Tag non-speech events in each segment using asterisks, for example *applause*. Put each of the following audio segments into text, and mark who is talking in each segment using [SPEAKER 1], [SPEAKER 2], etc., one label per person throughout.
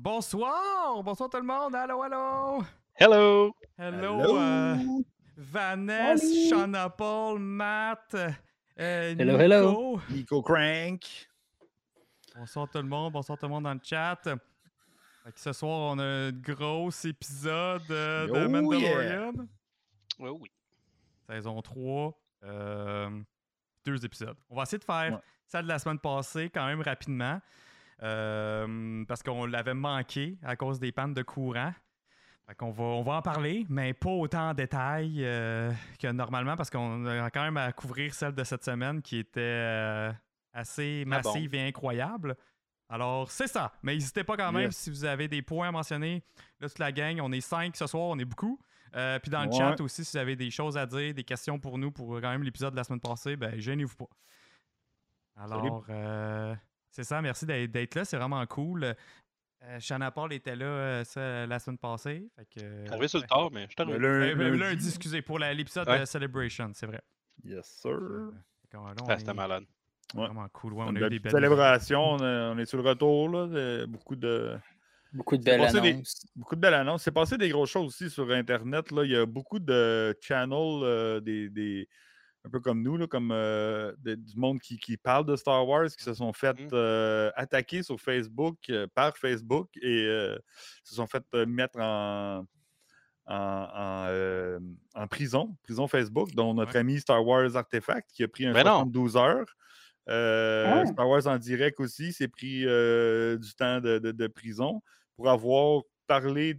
[SPEAKER 1] Bonsoir! Bonsoir tout le monde! Allô, allô!
[SPEAKER 2] Hello!
[SPEAKER 1] Hello! euh, Vanessa,
[SPEAKER 3] Salut.
[SPEAKER 1] Shana Paul, Matt, euh,
[SPEAKER 2] Hello,
[SPEAKER 1] Nico.
[SPEAKER 2] hello.
[SPEAKER 3] Nico Crank.
[SPEAKER 1] Bonsoir tout le monde, bonsoir tout le monde dans le chat. Fait que ce soir, on a un gros épisode euh, de
[SPEAKER 3] Oh,
[SPEAKER 1] Mandalorian.
[SPEAKER 2] Ouais, oui.
[SPEAKER 1] Saison 3, euh, deux épisodes. On va essayer de faire
[SPEAKER 3] Ouais.
[SPEAKER 1] ça de la semaine passée quand même rapidement. euh, parce qu'on l'avait manqué à cause des pannes de courant. Fait qu'on va, on va en parler, mais pas autant en détail euh, que normalement, parce qu'on a quand même à couvrir celle de cette semaine qui était euh, assez
[SPEAKER 2] Ah bon?
[SPEAKER 1] massive et incroyable. Alors, c'est ça. Mais n'hésitez pas quand même
[SPEAKER 3] Yes.
[SPEAKER 1] si vous avez des points à mentionner. Là, toute la gang, on est cinq ce soir, on est beaucoup. Euh, puis dans le
[SPEAKER 3] Ouais.
[SPEAKER 1] chat aussi, si vous avez des choses à dire, des questions pour nous pour quand même l'épisode de la semaine passée, ben gênez-vous pas. Alors, euh, c'est ça. Merci d'être- d'être là. C'est vraiment cool. Euh, Shanna Paul était là euh, ça, la semaine passée. Fait que, euh,
[SPEAKER 2] Arrivé sur
[SPEAKER 1] ouais.
[SPEAKER 2] le tard, mais je t'arrive.
[SPEAKER 3] Le
[SPEAKER 2] arrivé.
[SPEAKER 1] Euh,
[SPEAKER 3] lun-
[SPEAKER 1] ben,
[SPEAKER 3] lundi.
[SPEAKER 1] lundi, excusez, pour la- l'épisode
[SPEAKER 2] Ouais.
[SPEAKER 1] de Celebration, c'est vrai. Euh,
[SPEAKER 3] Yes, sir.
[SPEAKER 1] Fait qu'on- là, on
[SPEAKER 2] Ah, c'était
[SPEAKER 1] est
[SPEAKER 2] malade.
[SPEAKER 3] Ouais.
[SPEAKER 1] Vraiment cool. Ouais,
[SPEAKER 3] On
[SPEAKER 1] on a
[SPEAKER 3] a
[SPEAKER 1] eu des
[SPEAKER 3] des
[SPEAKER 1] belles
[SPEAKER 3] célébrations. On, est- on est sur le retour. Là, de- beaucoup, de,
[SPEAKER 4] Beaucoup de
[SPEAKER 3] C'est
[SPEAKER 4] belles
[SPEAKER 3] passé des-
[SPEAKER 4] annonces.
[SPEAKER 3] beaucoup de belles annonces. C'est passé des grosses choses aussi sur Internet. Là. Il y a beaucoup de channels, euh, des, des- un peu comme nous, là, comme euh, de- du monde qui, qui parle de Star Wars, qui se sont fait
[SPEAKER 2] Mhm.
[SPEAKER 3] euh, attaquer sur Facebook, euh, par Facebook, et euh, se sont fait euh, mettre en, en, en, euh, en prison, prison Facebook, dont notre
[SPEAKER 1] Ouais.
[SPEAKER 3] ami Star Wars Artefact qui a pris un
[SPEAKER 2] Ben non.
[SPEAKER 3] 72 heures. Euh,
[SPEAKER 4] Ah.
[SPEAKER 3] Star Wars en direct aussi s'est pris euh, du temps de, de- de prison pour avoir parlé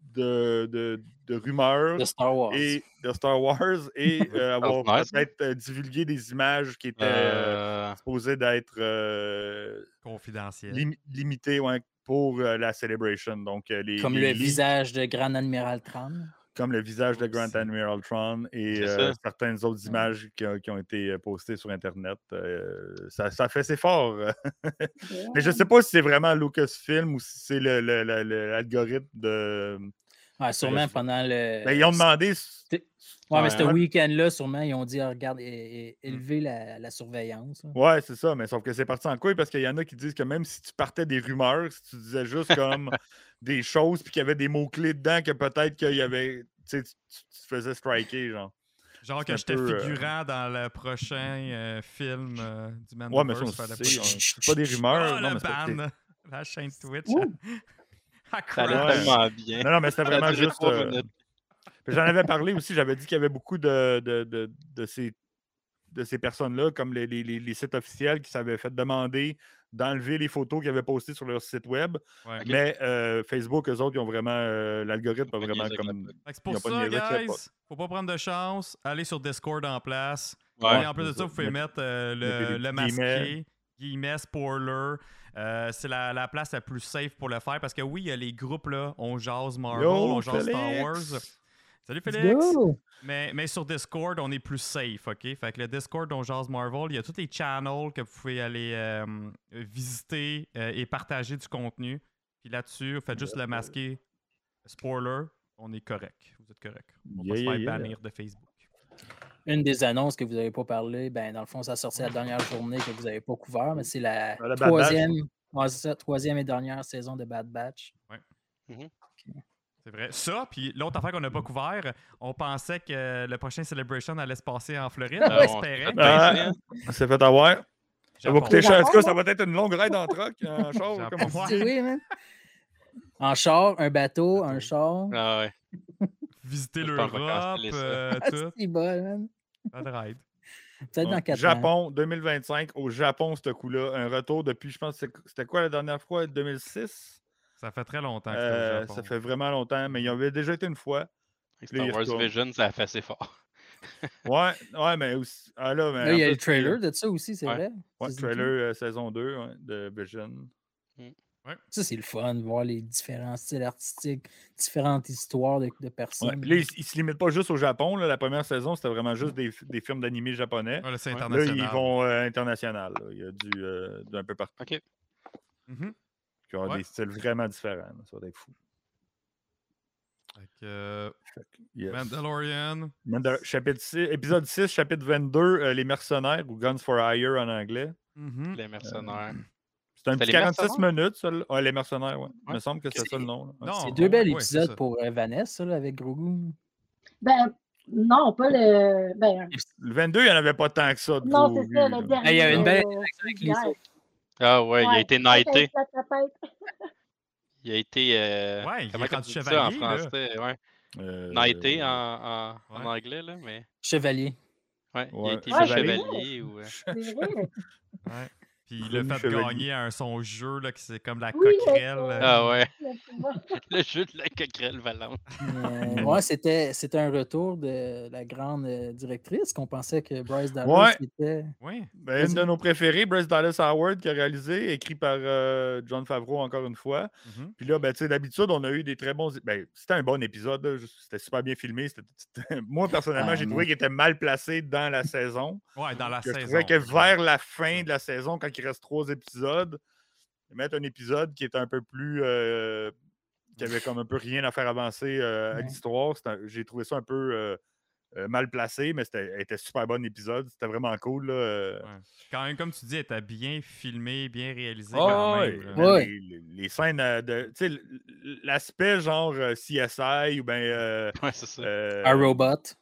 [SPEAKER 3] de, de- de rumeurs
[SPEAKER 4] De Star Wars.
[SPEAKER 3] et de Star Wars et euh, avoir
[SPEAKER 2] Ordinaire, ça.
[SPEAKER 3] peut-être euh, divulgué des images qui étaient euh,
[SPEAKER 2] Euh,
[SPEAKER 3] supposées d'être euh,
[SPEAKER 1] confidentielles.
[SPEAKER 3] lim- limitées ouais, pour euh, la celebration. Donc, euh, les,
[SPEAKER 4] Comme
[SPEAKER 3] les
[SPEAKER 4] le
[SPEAKER 3] leaks-
[SPEAKER 4] visage de Grand Admiral Tran.
[SPEAKER 3] comme le visage de Grand
[SPEAKER 1] Aussi.
[SPEAKER 3] Admiral Tron et
[SPEAKER 2] C'est
[SPEAKER 3] euh,
[SPEAKER 2] ça.
[SPEAKER 3] certaines autres images qui, ont- qui ont été euh, postées sur Internet. euh, ça, ça fait ses forts. *laughs* Mais je ne sais pas si c'est vraiment Lucasfilm ou si c'est le- le- le- le- l'algorithme de.
[SPEAKER 4] Ouais, sûrement
[SPEAKER 3] Bref.
[SPEAKER 4] pendant le.
[SPEAKER 3] Ben, ils ont demandé. s-
[SPEAKER 4] C'était- Ouais, mais
[SPEAKER 2] Ouais,
[SPEAKER 4] ce
[SPEAKER 3] ouais.
[SPEAKER 4] week-end-là, sûrement, ils ont dit ah, regarde, é- é- élever la, la surveillance. là.
[SPEAKER 3] Mmh. Ouais, c'est ça, mais sauf que c'est parti en couille parce qu'il y en a qui disent que même si tu partais des rumeurs, si tu disais juste comme des choses puis qu'il y avait des mots-clés dedans, que peut-être qu'il y avait. Tu sais, tu tu- tu te faisais striker, genre.
[SPEAKER 1] Genre
[SPEAKER 3] c'est
[SPEAKER 1] que
[SPEAKER 3] un
[SPEAKER 1] j'étais
[SPEAKER 3] peu, euh,
[SPEAKER 1] figurant dans le prochain euh, film euh, du Mandoverse.
[SPEAKER 3] Ouais, mais ça, on
[SPEAKER 1] fallait
[SPEAKER 3] le
[SPEAKER 1] pas-
[SPEAKER 3] sait, on- c'est pas des rumeurs.
[SPEAKER 1] Ah,
[SPEAKER 3] non,
[SPEAKER 1] le
[SPEAKER 3] mais c'est parce que-
[SPEAKER 1] ban! La chaîne Twitch. *laughs*
[SPEAKER 4] Ouh.
[SPEAKER 1] Ah,
[SPEAKER 2] ça allait
[SPEAKER 1] crap.
[SPEAKER 3] Ouais.
[SPEAKER 2] tellement bien.
[SPEAKER 3] Non, non,
[SPEAKER 2] *laughs*
[SPEAKER 3] mais c'était
[SPEAKER 2] Ça a
[SPEAKER 3] vraiment
[SPEAKER 2] duré
[SPEAKER 3] juste.
[SPEAKER 2] trois
[SPEAKER 3] euh,
[SPEAKER 2] minutes.
[SPEAKER 3] Puis J'en avais parlé aussi, j'avais dit qu'il y avait beaucoup de, de, de, de ces, de ces personnes-là, comme les, les- les- les sites officiels qui s'avaient fait demander d'enlever les photos qu'ils avaient postées sur leur site web.
[SPEAKER 1] Ouais.
[SPEAKER 2] Ok.
[SPEAKER 3] Mais euh, Facebook, eux autres, ils ont vraiment. euh, L'algorithme a
[SPEAKER 2] Ils ont
[SPEAKER 3] vraiment
[SPEAKER 2] niaisé avec
[SPEAKER 3] comme.
[SPEAKER 1] Fait que c'est
[SPEAKER 3] Ils
[SPEAKER 1] pour
[SPEAKER 3] ont pas
[SPEAKER 1] ça,
[SPEAKER 3] niaisé avec le
[SPEAKER 1] guys.
[SPEAKER 3] pot.
[SPEAKER 1] Faut pas prendre de chance. Allez sur Discord en place.
[SPEAKER 2] Ouais.
[SPEAKER 1] Et en plus de
[SPEAKER 3] c'est
[SPEAKER 1] ça,
[SPEAKER 3] ça.
[SPEAKER 1] vous pouvez
[SPEAKER 3] Mettez-
[SPEAKER 1] mettre euh,
[SPEAKER 3] mettez
[SPEAKER 1] le,
[SPEAKER 3] des
[SPEAKER 1] le
[SPEAKER 3] petits guillemets.
[SPEAKER 1] masqué, guillemets, spoiler. Euh, c'est la, la place la plus safe pour le faire parce que oui, il y a les groupes là. On jase Marvel, on jase Star Wars.
[SPEAKER 3] Félix!
[SPEAKER 1] Salut Félix!
[SPEAKER 4] Go!
[SPEAKER 1] Mais, mais sur Discord, on est plus safe, OK? Fait que le Discord dont jase Marvel, il y a tous les channels que vous pouvez aller euh, visiter euh, et partager du contenu. Puis là-dessus, vous faites juste le masquer spoiler, on est correct. Vous êtes correct. On va
[SPEAKER 3] Yeah,
[SPEAKER 1] se faire
[SPEAKER 3] yeah, yeah.
[SPEAKER 1] bannir de Facebook.
[SPEAKER 4] Une des annonces que vous n'avez pas parlé, ben, dans le fond, ça sortait la dernière journée que vous n'avez pas couvert, mais c'est la
[SPEAKER 3] Ah, la Bad Batch.
[SPEAKER 4] troisième, ouais, c'est ça, troisième et dernière saison de Bad Batch.
[SPEAKER 1] C'est vrai. Ça, puis l'autre affaire qu'on n'a pas couvert, on pensait que le prochain Celebration allait se passer en Floride.
[SPEAKER 2] Ah,
[SPEAKER 1] on
[SPEAKER 2] on se
[SPEAKER 1] espérait.
[SPEAKER 2] fait
[SPEAKER 3] Ah,
[SPEAKER 2] pincer, hein.
[SPEAKER 3] On s'est fait avoir. Ça va
[SPEAKER 1] Japon.
[SPEAKER 3] coûter cher. En tout cas,
[SPEAKER 4] Japon,
[SPEAKER 3] ça va être une longue ride en euh, troc, en char. comme on
[SPEAKER 1] Japon.
[SPEAKER 3] dit.
[SPEAKER 4] *laughs* Tu dis oui, man? En char, un bateau, un
[SPEAKER 1] Bateau.
[SPEAKER 4] char.
[SPEAKER 2] Ah ouais.
[SPEAKER 1] Visiter
[SPEAKER 2] Je pense
[SPEAKER 1] l'Europe,
[SPEAKER 2] qu'on va canceller ça.
[SPEAKER 1] euh,
[SPEAKER 4] Ah,
[SPEAKER 1] tout.
[SPEAKER 4] c'est bon, man.
[SPEAKER 1] Pas de ride.
[SPEAKER 4] Peut-être dans
[SPEAKER 3] Ouais.
[SPEAKER 4] quatre ans.
[SPEAKER 3] Japon, 2025, au Japon, ce coup-là. Un retour depuis, je pense, c'est- c'était quoi la dernière fois 2006
[SPEAKER 1] Ça fait très longtemps que
[SPEAKER 3] Euh,
[SPEAKER 1] c'est au Japon.
[SPEAKER 3] Ça fait vraiment longtemps, mais il y avait déjà été une fois. Là,
[SPEAKER 2] Star
[SPEAKER 3] il
[SPEAKER 2] Wars
[SPEAKER 3] retourne.
[SPEAKER 2] Vision, ça a fait assez
[SPEAKER 3] *laughs*
[SPEAKER 2] fort.
[SPEAKER 3] Ouais, ouais, mais aussi. Ah là, mais
[SPEAKER 4] Là, il y
[SPEAKER 3] en
[SPEAKER 4] a le
[SPEAKER 3] plus, c'est-
[SPEAKER 4] trailer de ça aussi, c'est
[SPEAKER 2] Ouais.
[SPEAKER 4] vrai.
[SPEAKER 3] Ouais,
[SPEAKER 4] Suzuki.
[SPEAKER 3] trailer euh, saison 2 ouais, de Vision.
[SPEAKER 4] Ça, c'est le fun, voir les différents styles artistiques, différentes histoires de, de
[SPEAKER 3] Ouais,
[SPEAKER 4] personnes.
[SPEAKER 3] puis Là, ils, ils se limitent pas juste au Japon. là. La première saison, c'était vraiment juste des, f- des films d'animé japonais.
[SPEAKER 1] Ah, là, c'est
[SPEAKER 2] Ouais. Là,
[SPEAKER 3] Là,
[SPEAKER 1] international.
[SPEAKER 3] ils vont euh, international. là. Il y a du, euh, d'un peu partout.
[SPEAKER 1] Mhm.
[SPEAKER 3] Il y aura
[SPEAKER 1] Ouais.
[SPEAKER 3] des styles vraiment différents. là. Ça va être fou.
[SPEAKER 1] Fait que, euh,
[SPEAKER 3] Fait que, yes.
[SPEAKER 1] Mandalorian.
[SPEAKER 3] Mandal- chapitre six- épisode 6,
[SPEAKER 2] Mm-hmm.
[SPEAKER 3] chapitre 22, euh, Les mercenaires ou Guns for Hire en anglais.
[SPEAKER 1] Mhm.
[SPEAKER 2] Les mercenaires.
[SPEAKER 3] C'est un
[SPEAKER 2] C'était
[SPEAKER 3] petit
[SPEAKER 2] les
[SPEAKER 3] 46
[SPEAKER 2] mercenaires?
[SPEAKER 3] minutes, ça. là. Ouais, les mercenaires, ouais. Il me
[SPEAKER 2] Ouais.
[SPEAKER 3] semble que c'est ça le nom. là. Ouais.
[SPEAKER 1] Non,
[SPEAKER 4] C'est
[SPEAKER 1] Ah,
[SPEAKER 4] deux belles
[SPEAKER 1] ouais, c'est
[SPEAKER 4] épisodes
[SPEAKER 1] ça.
[SPEAKER 4] pour euh, Vanessa là, avec Grogu.
[SPEAKER 5] Ben, non, pas le. Ben,
[SPEAKER 3] Le 22, il n'y en avait pas tant que ça. de
[SPEAKER 5] non,
[SPEAKER 3] gros
[SPEAKER 5] c'est ça,
[SPEAKER 3] vues, là.
[SPEAKER 5] le dernier.
[SPEAKER 4] Ah, il y a une belle
[SPEAKER 5] euh,
[SPEAKER 4] *laughs* avec les
[SPEAKER 5] hier.
[SPEAKER 4] autres.
[SPEAKER 2] Ah ouais, il a
[SPEAKER 5] Ouais,
[SPEAKER 2] été
[SPEAKER 5] ça, ça,
[SPEAKER 2] knighté.
[SPEAKER 5] ça, ça peut être-
[SPEAKER 2] Il a été. euh,
[SPEAKER 1] Ouais, il
[SPEAKER 2] comment
[SPEAKER 1] est
[SPEAKER 2] qu'on
[SPEAKER 1] rendu
[SPEAKER 2] dit ça en
[SPEAKER 1] chevalier, là.
[SPEAKER 2] français? Ouais.
[SPEAKER 3] Euh,
[SPEAKER 2] Knighté en, en, en
[SPEAKER 1] ouais.
[SPEAKER 2] anglais, là, mais.
[SPEAKER 4] Chevalier.
[SPEAKER 2] Ouais, il
[SPEAKER 3] Ouais.
[SPEAKER 2] a été
[SPEAKER 5] Ouais,
[SPEAKER 2] chevalier
[SPEAKER 5] chevalier.
[SPEAKER 2] ou. euh,
[SPEAKER 5] C'est vrai.
[SPEAKER 1] Ouais. Puis il
[SPEAKER 3] Revenu
[SPEAKER 1] l'a fait
[SPEAKER 3] chevalier.
[SPEAKER 1] gagner un, son jeu, là, que c'est comme la
[SPEAKER 5] Oui,
[SPEAKER 1] coquerelle.
[SPEAKER 5] le-
[SPEAKER 1] euh,
[SPEAKER 2] Ah ouais, *laughs*
[SPEAKER 5] le pouvoir.
[SPEAKER 2] le jeu de la coquerelle valente.
[SPEAKER 4] Euh, ouais, c'était, c'était un retour de la grande euh, directrice qu'on pensait que Bryce Dallas
[SPEAKER 3] Ouais.
[SPEAKER 4] était.
[SPEAKER 1] ouais.
[SPEAKER 3] Ben, une de nos préférées, Bryce Dallas Howard, qui a réalisé, écrit par euh, John Favreau encore une fois.
[SPEAKER 1] Mhm.
[SPEAKER 3] Puis là, ben, tu sais, d'habitude, on a eu des très bons. Ben, c'était un bon épisode. là. C'était super bien filmé. C'était- c'était- *laughs* Moi, personnellement,
[SPEAKER 4] Ah,
[SPEAKER 3] j'ai
[SPEAKER 4] non.
[SPEAKER 3] trouvé qu'il était mal placé dans la saison.
[SPEAKER 1] Ouais, dans la
[SPEAKER 3] Que
[SPEAKER 1] saison.
[SPEAKER 3] Je trouvais que
[SPEAKER 1] ouais.
[SPEAKER 3] vers la fin de la saison, quand il reste trois épisodes, mettre un épisode qui est un peu plus. euh, qui avait comme un peu rien à faire avancer euh, à
[SPEAKER 4] Ouais.
[SPEAKER 3] l'histoire. c'est un- J'ai trouvé ça un peu euh, euh, mal placé, mais c'était elle était super bon épisode. C'était vraiment cool. Là. euh.
[SPEAKER 1] Ouais. Quand même, comme tu dis, elle était bien filmé, bien réalisé
[SPEAKER 3] Ah
[SPEAKER 1] quand
[SPEAKER 3] ouais,
[SPEAKER 1] même. là.
[SPEAKER 3] man,
[SPEAKER 4] Ouais.
[SPEAKER 3] Les, les- les scènes euh, de. Tu sais, l- l- l'aspect genre euh, CSI ou bien. euh,
[SPEAKER 2] Ouais, c'est ça.
[SPEAKER 3] euh,
[SPEAKER 4] Un robot.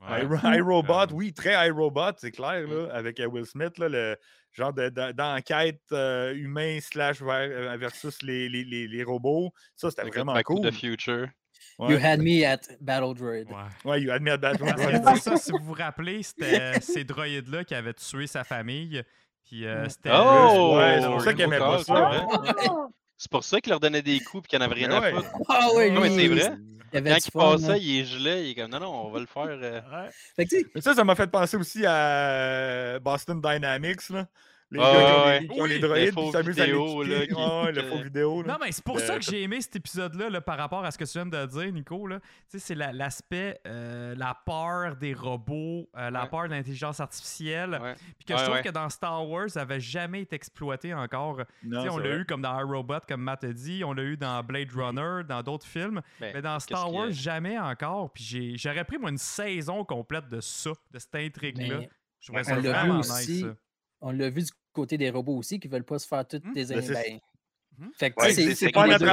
[SPEAKER 1] Ouais.
[SPEAKER 3] I- I- iRobot,
[SPEAKER 1] Euh,
[SPEAKER 3] oui, très iRobot, c'est
[SPEAKER 2] Mmh.
[SPEAKER 3] clair, là, avec euh, Will Smith, là, le genre de- de- d'enquête euh, humain slash ver- euh, versus les, les- les- les robots. Ça, c'était
[SPEAKER 2] Avec le
[SPEAKER 3] vraiment
[SPEAKER 2] Back to
[SPEAKER 3] cool.
[SPEAKER 2] the Future.
[SPEAKER 4] You
[SPEAKER 3] Ouais,
[SPEAKER 4] had me at Battle Droid.
[SPEAKER 1] Ouais.
[SPEAKER 3] ouais, You Had Me at Battle.
[SPEAKER 1] Parce
[SPEAKER 3] Ouais.
[SPEAKER 1] que c'est ça, si vous vous rappelez, c'était euh, ces droïdes-là qui avaient tué sa famille. Puis euh,
[SPEAKER 4] Ouais.
[SPEAKER 1] c'était.
[SPEAKER 2] Oh!
[SPEAKER 3] Ouais, c'est pour ça qu'il aimait pas ça. hein.
[SPEAKER 2] Ah,
[SPEAKER 5] Ah,
[SPEAKER 2] C'est pour ça qu'il leur donnait des coups et qu'il en avait rien à
[SPEAKER 3] Ben Ouais.
[SPEAKER 2] foutre.
[SPEAKER 4] Ah ouais,
[SPEAKER 2] Non, mais
[SPEAKER 4] lui,
[SPEAKER 2] c'est vrai.
[SPEAKER 4] Il avait
[SPEAKER 2] Quand
[SPEAKER 4] du
[SPEAKER 2] il
[SPEAKER 4] fun, Ben, là.
[SPEAKER 2] passait, il est gelé. Il est comme, non, non, on va le faire. euh,
[SPEAKER 1] Ouais.
[SPEAKER 4] Fait que, tu sais,
[SPEAKER 3] Mais ça, ça m'a fait penser aussi à euh, Boston Dynamics, là. Les
[SPEAKER 2] Ah,
[SPEAKER 3] gars qui ont
[SPEAKER 2] ouais.
[SPEAKER 3] des- qui ont
[SPEAKER 1] Oui,
[SPEAKER 3] les
[SPEAKER 1] les
[SPEAKER 3] droïdes
[SPEAKER 2] faux
[SPEAKER 3] qui s'amusent à les
[SPEAKER 2] vidéos, là,
[SPEAKER 3] kicker.
[SPEAKER 2] qui-
[SPEAKER 3] Ouais, ouais, le
[SPEAKER 2] qui-
[SPEAKER 3] faux vidéo. là.
[SPEAKER 1] Non, mais c'est pour ça
[SPEAKER 3] Euh,
[SPEAKER 1] que j'ai aimé cet épisode-là là, par rapport à ce que tu viens de dire, Nico. là. Tu sais, C'est la- l'aspect, euh, la peur des robots, euh, la
[SPEAKER 2] Ouais.
[SPEAKER 1] peur de l'intelligence artificielle.
[SPEAKER 2] Ouais.
[SPEAKER 1] Puis que je
[SPEAKER 2] Ouais,
[SPEAKER 1] trouve
[SPEAKER 2] ouais.
[SPEAKER 1] que dans Star Wars, ça n'avait jamais été exploité encore. Tu
[SPEAKER 3] Non,
[SPEAKER 1] sais, on
[SPEAKER 3] c'est
[SPEAKER 1] l'a
[SPEAKER 3] vrai.
[SPEAKER 1] eu comme dans iRobot, comme Matt a dit, on l'a eu dans Blade Runner, dans d'autres films.
[SPEAKER 2] Mhm. Ben,
[SPEAKER 1] mais dans
[SPEAKER 2] qu'est-ce
[SPEAKER 1] Star
[SPEAKER 2] qu'il y a?
[SPEAKER 1] Wars, jamais encore. Puis j'ai- j'aurais pris, moi, une saison complète de ça, de cette intrigue-là.
[SPEAKER 4] mais
[SPEAKER 1] Je trouvais
[SPEAKER 4] on
[SPEAKER 1] ça
[SPEAKER 4] l'a vu
[SPEAKER 1] vraiment
[SPEAKER 4] aussi.
[SPEAKER 1] nice. ça.
[SPEAKER 4] on l'a vu du côté des robots aussi qui veulent pas se faire toutes
[SPEAKER 1] Hmm.
[SPEAKER 4] des
[SPEAKER 3] Ben, c'est-
[SPEAKER 4] ben,
[SPEAKER 1] Mhm.
[SPEAKER 4] Fait que,
[SPEAKER 2] Ouais,
[SPEAKER 4] tu sais,
[SPEAKER 2] c'est-
[SPEAKER 3] c'est
[SPEAKER 2] c'est
[SPEAKER 3] pas
[SPEAKER 2] comme
[SPEAKER 3] notre
[SPEAKER 2] les deux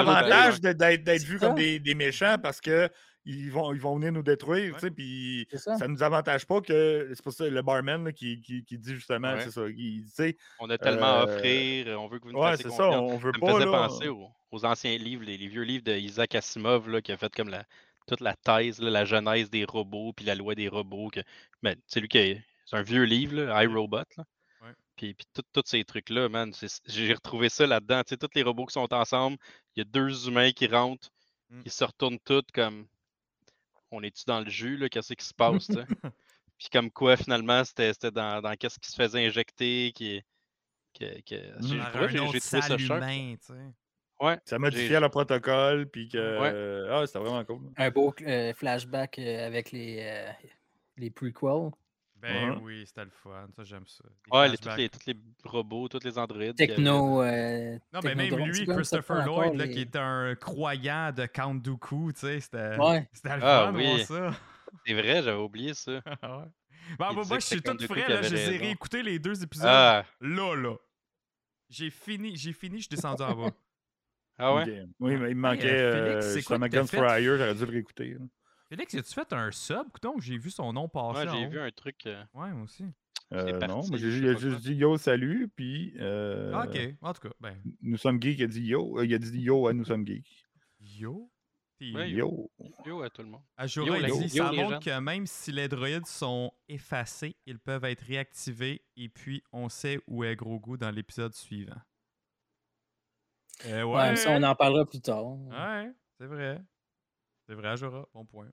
[SPEAKER 2] batailles,
[SPEAKER 3] avantage de- d'être d'être
[SPEAKER 4] C'est
[SPEAKER 3] vus
[SPEAKER 4] ça.
[SPEAKER 3] comme des, des méchants parce que ils vont, ils vont venir nous détruire,
[SPEAKER 1] Ouais.
[SPEAKER 3] tu sais, puis
[SPEAKER 4] C'est ça.
[SPEAKER 3] ça nous avantage pas que c'est pour ça le barman là, qui, qui, qui dit justement,
[SPEAKER 2] Ouais.
[SPEAKER 3] c'est ça, il, tu sais,
[SPEAKER 2] On a tellement à
[SPEAKER 3] Euh,
[SPEAKER 2] offrir. On veut que vous nous
[SPEAKER 3] ouais,
[SPEAKER 2] fassiez
[SPEAKER 3] c'est ça,
[SPEAKER 2] confiance.
[SPEAKER 3] on, on veut
[SPEAKER 2] Ça me
[SPEAKER 3] pas
[SPEAKER 2] faisait
[SPEAKER 3] là,
[SPEAKER 2] penser aux, aux anciens livres, les, les vieux livres de Isaac Asimov, là, qui a fait comme la, toute la thèse, là, la genèse des robots, puis la loi des robots. Que, ben, c'est lui qui a- C'est un vieux livre, là, iRobot. Là.
[SPEAKER 1] Ouais.
[SPEAKER 2] Puis, puis tout- tous ces trucs-là, man, c'est- j'ai retrouvé ça là-dedans. Tu sais, tous les robots qui sont ensemble, il y a deux humains qui rentrent,
[SPEAKER 1] Mm.
[SPEAKER 2] ils se retournent tous comme on est-tu dans le jus, là, qu'est-ce qui se
[SPEAKER 1] *laughs*
[SPEAKER 2] passe, tu sais? Puis comme quoi, finalement, c'était c'était dans, dans qu'est-ce qui se faisait injecter, qui. Que, que, j'ai-
[SPEAKER 1] Par
[SPEAKER 2] pour vrai,
[SPEAKER 1] Mm, un
[SPEAKER 2] j'ai-
[SPEAKER 1] autre
[SPEAKER 2] j'ai trouvé ça
[SPEAKER 1] sale
[SPEAKER 2] sharp.
[SPEAKER 1] humain, tu sais.
[SPEAKER 2] Ouais.
[SPEAKER 3] ça modifiait le protocole, puis que
[SPEAKER 2] Ouais.
[SPEAKER 3] euh, ah, c'était vraiment cool.
[SPEAKER 4] Un beau euh, flashback euh, avec les, euh, les prequels.
[SPEAKER 1] Ben
[SPEAKER 3] Ouais.
[SPEAKER 1] oui, c'était le fun. Ça, j'aime ça. Des
[SPEAKER 2] Ouais, les, tous,
[SPEAKER 1] flashbacks.
[SPEAKER 2] les, tous les robots, tous les androïdes. qui avaient-
[SPEAKER 4] Techno. euh,
[SPEAKER 1] Non, mais
[SPEAKER 4] techno
[SPEAKER 1] même
[SPEAKER 4] drones,
[SPEAKER 1] lui,
[SPEAKER 4] c'est quoi, ça
[SPEAKER 1] Christopher
[SPEAKER 4] fait encore
[SPEAKER 1] Lloyd, là,
[SPEAKER 4] les-
[SPEAKER 1] qui est un croyant de Count Dooku, tu sais, c'était
[SPEAKER 4] Ouais.
[SPEAKER 1] c'était le
[SPEAKER 2] Ah
[SPEAKER 1] fun de
[SPEAKER 2] oui.
[SPEAKER 1] voir
[SPEAKER 2] C'est vrai, j'avais oublié ça.
[SPEAKER 1] ça. *laughs* Ah ouais. Ben,
[SPEAKER 2] Il
[SPEAKER 1] moi,
[SPEAKER 2] disait
[SPEAKER 1] moi,
[SPEAKER 2] que
[SPEAKER 1] je suis
[SPEAKER 2] c'était Count
[SPEAKER 1] tout
[SPEAKER 2] Dooku
[SPEAKER 1] frais,
[SPEAKER 2] qui
[SPEAKER 1] là,
[SPEAKER 2] avait
[SPEAKER 1] je les ai
[SPEAKER 2] raison.
[SPEAKER 1] réécoutés les deux épisodes,
[SPEAKER 2] Ah,
[SPEAKER 1] là, là. J'ai fini, j'ai fini, je suis descendu en bas.
[SPEAKER 2] ah ouais?
[SPEAKER 3] Ok. Oui, mais il me manquait
[SPEAKER 1] euh, Félix,
[SPEAKER 3] euh,
[SPEAKER 1] c'est quoi
[SPEAKER 3] justement
[SPEAKER 1] que t'as
[SPEAKER 3] Guns
[SPEAKER 1] fait?
[SPEAKER 3] Fryer, j'aurais dû le réécouter. là.
[SPEAKER 1] Félix, as-tu fait un sub? Donc, j'ai vu son nom
[SPEAKER 2] Ouais,
[SPEAKER 1] passer. en
[SPEAKER 2] j'ai
[SPEAKER 1] haut.
[SPEAKER 2] vu un truc. euh,
[SPEAKER 1] Ouais, moi aussi.
[SPEAKER 3] Euh,
[SPEAKER 2] parti,
[SPEAKER 3] non, mais
[SPEAKER 2] je
[SPEAKER 3] j'ai
[SPEAKER 2] sais
[SPEAKER 3] il a
[SPEAKER 2] pas quoi.
[SPEAKER 3] juste dit yo, salut, puis euh,
[SPEAKER 1] Ah, ok, en tout cas, ben.
[SPEAKER 3] nous sommes geeks, il a dit yo, euh, il a dit yo à nous sommes geeks.
[SPEAKER 1] Yo. Puis,
[SPEAKER 2] Ouais,
[SPEAKER 3] Yo.
[SPEAKER 2] Yo à tout le monde.
[SPEAKER 1] à Jorah,
[SPEAKER 2] yo,
[SPEAKER 1] il
[SPEAKER 2] yo,
[SPEAKER 1] dit,
[SPEAKER 2] yo,
[SPEAKER 1] ça
[SPEAKER 2] les
[SPEAKER 1] montre
[SPEAKER 2] gens.
[SPEAKER 1] que même si les droïdes sont effacés, ils peuvent être réactivés et puis on sait où est Gros Goût dans l'épisode suivant. Eh ouais, Ah,
[SPEAKER 4] Ouais, mais ça, on en parlera plus tard.
[SPEAKER 1] Ouais, c'est vrai. C'est vrai, Jora. Bon point.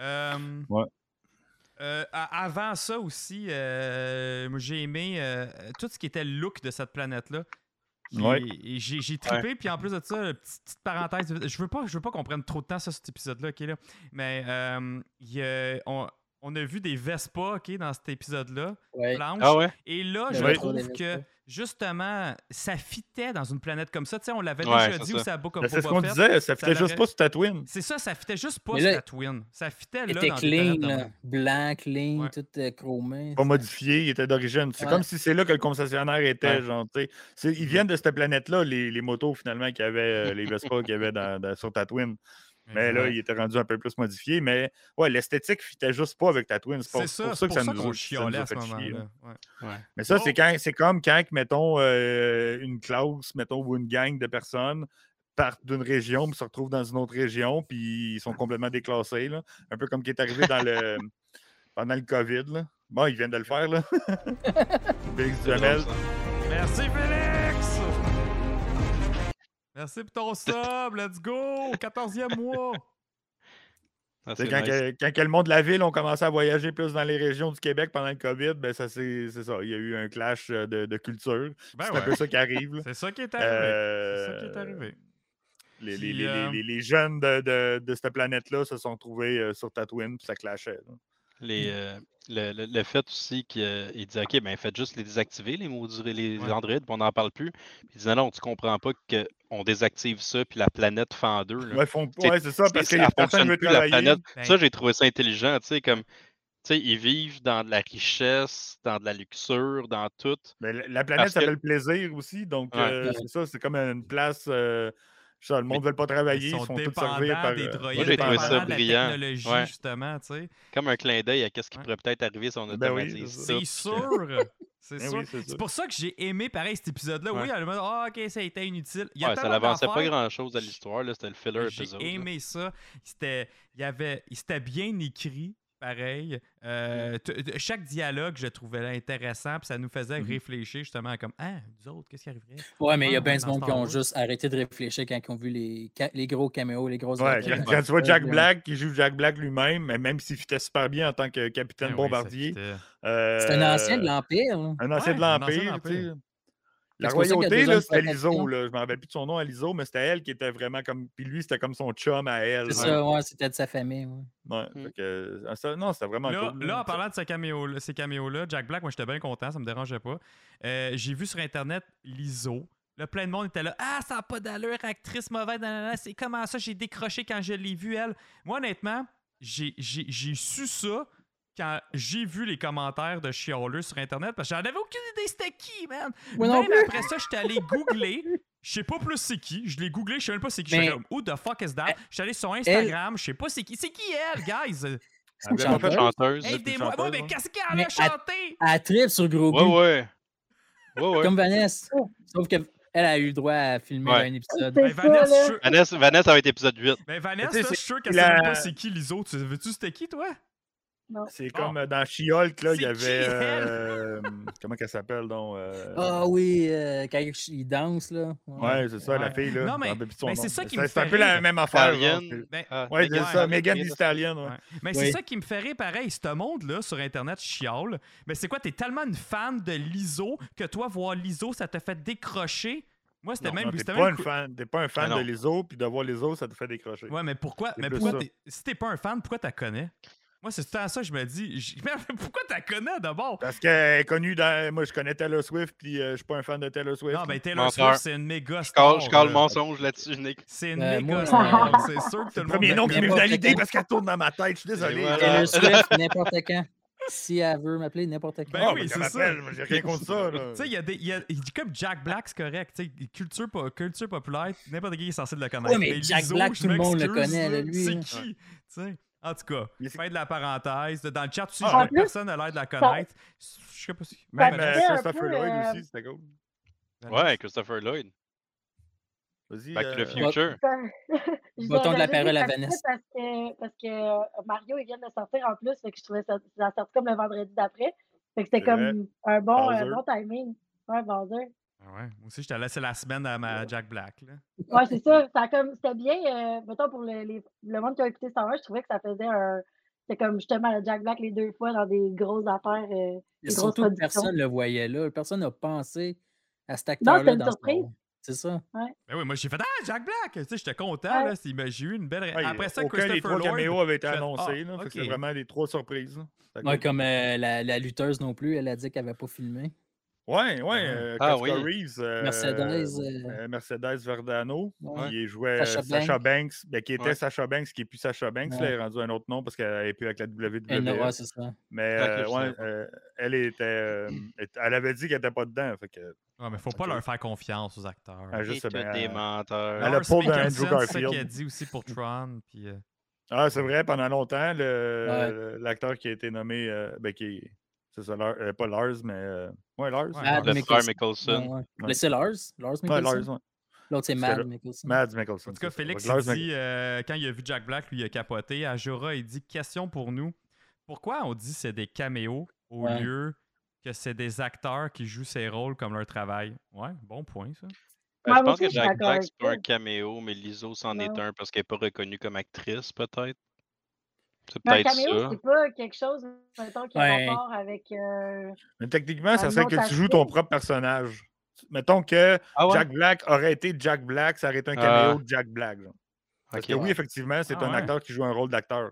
[SPEAKER 1] Euh,
[SPEAKER 3] Ouais.
[SPEAKER 1] euh, a- avant ça aussi, euh, moi, j'ai aimé euh, tout ce qui était le look de cette planète-là. Qui-
[SPEAKER 3] Ouais.
[SPEAKER 1] et J'ai, j'ai trippé, puis en plus de ça, petite, petite parenthèse, je veux pas, je veux pas qu'on prenne trop de temps sur cet épisode-là, ok, là. mais euh, il y a- on- on a vu des Vespa ok, dans cet épisode-là,
[SPEAKER 4] Ouais.
[SPEAKER 1] blanches.
[SPEAKER 2] Ah ouais?
[SPEAKER 1] Et là,
[SPEAKER 4] Il y
[SPEAKER 1] je
[SPEAKER 4] avait trop
[SPEAKER 1] trouve
[SPEAKER 4] des
[SPEAKER 1] que
[SPEAKER 4] Vespa.
[SPEAKER 1] justement, ça fitait dans une planète comme ça. Tu sais, on l'avait
[SPEAKER 2] Ouais,
[SPEAKER 1] déjà
[SPEAKER 2] c'est
[SPEAKER 1] dit ou
[SPEAKER 2] ça.
[SPEAKER 1] ça a beaucoup
[SPEAKER 3] Ben, c'est ce qu'on disait, ça faisait juste
[SPEAKER 1] l'aurait-
[SPEAKER 3] pas sur Tatooine.
[SPEAKER 1] C'est ça, ça fitait juste pas
[SPEAKER 4] Mais
[SPEAKER 1] sur
[SPEAKER 4] là,
[SPEAKER 1] la Twin. Ça fitait
[SPEAKER 4] Il
[SPEAKER 1] là.
[SPEAKER 4] était
[SPEAKER 1] dans des
[SPEAKER 4] clean,
[SPEAKER 1] planètes de
[SPEAKER 4] là,
[SPEAKER 1] même.
[SPEAKER 4] blanc, clean,
[SPEAKER 1] Ouais.
[SPEAKER 4] tout euh, chromé.
[SPEAKER 3] Pas modifié, il était d'origine. C'est
[SPEAKER 4] Ouais.
[SPEAKER 3] comme si c'est là que le concessionnaire était,
[SPEAKER 2] Ouais.
[SPEAKER 3] genre, tu sais. C'est-
[SPEAKER 1] Mm-hmm.
[SPEAKER 3] Ils viennent de cette planète-là, les, les motos, finalement, qu'il y avait, euh, les Vespa qu'il y avait dans- dans-
[SPEAKER 1] *laughs*
[SPEAKER 3] sur Tatooine. Mais là,
[SPEAKER 1] Ouais.
[SPEAKER 3] il était rendu un peu plus modifié. Mais ouais, l'esthétique fitait juste pas avec Tatooine. C'est
[SPEAKER 1] c'est
[SPEAKER 3] pour,
[SPEAKER 1] ça,
[SPEAKER 3] pour
[SPEAKER 1] c'est
[SPEAKER 3] ça que ça, nous,
[SPEAKER 1] qu'on
[SPEAKER 3] a- ça nous
[SPEAKER 1] chialait
[SPEAKER 3] a
[SPEAKER 1] à ce
[SPEAKER 3] fait chier. là.
[SPEAKER 1] moment-là. Ouais.
[SPEAKER 3] Mais ça,
[SPEAKER 1] Oh!
[SPEAKER 3] c'est quand c'est comme quand, que, mettons, euh, une classe, mettons, ou une gang de personnes partent d'une région, puis se retrouvent dans une autre région, puis
[SPEAKER 1] Ah.
[SPEAKER 3] ils sont complètement déclassés. Là. Un peu comme qui
[SPEAKER 1] *laughs*
[SPEAKER 3] est arrivé dans le pendant le COVID. Là. Bon, ils viennent de le faire,
[SPEAKER 1] *laughs*
[SPEAKER 3] là. Félix
[SPEAKER 2] C'est
[SPEAKER 3] Duhamel.
[SPEAKER 2] drôle, ça.
[SPEAKER 1] Merci Félix! Merci pour ton sub, let's go! 14e
[SPEAKER 3] *laughs*
[SPEAKER 1] mois!
[SPEAKER 2] Ah,
[SPEAKER 3] Tu sais,
[SPEAKER 2] c'est
[SPEAKER 3] Quand,
[SPEAKER 2] nice.
[SPEAKER 3] que- quand que le monde de la ville ont commencé à voyager plus dans les régions du Québec pendant le COVID, ben ça c'est c'est ça. Il y a eu un clash euh, de, de culture.
[SPEAKER 1] Ben
[SPEAKER 3] c'est un peu
[SPEAKER 1] ouais,
[SPEAKER 3] ça qui arrive. là.
[SPEAKER 1] c'est ça qui est arrivé. C'est ça qui est
[SPEAKER 3] Euh,
[SPEAKER 1] arrivé.
[SPEAKER 3] Les, les-
[SPEAKER 1] Puis,
[SPEAKER 3] les- les-
[SPEAKER 1] euh,
[SPEAKER 3] les- les jeunes de, de- de cette planète-là se sont trouvés euh, sur Tatooine, puis ça clashait. là.
[SPEAKER 2] Les, euh, le, le- le fait aussi qu'il disait, OK, ben faites juste les désactiver, les mots les, les
[SPEAKER 1] Ouais.
[SPEAKER 2] androïdes, puis on n'en parle plus. Puis il disait, non, tu comprends pas qu'on désactive ça, puis la planète fend en deux. là.
[SPEAKER 3] Ouais, font-
[SPEAKER 2] C'est-
[SPEAKER 3] ouais, c'est ça, parce
[SPEAKER 2] ça
[SPEAKER 3] qu'il y a personne qui
[SPEAKER 2] fonctionne
[SPEAKER 3] veut
[SPEAKER 2] plus, la
[SPEAKER 3] travailler.
[SPEAKER 2] planète.
[SPEAKER 1] Ben-
[SPEAKER 2] Ça, j'ai trouvé ça intelligent, tu sais, comme, tu sais, ils vivent dans de la richesse, dans de la luxure, dans tout.
[SPEAKER 3] Mais la, la planète,
[SPEAKER 2] Parce
[SPEAKER 3] ça
[SPEAKER 2] que-
[SPEAKER 3] fait le plaisir aussi. Donc,
[SPEAKER 2] Ouais.
[SPEAKER 3] euh,
[SPEAKER 4] Ouais.
[SPEAKER 3] c'est ça, c'est comme une place. euh, ça, le monde ne veut pas travailler, ils,
[SPEAKER 1] Ils
[SPEAKER 3] se
[SPEAKER 1] sont
[SPEAKER 3] font tous
[SPEAKER 1] dépendants
[SPEAKER 3] servir par.
[SPEAKER 1] des
[SPEAKER 3] euh,
[SPEAKER 1] droïdes,
[SPEAKER 2] Moi, j'ai trouvé ça
[SPEAKER 1] dépendants de la
[SPEAKER 2] brillant.
[SPEAKER 1] technologie,
[SPEAKER 2] Ouais.
[SPEAKER 1] justement, tu sais.
[SPEAKER 2] Comme un clin d'œil à qu'est-ce qui
[SPEAKER 1] Ouais.
[SPEAKER 2] pourrait peut-être arriver si on
[SPEAKER 3] Ben oui,
[SPEAKER 2] automatise
[SPEAKER 3] c'est
[SPEAKER 2] ça.
[SPEAKER 1] C'est
[SPEAKER 2] puis que-
[SPEAKER 1] sûr! C'est
[SPEAKER 3] Ben
[SPEAKER 1] sûr.
[SPEAKER 3] oui, c'est
[SPEAKER 1] C'est
[SPEAKER 3] ça.
[SPEAKER 1] pour ça que j'ai aimé pareil cet épisode-là. Oui,
[SPEAKER 2] Ouais.
[SPEAKER 1] elle m'a dit Ah, ok, ça a été inutile. Il y a
[SPEAKER 2] Ouais, ça
[SPEAKER 1] tellement
[SPEAKER 2] n'avançait pas
[SPEAKER 1] d'affaires
[SPEAKER 2] grand-chose à l'histoire, là, c'était le filler
[SPEAKER 1] J'ai
[SPEAKER 2] épisode. là.
[SPEAKER 1] aimé ça. C'était, il y avait, c'était bien écrit, pareil. Euh, t- t- chaque dialogue, je trouvais là intéressant, puis ça nous faisait
[SPEAKER 4] Mhm.
[SPEAKER 1] réfléchir justement à comme ah, nous autres, qu'est-ce qui arriverait
[SPEAKER 4] Ouais, mais il y a
[SPEAKER 1] Ah,
[SPEAKER 4] bien
[SPEAKER 1] dans
[SPEAKER 4] du monde
[SPEAKER 1] Star
[SPEAKER 4] qui ont
[SPEAKER 1] Wars.
[SPEAKER 4] juste arrêté de réfléchir quand ils ont vu les, ca- les gros caméos, les grosses.
[SPEAKER 3] Ouais,
[SPEAKER 4] requêtes.
[SPEAKER 3] quand, quand tu vois Jack
[SPEAKER 4] Ouais.
[SPEAKER 3] Black qui joue Jack Black lui-même, mais même s'il fitait super bien en tant que capitaine
[SPEAKER 2] Eh
[SPEAKER 1] Ben oui, ça
[SPEAKER 3] bombardier.
[SPEAKER 1] fitait.
[SPEAKER 4] C'est un ancien de
[SPEAKER 3] euh,
[SPEAKER 4] l'Empire. hein.
[SPEAKER 3] Un ancien
[SPEAKER 1] Ouais,
[SPEAKER 3] de
[SPEAKER 1] un ancien de
[SPEAKER 3] l'Empire. tu sais.
[SPEAKER 1] l'Empire.
[SPEAKER 3] La
[SPEAKER 4] C'est pour ça qu'il y a
[SPEAKER 3] royauté,
[SPEAKER 4] des
[SPEAKER 3] là,
[SPEAKER 4] hommes
[SPEAKER 3] c'était
[SPEAKER 4] protection.
[SPEAKER 3] l'ISO. là. Je me rappelle plus de son nom à l'ISO, mais c'était elle qui était vraiment comme. Puis lui, c'était comme son chum à elle. là.
[SPEAKER 4] C'est ça, Mmh. ouais, c'était de sa famille. ouais.
[SPEAKER 3] Ouais,
[SPEAKER 2] Mm.
[SPEAKER 3] fait que, ah, ça- non, c'était vraiment
[SPEAKER 1] Là,
[SPEAKER 3] cool.
[SPEAKER 1] là, en parlant de ce caméo- ces caméos-là, Jack Black, moi j'étais bien content, ça me dérangeait pas. Euh, j'ai vu sur internet l'ISO. Là, plein de monde était là. Ah, ça n'a pas d'allure, actrice mauvaise, nanana, c'est comment ça, j'ai décroché quand je l'ai vue, elle. Moi, honnêtement, j'ai, j'ai- j'ai su ça quand j'ai vu les commentaires de chialeux sur internet parce que j'en avais aucune idée c'était qui, man.
[SPEAKER 4] Moi non
[SPEAKER 1] même
[SPEAKER 4] plus.
[SPEAKER 1] après ça, j'étais allé googler. Je sais pas plus c'est qui. Je l'ai googlé, je sais même pas c'est qui.
[SPEAKER 4] Mais-
[SPEAKER 1] J'étais comme, Who the fuck is that? J'étais allé sur Instagram, je sais pas c'est qui. C'est qui elle, guys?
[SPEAKER 4] C'est une
[SPEAKER 3] Elle avait pas
[SPEAKER 2] La
[SPEAKER 3] fait-
[SPEAKER 4] chanteuse.
[SPEAKER 2] chanteuse.
[SPEAKER 3] Hey,
[SPEAKER 1] Aidez-moi. Ouais,
[SPEAKER 3] chanteuse,
[SPEAKER 1] mais
[SPEAKER 3] hein.
[SPEAKER 1] qu'est-ce qu'elle
[SPEAKER 4] Mais
[SPEAKER 1] a
[SPEAKER 4] att-
[SPEAKER 1] chanté?
[SPEAKER 4] Elle tripe sur gros
[SPEAKER 2] Ouais,
[SPEAKER 4] cul,
[SPEAKER 2] ouais. Ouais, ouais.
[SPEAKER 4] comme Vanessa. Sauf qu'elle a eu droit à filmer
[SPEAKER 2] Ouais.
[SPEAKER 4] un épisode.
[SPEAKER 1] Ben,
[SPEAKER 5] C'est ça,
[SPEAKER 1] Vanessa, je
[SPEAKER 5] là.
[SPEAKER 1] suis sûr-
[SPEAKER 2] Vanessa, Vanessa, ça va être épisode 8.
[SPEAKER 1] ben, Vanessa,
[SPEAKER 3] Tu sais,
[SPEAKER 1] là, je suis sûr qu'elle
[SPEAKER 3] la-
[SPEAKER 1] sait même pas c'est qui Liso. Tu veux-tu c'était qui, toi?
[SPEAKER 3] C'est
[SPEAKER 1] Ah.
[SPEAKER 3] comme euh, dans She-Hulk, là,
[SPEAKER 1] C'est
[SPEAKER 3] il y
[SPEAKER 1] qui,
[SPEAKER 3] avait.
[SPEAKER 1] elle?
[SPEAKER 3] euh, comment qu'elle s'appelle, donc euh,
[SPEAKER 4] Ah oui, euh, quand il danse, là. Ouais.
[SPEAKER 3] Ouais, c'est ça, la
[SPEAKER 1] Ouais.
[SPEAKER 3] fille, là.
[SPEAKER 1] Non, mais-
[SPEAKER 3] j'en rappelle plus son
[SPEAKER 1] mais c'est
[SPEAKER 3] nom.
[SPEAKER 1] ça qui me
[SPEAKER 3] C'est un
[SPEAKER 1] fait
[SPEAKER 3] peu la
[SPEAKER 1] rire.
[SPEAKER 3] même affaire.
[SPEAKER 2] Ariane.
[SPEAKER 3] genre.
[SPEAKER 1] Ben,
[SPEAKER 2] Ah,
[SPEAKER 3] Ouais, c'est
[SPEAKER 2] Megan-
[SPEAKER 3] ça, Megan Thee
[SPEAKER 2] Megan-
[SPEAKER 3] Stallion. ouais.
[SPEAKER 1] mais
[SPEAKER 4] Oui.
[SPEAKER 1] c'est ça qui me ferait pareil. Ce monde-là, sur Internet, chiale. Mais c'est quoi? T'es tellement une fan de l'ISO que toi, voir l'ISO, ça te fait décrocher. Moi, c'était
[SPEAKER 2] Non,
[SPEAKER 1] même.
[SPEAKER 3] Non,
[SPEAKER 1] c'était
[SPEAKER 3] T'es
[SPEAKER 1] même
[SPEAKER 3] pas, un
[SPEAKER 1] cou-
[SPEAKER 3] fan- t'es pas un fan
[SPEAKER 2] Ah,
[SPEAKER 3] de
[SPEAKER 2] non.
[SPEAKER 3] l'ISO, puis de voir l'ISO, ça te fait décrocher.
[SPEAKER 1] Ouais, mais pourquoi?
[SPEAKER 3] C'est
[SPEAKER 1] Mais
[SPEAKER 3] plus
[SPEAKER 1] pourquoi
[SPEAKER 3] ça.
[SPEAKER 1] t'es- si t'es pas un fan, pourquoi t'as connais? Moi, c'est tout le temps ça, je me dis. j- *laughs* Mais pourquoi t'as connais d'abord?
[SPEAKER 3] Parce qu'elle est connue dans. Moi, je connais Taylor Swift, puis euh, je suis pas un fan de Taylor Swift.
[SPEAKER 1] Non, ben Taylor
[SPEAKER 2] Menteur.
[SPEAKER 1] Swift, c'est une méga
[SPEAKER 2] Je call,
[SPEAKER 1] star.
[SPEAKER 3] Oh,
[SPEAKER 2] je call
[SPEAKER 1] là.
[SPEAKER 2] mensonge là-dessus, Nick.
[SPEAKER 1] C'est une
[SPEAKER 4] Euh,
[SPEAKER 1] méga
[SPEAKER 4] moi,
[SPEAKER 1] star.
[SPEAKER 4] *laughs*
[SPEAKER 5] euh,
[SPEAKER 1] C'est sûr que tout le
[SPEAKER 3] le
[SPEAKER 1] monde.
[SPEAKER 3] premier
[SPEAKER 1] la
[SPEAKER 3] nom qui
[SPEAKER 1] connaît.
[SPEAKER 3] m'est
[SPEAKER 4] N'importe
[SPEAKER 3] validé
[SPEAKER 4] quand.
[SPEAKER 3] parce qu'elle tourne dans ma tête. Je suis désolé.
[SPEAKER 2] Et voilà.
[SPEAKER 3] Ah,
[SPEAKER 4] Taylor Swift,
[SPEAKER 2] *laughs*
[SPEAKER 4] n'importe quand. Si elle veut m'appeler n'importe quand.
[SPEAKER 1] Ben
[SPEAKER 3] ah,
[SPEAKER 1] oui,
[SPEAKER 3] ben,
[SPEAKER 1] c'est
[SPEAKER 3] qu'elle
[SPEAKER 1] ça.
[SPEAKER 3] m'appelle, moi, J'ai rien contre ça. là.
[SPEAKER 1] Tu sais, il y a des. il y a- il- comme Jack Black, c'est correct. Tu sais, culture, po- culture populaire, n'importe qui est censé le connaître.
[SPEAKER 4] Ouais, mais Jack
[SPEAKER 1] Lizzo,
[SPEAKER 4] Black,
[SPEAKER 1] je
[SPEAKER 4] tout le monde le
[SPEAKER 1] m'excuse,
[SPEAKER 4] connaît,
[SPEAKER 1] là,
[SPEAKER 4] là, lui,
[SPEAKER 1] C'est
[SPEAKER 4] là.
[SPEAKER 1] qui? Tu sais. En tout cas,
[SPEAKER 3] Mais c'est-
[SPEAKER 1] fin de la parenthèse. Dans le chat aussi,
[SPEAKER 3] Ah,
[SPEAKER 1] je vois
[SPEAKER 5] en
[SPEAKER 1] que
[SPEAKER 5] plus,
[SPEAKER 1] personne à l'air de la connaître. Je sais pas si.
[SPEAKER 5] Ben,
[SPEAKER 3] Même
[SPEAKER 5] mais
[SPEAKER 3] euh,
[SPEAKER 5] c'est un
[SPEAKER 3] Christopher
[SPEAKER 5] peu,
[SPEAKER 3] Lloyd
[SPEAKER 5] euh,
[SPEAKER 3] aussi, c'était cool.
[SPEAKER 2] Ouais, Christopher Lloyd.
[SPEAKER 3] Vas-y.
[SPEAKER 2] Back to
[SPEAKER 3] euh,
[SPEAKER 2] the Future.
[SPEAKER 5] *laughs* Je
[SPEAKER 4] Bâton
[SPEAKER 5] dois
[SPEAKER 4] de la
[SPEAKER 5] regarder
[SPEAKER 4] parole à
[SPEAKER 5] parce que-
[SPEAKER 4] Vanessa.
[SPEAKER 5] Parce que, parce que euh, Mario, il vient de le sortir en plus, fait que je trouvais ça, ça a sorti comme le vendredi d'après. Fait que c'était
[SPEAKER 3] C'est
[SPEAKER 5] comme un bon, un
[SPEAKER 3] Bowser.
[SPEAKER 5] bon timing. Ouais, Bowser.
[SPEAKER 1] Ah ouais. Moi aussi, je te laissé la semaine à ma Jack Black. là.
[SPEAKER 5] Ouais, c'est ça. ça a comme, c'était bien, euh, mettons, pour le, les- le monde qui a écouté 101, je trouvais que ça faisait un. C'était comme justement le Jack Black les deux fois dans des grosses affaires. euh,
[SPEAKER 4] Et
[SPEAKER 5] grosse
[SPEAKER 4] Surtout que
[SPEAKER 5] production.
[SPEAKER 4] personne ne le voyait là. Personne n'a pensé à cet
[SPEAKER 5] Non,
[SPEAKER 4] acteur-là.
[SPEAKER 5] c'était une
[SPEAKER 4] dans Star
[SPEAKER 5] surprise.
[SPEAKER 4] Wars. c'est ça.
[SPEAKER 1] Ben oui, moi j'ai fait Ah, Jack Black! Tu sais, j'étais content,
[SPEAKER 5] Ouais.
[SPEAKER 1] là. c'est- ben, j'ai eu une belle. ré-
[SPEAKER 3] Ouais,
[SPEAKER 1] Après ça,
[SPEAKER 3] aucun des
[SPEAKER 1] Christopher Lloyd.
[SPEAKER 3] trois caméos avait été
[SPEAKER 1] je fais,
[SPEAKER 3] annoncé.
[SPEAKER 1] ah,
[SPEAKER 3] là, fait que C'est
[SPEAKER 1] ok.
[SPEAKER 3] vraiment les trois surprises. là. Fait que-
[SPEAKER 4] Ouais, comme euh, la, la lutteuse non plus, elle a dit qu'elle n'avait pas filmé.
[SPEAKER 3] Ouais, ouais.
[SPEAKER 1] Ah.
[SPEAKER 3] euh,
[SPEAKER 2] Ah
[SPEAKER 3] Kafka
[SPEAKER 2] oui.
[SPEAKER 3] Reeves, euh,
[SPEAKER 4] Mercedes. euh,
[SPEAKER 3] euh, Mercedes Verdano.
[SPEAKER 4] ouais.
[SPEAKER 3] Il jouait
[SPEAKER 4] Sasha
[SPEAKER 3] Sacha, Sacha Banks, ben, qui était
[SPEAKER 2] Ouais.
[SPEAKER 3] Sacha Banks, qui est plus Sacha Banks, là,
[SPEAKER 4] Ouais.
[SPEAKER 3] elle est rendue un autre nom parce qu'elle n'est plus avec la E.
[SPEAKER 4] Elle ne-
[SPEAKER 3] WWE.
[SPEAKER 4] ouais, c'est ça.
[SPEAKER 3] Mais
[SPEAKER 2] Ah, ok,
[SPEAKER 3] euh,
[SPEAKER 2] je
[SPEAKER 3] ouais,
[SPEAKER 2] savais pas.
[SPEAKER 3] euh, elle était, euh, elle avait dit qu'elle n'était pas dedans. Fait que,
[SPEAKER 1] Ouais, mais faut pas
[SPEAKER 3] Ok.
[SPEAKER 1] leur faire confiance aux acteurs.
[SPEAKER 3] ah,
[SPEAKER 2] Et
[SPEAKER 3] juste,
[SPEAKER 2] toutes
[SPEAKER 3] ben,
[SPEAKER 2] des
[SPEAKER 3] euh,
[SPEAKER 2] menteurs.
[SPEAKER 3] elle a
[SPEAKER 1] Lawrence
[SPEAKER 3] pas d'un Andrew
[SPEAKER 1] Dickinson, C'est ça
[SPEAKER 3] Garfield.
[SPEAKER 1] qu'il a dit aussi pour Tron. Puis, euh,
[SPEAKER 3] ah, c'est vrai, pendant longtemps,
[SPEAKER 4] Ouais.
[SPEAKER 3] le- l'acteur qui a été nommé, euh, ben, qui c'est ça, Lar- euh, pas Lars, mais euh, ouais, Lars.
[SPEAKER 1] Ouais,
[SPEAKER 4] Mad
[SPEAKER 2] Le frère
[SPEAKER 4] Mickelson.
[SPEAKER 2] Mickelson.
[SPEAKER 4] Ouais, ouais.
[SPEAKER 3] Ouais.
[SPEAKER 4] Mais c'est Lars. Lars
[SPEAKER 3] Ouais,
[SPEAKER 4] Mickelson.
[SPEAKER 3] Lars, ouais.
[SPEAKER 4] L'autre, c'est
[SPEAKER 3] C'est
[SPEAKER 4] Mad
[SPEAKER 3] le-
[SPEAKER 4] Mickelson.
[SPEAKER 3] Mads Mikkelsen.
[SPEAKER 1] En tout cas,
[SPEAKER 3] c'est ça.
[SPEAKER 1] Félix
[SPEAKER 3] Lars
[SPEAKER 1] il
[SPEAKER 3] Mc-
[SPEAKER 1] dit, euh, quand il a vu Jack Black, lui, il a capoté. Ajora, il dit Question pour nous. Pourquoi on dit c'est des caméos au
[SPEAKER 4] Ouais.
[SPEAKER 1] lieu que c'est des acteurs qui jouent ces rôles comme leur travail Ouais, bon point, ça.
[SPEAKER 2] Ben,
[SPEAKER 5] Ouais,
[SPEAKER 2] je
[SPEAKER 5] moi
[SPEAKER 2] pense
[SPEAKER 5] aussi,
[SPEAKER 2] que
[SPEAKER 5] je suis
[SPEAKER 2] Jack
[SPEAKER 5] d'accord
[SPEAKER 2] Black,
[SPEAKER 5] avec
[SPEAKER 2] c'est pas un
[SPEAKER 5] ça.
[SPEAKER 2] caméo, mais Lizzo c'en est
[SPEAKER 5] Non.
[SPEAKER 2] un parce qu'elle n'est pas reconnue comme actrice, peut-être. C'est
[SPEAKER 5] Mais un
[SPEAKER 2] peut-être
[SPEAKER 5] caméo,
[SPEAKER 2] ça.
[SPEAKER 5] c'est pas quelque chose, mettons, qui
[SPEAKER 4] Ouais.
[SPEAKER 5] est rapport avec. euh,
[SPEAKER 3] Mais techniquement,
[SPEAKER 5] Ah,
[SPEAKER 3] ça serait
[SPEAKER 5] non,
[SPEAKER 3] que
[SPEAKER 5] ça
[SPEAKER 3] tu joues ton
[SPEAKER 5] fait.
[SPEAKER 3] propre personnage. Mettons que
[SPEAKER 2] Ah ouais?
[SPEAKER 3] Jack Black aurait été Jack Black, ça aurait été un
[SPEAKER 2] Ah.
[SPEAKER 3] caméo de Jack Black. genre. Parce
[SPEAKER 2] Ok.
[SPEAKER 3] que oui, effectivement, c'est
[SPEAKER 1] Ah
[SPEAKER 3] un
[SPEAKER 1] ouais.
[SPEAKER 3] acteur qui joue un rôle d'acteur.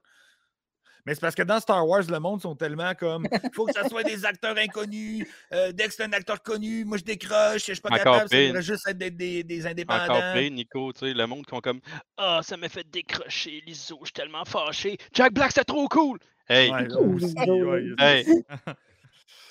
[SPEAKER 3] Mais c'est parce que dans Star Wars, le monde sont tellement
[SPEAKER 1] *laughs*
[SPEAKER 3] comme faut que ça soit des acteurs inconnus. euh, dès que c'est un acteur connu, moi je décroche, je suis pas
[SPEAKER 2] Encore
[SPEAKER 3] capable, ça
[SPEAKER 2] pire.
[SPEAKER 3] devrait juste être des, des- des indépendants.
[SPEAKER 2] Encore pire, Nico, tu sais, le monde qui ont comme Ah, ça m'a fait décrocher, Lizzo, je suis tellement fâché. Jack Black, c'est trop cool! Hey,
[SPEAKER 3] Ouais, là aussi, ouais, il y a-
[SPEAKER 2] hey!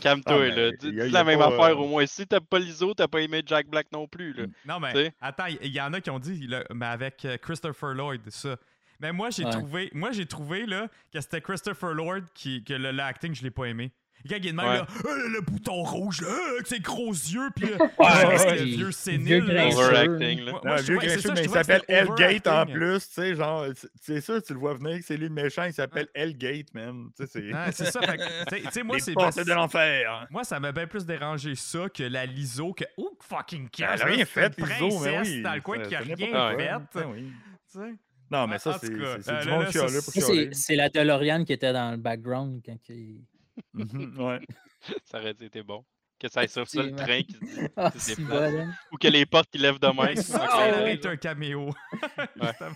[SPEAKER 2] Calme-toi,
[SPEAKER 3] Ah,
[SPEAKER 2] là.
[SPEAKER 3] mais
[SPEAKER 2] Dis,
[SPEAKER 3] y a-
[SPEAKER 2] dis
[SPEAKER 3] y
[SPEAKER 2] la
[SPEAKER 3] a
[SPEAKER 2] même
[SPEAKER 3] pas,
[SPEAKER 2] affaire
[SPEAKER 3] euh,
[SPEAKER 2] au moins. Si t'as pas Lizzo, t'as pas aimé Jack Black non plus, là.
[SPEAKER 1] Non, mais
[SPEAKER 2] Tu sais.
[SPEAKER 1] attends, il y, en a qui ont dit, là, mais avec euh, Christopher Lloyd, ça. Mais moi, j'ai
[SPEAKER 4] Ouais.
[SPEAKER 1] trouvé, moi, j'ai trouvé là, que c'était Christopher Lloyd qui, que le, le acting, je l'ai pas aimé. Le gars, il est de même,
[SPEAKER 2] Ouais.
[SPEAKER 1] là, Euh, le bouton rouge, euh, avec ses gros yeux,
[SPEAKER 4] *laughs*
[SPEAKER 1] puis euh,
[SPEAKER 4] ouais,
[SPEAKER 1] le
[SPEAKER 4] ouais.
[SPEAKER 1] vieux sénile.
[SPEAKER 4] Vieux
[SPEAKER 1] là.
[SPEAKER 4] grinçeux.
[SPEAKER 2] Overacting,
[SPEAKER 1] Moi-
[SPEAKER 2] là.
[SPEAKER 3] Non,
[SPEAKER 1] moi,
[SPEAKER 3] le
[SPEAKER 1] je
[SPEAKER 3] vieux
[SPEAKER 1] trouvais- c'est
[SPEAKER 3] grincheux,
[SPEAKER 1] ça,
[SPEAKER 3] mais
[SPEAKER 1] je trouvais
[SPEAKER 3] il
[SPEAKER 1] que
[SPEAKER 3] s'appelle
[SPEAKER 1] c'était
[SPEAKER 3] Hellgate en
[SPEAKER 1] overacting.
[SPEAKER 3] plus, tu sais, genre, c'est- c'est sûr, tu le vois venir, c'est lui le méchant, il s'appelle Hellgate, man. Tu sais, c'est.
[SPEAKER 1] Ah, c'est ça, fait que, tu sais- tu sais, moi,
[SPEAKER 3] Les
[SPEAKER 1] c'est
[SPEAKER 3] portes
[SPEAKER 1] parce-
[SPEAKER 3] de l'enfer.
[SPEAKER 1] Moi, ça m'a bien plus dérangé ça que la liso que. Oh, fucking cares,
[SPEAKER 3] Elle a
[SPEAKER 1] là,
[SPEAKER 3] rien
[SPEAKER 1] c'est
[SPEAKER 3] fait,
[SPEAKER 1] une
[SPEAKER 3] Lizzo, mais
[SPEAKER 1] princesse
[SPEAKER 3] oui.
[SPEAKER 1] dans le coin
[SPEAKER 3] c'est-
[SPEAKER 1] qui a
[SPEAKER 3] c'est
[SPEAKER 1] rien
[SPEAKER 3] n'importe
[SPEAKER 1] fait.
[SPEAKER 3] quoi. Ben oui.
[SPEAKER 1] tu sais.
[SPEAKER 3] Non,
[SPEAKER 1] En-
[SPEAKER 3] mais
[SPEAKER 1] en
[SPEAKER 3] ça,
[SPEAKER 1] tout
[SPEAKER 3] c'est
[SPEAKER 1] cas,
[SPEAKER 3] c'est-
[SPEAKER 1] euh,
[SPEAKER 3] c'est du
[SPEAKER 1] là,
[SPEAKER 3] monde
[SPEAKER 1] là,
[SPEAKER 3] chialeux
[SPEAKER 1] ça,
[SPEAKER 3] pour
[SPEAKER 4] Ça,
[SPEAKER 3] chialer.
[SPEAKER 4] C'est c'est la DeLorean qui était dans le background quand il...
[SPEAKER 3] Mhm, ouais.
[SPEAKER 2] Ça aurait été bon. Que ça aille sur ça, le
[SPEAKER 4] Effectivement.
[SPEAKER 2] train qui se dit.
[SPEAKER 4] *laughs* Ah,
[SPEAKER 2] C'est
[SPEAKER 4] si
[SPEAKER 2] plate.
[SPEAKER 4] bon, hein.
[SPEAKER 2] Ou que les portes qui lèvent de
[SPEAKER 1] Ouais,
[SPEAKER 2] même.
[SPEAKER 1] ça,
[SPEAKER 2] sans
[SPEAKER 1] ça
[SPEAKER 2] clin
[SPEAKER 1] aurait
[SPEAKER 2] d'œil,
[SPEAKER 1] été un
[SPEAKER 3] *laughs*
[SPEAKER 1] caméo. Justement.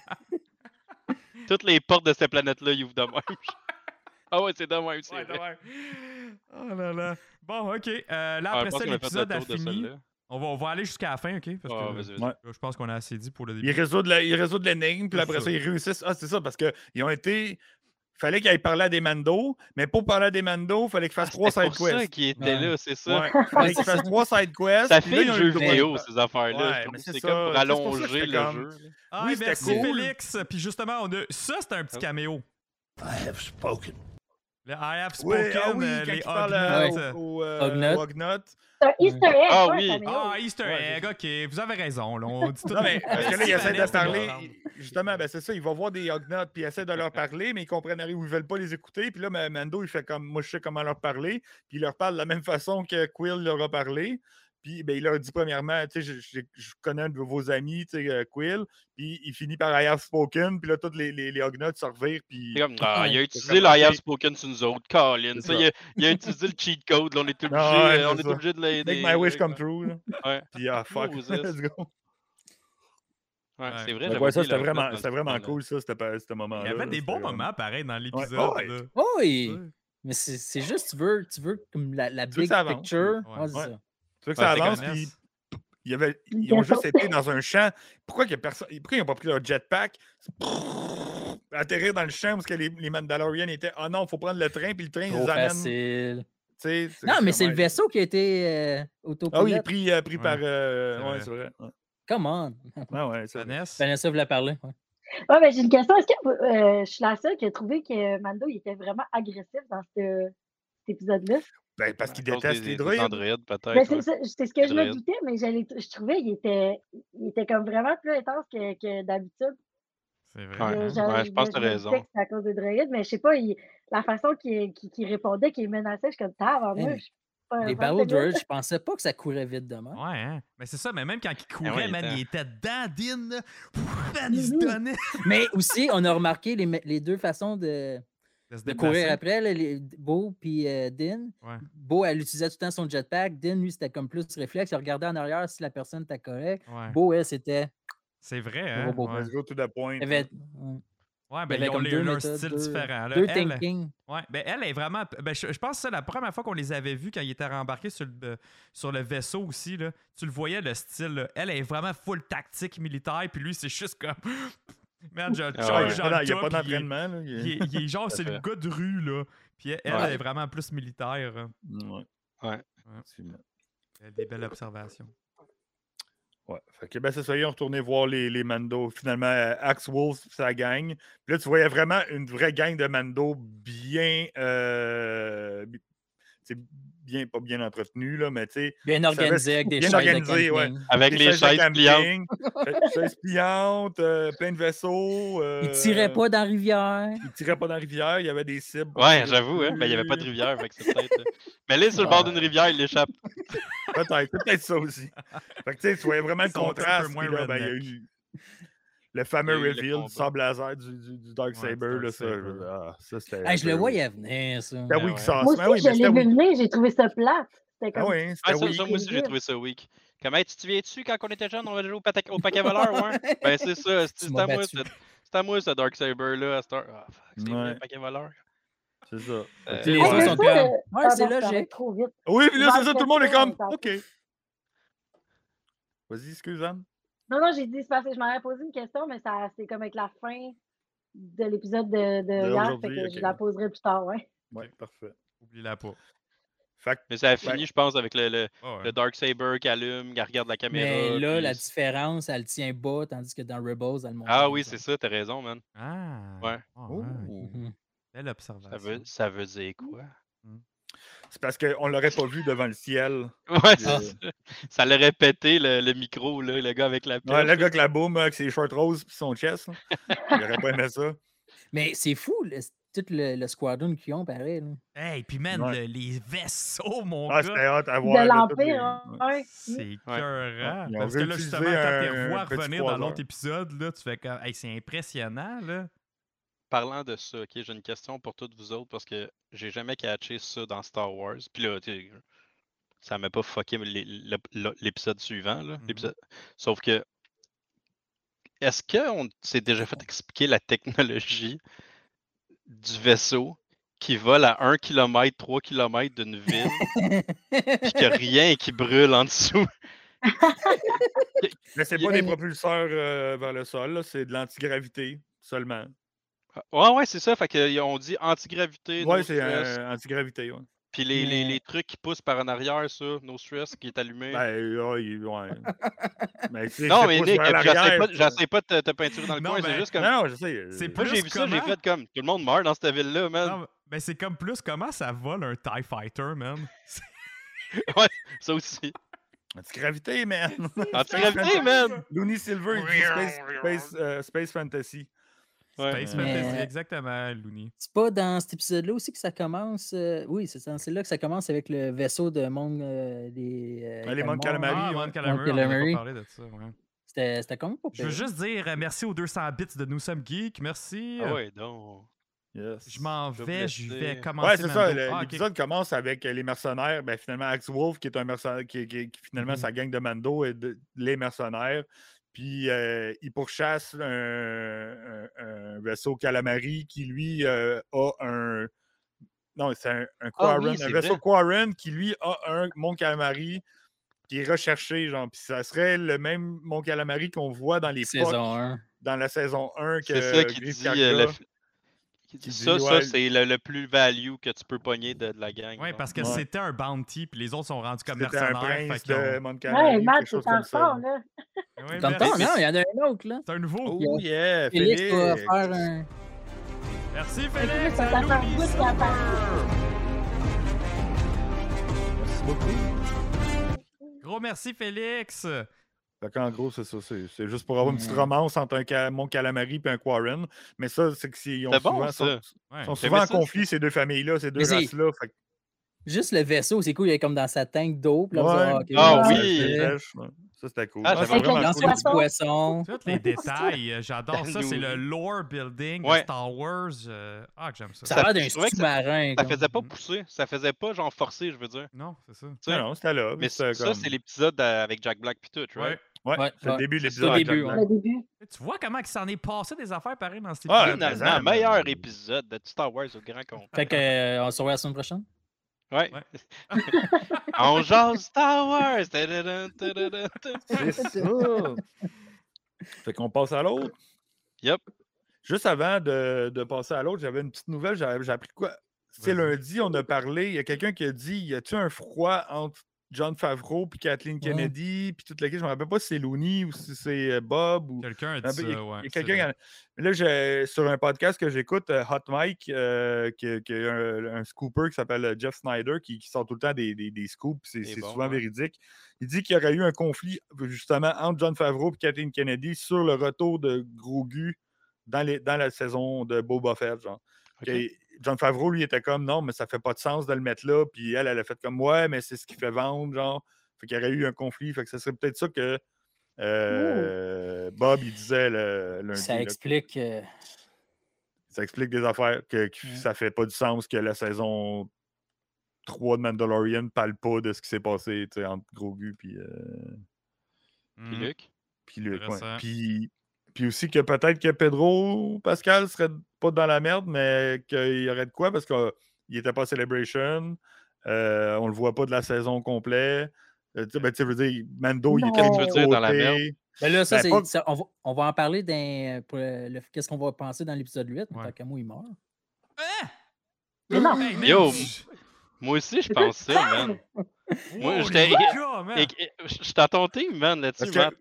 [SPEAKER 2] là. Toutes les portes de cette planète-là, ils ouvrent de même. ah ouais, c'est de même, c'est
[SPEAKER 1] Ouais,
[SPEAKER 2] vrai.
[SPEAKER 1] ouais. Oh là là. Bon, ok. euh, là,
[SPEAKER 2] Ah,
[SPEAKER 1] après
[SPEAKER 2] je pense
[SPEAKER 1] ça,
[SPEAKER 2] qu'on a fait le
[SPEAKER 1] l'épisode a
[SPEAKER 2] tour de
[SPEAKER 1] fini.
[SPEAKER 2] celle-là.
[SPEAKER 1] On va, on va aller jusqu'à la fin, ok? Parce
[SPEAKER 2] Ah,
[SPEAKER 1] que
[SPEAKER 2] vas-y, vas-y.
[SPEAKER 3] Ouais.
[SPEAKER 1] là, je pense qu'on a assez dit pour le
[SPEAKER 3] Ils
[SPEAKER 1] début.
[SPEAKER 3] résoudent la- ils résoudent l'énigme, puis
[SPEAKER 1] C'est
[SPEAKER 3] après
[SPEAKER 1] ça.
[SPEAKER 3] ça, ils réussissent. Ah, c'est ça, parce qu'ils ont été. Fallait qu'ils aillent parler à des Mando, mais pour parler à des Mando, fallait qu'ils fassent trois
[SPEAKER 2] C'est
[SPEAKER 3] side
[SPEAKER 2] pour ça
[SPEAKER 3] quests.
[SPEAKER 2] qui était
[SPEAKER 4] Ouais.
[SPEAKER 2] là, c'est ça.
[SPEAKER 3] Ouais, fallait qu'ils
[SPEAKER 4] c'est
[SPEAKER 3] fassent
[SPEAKER 4] ça.
[SPEAKER 3] trois side quests.
[SPEAKER 2] Ça
[SPEAKER 3] puis là,
[SPEAKER 2] fait
[SPEAKER 3] ils
[SPEAKER 2] le
[SPEAKER 3] ont eu
[SPEAKER 2] jeu
[SPEAKER 3] droit de-
[SPEAKER 2] vidéo, ces affaires-là.
[SPEAKER 3] Ouais,
[SPEAKER 2] je trouve.
[SPEAKER 3] mais c'est
[SPEAKER 2] c'est
[SPEAKER 3] ça,
[SPEAKER 2] comme pour
[SPEAKER 3] c'est pour ça que
[SPEAKER 2] allonger
[SPEAKER 3] j'étais
[SPEAKER 2] le
[SPEAKER 3] comme-
[SPEAKER 2] jeu. là.
[SPEAKER 1] Ah,
[SPEAKER 3] Oui, c'était
[SPEAKER 1] merci
[SPEAKER 3] cool.
[SPEAKER 1] Félix. Puis justement, on a... ça, c'est un petit
[SPEAKER 2] Ah.
[SPEAKER 1] caméo.
[SPEAKER 6] I have spoken.
[SPEAKER 1] Le I have
[SPEAKER 3] Oui,
[SPEAKER 1] spoken,
[SPEAKER 3] ah oui,
[SPEAKER 1] euh,
[SPEAKER 3] quand
[SPEAKER 1] les
[SPEAKER 3] ils parlent
[SPEAKER 1] Hognuts.
[SPEAKER 3] euh, au, au, euh,
[SPEAKER 4] Hognuts.
[SPEAKER 3] au Hognuts.
[SPEAKER 5] C'est un easter egg,
[SPEAKER 2] Ah
[SPEAKER 5] pas un
[SPEAKER 2] oui.
[SPEAKER 5] caméo.
[SPEAKER 1] Ah, Easter
[SPEAKER 3] Ouais, c'est
[SPEAKER 1] egg, ok, vous avez raison. là, on dit tout
[SPEAKER 3] Non,
[SPEAKER 1] *laughs*
[SPEAKER 3] mais parce que là,
[SPEAKER 1] Merci,
[SPEAKER 3] il essaie de
[SPEAKER 1] Vanessa,
[SPEAKER 3] parler.
[SPEAKER 1] bon.
[SPEAKER 3] il- Justement, ben, c'est ça, il va voir des Hognots, puis il essaie de leur parler, mais ils comprennent rien ou ils veulent pas les écouter. Puis là, ma- Mando, il fait comme moi, je sais comment leur parler, puis il leur parle de la même façon que Quill leur a parlé. Puis ben, il leur dit, premièrement, tu sais, je, je- je connais un de vos amis, tu sais, euh, Quill, puis il finit par I have spoken, puis là, tous les, les, les Hognots se revirent, puis.
[SPEAKER 2] C'est comme, ah, il a utilisé
[SPEAKER 3] comme,
[SPEAKER 2] le I have
[SPEAKER 3] ok.
[SPEAKER 2] spoken sur nous autres, Colin.
[SPEAKER 3] C'est
[SPEAKER 2] Ça,
[SPEAKER 3] ça.
[SPEAKER 2] il, a, il a utilisé le cheat code, là, on est obligé, euh,
[SPEAKER 3] Ah ouais,
[SPEAKER 2] on
[SPEAKER 3] c'est
[SPEAKER 2] est
[SPEAKER 3] ça.
[SPEAKER 2] obligé de l'aider.
[SPEAKER 3] Make my wish
[SPEAKER 2] là,
[SPEAKER 3] come
[SPEAKER 2] quoi.
[SPEAKER 3] true. là.
[SPEAKER 2] Ouais.
[SPEAKER 3] Puis ah, fuck,
[SPEAKER 2] Moses.
[SPEAKER 3] *laughs* let's go.
[SPEAKER 2] Ouais,
[SPEAKER 1] Ouais.
[SPEAKER 2] c'est vrai.
[SPEAKER 3] Donc,
[SPEAKER 2] j'avais
[SPEAKER 3] ouais, ça,
[SPEAKER 2] oublié
[SPEAKER 3] c'était
[SPEAKER 2] la plot
[SPEAKER 3] vraiment,
[SPEAKER 2] dans
[SPEAKER 3] c'était
[SPEAKER 2] ce
[SPEAKER 3] vraiment
[SPEAKER 2] film-là.
[SPEAKER 3] cool, ça, c'était pas- ce moment-là.
[SPEAKER 1] Il y avait
[SPEAKER 3] là,
[SPEAKER 1] des
[SPEAKER 3] c'était
[SPEAKER 1] bons
[SPEAKER 3] vraiment-
[SPEAKER 1] moments, pareil, dans l'épisode.
[SPEAKER 3] ouais.
[SPEAKER 1] là.
[SPEAKER 4] Oh, oui.
[SPEAKER 1] Ouais.
[SPEAKER 4] Mais c'est c'est juste, tu veux, tu veux comme la, la
[SPEAKER 3] Tu veux que
[SPEAKER 4] big
[SPEAKER 3] ça avance.
[SPEAKER 4] picture.
[SPEAKER 1] Ouais.
[SPEAKER 4] Ouais, c'est
[SPEAKER 3] Ouais.
[SPEAKER 4] ça.
[SPEAKER 3] Tu veux que
[SPEAKER 1] Ouais,
[SPEAKER 3] ça
[SPEAKER 1] c'est
[SPEAKER 3] avance,
[SPEAKER 1] connasse.
[SPEAKER 3] puis Il y avait-
[SPEAKER 5] Une
[SPEAKER 3] ils ont
[SPEAKER 5] question.
[SPEAKER 3] juste été dans un champ. Pourquoi, qu'il y a personne, pourquoi ils n'ont pas pris leur jetpack? Atterrir dans le champ parce que les, les Mandalorians étaient Ah non, il faut prendre le train, puis le train, ils
[SPEAKER 4] Trop
[SPEAKER 3] les amènent.
[SPEAKER 4] facile.
[SPEAKER 3] tu sais,
[SPEAKER 4] Non, mais c'est le
[SPEAKER 3] ouais.
[SPEAKER 4] vaisseau qui a été
[SPEAKER 3] Ah
[SPEAKER 4] euh,
[SPEAKER 3] oui, il est
[SPEAKER 4] autopilote.
[SPEAKER 3] pris, euh, pris
[SPEAKER 1] Ouais,
[SPEAKER 3] par. euh,
[SPEAKER 1] c'est
[SPEAKER 3] ouais,
[SPEAKER 1] vrai.
[SPEAKER 3] c'est vrai. Ouais,
[SPEAKER 4] Come on.
[SPEAKER 3] Ouais, ouais, c'est vrai.
[SPEAKER 1] Vanessa?
[SPEAKER 4] Vanessa voulait parler. ouais.
[SPEAKER 5] Ouais, mais j'ai une question. Est-ce que vous- euh, je suis la seule qui a trouvé que Mando il était vraiment agressif dans ce- cet épisode-là?
[SPEAKER 3] Ben, parce qu'ils
[SPEAKER 2] À cause
[SPEAKER 3] détestent
[SPEAKER 2] des-
[SPEAKER 3] les
[SPEAKER 2] des
[SPEAKER 3] droïdes.
[SPEAKER 2] androïdes,
[SPEAKER 5] Mais
[SPEAKER 2] peut-être.
[SPEAKER 5] c'est
[SPEAKER 2] ouais.
[SPEAKER 5] ça- c'est ce que je me
[SPEAKER 2] Dread.
[SPEAKER 5] doutais, mais je, l'ai- je trouvais qu'il était, il était comme vraiment plus intense que, que d'habitude.
[SPEAKER 1] C'est vrai.
[SPEAKER 2] Ouais.
[SPEAKER 5] Euh,
[SPEAKER 1] hein?
[SPEAKER 5] genre,
[SPEAKER 2] ouais, je pense que t'as
[SPEAKER 5] me doutais
[SPEAKER 2] raison.
[SPEAKER 5] que c'était à cause des droïdes, mais je sais pas, il- la façon qu'il qu'il- qu'il répondait, qu'il menaçait, je suis comme, t'as avant
[SPEAKER 4] Eh,
[SPEAKER 5] moi, je suis pas un
[SPEAKER 4] Les
[SPEAKER 5] fan
[SPEAKER 4] Battle
[SPEAKER 5] de lui.
[SPEAKER 4] Droids, je pensais pas que ça courait vite demain.
[SPEAKER 1] Ouais, hein? Mais c'est ça, mais même quand il courait,
[SPEAKER 2] Ah ouais, il
[SPEAKER 1] man,
[SPEAKER 2] était-
[SPEAKER 1] il était dandine. là. Pouf, man, il se
[SPEAKER 5] Mhm.
[SPEAKER 1] donnait.
[SPEAKER 4] Mais aussi, on a remarqué les, me- les deux façons de,
[SPEAKER 1] de se
[SPEAKER 4] de
[SPEAKER 1] déplacer.
[SPEAKER 3] hein.
[SPEAKER 4] courir après, là, les- Bo puis euh, Din.
[SPEAKER 1] Ouais.
[SPEAKER 4] Bo, elle utilisait tout le temps son jetpack. Din, lui, c'était comme plus réflexe. Il regardait en arrière si la personne était correcte.
[SPEAKER 1] Ouais.
[SPEAKER 4] Bo, elle, c'était.
[SPEAKER 1] C'est vrai,
[SPEAKER 4] Le
[SPEAKER 1] hein?
[SPEAKER 4] robot
[SPEAKER 1] Ouais,
[SPEAKER 3] Let's go to the point.
[SPEAKER 4] elle avait-
[SPEAKER 1] Ouais,
[SPEAKER 4] Il y
[SPEAKER 1] ben,
[SPEAKER 4] avait
[SPEAKER 1] ils ont
[SPEAKER 4] comme
[SPEAKER 1] les-
[SPEAKER 4] deux
[SPEAKER 1] leur
[SPEAKER 4] méthodes,
[SPEAKER 1] style
[SPEAKER 4] deux-
[SPEAKER 1] différent. là.
[SPEAKER 4] deux
[SPEAKER 1] Elle-
[SPEAKER 4] thinking.
[SPEAKER 1] Ouais, ben elle est vraiment. ben, je, je pense que c'est la première fois qu'on les avait vus quand ils étaient rembarqués sur le, euh, sur le vaisseau aussi. Là. Tu le voyais, le style. là. Elle est vraiment full tactique militaire, puis lui, c'est juste comme. *laughs* Merde, je le
[SPEAKER 2] Ah
[SPEAKER 3] Ah,
[SPEAKER 2] ouais.
[SPEAKER 1] charge dans le
[SPEAKER 3] Il n'y a
[SPEAKER 1] tas,
[SPEAKER 3] pas
[SPEAKER 1] puis il est-
[SPEAKER 3] d'entraînement. là, il est-
[SPEAKER 1] Il est, il est genre,
[SPEAKER 2] Tout à
[SPEAKER 1] c'est le
[SPEAKER 2] fait.
[SPEAKER 1] gars de rue, là. Puis elle, elle
[SPEAKER 2] Ouais.
[SPEAKER 1] est vraiment plus militaire. hein.
[SPEAKER 3] Ouais.
[SPEAKER 2] Ouais.
[SPEAKER 3] Effectivement.
[SPEAKER 1] Des belles observations.
[SPEAKER 3] Ouais. Fait que, ben, c'est ça, ils ont retourné voir les, les Mando. Finalement, euh, Axe Wolf, sa gang. Puis là, tu voyais vraiment une vraie gang de Mando bien. euh, bi- tu sais, bien, pas bien entretenue, là, mais tu sais.
[SPEAKER 4] Bien
[SPEAKER 3] savais
[SPEAKER 4] organisé avec des
[SPEAKER 3] bien
[SPEAKER 4] chaises de
[SPEAKER 3] organisé, ouais.
[SPEAKER 4] camping.
[SPEAKER 2] Avec
[SPEAKER 3] des
[SPEAKER 2] les
[SPEAKER 3] de
[SPEAKER 2] chaises pliantes.
[SPEAKER 3] camping, fait- chaises pliantes, euh, plein de vaisseaux.
[SPEAKER 4] Il
[SPEAKER 3] euh,
[SPEAKER 4] tirait pas dans la rivière.
[SPEAKER 3] Ils tiraient pas dans la rivière, il y avait des cibles.
[SPEAKER 2] Ouais, j'avoue, hein. Mais il n'y avait pas de rivière, fait que c'est peut-être. euh, Mais là, sur le bord d'une rivière, il l'échappe.
[SPEAKER 3] Peut-être, c'est peut-être ça aussi. Fait que tu sais, tu voyais vraiment
[SPEAKER 1] Ils
[SPEAKER 3] le
[SPEAKER 1] sont un peu
[SPEAKER 3] contraste.
[SPEAKER 1] moins
[SPEAKER 3] puis là, ben, il y a
[SPEAKER 1] redneck.
[SPEAKER 3] eu le
[SPEAKER 2] Il
[SPEAKER 3] fameux
[SPEAKER 2] y a eu le
[SPEAKER 3] reveal
[SPEAKER 2] combat.
[SPEAKER 3] du sable laser du, du, du Dark
[SPEAKER 1] Ouais, du
[SPEAKER 3] Saber. là, ça,
[SPEAKER 1] Darksaber.
[SPEAKER 3] je- ah, ça, c'était.
[SPEAKER 4] Hey, je le
[SPEAKER 3] c'était-
[SPEAKER 4] voyais venir, ça.
[SPEAKER 3] C'était
[SPEAKER 2] Ah
[SPEAKER 3] weak
[SPEAKER 2] ouais.
[SPEAKER 3] sauce.
[SPEAKER 5] Moi aussi,
[SPEAKER 3] Ben oui,
[SPEAKER 5] je
[SPEAKER 3] mais c'était
[SPEAKER 5] l'ai vu
[SPEAKER 3] weak.
[SPEAKER 5] venir, j'ai trouvé ça plat.
[SPEAKER 2] Ben
[SPEAKER 5] C'était
[SPEAKER 3] Ah
[SPEAKER 5] comme.
[SPEAKER 3] oui,
[SPEAKER 2] Ouais,
[SPEAKER 3] c'était
[SPEAKER 2] ça,
[SPEAKER 3] weak.
[SPEAKER 2] ça, moi aussi, j'ai
[SPEAKER 5] weak.
[SPEAKER 2] trouvé ça weak. Comme, hey, tu te souviens-tu quand on était jeune, on va jouer au, pata- au paquet voleur, ouais?
[SPEAKER 4] *laughs*
[SPEAKER 2] Ben, c'est ça. C'est c'est
[SPEAKER 4] m'as
[SPEAKER 2] à moi,
[SPEAKER 4] battu.
[SPEAKER 2] ce- c'est à moi, ce Dark Saber, là. à cette heure. Ah, fuck, c'est vrai,
[SPEAKER 3] Ouais.
[SPEAKER 2] le paquet voleur.
[SPEAKER 3] C'est ça.
[SPEAKER 2] Euh,
[SPEAKER 4] Les
[SPEAKER 5] Ah,
[SPEAKER 4] autres
[SPEAKER 5] mais
[SPEAKER 4] sont
[SPEAKER 5] ça,
[SPEAKER 4] comme.
[SPEAKER 5] euh,
[SPEAKER 4] Ouais,
[SPEAKER 5] Ah,
[SPEAKER 4] c'est
[SPEAKER 5] non, ça va
[SPEAKER 4] logique.
[SPEAKER 5] Trop vite.
[SPEAKER 3] Oui, puis là,
[SPEAKER 5] Dans
[SPEAKER 3] c'est ça, tout le monde est comme.
[SPEAKER 5] le café,
[SPEAKER 3] OK. Vas-y, Suzanne.
[SPEAKER 5] Non, non, j'ai dit, c'est parce que je m'avais posé une question, mais ça, c'est comme avec la fin de l'épisode de, de
[SPEAKER 3] De
[SPEAKER 5] hier, fait
[SPEAKER 3] aujourd'hui,
[SPEAKER 5] que
[SPEAKER 3] ok.
[SPEAKER 5] je la poserai plus tard, ouais.
[SPEAKER 3] Oui, parfait.
[SPEAKER 1] Oublie-la pas.
[SPEAKER 3] Fait que,
[SPEAKER 2] Mais ça a fini, je pense, avec le, le,
[SPEAKER 1] Ah ouais.
[SPEAKER 2] le Dark Saber qui allume, qui regarde la caméra.
[SPEAKER 4] Mais là,
[SPEAKER 2] puis-
[SPEAKER 4] la différence, elle tient bas, tandis que dans Rebels, elle monte.
[SPEAKER 2] Ah oui, c'est ça, t'as raison, man.
[SPEAKER 1] Ah!
[SPEAKER 2] Ouais.
[SPEAKER 1] Ah,
[SPEAKER 3] Ouh.
[SPEAKER 1] ouais.
[SPEAKER 4] Mhm.
[SPEAKER 1] Belle
[SPEAKER 2] Ça
[SPEAKER 1] observation.
[SPEAKER 2] veut, ça veut dire quoi?
[SPEAKER 3] c'est parce qu'on ne l'aurait pas vu devant le ciel.
[SPEAKER 4] Ah.
[SPEAKER 2] *laughs* Ouais, c'est
[SPEAKER 3] Yeah.
[SPEAKER 2] ça. Ça l'aurait pété, le, le micro, là, le gars avec la pelle.
[SPEAKER 3] Ouais, le gars avec la boum, avec ses shorts roses puis son chest. là. Il n'aurait pas aimé ça.
[SPEAKER 4] Mais c'est fou, le- tout le, le squadron qu'ils ont, pareil. là.
[SPEAKER 1] Hey, puis man,
[SPEAKER 3] Ouais.
[SPEAKER 1] le- les vaisseaux, mon
[SPEAKER 3] Ah,
[SPEAKER 1] gars!
[SPEAKER 3] c'était hâte à voir.
[SPEAKER 5] de
[SPEAKER 3] là, tous les-
[SPEAKER 5] l'Empire, hein, ouais.
[SPEAKER 1] C'est
[SPEAKER 2] Ouais.
[SPEAKER 1] écœurant.
[SPEAKER 3] Ils ont
[SPEAKER 1] Parce que là, justement, quand
[SPEAKER 3] réutilisé
[SPEAKER 1] t'es
[SPEAKER 3] un-
[SPEAKER 1] revois
[SPEAKER 3] un petit
[SPEAKER 1] revenir dans
[SPEAKER 3] croiseur.
[SPEAKER 1] l'autre épisode, là, tu fais comme Hey, c'est impressionnant, là.
[SPEAKER 2] Parlant de ça, ok, j'ai une question pour toutes vous autres parce que j'ai jamais catché ça dans Star Wars. Puis là, tu sais, ça m'a pas fucké l'é- l'ép- l'é- l'épisode suivant, là,
[SPEAKER 1] Mhm.
[SPEAKER 2] l'épisode- Sauf que est-ce qu'on s'est déjà fait expliquer la technologie du vaisseau qui vole à 1 km, 3 km d'une ville, *laughs* puis qu'il n'y a rien qui brûle en dessous?
[SPEAKER 3] Mais c'est
[SPEAKER 2] Il y
[SPEAKER 3] pas
[SPEAKER 2] a-
[SPEAKER 3] des propulseurs euh, vers le sol, là, c'est de l'antigravité seulement.
[SPEAKER 2] Ouais, ouais, c'est ça. Fait qu'on dit antigravité, no
[SPEAKER 3] Ouais, c'est
[SPEAKER 2] stress,
[SPEAKER 3] euh, antigravité. Ouais.
[SPEAKER 2] puis les, les-
[SPEAKER 4] Mais-
[SPEAKER 2] les trucs qui poussent par en arrière, ça, no stress, qui est allumé.
[SPEAKER 3] Ben, ouais, il-
[SPEAKER 2] *laughs*
[SPEAKER 3] ouais. Mais tu sais,
[SPEAKER 2] Non,
[SPEAKER 3] je
[SPEAKER 2] mais
[SPEAKER 3] pousse
[SPEAKER 2] Nick,
[SPEAKER 3] vers
[SPEAKER 2] j'essaie
[SPEAKER 3] l'arrière,
[SPEAKER 2] pas,
[SPEAKER 3] tu-
[SPEAKER 2] j'essaie pas de te, te peinturer dans le
[SPEAKER 1] Non,
[SPEAKER 2] coin,
[SPEAKER 1] mais-
[SPEAKER 2] c'est juste comme.
[SPEAKER 3] Non, non, je sais. euh,
[SPEAKER 1] C'est
[SPEAKER 2] Moi, j'ai
[SPEAKER 1] Plus
[SPEAKER 2] vu ça, j'ai
[SPEAKER 1] comment-
[SPEAKER 2] fait comme. Tout le monde meurt dans cette ville-là, man.
[SPEAKER 1] Non, mais c'est comme plus comment ça vole un TIE Fighter, man. C'est-
[SPEAKER 2] Ça aussi.
[SPEAKER 3] Antigravité, man. *laughs*
[SPEAKER 4] Ah,
[SPEAKER 2] Antigravité, man.
[SPEAKER 3] Looney Silver, il dit Space, Space, euh, Space Fantasy.
[SPEAKER 2] *laughs* Ouais.
[SPEAKER 1] Space
[SPEAKER 4] Mais-
[SPEAKER 3] euh,
[SPEAKER 1] Fantasy, exactement, Looney.
[SPEAKER 4] *laughs* C'est pas dans cet épisode-là aussi que ça commence. euh, Oui, c'est dans celui-là que ça commence avec le vaisseau de monde euh, des. euh,
[SPEAKER 3] Ah, les mondes
[SPEAKER 4] Calmars.
[SPEAKER 3] Calamari,
[SPEAKER 1] Ah,
[SPEAKER 3] ouais.
[SPEAKER 1] Mon Calamari, on
[SPEAKER 4] Calamari.
[SPEAKER 1] avait pas parlé de ça, ouais.
[SPEAKER 4] C'était c'était quand même pas
[SPEAKER 1] Je veux
[SPEAKER 4] pire.
[SPEAKER 1] juste dire euh, merci aux 200 bits de Nous sommes geeks, merci.
[SPEAKER 2] Ah ouais, donc.
[SPEAKER 3] Yes.
[SPEAKER 1] Je m'en
[SPEAKER 2] Je vais vous
[SPEAKER 1] vais, je
[SPEAKER 2] laisser.
[SPEAKER 1] vais commencer.
[SPEAKER 3] Ouais, c'est ça.
[SPEAKER 1] Mando.
[SPEAKER 3] le-
[SPEAKER 1] Ah, ok.
[SPEAKER 3] L'épisode commence avec euh, les mercenaires. Ben, finalement, Axe Wolf, qui est un mercenaire, qui, qui- qui, finalement
[SPEAKER 4] Mhm.
[SPEAKER 3] sa gang de Mando et de- les mercenaires. Puis euh, il pourchasse un, un- un vaisseau Calamari qui, lui, euh, a un. Non, c'est un, un
[SPEAKER 2] Ah oui,
[SPEAKER 3] Quarren,
[SPEAKER 2] c'est
[SPEAKER 3] un vaisseau
[SPEAKER 2] vrai.
[SPEAKER 3] Quarren qui, lui, a un Mont Calamari qui est recherché. Genre, puis ça serait le même Mont Calamari qu'on voit dans les POC,
[SPEAKER 4] Saison 1.
[SPEAKER 3] dans la saison 1 que
[SPEAKER 2] C'est ça qui
[SPEAKER 3] Griff
[SPEAKER 2] dit. euh,
[SPEAKER 3] Karga-
[SPEAKER 2] le f- qui dit
[SPEAKER 3] dit,
[SPEAKER 2] ça,
[SPEAKER 3] ouais.
[SPEAKER 2] ça, c'est le, le plus value que tu peux pogner de, de la gang.
[SPEAKER 1] Ouais,
[SPEAKER 2] genre.
[SPEAKER 1] parce que
[SPEAKER 3] Ouais.
[SPEAKER 1] c'était un bounty, puis les autres sont rendus comme
[SPEAKER 3] c'était un
[SPEAKER 1] mercenaires.
[SPEAKER 3] prince
[SPEAKER 1] fait qu'ils
[SPEAKER 3] de
[SPEAKER 1] ont-
[SPEAKER 3] Mont Calamari.
[SPEAKER 5] Ouais, Matt,
[SPEAKER 3] quelque chose
[SPEAKER 5] c'est en
[SPEAKER 3] comme ça,
[SPEAKER 5] retard,
[SPEAKER 3] là.
[SPEAKER 5] là.
[SPEAKER 1] Ouais,
[SPEAKER 4] Comme
[SPEAKER 1] merci.
[SPEAKER 4] toi, non, il y en a un autre, là.
[SPEAKER 1] C'est un nouveau.
[SPEAKER 3] Oh yeah,
[SPEAKER 4] Félix
[SPEAKER 3] Félix!
[SPEAKER 4] va faire un.
[SPEAKER 1] Merci,
[SPEAKER 5] Félix,
[SPEAKER 1] Félix.
[SPEAKER 5] ça
[SPEAKER 1] à
[SPEAKER 5] fait un
[SPEAKER 1] Looney
[SPEAKER 5] bout qu'il apparaît.
[SPEAKER 1] Silver.
[SPEAKER 3] Merci beaucoup.
[SPEAKER 1] Gros merci, Félix.
[SPEAKER 3] Fait qu'en gros, c'est ça. C'est, c'est juste pour avoir une petite
[SPEAKER 4] Mm.
[SPEAKER 3] romance entre un ca- Mont Calamari et un Quarren. Mais ça, c'est qu'ils ont
[SPEAKER 2] C'est
[SPEAKER 3] souvent,
[SPEAKER 2] bon, ça.
[SPEAKER 3] sont,
[SPEAKER 1] Ouais.
[SPEAKER 2] J'aimais
[SPEAKER 3] sont souvent en
[SPEAKER 2] ça, le-
[SPEAKER 3] conflit, ces deux familles-là, ces deux
[SPEAKER 4] Mais c'est-
[SPEAKER 3] races-là. Fait que
[SPEAKER 4] Juste le vaisseau, c'est cool, il est comme dans sa tank d'eau. puis là, on dit,
[SPEAKER 3] Ouais.
[SPEAKER 4] ok,
[SPEAKER 2] Ah
[SPEAKER 4] ouais,
[SPEAKER 2] oui!
[SPEAKER 4] c'est vrai.
[SPEAKER 3] Ça, c'était cool.
[SPEAKER 2] Ah, j'avais
[SPEAKER 3] c'est vraiment
[SPEAKER 5] vraiment
[SPEAKER 4] Lance un petit
[SPEAKER 5] cool.
[SPEAKER 4] poisson.
[SPEAKER 1] Tous
[SPEAKER 3] *laughs*
[SPEAKER 1] les détails, euh, j'adore ça. C'est le lore building de
[SPEAKER 2] Ouais.
[SPEAKER 1] Star Wars. euh, Ah, que j'aime ça.
[SPEAKER 4] Ça
[SPEAKER 2] Ça-
[SPEAKER 4] a l'air
[SPEAKER 2] je
[SPEAKER 4] d'un
[SPEAKER 2] trouvais que ça-
[SPEAKER 4] sous-marin.
[SPEAKER 2] Ça
[SPEAKER 4] comme.
[SPEAKER 2] faisait
[SPEAKER 1] hmm.
[SPEAKER 2] pas pousser, ça faisait pas genre forcer, je veux dire.
[SPEAKER 1] Non, c'est ça.
[SPEAKER 2] Tu sais,
[SPEAKER 3] Non, non, c'était là.
[SPEAKER 2] mais ça,
[SPEAKER 3] c'était
[SPEAKER 2] ça,
[SPEAKER 3] comme-
[SPEAKER 2] c'est l'épisode euh, avec Jack Black puis tout,
[SPEAKER 1] Ouais.
[SPEAKER 2] right?
[SPEAKER 3] Ouais,
[SPEAKER 4] Ouais,
[SPEAKER 3] c'est le
[SPEAKER 4] ouais.
[SPEAKER 3] début de
[SPEAKER 2] C'est ça,
[SPEAKER 3] l'épisode.
[SPEAKER 2] au
[SPEAKER 3] avec
[SPEAKER 4] début,
[SPEAKER 3] Jack
[SPEAKER 4] ouais.
[SPEAKER 5] Le début.
[SPEAKER 1] Tu vois comment il s'en est passé des affaires pareilles dans cet
[SPEAKER 3] Ah,
[SPEAKER 1] épisode.
[SPEAKER 3] mais
[SPEAKER 2] Finalement,
[SPEAKER 3] ça, mais-
[SPEAKER 2] meilleur épisode de Star Wars au grand compte.
[SPEAKER 4] Fait que, euh, on se revoit la semaine prochaine.
[SPEAKER 2] Ouais.
[SPEAKER 1] Ouais.
[SPEAKER 2] *laughs* On jase Star Wars! Tadadun, tadadun, tadadun.
[SPEAKER 3] C'est ça. Oh. fait qu'on passe à l'autre.
[SPEAKER 2] Yep.
[SPEAKER 3] Juste avant de, de passer à l'autre, j'avais une petite nouvelle. J'avais- J'ai appris quoi? C'est
[SPEAKER 1] Vas-y.
[SPEAKER 3] lundi, on a parlé. Il y a quelqu'un qui a dit y a-tu un froid entre John Favreau puis Kathleen
[SPEAKER 4] Ouais.
[SPEAKER 3] Kennedy puis toute l'équipe Je me rappelle pas si c'est Looney ou si c'est euh, Bob ou.
[SPEAKER 1] Quelqu'un a
[SPEAKER 3] Un
[SPEAKER 1] dit
[SPEAKER 3] peu,
[SPEAKER 1] ça,
[SPEAKER 3] Il y a-
[SPEAKER 1] ouais.
[SPEAKER 3] il y a
[SPEAKER 1] c'est
[SPEAKER 3] quelqu'un qui
[SPEAKER 1] vrai.
[SPEAKER 3] en- Mais Là, j'ai- sur un podcast que j'écoute, euh, Hot Mike, euh, qui, a- qui a un, un scooper qui s'appelle euh, Jeff Snyder, qui, qui sort tout le temps des, des, des scoops, c'est
[SPEAKER 2] C'est
[SPEAKER 3] c'est
[SPEAKER 2] bon,
[SPEAKER 3] souvent
[SPEAKER 2] ouais.
[SPEAKER 3] véridique. Il dit qu'il y aurait eu un conflit, justement, entre John Favreau et Kathleen Kennedy sur le retour de Grogu dans, les, dans la saison de Boba Fett. Genre.
[SPEAKER 2] Ok.
[SPEAKER 3] Que John Favreau, lui, était comme non, mais ça fait pas de sens de le mettre là. Puis elle, elle a fait comme ouais, mais c'est ce qui fait vendre. Genre. Fait qu'il y aurait eu un conflit. Fait que ce serait peut-être ça que. euh, Bob, il disait le, lundi.
[SPEAKER 4] Ça
[SPEAKER 3] là,
[SPEAKER 4] explique. euh,
[SPEAKER 3] ça explique des affaires que, que
[SPEAKER 4] Ouais.
[SPEAKER 3] ça fait pas du sens que la saison 3 de Mandalorian parle pas de ce qui s'est passé tu sais, entre Grogu puis euh,
[SPEAKER 2] Puis
[SPEAKER 1] Mhm.
[SPEAKER 2] Luc.
[SPEAKER 3] puis Luke, ouais.
[SPEAKER 1] Intéressant.
[SPEAKER 3] Puis puis aussi que peut-être que Pedro Pascal serait pas dans la merde mais qu'il y aurait de quoi parce qu'il était pas à Celebration, euh, on le voit pas de la saison complète. Euh, tu sais, ben, tu sais, je veux dire, Mando, il
[SPEAKER 5] Non.
[SPEAKER 3] était
[SPEAKER 5] Qu'est-ce que tu
[SPEAKER 2] veux dire dans la
[SPEAKER 3] côté.
[SPEAKER 2] merde?
[SPEAKER 4] Ben là, ça,
[SPEAKER 3] Ben,
[SPEAKER 4] c'est-
[SPEAKER 3] pas-
[SPEAKER 4] ça, on, va, on va en parler dans. pour le- le- Qu'est-ce qu'on va penser dans l'épisode 8?
[SPEAKER 1] Ouais.
[SPEAKER 4] Tant que moi, il meurt.
[SPEAKER 1] Hein?
[SPEAKER 5] Mais non.
[SPEAKER 1] Hey, man,
[SPEAKER 2] Yo,
[SPEAKER 1] tu-
[SPEAKER 2] Moi aussi, je pense ça, man. moi,
[SPEAKER 1] Holy
[SPEAKER 2] j'étais-
[SPEAKER 1] God, man.
[SPEAKER 2] Et- et- Je suis à ton team, man, là-dessus,
[SPEAKER 3] Parce que-
[SPEAKER 2] Matt.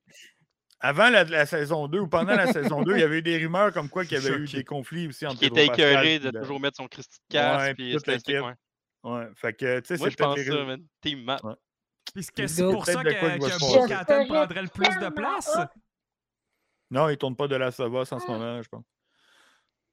[SPEAKER 3] Avant la, la saison 2 ou pendant la
[SPEAKER 2] *laughs*
[SPEAKER 3] saison 2, il y avait eu des rumeurs comme quoi qu'il y avait eu
[SPEAKER 1] Choqué.
[SPEAKER 3] des conflits aussi entre
[SPEAKER 2] Qui
[SPEAKER 3] Pedro
[SPEAKER 2] était écœuré
[SPEAKER 3] Pascal
[SPEAKER 2] de
[SPEAKER 3] puis le-
[SPEAKER 2] toujours mettre son Christy de casse.
[SPEAKER 3] bah, Ouais,
[SPEAKER 2] puis
[SPEAKER 3] toute la
[SPEAKER 2] c'était- c'était-
[SPEAKER 3] kit.
[SPEAKER 2] ouais.
[SPEAKER 3] Ouais, fait que, tu sais,
[SPEAKER 2] Moi,
[SPEAKER 3] c'est
[SPEAKER 2] je pense
[SPEAKER 3] peut-être les
[SPEAKER 2] ça,
[SPEAKER 3] raisons-
[SPEAKER 2] man. Team Matt.
[SPEAKER 1] Puis est-ce que
[SPEAKER 4] Les
[SPEAKER 1] c'est
[SPEAKER 4] gars,
[SPEAKER 1] pour ça que,
[SPEAKER 3] peut-être de quoi il va
[SPEAKER 1] que
[SPEAKER 3] se
[SPEAKER 1] Bo
[SPEAKER 3] passer.
[SPEAKER 1] Katten prendrait le plus de place?
[SPEAKER 3] Non, ils tournent pas de la Savas en ce
[SPEAKER 2] Ah.
[SPEAKER 3] moment, je pense.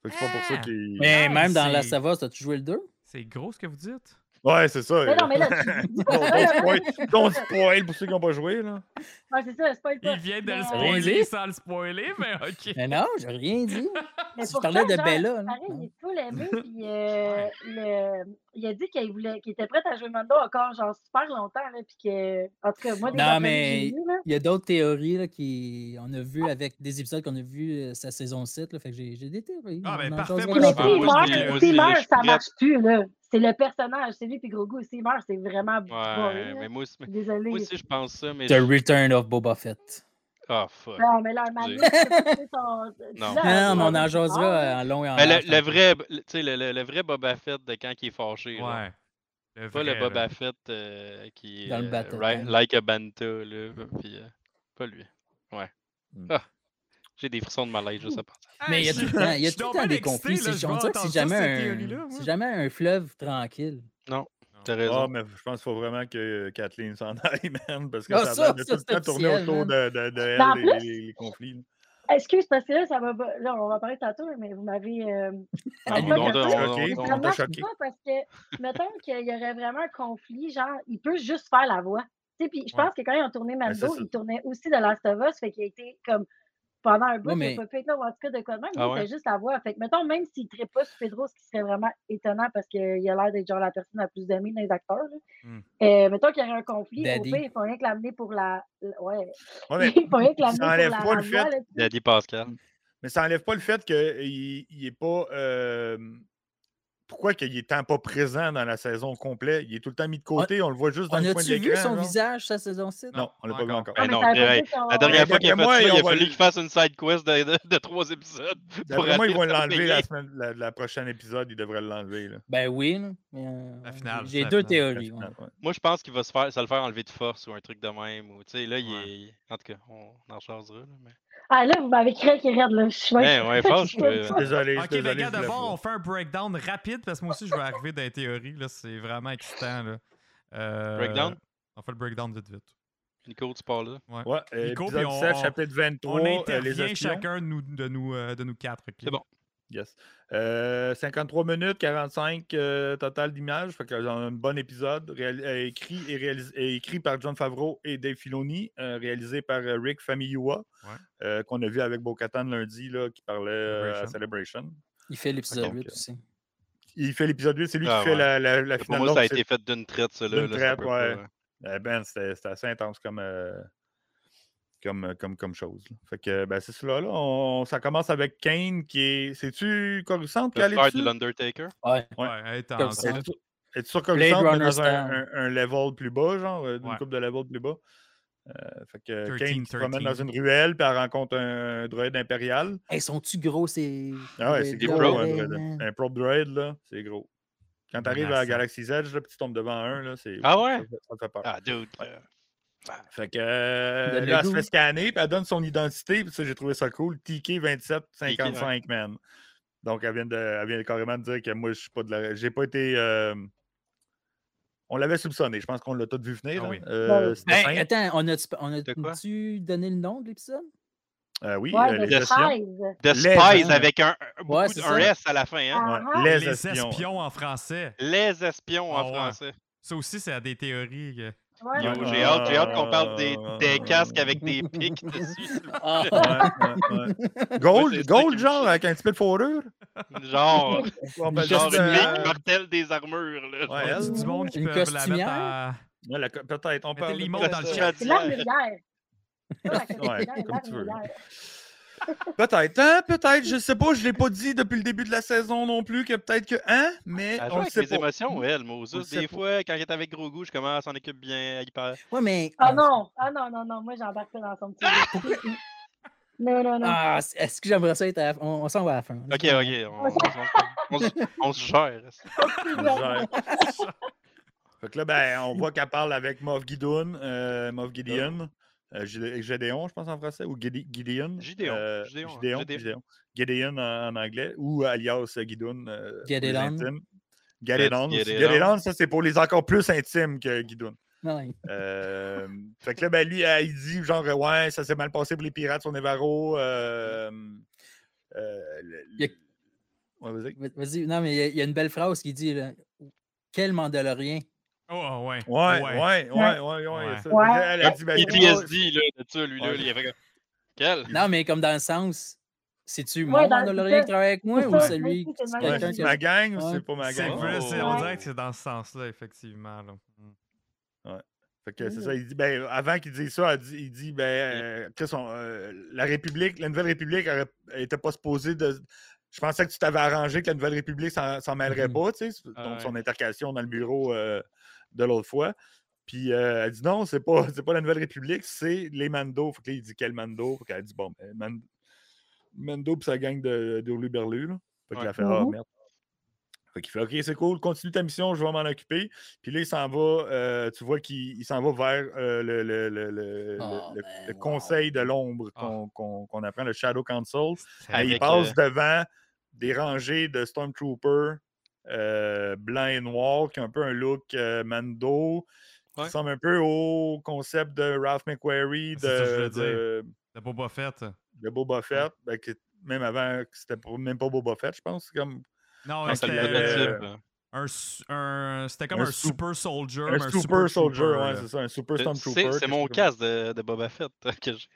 [SPEAKER 3] Fait que c'est pas pour ça
[SPEAKER 1] Ah!
[SPEAKER 3] qu'ils.
[SPEAKER 4] Mais
[SPEAKER 1] Ah,
[SPEAKER 4] même dans
[SPEAKER 1] c'est-
[SPEAKER 4] La Sava, t'as-tu joué le 2?
[SPEAKER 1] C'est gros ce que vous dites?
[SPEAKER 3] Ouais, c'est ça.
[SPEAKER 5] Mais non,
[SPEAKER 3] euh,
[SPEAKER 5] mais là,
[SPEAKER 3] *laughs*
[SPEAKER 5] tu dis
[SPEAKER 3] don't,
[SPEAKER 5] pas, là.
[SPEAKER 3] spoil, don't spoil pour ceux qui n'ont pas joué, là.
[SPEAKER 5] Ouais, c'est ça, spoil pas.
[SPEAKER 1] Il vient de le
[SPEAKER 5] Mais-
[SPEAKER 1] spoiler
[SPEAKER 4] Vas-y.
[SPEAKER 1] sans le spoiler, mais OK.
[SPEAKER 4] Mais non, j'ai rien
[SPEAKER 1] *laughs*
[SPEAKER 4] dit.
[SPEAKER 5] Mais
[SPEAKER 4] Tu
[SPEAKER 5] pourtant,
[SPEAKER 4] parlais de hein?
[SPEAKER 5] genre,
[SPEAKER 4] Bella, là.
[SPEAKER 5] Pareil,
[SPEAKER 4] Non.
[SPEAKER 5] il est full aimé, puis euh, le- il a dit qu'il voulait, qu'il était prêt à jouer Mando encore, genre, super longtemps, là, puis que, en tout cas, moi, des
[SPEAKER 4] Non,
[SPEAKER 5] entrevues
[SPEAKER 4] mais-
[SPEAKER 5] que j'ai lues, là,
[SPEAKER 4] Il y a d'autres théories là, qui on a vu avec des épisodes qu'on a vu euh, sa saison 7. Là, fait que j'ai j'ai des théories.
[SPEAKER 1] Ah,
[SPEAKER 4] on
[SPEAKER 1] ben,
[SPEAKER 4] en
[SPEAKER 1] parfait,
[SPEAKER 4] jasera
[SPEAKER 1] moi, je
[SPEAKER 5] Mais
[SPEAKER 4] plus
[SPEAKER 5] s'il
[SPEAKER 1] pense que moi,
[SPEAKER 4] tard.
[SPEAKER 5] meurt,
[SPEAKER 1] je l'ai
[SPEAKER 5] s'il
[SPEAKER 2] aussi, là,
[SPEAKER 5] meurt,
[SPEAKER 2] je suis
[SPEAKER 5] ça
[SPEAKER 2] prête.
[SPEAKER 5] marche plus, là. C'est le personnage, c'est lui puis Grogu. S'il meurt, c'est vraiment boring,
[SPEAKER 2] Ouais,
[SPEAKER 5] là.
[SPEAKER 2] mais moi aussi,
[SPEAKER 5] Désolé.
[SPEAKER 2] moi aussi, je pense ça, mais.
[SPEAKER 4] The Return of Boba Fett.
[SPEAKER 2] Ah, fuck.
[SPEAKER 5] Non, mais là, un moment donné,
[SPEAKER 2] Excusez.
[SPEAKER 5] tu peux pas faire
[SPEAKER 2] *laughs*
[SPEAKER 5] ton- tu
[SPEAKER 2] Non.
[SPEAKER 5] l'as,
[SPEAKER 1] Ah,
[SPEAKER 4] non,
[SPEAKER 5] Ah, ton
[SPEAKER 4] mais on en
[SPEAKER 5] personnage,
[SPEAKER 4] jasera euh, en long et en
[SPEAKER 2] Mais
[SPEAKER 4] large.
[SPEAKER 2] Ben, le, le vrai, le- tu sais, le, le- le vrai Boba Fett de quand il est fâché. là.
[SPEAKER 1] Ouais. Le
[SPEAKER 2] Pas le
[SPEAKER 1] vrai, là.
[SPEAKER 2] Boba Fett euh, qui est
[SPEAKER 4] Dans le
[SPEAKER 2] euh,
[SPEAKER 4] bateau,
[SPEAKER 2] ri-
[SPEAKER 4] hein.
[SPEAKER 2] like a banta, là. Puis, euh, pas lui. Ouais.
[SPEAKER 4] Hmm.
[SPEAKER 3] Mm.
[SPEAKER 2] Ah, J'ai des frissons de malaise juste à penser.
[SPEAKER 4] Mais il y a
[SPEAKER 1] Hey,
[SPEAKER 4] tout le
[SPEAKER 1] je-
[SPEAKER 4] temps, il y a
[SPEAKER 1] je suis
[SPEAKER 4] tout le
[SPEAKER 1] donc
[SPEAKER 4] temps
[SPEAKER 1] bien
[SPEAKER 4] des
[SPEAKER 1] excité,
[SPEAKER 4] conflits.
[SPEAKER 1] là,
[SPEAKER 4] c'est-
[SPEAKER 1] je
[SPEAKER 4] On
[SPEAKER 1] vais
[SPEAKER 4] dirait que c'est
[SPEAKER 1] entendre ça,
[SPEAKER 4] jamais,
[SPEAKER 1] cette
[SPEAKER 4] un...
[SPEAKER 1] théorie-là, moi.
[SPEAKER 4] c'est jamais un fleuve tranquille.
[SPEAKER 2] T'as
[SPEAKER 3] Ah,
[SPEAKER 2] raison.
[SPEAKER 3] mais je pense qu'il faut vraiment que Kathleen s'en *laughs* aille, man, parce que
[SPEAKER 4] Ah,
[SPEAKER 3] ça,
[SPEAKER 4] ça,
[SPEAKER 3] va de
[SPEAKER 4] ça,
[SPEAKER 3] tout le
[SPEAKER 4] c'est
[SPEAKER 3] temps tourner
[SPEAKER 4] officiel,
[SPEAKER 3] autour de, de, de elle,
[SPEAKER 5] en
[SPEAKER 3] les-
[SPEAKER 5] plus-
[SPEAKER 3] les, les conflits. là.
[SPEAKER 4] hein.
[SPEAKER 5] Excuse, parce que là, ça m'a pas- là, on va parler tantôt, mais vous m'avez. euh,
[SPEAKER 3] Ah,
[SPEAKER 5] on
[SPEAKER 3] oui,
[SPEAKER 5] t'a-
[SPEAKER 3] on t'a
[SPEAKER 2] on-
[SPEAKER 3] choqué,
[SPEAKER 2] on-
[SPEAKER 3] on
[SPEAKER 5] ça
[SPEAKER 3] t'a
[SPEAKER 5] marche
[SPEAKER 3] choqué.
[SPEAKER 5] pas parce que, mettons qu'il y aurait vraiment un conflit, genre, il peut juste faire la voix. Tu sais, puis je
[SPEAKER 1] Ouais.
[SPEAKER 5] pense que quand ils ont tourné
[SPEAKER 3] c'est
[SPEAKER 5] Mando,
[SPEAKER 3] ça.
[SPEAKER 5] ils tournaient aussi de Last of Us, fait qu'il a été comme pendant un bout,
[SPEAKER 4] Ouais,
[SPEAKER 5] il a
[SPEAKER 4] mais-
[SPEAKER 5] pas pu être là, ou en tout cas de quoi de même,
[SPEAKER 2] Ah
[SPEAKER 5] il
[SPEAKER 2] ouais?
[SPEAKER 5] était juste la voix. Fait que, mettons, même s'il ne pas sur Pedro, ce qui serait vraiment étonnant parce qu'il a l'air d'être genre la personne la plus aimée des acteurs, là.
[SPEAKER 1] Hmm.
[SPEAKER 5] Euh, mettons qu'il y aurait un conflit,
[SPEAKER 4] Daddy.
[SPEAKER 5] au pire, ils font rien que l'amener pour la. la- Ouais,
[SPEAKER 3] Ouais, Ah, mais
[SPEAKER 5] *laughs*
[SPEAKER 4] *laughs*
[SPEAKER 5] ils font rien que
[SPEAKER 3] ça
[SPEAKER 5] l'amener pour
[SPEAKER 3] enlève
[SPEAKER 5] la.
[SPEAKER 3] pas le
[SPEAKER 5] la
[SPEAKER 3] fait
[SPEAKER 5] voix, là, tu sais.
[SPEAKER 2] Daddy Pascal.
[SPEAKER 3] Mais ça n'enlève pas le fait qu'il n'est pas. euh, pourquoi qu'il est tant pas présent dans la saison complète? Il est tout le temps mis de côté, on, le voit juste dans
[SPEAKER 4] On
[SPEAKER 3] le coin de
[SPEAKER 4] a-tu vu
[SPEAKER 3] l'écran.
[SPEAKER 4] son
[SPEAKER 3] genre.
[SPEAKER 4] visage Ah, sa saison 7?
[SPEAKER 3] Non, on l'a pas vu
[SPEAKER 1] Encore.
[SPEAKER 3] encore.
[SPEAKER 2] Ben
[SPEAKER 5] Ah, mais
[SPEAKER 2] non,
[SPEAKER 5] ça veut pas
[SPEAKER 2] direct.
[SPEAKER 5] dire qu'on-
[SPEAKER 2] La dernière
[SPEAKER 3] Ben,
[SPEAKER 2] fois qu'il a fait
[SPEAKER 3] d'après moi,
[SPEAKER 2] ça, il a
[SPEAKER 3] on va
[SPEAKER 2] fallu
[SPEAKER 3] le-
[SPEAKER 2] qu'il fasse une side quest de, de- de trois épisodes. *laughs*
[SPEAKER 3] D'après moi,
[SPEAKER 2] rater
[SPEAKER 3] ils vont
[SPEAKER 2] sa
[SPEAKER 3] l'enlever la
[SPEAKER 2] série.
[SPEAKER 3] semaine, la, la prochaine épisode, ils devraient l'enlever. là.
[SPEAKER 4] Ben oui. là, mais, euh,
[SPEAKER 1] La finale, c'est
[SPEAKER 4] J'ai
[SPEAKER 1] la
[SPEAKER 4] deux
[SPEAKER 1] finale.
[SPEAKER 4] théories. ouais.
[SPEAKER 3] Ouais.
[SPEAKER 2] Moi, je pense qu'il va se faire, ça le faire enlever de force ou un truc de même. Ou, tu sais, là,
[SPEAKER 1] Ouais.
[SPEAKER 2] il est... En tout cas, on en chargera. Là, mais...
[SPEAKER 5] Ah là, vous m'avez créé qu'il est raide, là. Je suis
[SPEAKER 2] Ouais, ouais, fâche, euh,
[SPEAKER 5] je
[SPEAKER 2] ouais.
[SPEAKER 5] suis-
[SPEAKER 3] Désolé, je suis
[SPEAKER 1] Ok, les
[SPEAKER 3] désolé,
[SPEAKER 1] gars,
[SPEAKER 3] je voulais
[SPEAKER 1] d'abord,
[SPEAKER 3] pas.
[SPEAKER 1] on fait un breakdown rapide parce que moi aussi, je vais arriver dans les théories. Là, c'est vraiment excitant. Là. Euh,
[SPEAKER 2] Breakdown?
[SPEAKER 1] On fait le breakdown vite, vite.
[SPEAKER 2] Nico, tu parles là.
[SPEAKER 3] Ouais, euh,
[SPEAKER 1] Nico,
[SPEAKER 3] épisode
[SPEAKER 1] puis on-
[SPEAKER 3] 7,
[SPEAKER 1] on-
[SPEAKER 3] chapitre 23,
[SPEAKER 1] on
[SPEAKER 3] euh, les
[SPEAKER 1] intervient
[SPEAKER 3] espions.
[SPEAKER 1] chacun de nous, de nous, euh, de nous quatre. ok?
[SPEAKER 2] C'est bon.
[SPEAKER 3] Yes. Euh, 53 minutes, 45 euh, total d'images. Fait que j'en ai un bon épisode. réal- euh, écrit, et réalis- et écrit par John Favreau et Dave Filoni, euh, réalisé par euh, Rick Famuyiwa,
[SPEAKER 1] Ouais.
[SPEAKER 3] euh, qu'on a vu avec Bo-Katan lundi, là, qui parlait euh, à
[SPEAKER 1] Celebration.
[SPEAKER 3] Celebration.
[SPEAKER 4] Il fait l'épisode
[SPEAKER 3] Ok.
[SPEAKER 4] 8 aussi.
[SPEAKER 3] Il fait l'épisode 8, c'est lui
[SPEAKER 2] Ah,
[SPEAKER 3] qui fait
[SPEAKER 2] ouais.
[SPEAKER 3] la, la, la
[SPEAKER 2] Pour
[SPEAKER 3] finale.
[SPEAKER 2] moi, ça a
[SPEAKER 3] longue, c'est-
[SPEAKER 2] été fait d'une traite, ça. là, là,
[SPEAKER 3] D'une
[SPEAKER 2] ça
[SPEAKER 3] traite,
[SPEAKER 2] peut pas-
[SPEAKER 3] Euh, Ben, c'était c'était assez intense comme, euh, comme, euh, comme, comme chose. là. Fait que, ben, c'est cela. Là. On- ça commence avec Kane qui est. C'est-tu Coruscant qui
[SPEAKER 2] Le
[SPEAKER 3] allait
[SPEAKER 2] frère
[SPEAKER 3] dessus?
[SPEAKER 2] de l'Undertaker.
[SPEAKER 4] Ouais.
[SPEAKER 1] Ouais,
[SPEAKER 3] Ouais.
[SPEAKER 1] elle est en-
[SPEAKER 4] Comme ça.
[SPEAKER 3] Es-tu es-tu sur
[SPEAKER 4] Blade
[SPEAKER 3] Coruscant, mais
[SPEAKER 4] Runner
[SPEAKER 3] dans un,
[SPEAKER 4] style.
[SPEAKER 3] un- un level plus bas, genre, euh, d'une
[SPEAKER 1] Ouais.
[SPEAKER 3] coupe de level plus bas? Euh, fait que
[SPEAKER 1] 13,
[SPEAKER 3] Kane qui se promène dans
[SPEAKER 1] 13.
[SPEAKER 3] une ruelle, puis elle rencontre un droïde impérial.
[SPEAKER 4] Hey, sont-tu gros ces.
[SPEAKER 3] Ah ouais,
[SPEAKER 4] ces
[SPEAKER 3] c'est
[SPEAKER 2] des
[SPEAKER 3] gros,
[SPEAKER 2] probes,
[SPEAKER 3] un
[SPEAKER 4] droïdes,
[SPEAKER 3] droïde.
[SPEAKER 4] man?
[SPEAKER 3] Un probe droid, là, c'est gros. Quand t'arrives à
[SPEAKER 1] Menaçant.
[SPEAKER 3] Galaxy's Edge, là, puis tu tombes devant un, là, c'est.
[SPEAKER 2] Ah
[SPEAKER 3] ça,
[SPEAKER 2] ouais?
[SPEAKER 3] fait- ça fait peur.
[SPEAKER 2] Ah, dude.
[SPEAKER 3] Ouais.
[SPEAKER 2] euh,
[SPEAKER 3] Fait que euh,
[SPEAKER 4] Donne le
[SPEAKER 3] là, elle se
[SPEAKER 4] goût.
[SPEAKER 3] fait scanner, puis elle donne son identité, puis ça, j'ai trouvé ça cool. TK2755, man. Donc, elle vient, de, elle vient carrément de dire que moi, je suis pas de la. J'ai pas été. euh, On l'avait soupçonné, je pense qu'on l'a tous vu venir.
[SPEAKER 1] Ah
[SPEAKER 3] là.
[SPEAKER 1] oui.
[SPEAKER 3] Euh,
[SPEAKER 5] Ouais.
[SPEAKER 3] c'était
[SPEAKER 4] Hey,
[SPEAKER 3] simple.
[SPEAKER 4] attends, on a-tu on a
[SPEAKER 2] De quoi?
[SPEAKER 4] tu donné le nom de l'épisode?
[SPEAKER 3] Euh, oui, euh,
[SPEAKER 5] Ouais,
[SPEAKER 3] les
[SPEAKER 5] de
[SPEAKER 2] gestions.
[SPEAKER 3] espions.
[SPEAKER 5] 13.
[SPEAKER 2] The
[SPEAKER 3] Les
[SPEAKER 2] Spies
[SPEAKER 4] gens.
[SPEAKER 2] avec un, un- beaucoup
[SPEAKER 4] c'est
[SPEAKER 2] de- un
[SPEAKER 4] ça.
[SPEAKER 2] S à la fin. Hein?
[SPEAKER 5] Ah,
[SPEAKER 3] Ouais,
[SPEAKER 5] ah.
[SPEAKER 3] Les
[SPEAKER 1] Les
[SPEAKER 3] espions. ouais.
[SPEAKER 1] espions en français.
[SPEAKER 2] Les espions
[SPEAKER 1] Ah
[SPEAKER 2] en
[SPEAKER 1] ouais.
[SPEAKER 2] français.
[SPEAKER 1] Ça aussi, c'est à des théories. euh, que-
[SPEAKER 5] Ouais,
[SPEAKER 2] Yo,
[SPEAKER 3] Ouais.
[SPEAKER 2] j'ai hâte, j'ai hâte qu'on parle des, des
[SPEAKER 3] Ah.
[SPEAKER 2] casques avec des pics dessus. s'il vous plaît.
[SPEAKER 4] Ah.
[SPEAKER 3] Ouais, ouais, ouais. Gold,
[SPEAKER 2] c'est ça qui
[SPEAKER 3] gold
[SPEAKER 2] me
[SPEAKER 3] genre,
[SPEAKER 2] choque.
[SPEAKER 3] avec un petit peu de fourrure.
[SPEAKER 2] Genre,
[SPEAKER 3] On
[SPEAKER 4] Une
[SPEAKER 3] peut
[SPEAKER 2] genre
[SPEAKER 3] juste,
[SPEAKER 2] une
[SPEAKER 3] euh,
[SPEAKER 2] ligue mortelle des armures. Là.
[SPEAKER 3] Ouais,
[SPEAKER 1] Y
[SPEAKER 3] elle,
[SPEAKER 1] a-tu du monde qui
[SPEAKER 4] Une
[SPEAKER 1] peut la mettre
[SPEAKER 4] costumière?
[SPEAKER 1] à...
[SPEAKER 3] ouais, la co- Peut-être, on
[SPEAKER 1] Mettez
[SPEAKER 3] parle.
[SPEAKER 1] l'image
[SPEAKER 3] peut-être
[SPEAKER 1] dans
[SPEAKER 3] euh,
[SPEAKER 1] le
[SPEAKER 3] de-
[SPEAKER 2] chat.
[SPEAKER 5] C'est l'arme lumière. C'est pas la carte
[SPEAKER 3] Ouais,
[SPEAKER 5] lumière,
[SPEAKER 3] comme
[SPEAKER 5] l'arme
[SPEAKER 3] tu veux.
[SPEAKER 5] lumière.
[SPEAKER 3] *laughs* Peut-être, hein, peut-être, je sais pas, je l'ai pas dit depuis le début de la saison non plus, que peut-être que, hein, mais
[SPEAKER 2] Elle joue
[SPEAKER 3] on le
[SPEAKER 2] avec
[SPEAKER 3] sait
[SPEAKER 2] les
[SPEAKER 3] pas.
[SPEAKER 2] émotions, elle,
[SPEAKER 3] On le
[SPEAKER 2] Moses.
[SPEAKER 3] sait
[SPEAKER 2] Des
[SPEAKER 3] pas.
[SPEAKER 2] fois, quand elle est avec Gros Goût, je commence, on occupe bien, il
[SPEAKER 3] *laughs*
[SPEAKER 2] parle.
[SPEAKER 4] Ouais, mais.
[SPEAKER 5] Ah non, ah non, non, non, moi j'embarque pas dans son petit.
[SPEAKER 2] *laughs*
[SPEAKER 5] Non, non, non.
[SPEAKER 4] Ah, c- est-ce que j'aimerais ça être à la fin? On, on s'en va à la fin.
[SPEAKER 2] Ok, ok, on, on,
[SPEAKER 4] *laughs*
[SPEAKER 2] se- on se gère.
[SPEAKER 3] Genre. fait que là, ben, on voit qu'elle parle avec Moff Gideon, euh, Moff Gideon, euh, Gide- Gédéon, je pense en français, ou Gide- Gideon.
[SPEAKER 2] Gideon,
[SPEAKER 3] euh,
[SPEAKER 2] Gideon, hein,
[SPEAKER 3] Gideon,
[SPEAKER 2] Gideon.
[SPEAKER 3] Gideon. Gideon en, en anglais, ou alias euh, Gideon. euh, pour les
[SPEAKER 4] Gideon.
[SPEAKER 3] intimes. Gideon.
[SPEAKER 2] Gideon.
[SPEAKER 3] Gideon, ça, c'est pour les encore plus intimes que Gideon.
[SPEAKER 4] Ouais.
[SPEAKER 3] Euh, fait que là, ben, lui, euh, il dit genre, euh, ouais, ça s'est mal passé pour les pirates sur Navarro. Euh, euh, le-
[SPEAKER 4] Il y a-
[SPEAKER 3] Ouais, vas-y.
[SPEAKER 4] Va- Vas-y, non, mais il y a- il y, a une belle phrase qui dit là, Quel Mandalorien
[SPEAKER 1] Oh, ouais.
[SPEAKER 3] Ouais, ouais, ouais, ouais, ouais.
[SPEAKER 1] Ouais.
[SPEAKER 3] ça.
[SPEAKER 5] Ouais.
[SPEAKER 3] Elle a dit, ben, c'est pas-
[SPEAKER 2] PTSD, là, de ça, lui, là,
[SPEAKER 3] Ouais.
[SPEAKER 2] il avait comme. Quel?
[SPEAKER 4] Non, mais comme dans le sens, c'est-tu
[SPEAKER 5] Ouais,
[SPEAKER 4] mon
[SPEAKER 5] dans-
[SPEAKER 4] Mandalorien qui
[SPEAKER 5] c'est-
[SPEAKER 4] travaille avec moi
[SPEAKER 5] c'est
[SPEAKER 4] ou
[SPEAKER 5] ça,
[SPEAKER 4] celui
[SPEAKER 5] oui,
[SPEAKER 4] qui
[SPEAKER 5] c'est le
[SPEAKER 3] Ouais,
[SPEAKER 5] même.
[SPEAKER 4] quelqu'un
[SPEAKER 3] c'est
[SPEAKER 4] qui
[SPEAKER 3] ma
[SPEAKER 4] a-
[SPEAKER 3] gang ou
[SPEAKER 4] Ouais.
[SPEAKER 3] c'est pas ma
[SPEAKER 1] C'est
[SPEAKER 3] gang?
[SPEAKER 1] vrai, c'est- on
[SPEAKER 2] Ouais.
[SPEAKER 1] dirait que c'est dans ce sens-là, effectivement. là. Mm.
[SPEAKER 3] Fait que c'est ça,
[SPEAKER 2] Mmh.
[SPEAKER 3] il dit, ben, avant qu'il dise ça, elle dit- il dit, ben, euh, Chris, on- euh, la République, la Nouvelle République n'était pas supposée de. Je pensais que tu t'avais arrangé que la Nouvelle République s'en s'en mêlerait
[SPEAKER 4] Mhm.
[SPEAKER 3] pas, tu sais, c'est-
[SPEAKER 2] Ah
[SPEAKER 3] donc
[SPEAKER 2] ouais.
[SPEAKER 3] son intercation dans le bureau euh, de l'autre fois. Puis euh, elle dit non, c'est pas, c'est pas la Nouvelle République, c'est les Mando. Fait que là, il dit quel Mando? Fait qu'elle dit bon, ben, Man- Mando puis sa gang de, de Berlu. Là. Fait qu'il
[SPEAKER 2] Ouais. Mmh
[SPEAKER 3] a fait ah
[SPEAKER 5] Mhm.
[SPEAKER 3] merde. Fait qu'il fait OK, c'est cool, continue ta mission, je vais m'en occuper. Puis là, il s'en va, euh, tu vois qu'il il s'en va vers euh, le, le- le- le- le-
[SPEAKER 4] Oh,
[SPEAKER 3] le- le
[SPEAKER 4] man, wow.
[SPEAKER 3] conseil de l'ombre
[SPEAKER 1] ben, Ah.
[SPEAKER 3] qu'on qu'on- qu'on apprend, le Shadow Council.
[SPEAKER 1] Ah,
[SPEAKER 3] Et il
[SPEAKER 2] Avec,
[SPEAKER 3] passe devant des rangées de Stormtroopers euh, blancs et noirs qui ont un peu un look euh, Mando, qui
[SPEAKER 2] Ouais.
[SPEAKER 3] ressemble un peu au concept de Ralph McQuarrie,
[SPEAKER 1] Ah, C'est ça que je voulais
[SPEAKER 3] de, de,
[SPEAKER 1] de Boba Fett.
[SPEAKER 3] de Boba Fett, ben, que- même avant, que c'était pas- même pas Boba Fett, je pense. c'est Comme,
[SPEAKER 1] Non,
[SPEAKER 3] Non,
[SPEAKER 1] c'était
[SPEAKER 3] c'est le-
[SPEAKER 1] euh,
[SPEAKER 3] euh,
[SPEAKER 1] un su- un- c'était comme
[SPEAKER 3] un
[SPEAKER 1] un,
[SPEAKER 3] sou-
[SPEAKER 1] super soldier.
[SPEAKER 3] un,
[SPEAKER 1] mais
[SPEAKER 3] super, soldier,
[SPEAKER 1] trooper,
[SPEAKER 3] ouais,
[SPEAKER 1] là.
[SPEAKER 3] c'est ça, un super
[SPEAKER 2] C'est
[SPEAKER 3] Stormtrooper.
[SPEAKER 2] c'est mon
[SPEAKER 3] cas
[SPEAKER 2] casque de, de Boba Fett *laughs* que j'ai.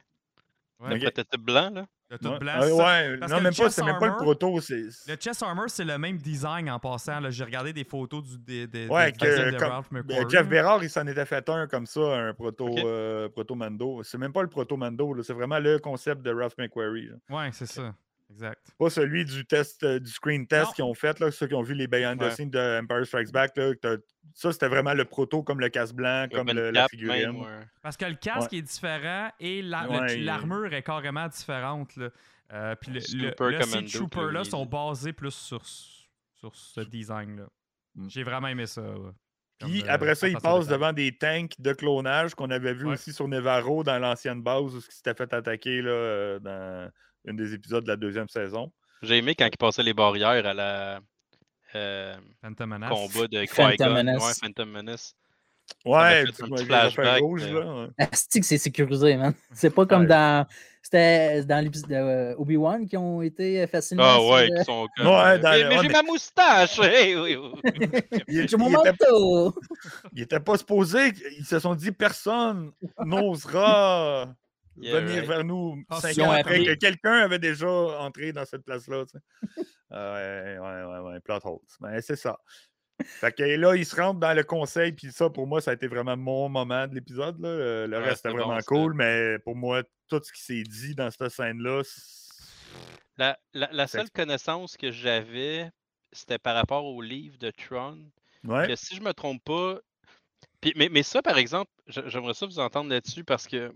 [SPEAKER 1] Ouais.
[SPEAKER 2] Le prototype blanc, là.
[SPEAKER 1] Le tout
[SPEAKER 3] Ouais,
[SPEAKER 1] blanc,
[SPEAKER 3] Ah,
[SPEAKER 1] c'est ça.
[SPEAKER 3] ouais,
[SPEAKER 1] Parce
[SPEAKER 3] non,
[SPEAKER 1] que
[SPEAKER 3] même
[SPEAKER 1] le
[SPEAKER 3] pas, c'est même pas le
[SPEAKER 1] chess armor-
[SPEAKER 3] proto, c'est.
[SPEAKER 1] Le chess armor, c'est le même design en passant. là. J'ai regardé des photos du, des, des,
[SPEAKER 3] Ouais,
[SPEAKER 1] des
[SPEAKER 3] que-
[SPEAKER 1] designs de
[SPEAKER 3] comme-
[SPEAKER 1] Ralph
[SPEAKER 3] Ben,
[SPEAKER 1] McQuarrie.
[SPEAKER 3] Jeff
[SPEAKER 1] là.
[SPEAKER 3] Bérard, il s'en était fait un comme ça, un proto,
[SPEAKER 2] Ok.
[SPEAKER 3] euh, proto-mando. C'est même pas le proto-mando, là, c'est vraiment le concept de Ralph McQuarrie. là.
[SPEAKER 1] Ouais, c'est ça. Exact.
[SPEAKER 3] Pas celui du test, euh, du screen
[SPEAKER 1] Non.
[SPEAKER 3] test qu'ils ont fait, là, ceux qui ont vu les Behind the
[SPEAKER 2] Ouais.
[SPEAKER 3] Scenes de Empire Strikes Back. là, que t'as- ça, c'était vraiment le proto comme le casse blanc,
[SPEAKER 2] Il y a
[SPEAKER 1] Ben
[SPEAKER 3] comme
[SPEAKER 2] pas une
[SPEAKER 3] le- la
[SPEAKER 2] cape, même,
[SPEAKER 3] figurine.
[SPEAKER 2] ou un-
[SPEAKER 1] Parce que le casque est différent et la- le-
[SPEAKER 3] Ouais.
[SPEAKER 1] l'armure est carrément différente. Là. Euh, puis le, le-
[SPEAKER 2] Super
[SPEAKER 1] là, ces
[SPEAKER 2] Commando,
[SPEAKER 1] troopers-là
[SPEAKER 2] comme il
[SPEAKER 1] sont
[SPEAKER 2] dit.
[SPEAKER 1] basés plus sur, sur ce design-là.
[SPEAKER 3] Mm.
[SPEAKER 1] J'ai vraiment aimé ça. ouais.
[SPEAKER 3] Puis
[SPEAKER 1] Comme, euh,
[SPEAKER 3] après ça, il
[SPEAKER 1] attention aux
[SPEAKER 3] passe
[SPEAKER 1] détails.
[SPEAKER 3] devant des tanks de clonage qu'on avait vu
[SPEAKER 1] Ouais.
[SPEAKER 3] aussi sur Nevarro dans l'ancienne base où il s'était fait attaquer là, euh, dans une des épisodes de la deuxième saison.
[SPEAKER 2] J'ai aimé quand il passait les barrières à la euh,
[SPEAKER 1] Phantom Menace.
[SPEAKER 2] combat de
[SPEAKER 4] Phantom
[SPEAKER 2] Qui-Gon, ouais,
[SPEAKER 4] Menace.
[SPEAKER 2] Phantom Menace.
[SPEAKER 3] Ouais,
[SPEAKER 2] fait
[SPEAKER 3] tu
[SPEAKER 2] un
[SPEAKER 3] vois,
[SPEAKER 2] petit
[SPEAKER 3] les affaires
[SPEAKER 2] flashback,
[SPEAKER 3] rouges,
[SPEAKER 2] euh,
[SPEAKER 3] là, ouais.
[SPEAKER 4] Asti Ah, que c'est
[SPEAKER 3] *laughs*
[SPEAKER 4] sécurisé, man. C'est pas comme
[SPEAKER 3] Ouais.
[SPEAKER 4] dans. C'était dans l'épisode de euh, Obi-Wan qui ont été facilement.
[SPEAKER 2] Ah ouais,
[SPEAKER 4] sur,
[SPEAKER 2] qui
[SPEAKER 4] euh,
[SPEAKER 2] sont comme.
[SPEAKER 3] Ouais,
[SPEAKER 2] euh,
[SPEAKER 3] dans
[SPEAKER 2] mais
[SPEAKER 3] le-
[SPEAKER 2] mais
[SPEAKER 3] ouais,
[SPEAKER 2] j'ai
[SPEAKER 3] mais-
[SPEAKER 2] ma moustache! Hey, oui, *laughs* oui.
[SPEAKER 3] Il,
[SPEAKER 4] J'ai mon
[SPEAKER 3] il était,
[SPEAKER 4] manteau!
[SPEAKER 3] il était pas supposé. Ils se sont dit personne n'osera
[SPEAKER 2] *laughs* Yeah,
[SPEAKER 3] venir
[SPEAKER 2] right.
[SPEAKER 3] vers nous
[SPEAKER 1] Ah,
[SPEAKER 3] cinq
[SPEAKER 4] si
[SPEAKER 3] ans
[SPEAKER 4] on
[SPEAKER 3] après
[SPEAKER 4] appelait.
[SPEAKER 3] que quelqu'un avait déjà entré dans cette place-là. tu sais. Ah ouais, ouais, ouais, ouais, plot holes. Mais c'est ça. Fait que là, ils se rentrent dans le conseil, puis ça, pour moi, ça a été vraiment mon moment de l'épisode. là. Euh, Le
[SPEAKER 2] Ouais,
[SPEAKER 3] reste, c'était
[SPEAKER 2] c'était bon,
[SPEAKER 3] vraiment
[SPEAKER 2] c'était-
[SPEAKER 3] cool, mais pour moi, tout ce qui s'est dit dans cette scène-là, c'est-
[SPEAKER 2] La, la- la
[SPEAKER 3] Ça
[SPEAKER 2] seule connaissance que j'avais, c'était par rapport au livre de Tron.
[SPEAKER 3] ouais.
[SPEAKER 2] que si je me trompe pas. puis- mais, mais ça, par exemple, j'a- j'aimerais ça vous entendre là-dessus parce que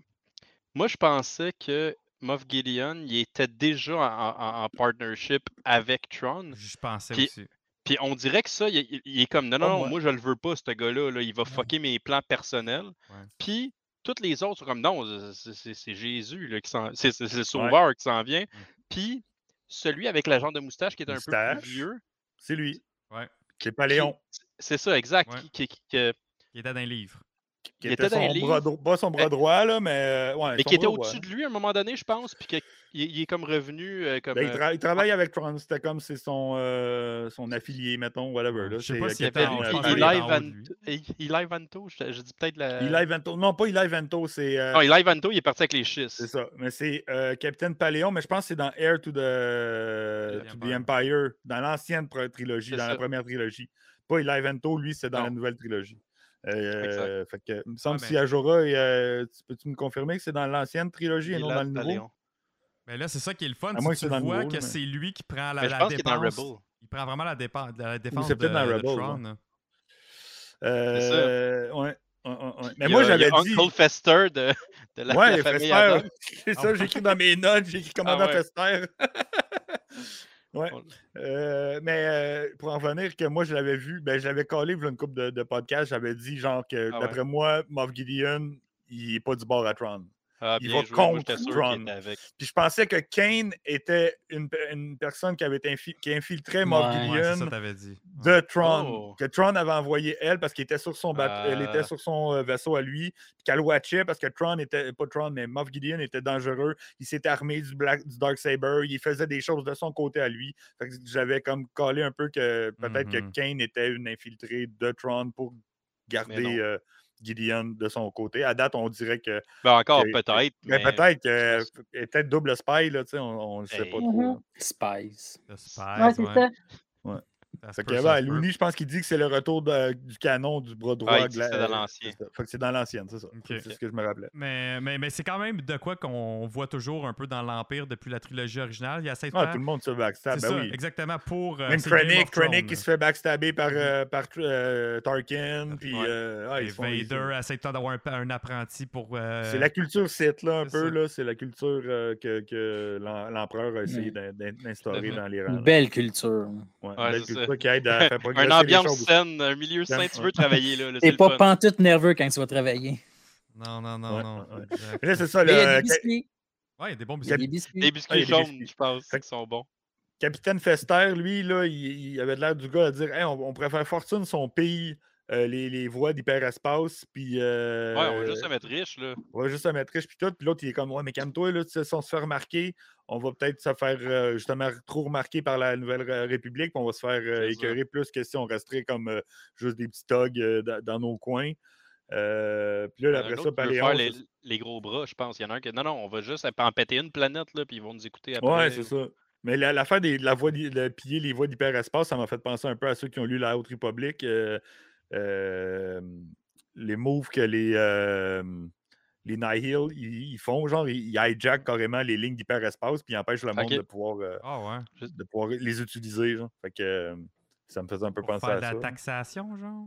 [SPEAKER 2] moi, je pensais que Moff Gideon, il était déjà en, en- en partnership avec Tron.
[SPEAKER 1] Je pensais
[SPEAKER 2] Puis-
[SPEAKER 1] aussi.
[SPEAKER 2] Puis on dirait que ça, il, il- il est comme non, non,
[SPEAKER 3] Pas
[SPEAKER 2] non,
[SPEAKER 3] moi.
[SPEAKER 2] moi, je le veux pas, ce gars-là. là, il va fucker mes plans personnels.
[SPEAKER 1] Ouais.
[SPEAKER 2] Puis toutes les autres sont comme non, euh, c'est- c'est c'est Jésus, là, qui s'en- c'est c'est- c'est le sauveur qui s'en vient.
[SPEAKER 3] Mmh.
[SPEAKER 2] Puis celui avec la genre de moustache qui est un peu
[SPEAKER 3] Moustache.
[SPEAKER 2] plus vieux.
[SPEAKER 3] C'est lui.
[SPEAKER 1] Ouais.
[SPEAKER 3] C'est pas Léon.
[SPEAKER 2] C'est ça, exact.
[SPEAKER 1] Ouais.
[SPEAKER 2] qui- qui- qui- que-
[SPEAKER 1] Il était dans les livres.
[SPEAKER 3] Qui
[SPEAKER 2] Il
[SPEAKER 3] était,
[SPEAKER 2] était dans
[SPEAKER 3] son
[SPEAKER 2] les
[SPEAKER 3] bras
[SPEAKER 2] livres.
[SPEAKER 3] dro- pas son bras
[SPEAKER 2] Mais-
[SPEAKER 3] droit, là, mais. euh, ouais,
[SPEAKER 2] Mais
[SPEAKER 3] son
[SPEAKER 2] qui était
[SPEAKER 3] bras droit,
[SPEAKER 2] au-dessus
[SPEAKER 3] là.
[SPEAKER 2] de lui à un moment donné, je pense, puis qu'il il est comme revenu euh, comme.
[SPEAKER 3] Ben, il,
[SPEAKER 2] euh,
[SPEAKER 3] tra- il travaille avec Tron, c'était comme c'est son, euh, son affilié, mettons, whatever.
[SPEAKER 1] Je
[SPEAKER 3] Là,
[SPEAKER 1] sais
[SPEAKER 3] c'est,
[SPEAKER 1] pas
[SPEAKER 3] euh,
[SPEAKER 1] s'il
[SPEAKER 2] il y
[SPEAKER 1] était
[SPEAKER 2] avait
[SPEAKER 3] Captain,
[SPEAKER 1] en
[SPEAKER 3] euh,
[SPEAKER 1] Eli-
[SPEAKER 3] Paris.
[SPEAKER 2] Eli
[SPEAKER 1] il est en haut de
[SPEAKER 2] Van-
[SPEAKER 1] lui.
[SPEAKER 2] Eli- Eli Vanto, je, je dis peut-être
[SPEAKER 1] euh,
[SPEAKER 2] la.
[SPEAKER 3] Eli Vento. Non, pas Eli Vento, c'est, euh,
[SPEAKER 2] Non, Eli Vanto, il est parti avec les schistes.
[SPEAKER 3] c'est ça. Mais c'est euh, Capitaine Paléon, mais je pense que c'est dans Air to the,
[SPEAKER 1] The
[SPEAKER 3] to the Empire, dans l'ancienne pro- trilogie,
[SPEAKER 2] C'est
[SPEAKER 3] dans la
[SPEAKER 2] ça.
[SPEAKER 3] première trilogie. Pas Eli Vento, lui, c'est dans la
[SPEAKER 2] Non.
[SPEAKER 3] nouvelle trilogie. Euh, fait que, il me semble
[SPEAKER 1] Ouais,
[SPEAKER 3] si
[SPEAKER 1] mais-
[SPEAKER 3] Ajora, euh, tu- peux-tu me confirmer que c'est dans l'ancienne trilogie et
[SPEAKER 2] Eli
[SPEAKER 3] non dans le nouveau?
[SPEAKER 2] Vantalléon.
[SPEAKER 1] Mais là, c'est ça qui est le fun.
[SPEAKER 3] À moins que
[SPEAKER 1] c'est
[SPEAKER 3] c'est
[SPEAKER 1] que
[SPEAKER 3] dans
[SPEAKER 1] tu
[SPEAKER 3] le
[SPEAKER 1] vois
[SPEAKER 3] nouveau,
[SPEAKER 1] que
[SPEAKER 3] là, mais-
[SPEAKER 1] c'est lui qui prend la,
[SPEAKER 2] Mais je
[SPEAKER 1] la
[SPEAKER 2] pense qu'il est dans
[SPEAKER 1] défense.
[SPEAKER 2] Rebel.
[SPEAKER 1] Il prend vraiment la, dépa- la défense
[SPEAKER 3] c'est
[SPEAKER 1] de,
[SPEAKER 3] peut-être dans
[SPEAKER 1] de
[SPEAKER 3] Rebel, ouais.
[SPEAKER 1] Tron.
[SPEAKER 3] Euh, ouais, ouais, ouais, ouais. Mais
[SPEAKER 2] Il y
[SPEAKER 3] moi,
[SPEAKER 2] a- il y a
[SPEAKER 3] j'avais dit.
[SPEAKER 2] Uncle Fester de, de la,
[SPEAKER 3] ouais,
[SPEAKER 2] la famille
[SPEAKER 3] Fester.
[SPEAKER 2] Adam.
[SPEAKER 3] *laughs* C'est
[SPEAKER 1] Ah
[SPEAKER 3] ça,
[SPEAKER 1] ouais.
[SPEAKER 3] j'ai écrit dans mes notes, j'ai écrit commandant
[SPEAKER 2] Ah ouais.
[SPEAKER 3] Fester. *laughs* ouais. Euh, mais euh, pour en revenir, que moi, je l'avais vu, ben, je l'avais collé pour une coupe de, de podcasts. J'avais dit, genre, que
[SPEAKER 2] Ah ouais.
[SPEAKER 3] d'après moi, Moff Gideon, il n'est pas du bord à Tron.
[SPEAKER 2] Ah,
[SPEAKER 3] Il
[SPEAKER 2] bien
[SPEAKER 3] va
[SPEAKER 2] joué, moi, j'étais
[SPEAKER 3] contre
[SPEAKER 2] sûr qu'il
[SPEAKER 3] Ron.
[SPEAKER 2] était avec.
[SPEAKER 3] Puis je pensais que Kane était une, pe- une personne qui, avait été infi- qui infiltrait Moff
[SPEAKER 4] Ouais.
[SPEAKER 1] Ouais, c'est ça
[SPEAKER 3] Gideon
[SPEAKER 1] que t'avais dit. Ouais.
[SPEAKER 3] de Tron.
[SPEAKER 2] Oh.
[SPEAKER 3] Que Tron avait envoyé elle parce qu'elle était sur son bateau, elle était
[SPEAKER 2] Ah.
[SPEAKER 3] sur son euh, vaisseau à lui, puis qu'elle watchait parce que Tron était pas Tron, mais Moff Gideon était dangereux. Il s'était armé du Black du Dark Saber, il faisait des choses de son côté à lui. Fait que j'avais comme collé un peu que peut-être
[SPEAKER 2] Mmh
[SPEAKER 1] Mhm.
[SPEAKER 3] que Kane était une infiltrée de Tron pour garder
[SPEAKER 2] non.
[SPEAKER 3] euh, Gideon de son côté. À date, on dirait que
[SPEAKER 2] Ben, encore
[SPEAKER 3] Que-
[SPEAKER 2] peut-être.
[SPEAKER 3] mais
[SPEAKER 2] mais- Ben
[SPEAKER 3] peut-être qu'elle est peut-être double spy là, tu sais, on, on le sait pas
[SPEAKER 2] Hey.
[SPEAKER 3] trop. là.
[SPEAKER 5] Mhm.
[SPEAKER 4] Spice.
[SPEAKER 1] The Spies,
[SPEAKER 5] Ouais, c'est ça.
[SPEAKER 1] Ça se
[SPEAKER 3] Fait que,
[SPEAKER 1] peut,
[SPEAKER 3] ouais,
[SPEAKER 1] ça se peut.
[SPEAKER 3] Looney, je pense qu'il dit que c'est le retour de- du canon du bras droit.
[SPEAKER 2] Ah, il dit que
[SPEAKER 3] gla-
[SPEAKER 2] c'est dans l'ancien.
[SPEAKER 3] c'est ça. Fait que c'est dans l'ancienne, c'est ça.
[SPEAKER 1] Ok.
[SPEAKER 3] C'est ce que je me rappelais.
[SPEAKER 1] Mais, mais, mais c'est quand même de quoi qu'on voit toujours un peu dans l'Empire depuis la trilogie originale. Il essaie de
[SPEAKER 3] Ah,
[SPEAKER 1] faire-
[SPEAKER 3] tout le monde se
[SPEAKER 1] C'est
[SPEAKER 3] backstab, ben
[SPEAKER 1] ça,
[SPEAKER 3] oui.
[SPEAKER 1] exactement pour. euh,
[SPEAKER 3] Même
[SPEAKER 1] c'est Game
[SPEAKER 3] Krennic,
[SPEAKER 1] of Thrones.
[SPEAKER 3] Krennic qui se fait backstabber par,
[SPEAKER 1] Mhm.
[SPEAKER 3] euh, par euh, Tarkin,
[SPEAKER 1] Ouais.
[SPEAKER 3] puis euh, ah,
[SPEAKER 1] Et
[SPEAKER 3] ils se font- ils se-
[SPEAKER 1] Vader essaie de faire d'avoir un, un apprenti pour. euh,
[SPEAKER 3] C'est la culture Sith, là, un
[SPEAKER 1] c'est
[SPEAKER 3] peu,
[SPEAKER 1] ça.
[SPEAKER 3] là. C'est la culture euh, que, que l'em- l'empereur a essayé
[SPEAKER 4] Ouais.
[SPEAKER 3] d'in- d'in- d'instaurer
[SPEAKER 2] Devenu-
[SPEAKER 3] dans les rangs.
[SPEAKER 4] Une
[SPEAKER 3] là.
[SPEAKER 4] belle culture.
[SPEAKER 2] Ouais,
[SPEAKER 3] Ouais, une belle
[SPEAKER 2] c'est ça.
[SPEAKER 3] culture qui aide à faire progresser
[SPEAKER 2] Un
[SPEAKER 3] les
[SPEAKER 2] ambiance
[SPEAKER 3] choses.
[SPEAKER 2] saine, un milieu sain, tu
[SPEAKER 3] Ouais.
[SPEAKER 2] veux travailler là. là, c'est
[SPEAKER 4] T'es
[SPEAKER 2] le
[SPEAKER 4] pas
[SPEAKER 2] fun.
[SPEAKER 4] pantoute nerveux quand tu vas travailler.
[SPEAKER 1] Non, non, non,
[SPEAKER 3] Ouais,
[SPEAKER 1] non.
[SPEAKER 3] ouais, ouais.
[SPEAKER 1] exact.
[SPEAKER 3] Là, euh, c'est ça,
[SPEAKER 4] Mais il y a
[SPEAKER 3] Ah, le
[SPEAKER 4] des biscuits.
[SPEAKER 1] Ouais, il y a des bons
[SPEAKER 4] Il y a
[SPEAKER 1] biscuits.
[SPEAKER 4] des biscuits.
[SPEAKER 2] Des
[SPEAKER 3] Ah, il y a
[SPEAKER 2] biscuits
[SPEAKER 3] des
[SPEAKER 2] jaunes,
[SPEAKER 3] biscuits.
[SPEAKER 2] je pense,
[SPEAKER 3] Fait-
[SPEAKER 2] qui sont bons.
[SPEAKER 3] Capitaine Fester, lui, là, il, il avait l'air du gars à dire Hey, on, on préfère fortune son pays, euh, les, les voies d'hyperespace, puis. euh,
[SPEAKER 2] Ouais, on va juste se mettre riche, là.
[SPEAKER 3] on va juste se mettre riche, puis tout. Puis l'autre, il est comme Ouais, mais calme-toi, là, tu sais, si on se fait remarquer, on va peut-être se faire euh, justement trop remarquer par la Nouvelle Ré- République, puis on va se faire euh,
[SPEAKER 2] C'est ça.
[SPEAKER 3] écœurer plus que si on resterait comme euh, juste des petits togs euh, dans, dans nos coins. Euh, puis là,
[SPEAKER 2] Ben, Un
[SPEAKER 3] après
[SPEAKER 2] autre
[SPEAKER 3] ça,
[SPEAKER 2] qui veut
[SPEAKER 3] Paléon.
[SPEAKER 2] faire
[SPEAKER 3] c'est-
[SPEAKER 2] les, les gros bras, je pense. Il y en a un qui. Non, non, on va juste en péter une planète, là, puis ils vont nous écouter après.
[SPEAKER 3] Ouais, c'est
[SPEAKER 1] euh,
[SPEAKER 3] ça. Mais la- l'affaire des- de la voie d'hy- de piller les voies d'hyperespace, ça m'a fait penser un peu à ceux qui ont lu la Haute République. euh, euh, les moves que les, euh, les Nihil ils, ils font, genre, ils, ils hijackent carrément les lignes d'hyperespace puis ils empêchent le monde
[SPEAKER 2] Ok.
[SPEAKER 3] de pouvoir, euh,
[SPEAKER 1] Ah ouais.
[SPEAKER 3] de pouvoir les utiliser. Genre. Fait que euh, ça me faisait un peu
[SPEAKER 1] Pour
[SPEAKER 3] penser
[SPEAKER 1] faire
[SPEAKER 3] à
[SPEAKER 1] de la
[SPEAKER 3] ça.
[SPEAKER 1] taxation, genre.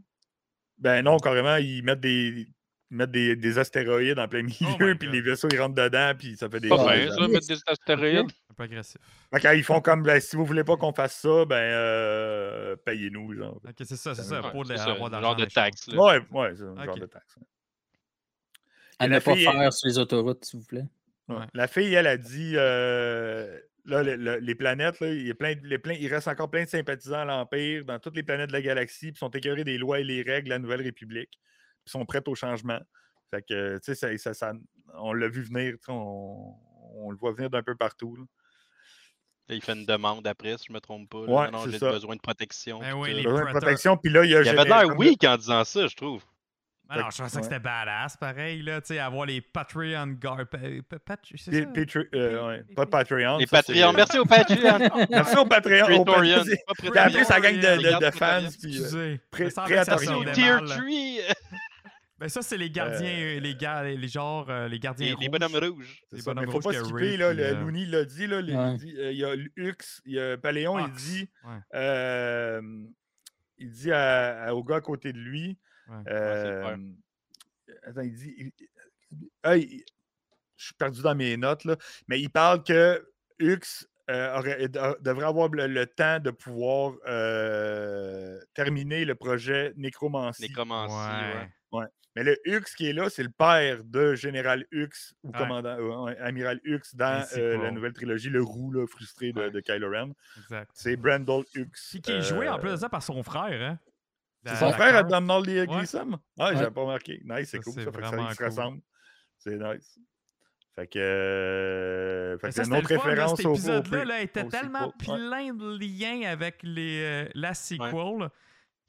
[SPEAKER 3] Ben non, carrément, ils mettent des. ils mettent des, des astéroïdes en plein milieu, puis
[SPEAKER 1] Oh God.
[SPEAKER 3] les vaisseaux ils rentrent dedans, puis ça fait des.
[SPEAKER 2] Pas
[SPEAKER 4] Ah,
[SPEAKER 2] fin,
[SPEAKER 3] des-
[SPEAKER 2] ça, mettre des astéroïdes.
[SPEAKER 1] Un peu agressif.
[SPEAKER 3] Fait que, ils font comme ben, si vous voulez pas qu'on fasse ça, ben euh, payez-nous. Genre.
[SPEAKER 1] Ok, c'est ça, c'est
[SPEAKER 3] Ouais,
[SPEAKER 1] ça.
[SPEAKER 2] Ouais,
[SPEAKER 1] Pour
[SPEAKER 2] c'est
[SPEAKER 1] les-
[SPEAKER 2] ça,
[SPEAKER 1] avoir de
[SPEAKER 2] le
[SPEAKER 1] l'argent.
[SPEAKER 2] genre de
[SPEAKER 1] en échange.
[SPEAKER 2] taxe, là.
[SPEAKER 3] Ouais, ouais, c'est un
[SPEAKER 1] Ok.
[SPEAKER 3] genre de taxe. hein.
[SPEAKER 4] À
[SPEAKER 3] la
[SPEAKER 4] Ah, ne pas
[SPEAKER 3] fille est-
[SPEAKER 4] faire sur les autoroutes, s'il vous plaît.
[SPEAKER 3] Ouais.
[SPEAKER 1] Ouais.
[SPEAKER 3] La fille, elle a dit euh, là, le- le- les planètes, là, il, y a plein, de- les plein- il reste encore plein de sympathisants à l'Empire dans toutes les planètes de la galaxie, puis sont écœurés des lois et les règles de la Nouvelle République. puis sont prêtes au changement. Fait que, tu sais, ça- ça- ça- on l'a vu venir, tu sais, on, on le voit venir d'un peu partout. là.
[SPEAKER 2] Là, il fait une demande après, si je me trompe pas. là.
[SPEAKER 3] Ouais,
[SPEAKER 2] non, non,
[SPEAKER 3] c'est
[SPEAKER 2] j'ai
[SPEAKER 3] ça.
[SPEAKER 2] besoin de protection.
[SPEAKER 1] Ben
[SPEAKER 2] puis
[SPEAKER 1] oui,
[SPEAKER 2] tout.
[SPEAKER 1] les
[SPEAKER 3] Il a besoin de
[SPEAKER 1] Predator.
[SPEAKER 3] protection, puis là, il a
[SPEAKER 2] Il avait
[SPEAKER 3] généré
[SPEAKER 2] l'air
[SPEAKER 3] comme-
[SPEAKER 2] weak en disant ça, je trouve.
[SPEAKER 1] Alors, je pensais que
[SPEAKER 3] Ouais.
[SPEAKER 1] c'était badass, pareil, là, tu sais, avoir les Patreon Gar... pa- pa- pa- c'est
[SPEAKER 3] Puis-
[SPEAKER 1] ça?
[SPEAKER 3] Patri- euh, ouais,
[SPEAKER 1] Puis-
[SPEAKER 3] pas Patreon.
[SPEAKER 2] Les
[SPEAKER 3] ça, c'est-
[SPEAKER 2] Patreons, merci aux Patreons.
[SPEAKER 3] *laughs* Merci aux Patreons.
[SPEAKER 2] Praetorians,
[SPEAKER 3] aux Patreons. *laughs*
[SPEAKER 2] pas
[SPEAKER 3] T'as
[SPEAKER 1] Patreon,
[SPEAKER 3] appelé sa gang de,
[SPEAKER 1] les
[SPEAKER 3] de-
[SPEAKER 2] gardes
[SPEAKER 3] de
[SPEAKER 2] Praetorians.
[SPEAKER 3] fans. Puis, euh,
[SPEAKER 1] Excusez.
[SPEAKER 3] pré-
[SPEAKER 1] Ça semblait que ça
[SPEAKER 3] Préatorium.
[SPEAKER 1] sonnait
[SPEAKER 2] Merci aux
[SPEAKER 1] mal.
[SPEAKER 2] Tier 3.
[SPEAKER 1] Ben ça, c'est les gardiens,
[SPEAKER 3] Euh,
[SPEAKER 1] les, gar- les genres, euh, les gardiens
[SPEAKER 2] Les, les
[SPEAKER 1] rouges.
[SPEAKER 2] bonhommes rouges.
[SPEAKER 3] c'est
[SPEAKER 1] les
[SPEAKER 3] ça, mais
[SPEAKER 1] bonhommes
[SPEAKER 3] faut pas
[SPEAKER 1] rouges que
[SPEAKER 3] skipper,
[SPEAKER 1] Ray,
[SPEAKER 3] là,
[SPEAKER 1] puis,
[SPEAKER 3] le-
[SPEAKER 1] euh,
[SPEAKER 3] Looney l'a dit, là, les-
[SPEAKER 4] Ouais.
[SPEAKER 3] il dit, euh, il y a Hux, il y a Paléon, il
[SPEAKER 1] Ox.
[SPEAKER 3] dit,
[SPEAKER 1] Ouais.
[SPEAKER 3] euh, il dit à- à- au gars à côté de lui,
[SPEAKER 1] Ouais.
[SPEAKER 2] le frère.
[SPEAKER 3] Euh, attends, il dit. il- il- ah, il- je suis perdu dans mes notes, là. Mais il parle que Hux euh, aurait- euh, de- devrait avoir le, le temps de pouvoir euh, terminer le projet Nécromancie.
[SPEAKER 2] Nécromancie, ouais.
[SPEAKER 1] Ouais.
[SPEAKER 3] Mais le Hux qui est là, c'est le père de Général Hux ou
[SPEAKER 1] Ouais.
[SPEAKER 3] commandant euh, ouais, Amiral Hux dans
[SPEAKER 1] Les
[SPEAKER 3] euh, la
[SPEAKER 1] sequels.
[SPEAKER 3] nouvelle trilogie, le roux là, frustré de,
[SPEAKER 2] Ouais.
[SPEAKER 3] de Kylo Ren.
[SPEAKER 1] exact.
[SPEAKER 3] C'est Brandol Hux.
[SPEAKER 1] Puis qui est joué en plus de ça par son frère, hein?
[SPEAKER 3] Euh, C'est
[SPEAKER 1] La-
[SPEAKER 3] son frère,
[SPEAKER 1] l'acteur.
[SPEAKER 3] Abdominal Lee
[SPEAKER 1] Ouais.
[SPEAKER 3] Gleason? Ah,
[SPEAKER 4] Ouais.
[SPEAKER 3] j'avais pas remarqué. Nice, c'est
[SPEAKER 1] Ça,
[SPEAKER 3] cool.
[SPEAKER 1] c'est
[SPEAKER 3] Ça, fait que ça
[SPEAKER 1] vraiment
[SPEAKER 3] ils se
[SPEAKER 1] cool.
[SPEAKER 3] ressemblent. C'est nice. Fait que. euh, Fait
[SPEAKER 1] Mais
[SPEAKER 3] que
[SPEAKER 1] ça,
[SPEAKER 3] c'est une
[SPEAKER 1] c'était
[SPEAKER 3] autre
[SPEAKER 1] le fun, là,
[SPEAKER 3] référence
[SPEAKER 1] cet
[SPEAKER 3] au- au.
[SPEAKER 1] épisode-là
[SPEAKER 3] pré-
[SPEAKER 1] là, était
[SPEAKER 3] au
[SPEAKER 1] tellement
[SPEAKER 3] sequel, ouais.
[SPEAKER 1] plein de liens avec les, euh, la sequel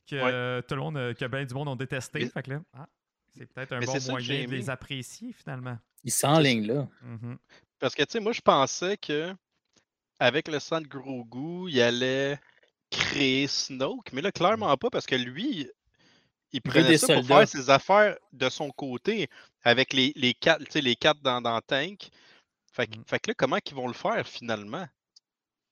[SPEAKER 1] que
[SPEAKER 2] Ouais.
[SPEAKER 1] euh, tout le monde, euh, que bien du monde ont détesté.
[SPEAKER 2] Mais-
[SPEAKER 1] Fait que là, ah, c'est peut-être un
[SPEAKER 2] Mais
[SPEAKER 1] bon
[SPEAKER 2] c'est ça que
[SPEAKER 1] moyen
[SPEAKER 2] j'ai
[SPEAKER 1] de les
[SPEAKER 2] aimé.
[SPEAKER 1] apprécier finalement.
[SPEAKER 4] Il s'enligne là.
[SPEAKER 1] Mhm.
[SPEAKER 2] Parce que, tu sais, moi, je pensais que avec le sang de gros goût, il allait créer Snoke, mais là, clairement pas, parce que lui, il
[SPEAKER 4] veut
[SPEAKER 2] prenait
[SPEAKER 4] des
[SPEAKER 2] ça pour
[SPEAKER 4] soldats.
[SPEAKER 2] faire ses affaires de son côté, avec les, les quatre, tu sais, les quatre dans, dans Tank. Fait, que-
[SPEAKER 1] Mhm.
[SPEAKER 2] fait que là, comment qu'ils vont le faire finalement?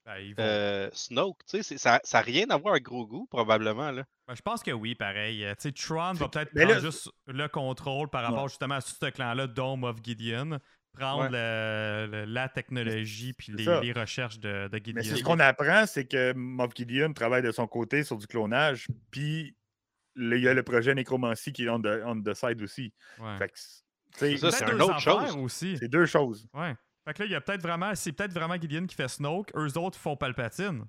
[SPEAKER 1] Ben, ils vont-
[SPEAKER 2] Euh, Snoke, tu sais, c'est- ça n'a rien à voir avec gros goût, probablement. Là.
[SPEAKER 1] Ben, je pense que oui, pareil. Euh, Tu sais, Tron va peut-être
[SPEAKER 3] Mais
[SPEAKER 1] prendre
[SPEAKER 3] là-
[SPEAKER 1] juste le contrôle par rapport justement à tout ce clan-là, Dome of Gideon, prendre
[SPEAKER 2] Ouais.
[SPEAKER 1] le- le- la technologie puis
[SPEAKER 3] c'est
[SPEAKER 1] les,
[SPEAKER 3] ça.
[SPEAKER 1] les recherches de, de Gideon.
[SPEAKER 3] Mais c'est ce qu'on apprend, c'est que Moff Gideon travaille de son côté sur du clonage, puis le- il y a le projet Nécromancie qui est on the, on the side aussi.
[SPEAKER 1] Ouais.
[SPEAKER 3] Fait que, tu sais,
[SPEAKER 2] Ça,
[SPEAKER 1] Peut-être
[SPEAKER 2] c'est
[SPEAKER 1] deux
[SPEAKER 2] une autre
[SPEAKER 1] affaires
[SPEAKER 2] chose.
[SPEAKER 1] aussi.
[SPEAKER 3] c'est deux choses.
[SPEAKER 1] Ouais. Fait que là, il y a peut-être vraiment, c'est peut-être vraiment Gideon qui fait Snoke, eux autres font Palpatine.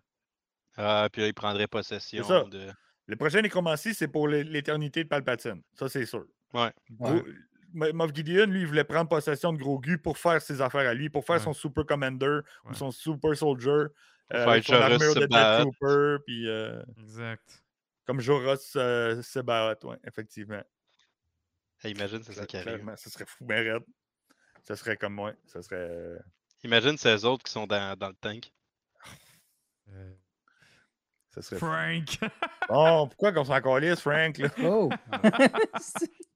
[SPEAKER 2] Ah, puis là, il prendrait possession
[SPEAKER 3] ça.
[SPEAKER 2] de.
[SPEAKER 3] Le projet Nécromancie, c'est pour l'é- l'éternité de Palpatine. Ça, c'est sûr.
[SPEAKER 2] Ouais.
[SPEAKER 3] Gros- Mo- Moff Gideon, lui, il voulait prendre possession de Grogu pour faire ses affaires à lui, pour faire
[SPEAKER 1] Ouais.
[SPEAKER 3] son Super Commander ou
[SPEAKER 1] Ouais.
[SPEAKER 3] son Super Soldier, euh,
[SPEAKER 2] faire
[SPEAKER 3] avec son
[SPEAKER 2] Jorah
[SPEAKER 3] armure de Death
[SPEAKER 2] Sebaat.
[SPEAKER 3] Trooper, puis euh,
[SPEAKER 1] Exact.
[SPEAKER 3] comme Joros euh, Sebaat, ouais, effectivement.
[SPEAKER 2] Hey, imagine, c'est ça
[SPEAKER 3] Cla-
[SPEAKER 2] qui arrive.
[SPEAKER 3] clairement, ça serait fou, ben raide. Ça serait comme moi, ça serait... euh,
[SPEAKER 2] Imagine ces autres qui sont dans, dans le tank.
[SPEAKER 3] Ça serait fou.
[SPEAKER 1] Frank! *laughs*
[SPEAKER 3] Bon, pourquoi qu'on s'en calisse, Frank, là? *laughs*
[SPEAKER 4] Oh!
[SPEAKER 3] Ah.
[SPEAKER 4] *laughs*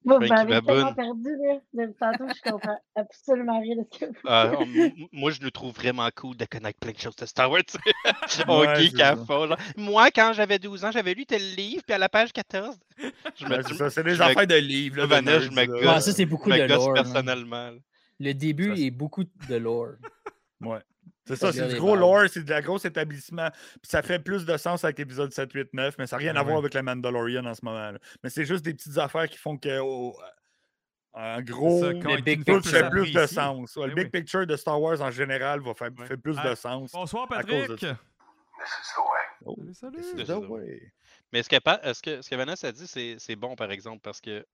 [SPEAKER 5] Vous
[SPEAKER 2] Frankie
[SPEAKER 5] m'avez tellement
[SPEAKER 2] Baboon.
[SPEAKER 5] perdu, là. Depuis tantôt, je comprends absolument rien de ce que vous
[SPEAKER 3] *laughs*
[SPEAKER 2] Ah, on- m- m- moi, je le trouve vraiment cool de connaître plein de choses de Star Wars. tu sais. *laughs* on
[SPEAKER 3] Ouais,
[SPEAKER 2] geek
[SPEAKER 3] c'est
[SPEAKER 2] à
[SPEAKER 3] ça.
[SPEAKER 2] fond. là. Moi, quand j'avais 12 ans, j'avais lu tel livre, puis à la page 14, *laughs* je me
[SPEAKER 3] Ouais, Ben, c'est
[SPEAKER 2] dis-
[SPEAKER 3] ça, c'est des
[SPEAKER 2] je me-
[SPEAKER 3] affaires de livres, là, de
[SPEAKER 2] Vanessa, je
[SPEAKER 3] nerds,
[SPEAKER 2] me
[SPEAKER 3] là.
[SPEAKER 2] gosse.
[SPEAKER 4] Ouais, ça, c'est beaucoup
[SPEAKER 2] je me
[SPEAKER 4] de
[SPEAKER 2] gosse
[SPEAKER 4] lore. man.
[SPEAKER 2] personnellement. là.
[SPEAKER 4] Le
[SPEAKER 3] Ça,
[SPEAKER 4] début
[SPEAKER 3] c'est-
[SPEAKER 4] est beaucoup de
[SPEAKER 3] *laughs*
[SPEAKER 4] lore.
[SPEAKER 3] C'est ça,
[SPEAKER 4] Parce
[SPEAKER 3] c'est
[SPEAKER 4] qu'il y a
[SPEAKER 3] du
[SPEAKER 4] des
[SPEAKER 3] gros
[SPEAKER 4] bases.
[SPEAKER 3] lore, c'est de la grosse établissement. Puis ça fait plus de sens avec l'épisode 7, 8, 9, mais ça n'a rien
[SPEAKER 1] Ah
[SPEAKER 3] à voir
[SPEAKER 1] ouais.
[SPEAKER 3] avec la Mandalorian en ce moment. là. Mais c'est juste des petites affaires qui font que, au- en gros,
[SPEAKER 1] C'est ça, quand
[SPEAKER 4] le
[SPEAKER 1] il
[SPEAKER 4] big
[SPEAKER 1] nous
[SPEAKER 3] tout
[SPEAKER 1] fait
[SPEAKER 4] picture.
[SPEAKER 3] fait plus de
[SPEAKER 1] apprécier.
[SPEAKER 3] sens. Ouais, le
[SPEAKER 1] Eh
[SPEAKER 3] big
[SPEAKER 1] oui.
[SPEAKER 3] picture de Star Wars en général va faire,
[SPEAKER 2] Ouais.
[SPEAKER 3] fait plus
[SPEAKER 1] Ah,
[SPEAKER 3] de sens.
[SPEAKER 1] Bonsoir,
[SPEAKER 3] à cause de
[SPEAKER 1] Patrick!
[SPEAKER 3] ça. Oh,
[SPEAKER 1] Salut, salut!
[SPEAKER 3] qu'est-ce que
[SPEAKER 2] de
[SPEAKER 3] ça,
[SPEAKER 2] ça.
[SPEAKER 3] ouais?
[SPEAKER 2] Mais ce que, pa- euh, ce que, ce que Vanessa a dit, c'est c'est bon, par exemple, parce que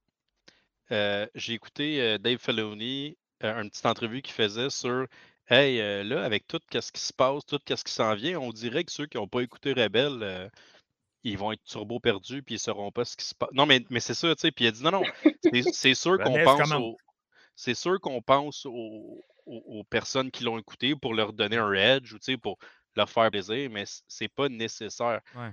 [SPEAKER 2] euh, j'ai écouté euh, Dave Filoni, euh, une petite entrevue qu'il faisait sur Hey, euh, là, avec tout ce qui se passe, tout ce qui s'en vient, on dirait que ceux qui n'ont pas écouté Rebelle, euh, ils vont être turbo perdus, puis ils ne sauront pas ce qui se passe. Non, mais, mais c'est ça, tu sais. Puis il a dit Non, non, c'est- c'est sûr qu'on
[SPEAKER 3] Vanessa
[SPEAKER 2] pense
[SPEAKER 3] commente.
[SPEAKER 2] au- C'est sûr qu'on pense aux, aux- aux personnes qui l'ont écouté pour leur donner un edge ou tu sais, pour leur faire plaisir, mais c- c'est pas nécessaire.
[SPEAKER 1] Ouais.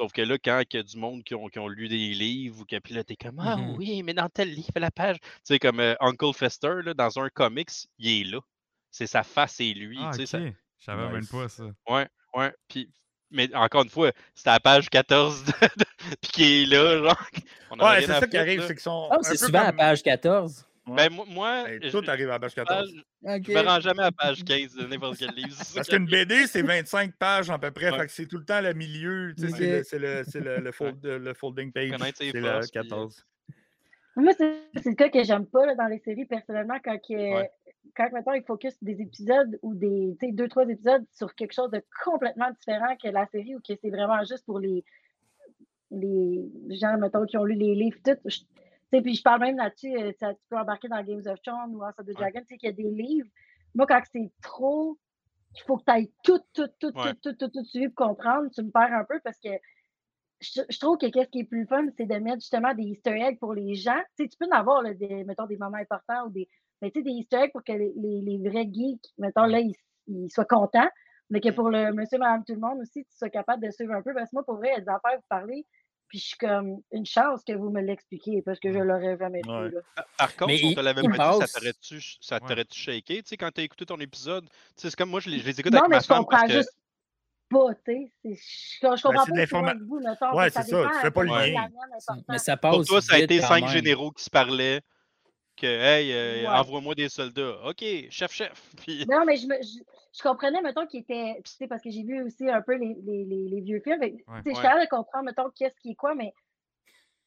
[SPEAKER 2] Sauf que là, quand il y a du monde qui ont, qui ont lu des livres ou que puis là, t'es comme
[SPEAKER 3] Mmh
[SPEAKER 2] Ah
[SPEAKER 4] Mhm.
[SPEAKER 2] oui, mais dans tel livre, à la page. Tu sais, comme euh, Uncle Fester, là, dans un comics, il est là. C'est sa face, c'est lui.
[SPEAKER 1] Ah,
[SPEAKER 2] tu
[SPEAKER 1] ok.
[SPEAKER 2] sais, ça-
[SPEAKER 1] Je savais même
[SPEAKER 3] Nice.
[SPEAKER 1] pas ça.
[SPEAKER 2] ouais, puis- mais encore une fois, c'est à la page 14 de- de- puis qu'il est là, genre. *laughs* On en a
[SPEAKER 3] Ouais,
[SPEAKER 2] rien
[SPEAKER 3] c'est
[SPEAKER 2] à
[SPEAKER 3] ça qui
[SPEAKER 2] foutre,
[SPEAKER 3] arrive,
[SPEAKER 2] là.
[SPEAKER 3] c'est qu'ils sont.
[SPEAKER 4] Ah,
[SPEAKER 3] un
[SPEAKER 4] c'est
[SPEAKER 3] peu
[SPEAKER 4] souvent à
[SPEAKER 3] comme-
[SPEAKER 4] page 14.
[SPEAKER 2] Ben, moi, moi,
[SPEAKER 3] Ben,
[SPEAKER 2] je,
[SPEAKER 3] tout arrive à page 14.
[SPEAKER 2] je-
[SPEAKER 4] Ok.
[SPEAKER 2] je me rends jamais à la page 15 de n'importe quel livre. c'est ça
[SPEAKER 3] Parce
[SPEAKER 2] qui
[SPEAKER 3] qu'une BD, c'est 25 pages à peu près.
[SPEAKER 2] Ouais.
[SPEAKER 3] Fait que c'est tout le temps le milieu. tu sais,
[SPEAKER 4] Ok.
[SPEAKER 3] c'est le- C'est le, c'est le- le fold- le folding page.
[SPEAKER 2] Connaître ses
[SPEAKER 3] C'est le
[SPEAKER 2] forces, puis, euh,
[SPEAKER 3] 14.
[SPEAKER 5] Moi, c'est c'est le cas que j'aime pas là, dans les séries, personnellement, quand, que-
[SPEAKER 2] Ouais.
[SPEAKER 5] quand maintenant ils focus des épisodes ou des tu sais, deux, trois épisodes sur quelque chose de complètement différent que la série ou que c'est vraiment juste pour les, les gens, mettons, qui ont lu les livres, tout. je- Tu sais, puis je parle même là-dessus, euh, ça- tu peux embarquer dans Games of Thrones ou House of the Dragon, tu sais, qu'il y a des livres. Moi, quand c'est trop, il faut que tu ailles tout, tout, tout,
[SPEAKER 2] Ouais.
[SPEAKER 5] tout, tout, tout, tout suivi pour comprendre, tu me perds un peu parce que je, je trouve que qu'est-ce qui est plus fun, c'est de mettre justement des easter eggs pour les gens. Tu sais, tu peux en avoir, là, des, mettons, des moments importants ou des. Mais tu sais, des easter eggs pour que les, les- les vrais geeks, mettons, là, ils, ils soient contents. Mais que
[SPEAKER 2] Mm.
[SPEAKER 5] pour le monsieur, madame, tout le monde aussi, tu sois capable de suivre un peu. Parce que moi, pour vrai, il y a des affaires, vous parlez. Puis je suis comme, une chance que vous me l'expliquiez, parce que je l'aurais jamais fait.
[SPEAKER 3] Ouais.
[SPEAKER 5] là.
[SPEAKER 2] Par- Par contre,
[SPEAKER 4] Mais
[SPEAKER 2] on
[SPEAKER 4] il-
[SPEAKER 2] te l'avait
[SPEAKER 4] il
[SPEAKER 2] pas dit,
[SPEAKER 4] passe.
[SPEAKER 2] ça t'aurait-tu ch- ça
[SPEAKER 1] Ouais.
[SPEAKER 2] t'aurait-tu shaké? Tu sais, quand t'as écouté ton épisode, tu sais, c'est comme moi, je les, je les écoute
[SPEAKER 5] Non,
[SPEAKER 2] avec
[SPEAKER 5] mais
[SPEAKER 2] ma
[SPEAKER 5] je
[SPEAKER 2] femme
[SPEAKER 5] comprends
[SPEAKER 2] parce que...
[SPEAKER 5] juste pas, tu sais. C'est- Je, je comprends
[SPEAKER 3] Bah, c'est
[SPEAKER 5] pas ce
[SPEAKER 3] d'informa-
[SPEAKER 5] que vous, mettons.
[SPEAKER 3] Ouais,
[SPEAKER 5] mais
[SPEAKER 3] c'est ça,
[SPEAKER 5] dépend
[SPEAKER 3] tu
[SPEAKER 5] à
[SPEAKER 3] fais pas
[SPEAKER 5] quel
[SPEAKER 2] le
[SPEAKER 5] point
[SPEAKER 3] lien.
[SPEAKER 5] la mienne est importante.
[SPEAKER 4] Mais ça passe.
[SPEAKER 2] Pour toi, ça a
[SPEAKER 4] vite
[SPEAKER 2] été
[SPEAKER 4] quand
[SPEAKER 2] cinq
[SPEAKER 4] même.
[SPEAKER 2] généraux qui se parlaient que Hey, euh,
[SPEAKER 5] Ouais.
[SPEAKER 2] envoie-moi des soldats. OK, chef, chef. *laughs* Puis,
[SPEAKER 5] Non, mais je, me, je, je comprenais, mettons, qu'il était. puis, Tu sais, parce que j'ai vu aussi un peu les, les, les, les vieux films. fait que, tu sais, Je suis
[SPEAKER 2] ouais.
[SPEAKER 5] capable de comprendre, mettons, qu'est-ce qui est quoi, mais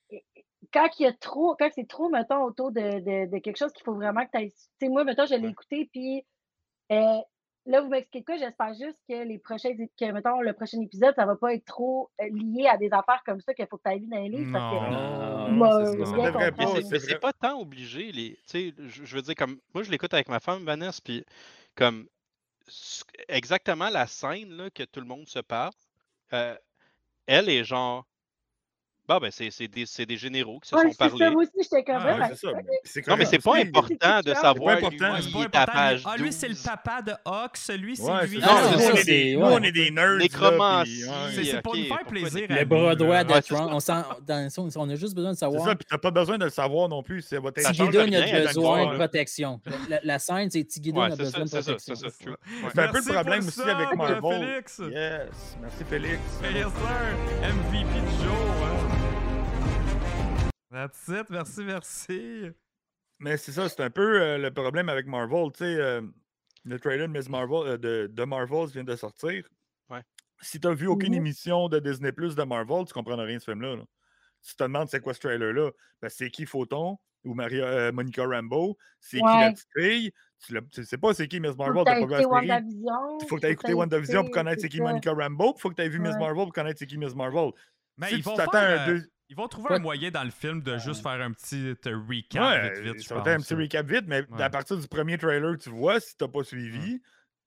[SPEAKER 5] et- et quand il y a trop, quand c'est trop, mettons, autour de, de, de quelque chose qu'il faut vraiment que tu ailles. Tu sais, moi, mettons, je l'ai
[SPEAKER 2] Ouais.
[SPEAKER 5] écouté, puis euh, là, vous m'expliquez quoi, j'espère juste que les prochains, é- que, mettons, le prochain épisode, ça va pas être trop euh, lié à des affaires comme ça qu'il faut que tu ailles dans les livres. parce que-
[SPEAKER 1] Non,
[SPEAKER 4] Non,
[SPEAKER 5] Il
[SPEAKER 1] c'est
[SPEAKER 5] m'a
[SPEAKER 1] ça.
[SPEAKER 5] bien
[SPEAKER 3] Ça devrait pas,
[SPEAKER 2] mais
[SPEAKER 5] compris.
[SPEAKER 3] c'est
[SPEAKER 2] c'est- mais
[SPEAKER 3] vrai.
[SPEAKER 2] c'est pas tant obligé. Les, tu sais, je, je veux dire, comme moi, je l'écoute avec ma femme, Vanessa, puis comme ce- exactement la scène là, que tout le monde se parle, euh, elle est genre. Bah, ben, c'est c'est des, c'est des généraux qui se
[SPEAKER 5] Ouais,
[SPEAKER 2] sont
[SPEAKER 5] c'est
[SPEAKER 2] parlé.
[SPEAKER 5] ça, moi aussi, j'étais comme.
[SPEAKER 1] Ah,
[SPEAKER 5] ouais,
[SPEAKER 3] Ouais,
[SPEAKER 5] fait-
[SPEAKER 3] c'est ça. mais c'est
[SPEAKER 2] Non, mais
[SPEAKER 3] correct.
[SPEAKER 2] c'est pas
[SPEAKER 3] Oui.
[SPEAKER 2] important de
[SPEAKER 5] C'est
[SPEAKER 2] savoir.
[SPEAKER 3] pas
[SPEAKER 2] lui,
[SPEAKER 3] important,
[SPEAKER 2] il
[SPEAKER 1] c'est pas
[SPEAKER 2] est à
[SPEAKER 1] important.
[SPEAKER 2] page
[SPEAKER 1] Ah, lui, c'est le
[SPEAKER 2] 12.
[SPEAKER 1] papa de Hawk. Celui, c'est
[SPEAKER 3] Ouais,
[SPEAKER 1] lui.
[SPEAKER 2] Non,
[SPEAKER 3] c'est ça.
[SPEAKER 2] c'est
[SPEAKER 3] Nous, on
[SPEAKER 2] ça,
[SPEAKER 3] est des-
[SPEAKER 4] c'est-
[SPEAKER 3] nous, on
[SPEAKER 4] ouais.
[SPEAKER 3] est des nerds. là, puis,
[SPEAKER 2] Nécromancie.
[SPEAKER 3] ouais.
[SPEAKER 1] C'est- c'est pour
[SPEAKER 2] ok,
[SPEAKER 1] nous faire
[SPEAKER 2] pourquoi-
[SPEAKER 1] plaisir. à
[SPEAKER 4] Le
[SPEAKER 1] nous,
[SPEAKER 4] bras droit
[SPEAKER 1] là.
[SPEAKER 4] de
[SPEAKER 2] Ouais, c'est
[SPEAKER 4] Tron,
[SPEAKER 2] ça.
[SPEAKER 4] on, sent, dans son- on a juste besoin de
[SPEAKER 3] C'est
[SPEAKER 4] savoir.
[SPEAKER 3] ça, puis t'as pas besoin de le savoir non plus. C'est votre
[SPEAKER 2] Ça
[SPEAKER 4] Tigidon
[SPEAKER 2] change rien
[SPEAKER 4] a
[SPEAKER 2] à la
[SPEAKER 4] besoin
[SPEAKER 2] histoire,
[SPEAKER 4] de
[SPEAKER 2] là.
[SPEAKER 4] protection. La, la- la scène, c'est Tigidon
[SPEAKER 2] Ouais,
[SPEAKER 4] a
[SPEAKER 2] c'est
[SPEAKER 4] besoin
[SPEAKER 2] ça,
[SPEAKER 4] de
[SPEAKER 2] c'est ça, c'est
[SPEAKER 4] protection.
[SPEAKER 2] ça. true.
[SPEAKER 3] C'est un peu
[SPEAKER 1] Merci
[SPEAKER 3] le problème
[SPEAKER 1] pour
[SPEAKER 3] aussi
[SPEAKER 1] ça,
[SPEAKER 3] avec Marvel.
[SPEAKER 1] Félix.
[SPEAKER 3] Yes. Merci, Félix.
[SPEAKER 1] Yes, sir. MVP du jour. hein. That's it. Merci, merci.
[SPEAKER 3] Mais c'est ça, c'est un peu euh, le problème avec Marvel. Tu sais, euh, le trailer de, Miss Marvel, euh, de, de Marvel vient de sortir.
[SPEAKER 2] Ouais.
[SPEAKER 3] Si tu n'as vu aucune
[SPEAKER 5] Mhm.
[SPEAKER 3] émission de Disney Plus de Marvel, tu ne comprends rien de ce film-là. là. Tu te demandes c'est quoi ce trailer-là. Ben, c'est qui Photon ou Maria, euh, Monica Rambeau? C'est qui la
[SPEAKER 5] Ouais.
[SPEAKER 3] petite fille? Tu ne sais pas c'est qui Miss
[SPEAKER 5] Faut
[SPEAKER 3] Marvel,
[SPEAKER 5] que
[SPEAKER 3] tu
[SPEAKER 5] t'as
[SPEAKER 3] pas vu la
[SPEAKER 5] écouté
[SPEAKER 3] série.
[SPEAKER 5] WandaVision.
[SPEAKER 3] Il faut que tu aies écouté WandaVision pour connaître c'est qui Monica Rambeau. Il faut que tu aies vu Miss
[SPEAKER 5] Ouais.
[SPEAKER 3] Marvel pour connaître c'est qui Miss Marvel.
[SPEAKER 1] Mais
[SPEAKER 3] si
[SPEAKER 1] ils
[SPEAKER 3] tu
[SPEAKER 1] vont
[SPEAKER 3] t'attends
[SPEAKER 1] faire,
[SPEAKER 3] un
[SPEAKER 1] euh,
[SPEAKER 3] deux...
[SPEAKER 1] Ils vont trouver
[SPEAKER 4] Ouais.
[SPEAKER 1] un moyen dans le film de juste faire un petit euh, recap
[SPEAKER 3] Ouais,
[SPEAKER 1] vite, vite, je
[SPEAKER 3] ça va être un
[SPEAKER 1] pense.
[SPEAKER 3] petit recap vite, mais
[SPEAKER 1] Ouais.
[SPEAKER 3] à partir du premier trailer que tu vois, si t'as pas suivi,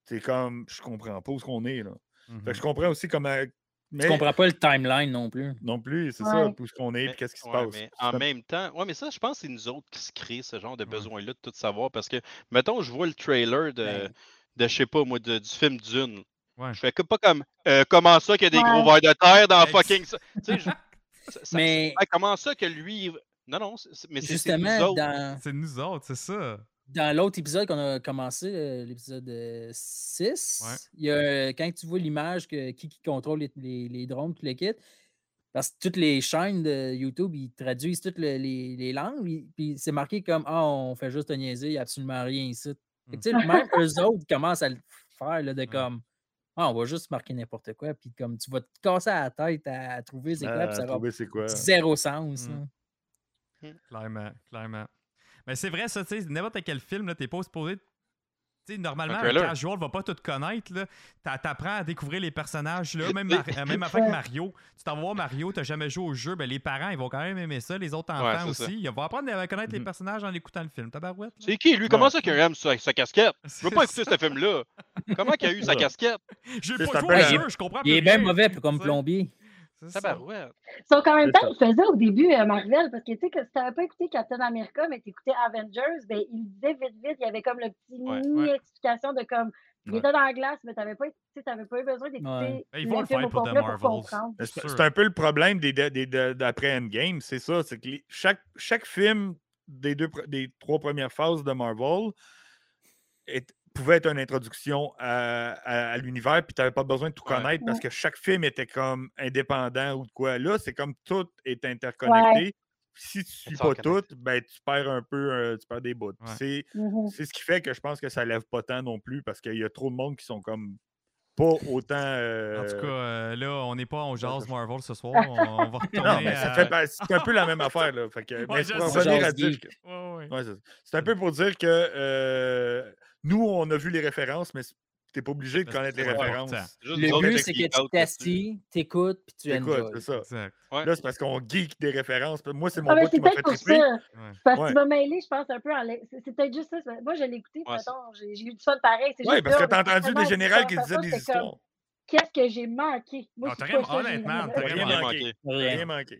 [SPEAKER 3] c'est comme je comprends pas où ce qu'on est là.
[SPEAKER 1] Mhm.
[SPEAKER 3] Fait que je comprends aussi comme mais
[SPEAKER 4] Tu comprends pas le timeline non plus.
[SPEAKER 3] non plus, c'est
[SPEAKER 5] Ouais.
[SPEAKER 3] ça, où ce qu'on est,
[SPEAKER 2] Mais-
[SPEAKER 3] puis qu'est-ce qui se
[SPEAKER 2] ouais,
[SPEAKER 3] passe.
[SPEAKER 2] mais
[SPEAKER 3] C'est
[SPEAKER 2] en
[SPEAKER 3] comme-
[SPEAKER 2] même temps, ouais, mais ça, je pense que c'est nous autres qui se créent ce genre de
[SPEAKER 1] Ouais.
[SPEAKER 2] besoin-là de tout savoir. Parce que, mettons, je vois le trailer de,
[SPEAKER 4] Ben.
[SPEAKER 2] de je sais pas, moi, de- du film Dune.
[SPEAKER 1] Ouais.
[SPEAKER 2] Je fais que- pas comme euh, comment ça qu'il y a des gros
[SPEAKER 5] Ouais.
[SPEAKER 2] vers de terre dans
[SPEAKER 1] Ex-
[SPEAKER 2] fucking. ça? Tu
[SPEAKER 1] *laughs*
[SPEAKER 2] sais, je- ça- ça-
[SPEAKER 4] Mais-
[SPEAKER 2] ça- comment ça que lui. Non, non, c'est- c'est- mais c'est c'est nous
[SPEAKER 4] Justement,
[SPEAKER 2] autres.
[SPEAKER 4] dans,
[SPEAKER 1] C'est nous autres, c'est ça.
[SPEAKER 4] dans l'autre épisode qu'on a commencé, euh, l'épisode euh, 6,
[SPEAKER 1] Ouais.
[SPEAKER 4] il y a, euh, quand tu vois l'image que qui, qui contrôle les, les, les drones, tout le kit, parce que toutes les chaînes de YouTube, ils traduisent toutes le- les, les langues, ils- puis c'est marqué comme Ah, on fait juste un niaiser, il n'y a absolument rien ici. Fait que, tu sais, même eux autres commencent à le faire là, de comme Ah, on va juste marquer n'importe quoi, puis comme tu vas te casser la tête à, à trouver c'est quoi,
[SPEAKER 3] Ah,
[SPEAKER 4] puis ça va
[SPEAKER 3] trouver c'est quoi.
[SPEAKER 4] zéro sens.
[SPEAKER 1] Mm.
[SPEAKER 4] là.
[SPEAKER 1] Clairement, clairement. Mais c'est vrai, ça, tu sais, n'importe quel film, là, t'es pas supposé. Tu sais, normalement,
[SPEAKER 2] Un
[SPEAKER 1] un
[SPEAKER 2] trailer.
[SPEAKER 1] casual va pas tout connaître, là. T'a- T'apprends à découvrir les personnages, là. Même,
[SPEAKER 2] Oui.
[SPEAKER 1] Mar- euh, même affaire que
[SPEAKER 5] Ouais.
[SPEAKER 1] Mario. Tu t'en vas voir Mario, t'as jamais joué au jeu, ben les parents, ils vont quand même aimer ça, les autres enfants
[SPEAKER 2] c'est ça.
[SPEAKER 1] aussi. Ils vont apprendre à connaître les
[SPEAKER 3] Mhm.
[SPEAKER 1] personnages en écoutant le film. Tabarouette. là.
[SPEAKER 2] C'est qui, lui? Comment ça qu'il aime sa, sa casquette? Je veux pas
[SPEAKER 1] C'est
[SPEAKER 2] écouter ce film-là. Comment qu'il a eu sa
[SPEAKER 3] Ouais.
[SPEAKER 2] casquette?
[SPEAKER 1] *laughs* J'ai
[SPEAKER 3] C'est
[SPEAKER 1] pas
[SPEAKER 3] un
[SPEAKER 1] joué
[SPEAKER 3] peu
[SPEAKER 1] au
[SPEAKER 3] la-
[SPEAKER 1] jeu, je comprends
[SPEAKER 4] Il
[SPEAKER 1] plus
[SPEAKER 4] est bien
[SPEAKER 1] rien.
[SPEAKER 4] mauvais comme
[SPEAKER 1] C'est-
[SPEAKER 4] plombier.
[SPEAKER 1] c'est ça.
[SPEAKER 2] Tabarouette.
[SPEAKER 5] Sauf qu'en même
[SPEAKER 3] C'est
[SPEAKER 5] temps,
[SPEAKER 3] ça.
[SPEAKER 5] ils faisaient au début euh, Marvel, parce que tu sais, que si t'avais pas écouté Captain America, mais t'écoutais Avengers, ben ils disaient vite, vite, il y avait comme le petit
[SPEAKER 1] ouais.
[SPEAKER 2] Ouais,
[SPEAKER 5] mini-explication de comme, il
[SPEAKER 3] Ouais.
[SPEAKER 5] était dans la glace, mais t'avais pas, tu sais, t'avais pas eu besoin d'écouter
[SPEAKER 4] Ouais.
[SPEAKER 1] Ben, ils vont
[SPEAKER 5] le
[SPEAKER 1] le
[SPEAKER 5] film
[SPEAKER 1] faire
[SPEAKER 5] au
[SPEAKER 1] pour The
[SPEAKER 5] complet pour
[SPEAKER 1] Marvels.
[SPEAKER 5] comprendre.
[SPEAKER 3] Mais Ben, C'est
[SPEAKER 1] sûr.
[SPEAKER 3] c'est un peu le problème des, des- des- de- d'après Endgame, c'est ça, c'est que les- chaque, chaque film des, deux, pre- des trois premières phases de Marvel est- pouvait être une introduction à, à- à l'univers, puis tu n'avais pas besoin de tout
[SPEAKER 2] Ouais.
[SPEAKER 3] connaître parce que chaque film était comme indépendant ou de quoi. Là, c'est comme tout est interconnecté.
[SPEAKER 5] Ouais.
[SPEAKER 3] Si tu ne suis
[SPEAKER 2] sort
[SPEAKER 3] pas tout,
[SPEAKER 2] connecté.
[SPEAKER 3] ben, tu perds un peu, euh, tu perds des bouts. Puis
[SPEAKER 1] Ouais.
[SPEAKER 3] C'est
[SPEAKER 5] Mhm.
[SPEAKER 3] c'est ce qui fait que je pense que ça lève pas tant non plus parce qu'il y a trop de monde qui sont comme pas autant.
[SPEAKER 1] En tout
[SPEAKER 3] euh,
[SPEAKER 1] cas, euh, là, on n'est pas on jase
[SPEAKER 3] je-
[SPEAKER 1] Marvel ce soir. On, on va retourner
[SPEAKER 3] *laughs* Non, mais ça
[SPEAKER 1] à-
[SPEAKER 3] fait pas- c'est un peu la même affaire. Là. Fait que, mais
[SPEAKER 1] euh, je
[SPEAKER 3] pour
[SPEAKER 1] sais.
[SPEAKER 3] revenir à
[SPEAKER 4] Jazz
[SPEAKER 3] dire
[SPEAKER 4] geek.
[SPEAKER 3] que-
[SPEAKER 1] Ouais, ouais.
[SPEAKER 3] ouais, c'est ça. c'est un peu pour dire que euh, nous, on a vu les références, mais c'est- T'es pas obligé de
[SPEAKER 1] Parce que
[SPEAKER 3] connaître les
[SPEAKER 1] c'est
[SPEAKER 3] références.
[SPEAKER 1] important.
[SPEAKER 2] Juste nous
[SPEAKER 4] Le
[SPEAKER 2] autres,
[SPEAKER 3] but,
[SPEAKER 2] on
[SPEAKER 4] mieux,
[SPEAKER 2] fait
[SPEAKER 4] c'est que
[SPEAKER 2] geek
[SPEAKER 4] tu
[SPEAKER 2] out là-dessus.
[SPEAKER 4] t'astilles, t'écoutes, puis tu
[SPEAKER 3] Écoute,
[SPEAKER 4] enjoys.
[SPEAKER 3] c'est ça.
[SPEAKER 1] Exact.
[SPEAKER 2] Ouais.
[SPEAKER 3] Là, c'est parce qu'on geek des références. Moi, c'est mon
[SPEAKER 5] Ah, ben,
[SPEAKER 3] bout qui
[SPEAKER 5] c'est
[SPEAKER 3] m'a
[SPEAKER 5] peut-être
[SPEAKER 3] fait
[SPEAKER 5] pour
[SPEAKER 3] triper.
[SPEAKER 5] ça.
[SPEAKER 1] Ouais.
[SPEAKER 5] C'est Parce que
[SPEAKER 3] Ouais.
[SPEAKER 5] tu m'as mêlé, je pense, un peu en. la- C'est c'est peut-être juste ça. c'est- Moi, je l'ai écouté,
[SPEAKER 2] Ouais,
[SPEAKER 5] mettons, j'ai j'ai eu du fun pareil. c'est
[SPEAKER 3] Oui,
[SPEAKER 5] juste
[SPEAKER 3] parce que
[SPEAKER 5] là,
[SPEAKER 3] t'as
[SPEAKER 5] on est
[SPEAKER 3] entendu des
[SPEAKER 5] tellement
[SPEAKER 3] générales qui
[SPEAKER 5] différents,
[SPEAKER 3] disaient des
[SPEAKER 5] c'est comme,
[SPEAKER 3] histoires.
[SPEAKER 5] Qu'est-ce que j'ai manqué? Moi,
[SPEAKER 1] Non,
[SPEAKER 5] je
[SPEAKER 1] t'as
[SPEAKER 5] suis pas
[SPEAKER 1] rien,
[SPEAKER 5] ça, j'ai-
[SPEAKER 1] honnêtement,
[SPEAKER 3] T'as
[SPEAKER 1] t'as
[SPEAKER 3] rien
[SPEAKER 1] rien
[SPEAKER 3] manqué.
[SPEAKER 2] manqué.
[SPEAKER 3] T'as
[SPEAKER 4] Rien.
[SPEAKER 3] rien manqué.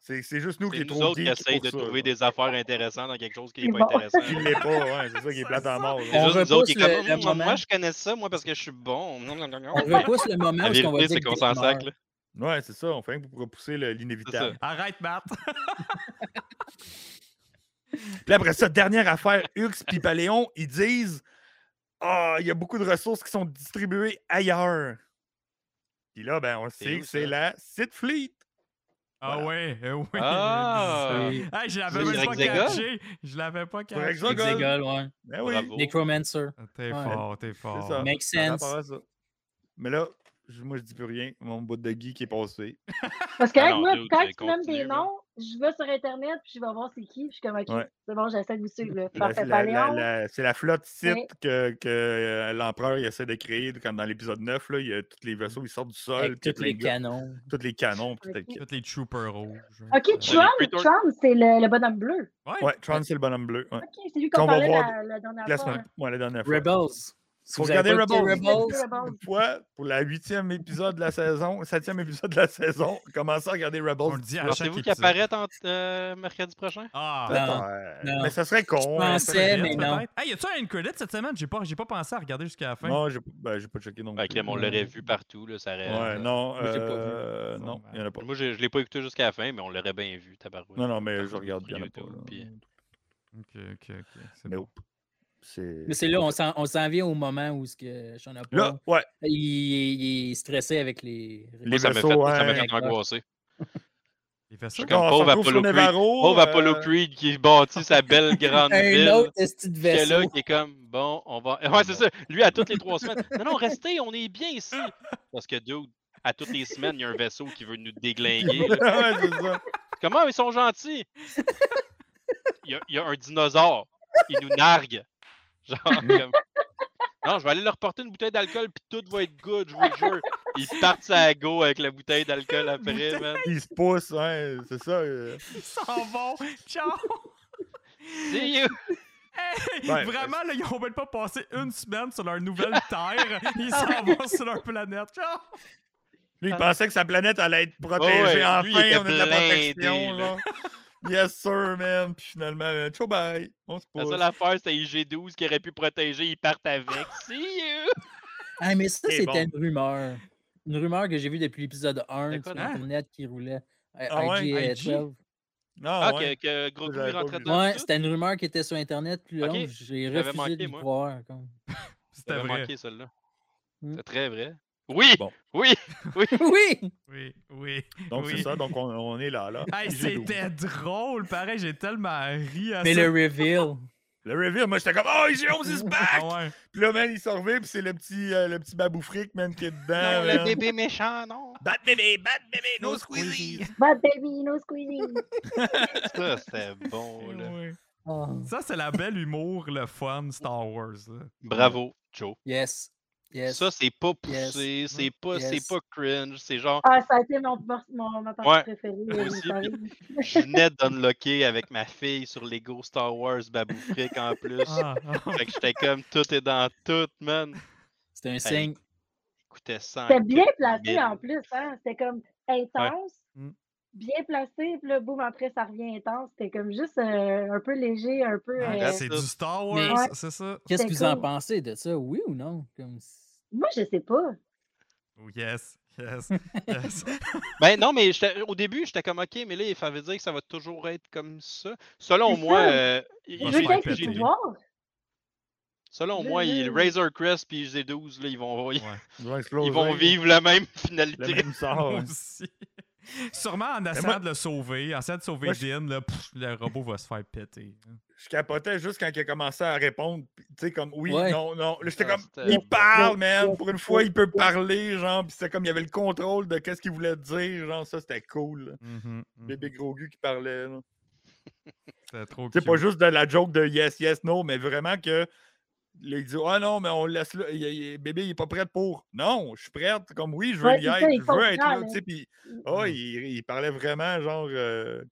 [SPEAKER 3] C'est c'est juste nous qui
[SPEAKER 2] C'est
[SPEAKER 3] est
[SPEAKER 2] nous
[SPEAKER 3] trop
[SPEAKER 2] autres qui
[SPEAKER 3] geeks
[SPEAKER 2] essayent
[SPEAKER 3] pour
[SPEAKER 2] de
[SPEAKER 3] ça,
[SPEAKER 2] trouver
[SPEAKER 3] là.
[SPEAKER 2] des affaires intéressantes dans quelque chose qui n'est
[SPEAKER 5] C'est
[SPEAKER 2] pas
[SPEAKER 5] bon.
[SPEAKER 2] intéressant.
[SPEAKER 3] Qui l'est pas, ouais, c'est ça qui est
[SPEAKER 1] Ça
[SPEAKER 3] plate en
[SPEAKER 1] sort.
[SPEAKER 3] mort.
[SPEAKER 2] C'est
[SPEAKER 3] là.
[SPEAKER 4] On
[SPEAKER 2] juste nous autres qui est comme,
[SPEAKER 4] repousse le- le
[SPEAKER 2] Hum,
[SPEAKER 4] moment.
[SPEAKER 2] moi je connais ça, moi parce que je suis bon.
[SPEAKER 4] On repousse le moment
[SPEAKER 2] La
[SPEAKER 4] où on
[SPEAKER 2] vérité,
[SPEAKER 4] va dire
[SPEAKER 2] c'est
[SPEAKER 4] que
[SPEAKER 2] qu'on
[SPEAKER 4] t'es
[SPEAKER 2] s'en
[SPEAKER 4] mort.
[SPEAKER 2] sac. là.
[SPEAKER 3] Ouais, c'est ça, on fait rien que pour repousser le- l'inévitable.
[SPEAKER 1] Arrête, Matt.
[SPEAKER 3] Puis après ça, dernière affaire, Hux puis Paléon, ils disent Ah, il y a beaucoup de ressources qui sont distribuées ailleurs. Puis là, ben, on
[SPEAKER 2] C'est
[SPEAKER 3] sait
[SPEAKER 2] où,
[SPEAKER 3] que c'est
[SPEAKER 2] ça?
[SPEAKER 3] la Sith Fleet.
[SPEAKER 1] Ah
[SPEAKER 3] Voilà.
[SPEAKER 1] ouais, euh, oui.
[SPEAKER 2] Ah!
[SPEAKER 1] je le disais. Hey, je l'avais
[SPEAKER 2] C'est
[SPEAKER 1] même
[SPEAKER 2] sur
[SPEAKER 1] pas
[SPEAKER 2] Hexagon?
[SPEAKER 1] catché. Je l'avais pas
[SPEAKER 3] Sur
[SPEAKER 1] catché. Ah,
[SPEAKER 3] Hexagon.
[SPEAKER 4] Exegol, ouais.
[SPEAKER 3] Ben oui,
[SPEAKER 2] Bravo.
[SPEAKER 4] Necromancer.
[SPEAKER 1] T'es
[SPEAKER 4] Ouais.
[SPEAKER 1] fort, t'es
[SPEAKER 3] c'est
[SPEAKER 1] fort.
[SPEAKER 3] ça.
[SPEAKER 4] Makes
[SPEAKER 3] Ça
[SPEAKER 4] sense.
[SPEAKER 3] rapport à ça. Mais là, je- moi, je dis plus rien. Mon bout de geek est passé.
[SPEAKER 5] Parce que
[SPEAKER 2] Ah
[SPEAKER 5] hey,
[SPEAKER 2] non,
[SPEAKER 5] moi,
[SPEAKER 2] dude,
[SPEAKER 5] quand
[SPEAKER 2] euh,
[SPEAKER 5] tu nommes des
[SPEAKER 2] continue, là.
[SPEAKER 5] noms, je vais sur Internet, puis je vais voir c'est qui, puis je suis comme, OK,
[SPEAKER 3] Ouais.
[SPEAKER 5] c'est bon, j'essaie de vous suivre. là.
[SPEAKER 3] La-
[SPEAKER 5] Parfait,
[SPEAKER 3] la- la-
[SPEAKER 5] Paléon.
[SPEAKER 3] la- c'est la flotte Sith
[SPEAKER 5] Oui.
[SPEAKER 3] que, que, euh, l'empereur il essaie de créer comme dans l'épisode 9. Là, il y a tous les vaisseaux, ils sortent du sol.
[SPEAKER 4] Avec
[SPEAKER 3] puis
[SPEAKER 4] tous
[SPEAKER 3] il y a
[SPEAKER 4] les
[SPEAKER 3] plein de gars-
[SPEAKER 4] canons.
[SPEAKER 3] tous les canons. puis
[SPEAKER 5] Ok.
[SPEAKER 3] tout le kit.
[SPEAKER 1] Toutes les troopers rouges.
[SPEAKER 5] OK,
[SPEAKER 1] Euh,
[SPEAKER 5] Tron,
[SPEAKER 2] Pretor-
[SPEAKER 5] Tron, c'est le, le bonhomme bleu.
[SPEAKER 1] Ouais.
[SPEAKER 3] Ouais, Tron, c'est le bonhomme bleu. ouais.
[SPEAKER 5] OK, c'est lui qu'on
[SPEAKER 3] Qu'on va
[SPEAKER 5] parlait
[SPEAKER 3] voir
[SPEAKER 5] la, la dernière
[SPEAKER 3] La
[SPEAKER 5] fois.
[SPEAKER 3] semaine- ouais, la dernière fois.
[SPEAKER 4] Rebels. Si
[SPEAKER 3] Faut
[SPEAKER 4] vous avez
[SPEAKER 3] regarder
[SPEAKER 4] pas écouté
[SPEAKER 3] Rebels.
[SPEAKER 4] Rebels,
[SPEAKER 5] hein.
[SPEAKER 3] Une fois, pour la huitième épisode de la saison, septième épisode de la saison, commencez à regarder Rebels.
[SPEAKER 1] On le dit à
[SPEAKER 2] Alors,
[SPEAKER 1] chaque
[SPEAKER 2] C'est vous qui
[SPEAKER 1] épisode.
[SPEAKER 2] apparaît en- euh, mercredi prochain?
[SPEAKER 1] Ah,
[SPEAKER 4] Non,
[SPEAKER 3] Peut-être.
[SPEAKER 4] non.
[SPEAKER 3] Mais ça serait con.
[SPEAKER 4] Je
[SPEAKER 3] hein,
[SPEAKER 4] pensais,
[SPEAKER 3] ça serait
[SPEAKER 4] mais
[SPEAKER 3] bien.
[SPEAKER 4] non.
[SPEAKER 1] peut-être. Hey, y a-tu un end credit cette semaine? J'ai pas, j'ai pas pensé à regarder jusqu'à la fin.
[SPEAKER 3] Non, j'ai ben, j'ai pas checké non
[SPEAKER 2] Ben,
[SPEAKER 3] plus.
[SPEAKER 2] Clem, on l'aurait vu partout, là, ça aurait-
[SPEAKER 3] Ouais, non,
[SPEAKER 4] Moi, j'ai pas vu. ben,
[SPEAKER 3] euh, non, il n'y en a pas.
[SPEAKER 2] Moi, je, je l'ai pas écouté jusqu'à la fin, mais on l'aurait bien vu, tabarouette.
[SPEAKER 3] Non, non, mais
[SPEAKER 2] Partout
[SPEAKER 3] je regarde, il
[SPEAKER 2] sur
[SPEAKER 3] n'y en a pas.
[SPEAKER 2] YouTube,
[SPEAKER 3] là.
[SPEAKER 2] puis-
[SPEAKER 1] Ok, ok, ok. C'est
[SPEAKER 3] Mais
[SPEAKER 1] bon.
[SPEAKER 3] oh, c'est-
[SPEAKER 4] mais c'est là, on s'en, on s'en vient au moment où ce que Sean Paul,
[SPEAKER 3] Là, ouais,
[SPEAKER 4] il, il est stressé avec les...
[SPEAKER 3] Les
[SPEAKER 2] Moi, ça m'a fait,
[SPEAKER 3] vaisseaux,
[SPEAKER 2] moi, ça m'a
[SPEAKER 3] hein.
[SPEAKER 2] fait angoissé.
[SPEAKER 1] Il fait
[SPEAKER 2] Je
[SPEAKER 1] ça?
[SPEAKER 2] suis comme
[SPEAKER 3] on se
[SPEAKER 2] pauvre
[SPEAKER 3] retrouve sur
[SPEAKER 2] Apollo Creed.
[SPEAKER 3] Nevarro.
[SPEAKER 2] Pauvre
[SPEAKER 3] euh,
[SPEAKER 2] Apollo Creed qui bâtit sa
[SPEAKER 4] *laughs*
[SPEAKER 2] belle grande
[SPEAKER 4] Un
[SPEAKER 2] ville.
[SPEAKER 4] autre petit
[SPEAKER 2] Qui est
[SPEAKER 4] vaisseau.
[SPEAKER 2] là, qui est comme, bon, on va. Ouais, c'est ça. Lui, à toutes les trois semaines. Non, non, restez, on est bien ici. Parce que, dude, à toutes les semaines, il y a un vaisseau qui veut nous déglinguer. là.
[SPEAKER 3] *laughs* ouais, c'est ça.
[SPEAKER 2] Comment ils sont gentils? Il y, a, il y a un dinosaure. Il nous nargue. Genre,
[SPEAKER 4] Mm.
[SPEAKER 2] comme... Non, je vais aller leur porter une bouteille d'alcool, puis tout va être good, je vous le jure. Ils partent à go avec la bouteille d'alcool après,
[SPEAKER 4] *laughs*
[SPEAKER 2] man.
[SPEAKER 3] Ils se poussent, ouais, c'est ça. euh.
[SPEAKER 1] *laughs* Ils s'en vont. Ciao!
[SPEAKER 2] See you!
[SPEAKER 1] Hey, *laughs*
[SPEAKER 3] Ouais. euh,
[SPEAKER 1] vraiment, là, ils ont même pas
[SPEAKER 3] *laughs*
[SPEAKER 1] passé une semaine sur leur nouvelle terre. Ils
[SPEAKER 3] Ah
[SPEAKER 1] s'en vont sur leur planète. Ah! Ciao!
[SPEAKER 3] Lui,
[SPEAKER 4] Ah.
[SPEAKER 3] il pensait que sa planète allait être protégée.
[SPEAKER 2] Ouais, ouais, lui, il
[SPEAKER 3] enfin,
[SPEAKER 2] était
[SPEAKER 3] on a de la
[SPEAKER 2] blindé,
[SPEAKER 3] protection,
[SPEAKER 2] là.
[SPEAKER 3] là. Yes, sir, man. Puis finalement, euh, ciao, bye. On se
[SPEAKER 2] La
[SPEAKER 3] pousse.
[SPEAKER 2] seule affaire, c'était IG-12 qui aurait pu protéger, ils partent *laughs* avec. See you!
[SPEAKER 4] Ah, mais ça,
[SPEAKER 3] Et
[SPEAKER 4] c'était
[SPEAKER 3] bon.
[SPEAKER 4] une rumeur. Une rumeur que j'ai vue depuis l'épisode 1
[SPEAKER 2] C'est quoi,
[SPEAKER 4] sur
[SPEAKER 1] hein?
[SPEAKER 4] Internet qui roulait. euh,
[SPEAKER 3] Ah ouais,
[SPEAKER 4] IG, euh,
[SPEAKER 1] IG?
[SPEAKER 4] 12.
[SPEAKER 3] Ah,
[SPEAKER 2] Ah, que-
[SPEAKER 3] ouais.
[SPEAKER 2] que, Gros Gros
[SPEAKER 3] j'avais
[SPEAKER 2] est
[SPEAKER 3] pas
[SPEAKER 2] rentré
[SPEAKER 3] vu.
[SPEAKER 2] dedans.
[SPEAKER 4] Ouais,
[SPEAKER 2] tout ça?
[SPEAKER 4] c'était une rumeur qui était sur Internet plus
[SPEAKER 2] Ok,
[SPEAKER 4] long. J'ai
[SPEAKER 2] j'avais
[SPEAKER 4] refusé
[SPEAKER 2] manqué,
[SPEAKER 4] de l'y
[SPEAKER 2] moi.
[SPEAKER 4] croire.
[SPEAKER 5] *laughs*
[SPEAKER 4] comme.
[SPEAKER 1] C'était
[SPEAKER 2] J'avais
[SPEAKER 1] vrai.
[SPEAKER 2] manqué celle-là.
[SPEAKER 4] Hmm.
[SPEAKER 2] C'est très vrai. Oui!
[SPEAKER 3] Bon.
[SPEAKER 2] Oui!
[SPEAKER 4] oui!
[SPEAKER 1] Oui,
[SPEAKER 3] *laughs*
[SPEAKER 1] oui.
[SPEAKER 3] Donc,
[SPEAKER 1] Oui.
[SPEAKER 3] c'est ça. Donc, on, on est là, là.
[SPEAKER 1] *laughs* Hey,
[SPEAKER 3] J'ai douze.
[SPEAKER 1] c'était drôle. Pareil, j'ai tellement ri à
[SPEAKER 2] Ah,
[SPEAKER 4] Mais
[SPEAKER 1] ça.
[SPEAKER 4] le reveal.
[SPEAKER 3] Le reveal, moi, j'étais comme, oh, j'ai 11 is back.
[SPEAKER 1] *laughs* Ah ouais.
[SPEAKER 3] Puis là, man, il s'en revient, puis c'est le petit, euh, le petit baboufric, man, qui est dedans. man.
[SPEAKER 2] méchant, non!
[SPEAKER 3] Bat bébé, bat bébé, no squeezy.
[SPEAKER 1] *laughs*
[SPEAKER 5] Bad baby, no squeezing.
[SPEAKER 2] Ça, c'était
[SPEAKER 1] Oh,
[SPEAKER 2] bon, là.
[SPEAKER 1] Oui.
[SPEAKER 4] Ah,
[SPEAKER 1] Ça, c'est la belle humour, le fun Star Wars. là.
[SPEAKER 2] Bravo, Joe.
[SPEAKER 4] Yes. Yes.
[SPEAKER 2] Ça, c'est pas
[SPEAKER 4] Yes. Mm.
[SPEAKER 2] poussé, c'est pas, c'est
[SPEAKER 4] Yes.
[SPEAKER 2] pas cringe, c'est genre,
[SPEAKER 5] Ah, ça a été mon, por- mon, ma partie
[SPEAKER 2] Ouais.
[SPEAKER 5] préférée.
[SPEAKER 2] Moi
[SPEAKER 5] euh,
[SPEAKER 2] aussi,
[SPEAKER 5] dans
[SPEAKER 2] puis-
[SPEAKER 5] les-
[SPEAKER 2] Ah, je venais d'unlocker avec ma fille sur Lego Star Wars Baboufric en plus.
[SPEAKER 1] Ah, *laughs* ah.
[SPEAKER 2] Fait que j'étais comme, tout est dans tout, man.
[SPEAKER 4] C'était un signe.
[SPEAKER 2] Écoutez ça.
[SPEAKER 5] C'était bien placé en plus, hein? C'était comme intense,
[SPEAKER 1] Mm.
[SPEAKER 5] bien placé, puis là, boum, après, ça revient intense. C'était comme juste euh, un peu léger, un peu.
[SPEAKER 1] Ah,
[SPEAKER 5] euh,
[SPEAKER 2] that's-
[SPEAKER 1] c'est
[SPEAKER 2] ça.
[SPEAKER 1] du Star Wars,
[SPEAKER 4] Mais-
[SPEAKER 1] c'est ça?
[SPEAKER 4] Qu'est-ce que
[SPEAKER 5] c'était
[SPEAKER 4] vous en
[SPEAKER 5] cool.
[SPEAKER 4] pensez de ça? Oui ou non? Comme... si-
[SPEAKER 5] Moi, je sais pas.
[SPEAKER 1] Oh, yes, yes,
[SPEAKER 3] *laughs*
[SPEAKER 1] yes.
[SPEAKER 2] Ben non, mais j'étais- au début, j'étais comme, ok, mais là, ça veut dire que ça va toujours être comme ça. Selon
[SPEAKER 5] C'est
[SPEAKER 2] moi,
[SPEAKER 5] ça.
[SPEAKER 2] euh,
[SPEAKER 1] Moi,
[SPEAKER 5] Je
[SPEAKER 1] je
[SPEAKER 5] veux
[SPEAKER 1] l'ai
[SPEAKER 5] dire,
[SPEAKER 1] répété.
[SPEAKER 5] c'est pouvoir.
[SPEAKER 2] selon
[SPEAKER 5] Je-
[SPEAKER 2] moi, il-
[SPEAKER 5] je-
[SPEAKER 2] Razor Crest puis G12, là, ils vont, ils,
[SPEAKER 1] Ouais,
[SPEAKER 2] ils vont vivre la même *laughs*
[SPEAKER 3] Le
[SPEAKER 2] finalité.
[SPEAKER 3] même sort.
[SPEAKER 1] moi *laughs*
[SPEAKER 3] ouais.
[SPEAKER 1] aussi. Sûrement en essayant
[SPEAKER 3] Oh. moi-
[SPEAKER 1] de le sauver, en essayant de sauver
[SPEAKER 3] Moi, je-
[SPEAKER 1] Dean, là, pff, le robot va se faire péter.
[SPEAKER 3] Je capotais juste quand il a commencé à répondre. puis, Tu sais, comme oui,
[SPEAKER 4] Ouais.
[SPEAKER 3] non, non. Là, j'étais
[SPEAKER 2] Ah,
[SPEAKER 3] comme.
[SPEAKER 2] c'était-
[SPEAKER 3] Il parle, man. Pour une fois, il peut parler, genre. Puis c'était comme, il avait le contrôle de qu'est-ce qu'il voulait dire. Genre, ça, c'était cool. là.
[SPEAKER 1] Mhm, mhm.
[SPEAKER 3] Bébé Grogu qui parlait. là.
[SPEAKER 1] C'était trop
[SPEAKER 3] C'est
[SPEAKER 1] cute.
[SPEAKER 3] pas juste de la joke de yes, yes, no, mais vraiment que Là, il dit Ah non, mais on le laisse là. Il- il- bébé, il n'est pas prêt pour. Non, je suis prête. Comme oui, je veux
[SPEAKER 5] Ouais,
[SPEAKER 3] y
[SPEAKER 5] c'est ça,
[SPEAKER 3] être.
[SPEAKER 5] il
[SPEAKER 3] Je veux être
[SPEAKER 5] comprend,
[SPEAKER 3] là.
[SPEAKER 5] là. Mm,
[SPEAKER 3] tu sais, Puis, ah, il, il parlait vraiment, genre. euh,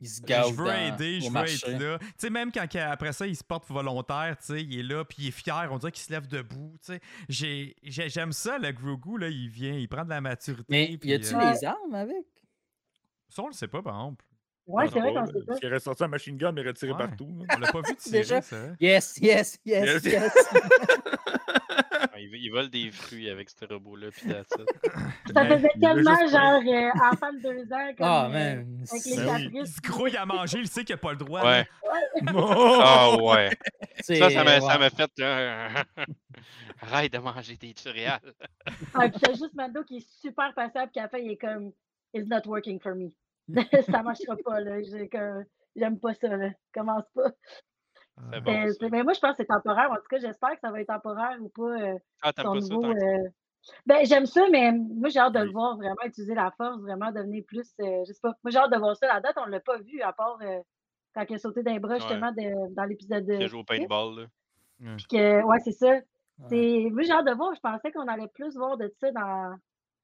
[SPEAKER 4] Il se gave
[SPEAKER 1] Je veux
[SPEAKER 4] dans-
[SPEAKER 1] aider,
[SPEAKER 4] au
[SPEAKER 1] je veux
[SPEAKER 4] marché.
[SPEAKER 1] être là. Tu sais, même quand qu'à- après ça, il se porte volontaire, tu sais, il est là, puis il est fier, on dirait qu'il se lève debout, tu sais. J'ai- j'ai- J'aime ça, le Grogu, là, il vient, il prend de la maturité.
[SPEAKER 4] Mais
[SPEAKER 1] puis,
[SPEAKER 4] y a-tu
[SPEAKER 1] euh,
[SPEAKER 5] euh,
[SPEAKER 4] les armes avec?
[SPEAKER 1] ça, on le sait pas, par exemple.
[SPEAKER 5] Ouais,
[SPEAKER 3] non,
[SPEAKER 5] c'est vrai
[SPEAKER 3] pas,
[SPEAKER 5] qu'on
[SPEAKER 2] euh,
[SPEAKER 5] sait pas.
[SPEAKER 3] Il aurait sorti un machine gun, mais retiré
[SPEAKER 1] Ouais.
[SPEAKER 3] partout. là.
[SPEAKER 1] On l'a pas vu tirer,
[SPEAKER 4] *laughs* Déjà.
[SPEAKER 1] ça.
[SPEAKER 4] Yes, yes, yes,
[SPEAKER 3] Yes.
[SPEAKER 2] *laughs*
[SPEAKER 4] yes.
[SPEAKER 2] Ah, Ils, ils volent des fruits avec ce robot-là. Puis that's
[SPEAKER 3] *laughs*
[SPEAKER 2] it.
[SPEAKER 5] Ça
[SPEAKER 1] Mais
[SPEAKER 5] faisait
[SPEAKER 3] il veut
[SPEAKER 5] tellement
[SPEAKER 3] juste
[SPEAKER 5] genre euh, enfant de deux ans. Comme,
[SPEAKER 4] Ah,
[SPEAKER 5] euh,
[SPEAKER 4] man.
[SPEAKER 5] Avec les
[SPEAKER 4] c'est-
[SPEAKER 3] Ben oui.
[SPEAKER 1] Il
[SPEAKER 5] caprices.
[SPEAKER 1] se grouille à manger, il sait qu'il a pas le droit.
[SPEAKER 2] Ouais.
[SPEAKER 1] là. Oh!
[SPEAKER 2] Ah
[SPEAKER 3] Non!
[SPEAKER 2] ouais.
[SPEAKER 4] c'est-
[SPEAKER 2] Ça, ça m'a,
[SPEAKER 4] ouais.
[SPEAKER 2] ça m'a fait. euh, *laughs* Arrête de manger tes céréales.
[SPEAKER 5] Ah, puis t'as juste Mando qui est super passable, qui à la fin, il est comme It's not working
[SPEAKER 2] *laughs*
[SPEAKER 5] for me. *laughs* ça marchera pas, là. J'ai comme- J'aime pas ça, là. Commence pas.
[SPEAKER 2] C'est
[SPEAKER 1] Ah.
[SPEAKER 2] bon.
[SPEAKER 5] Mais,
[SPEAKER 2] ça.
[SPEAKER 5] mais moi, je pense que Ben, c'est temporaire. En tout cas, j'espère que ça va être temporaire ou pas. euh,
[SPEAKER 2] Ah, t'aimes
[SPEAKER 5] son
[SPEAKER 2] pas ça
[SPEAKER 5] nouveau,
[SPEAKER 2] tant que ça?
[SPEAKER 5] euh, Ben, j'aime ça, mais moi, j'ai hâte de le
[SPEAKER 3] Oui.
[SPEAKER 5] voir vraiment utiliser la force, vraiment devenir plus. euh, je sais pas. Moi, j'ai hâte de voir ça. La date, on l'a pas vu, à part euh, quand il a sauté d'un bras,
[SPEAKER 2] Ouais.
[SPEAKER 5] justement, de- dans l'épisode
[SPEAKER 2] Qui
[SPEAKER 5] de.
[SPEAKER 2] a joué au paintball, là.
[SPEAKER 5] Puis que- ouais, c'est ça. C'est- Moi, j'ai hâte de voir. Je pensais qu'on allait plus voir de ça dans.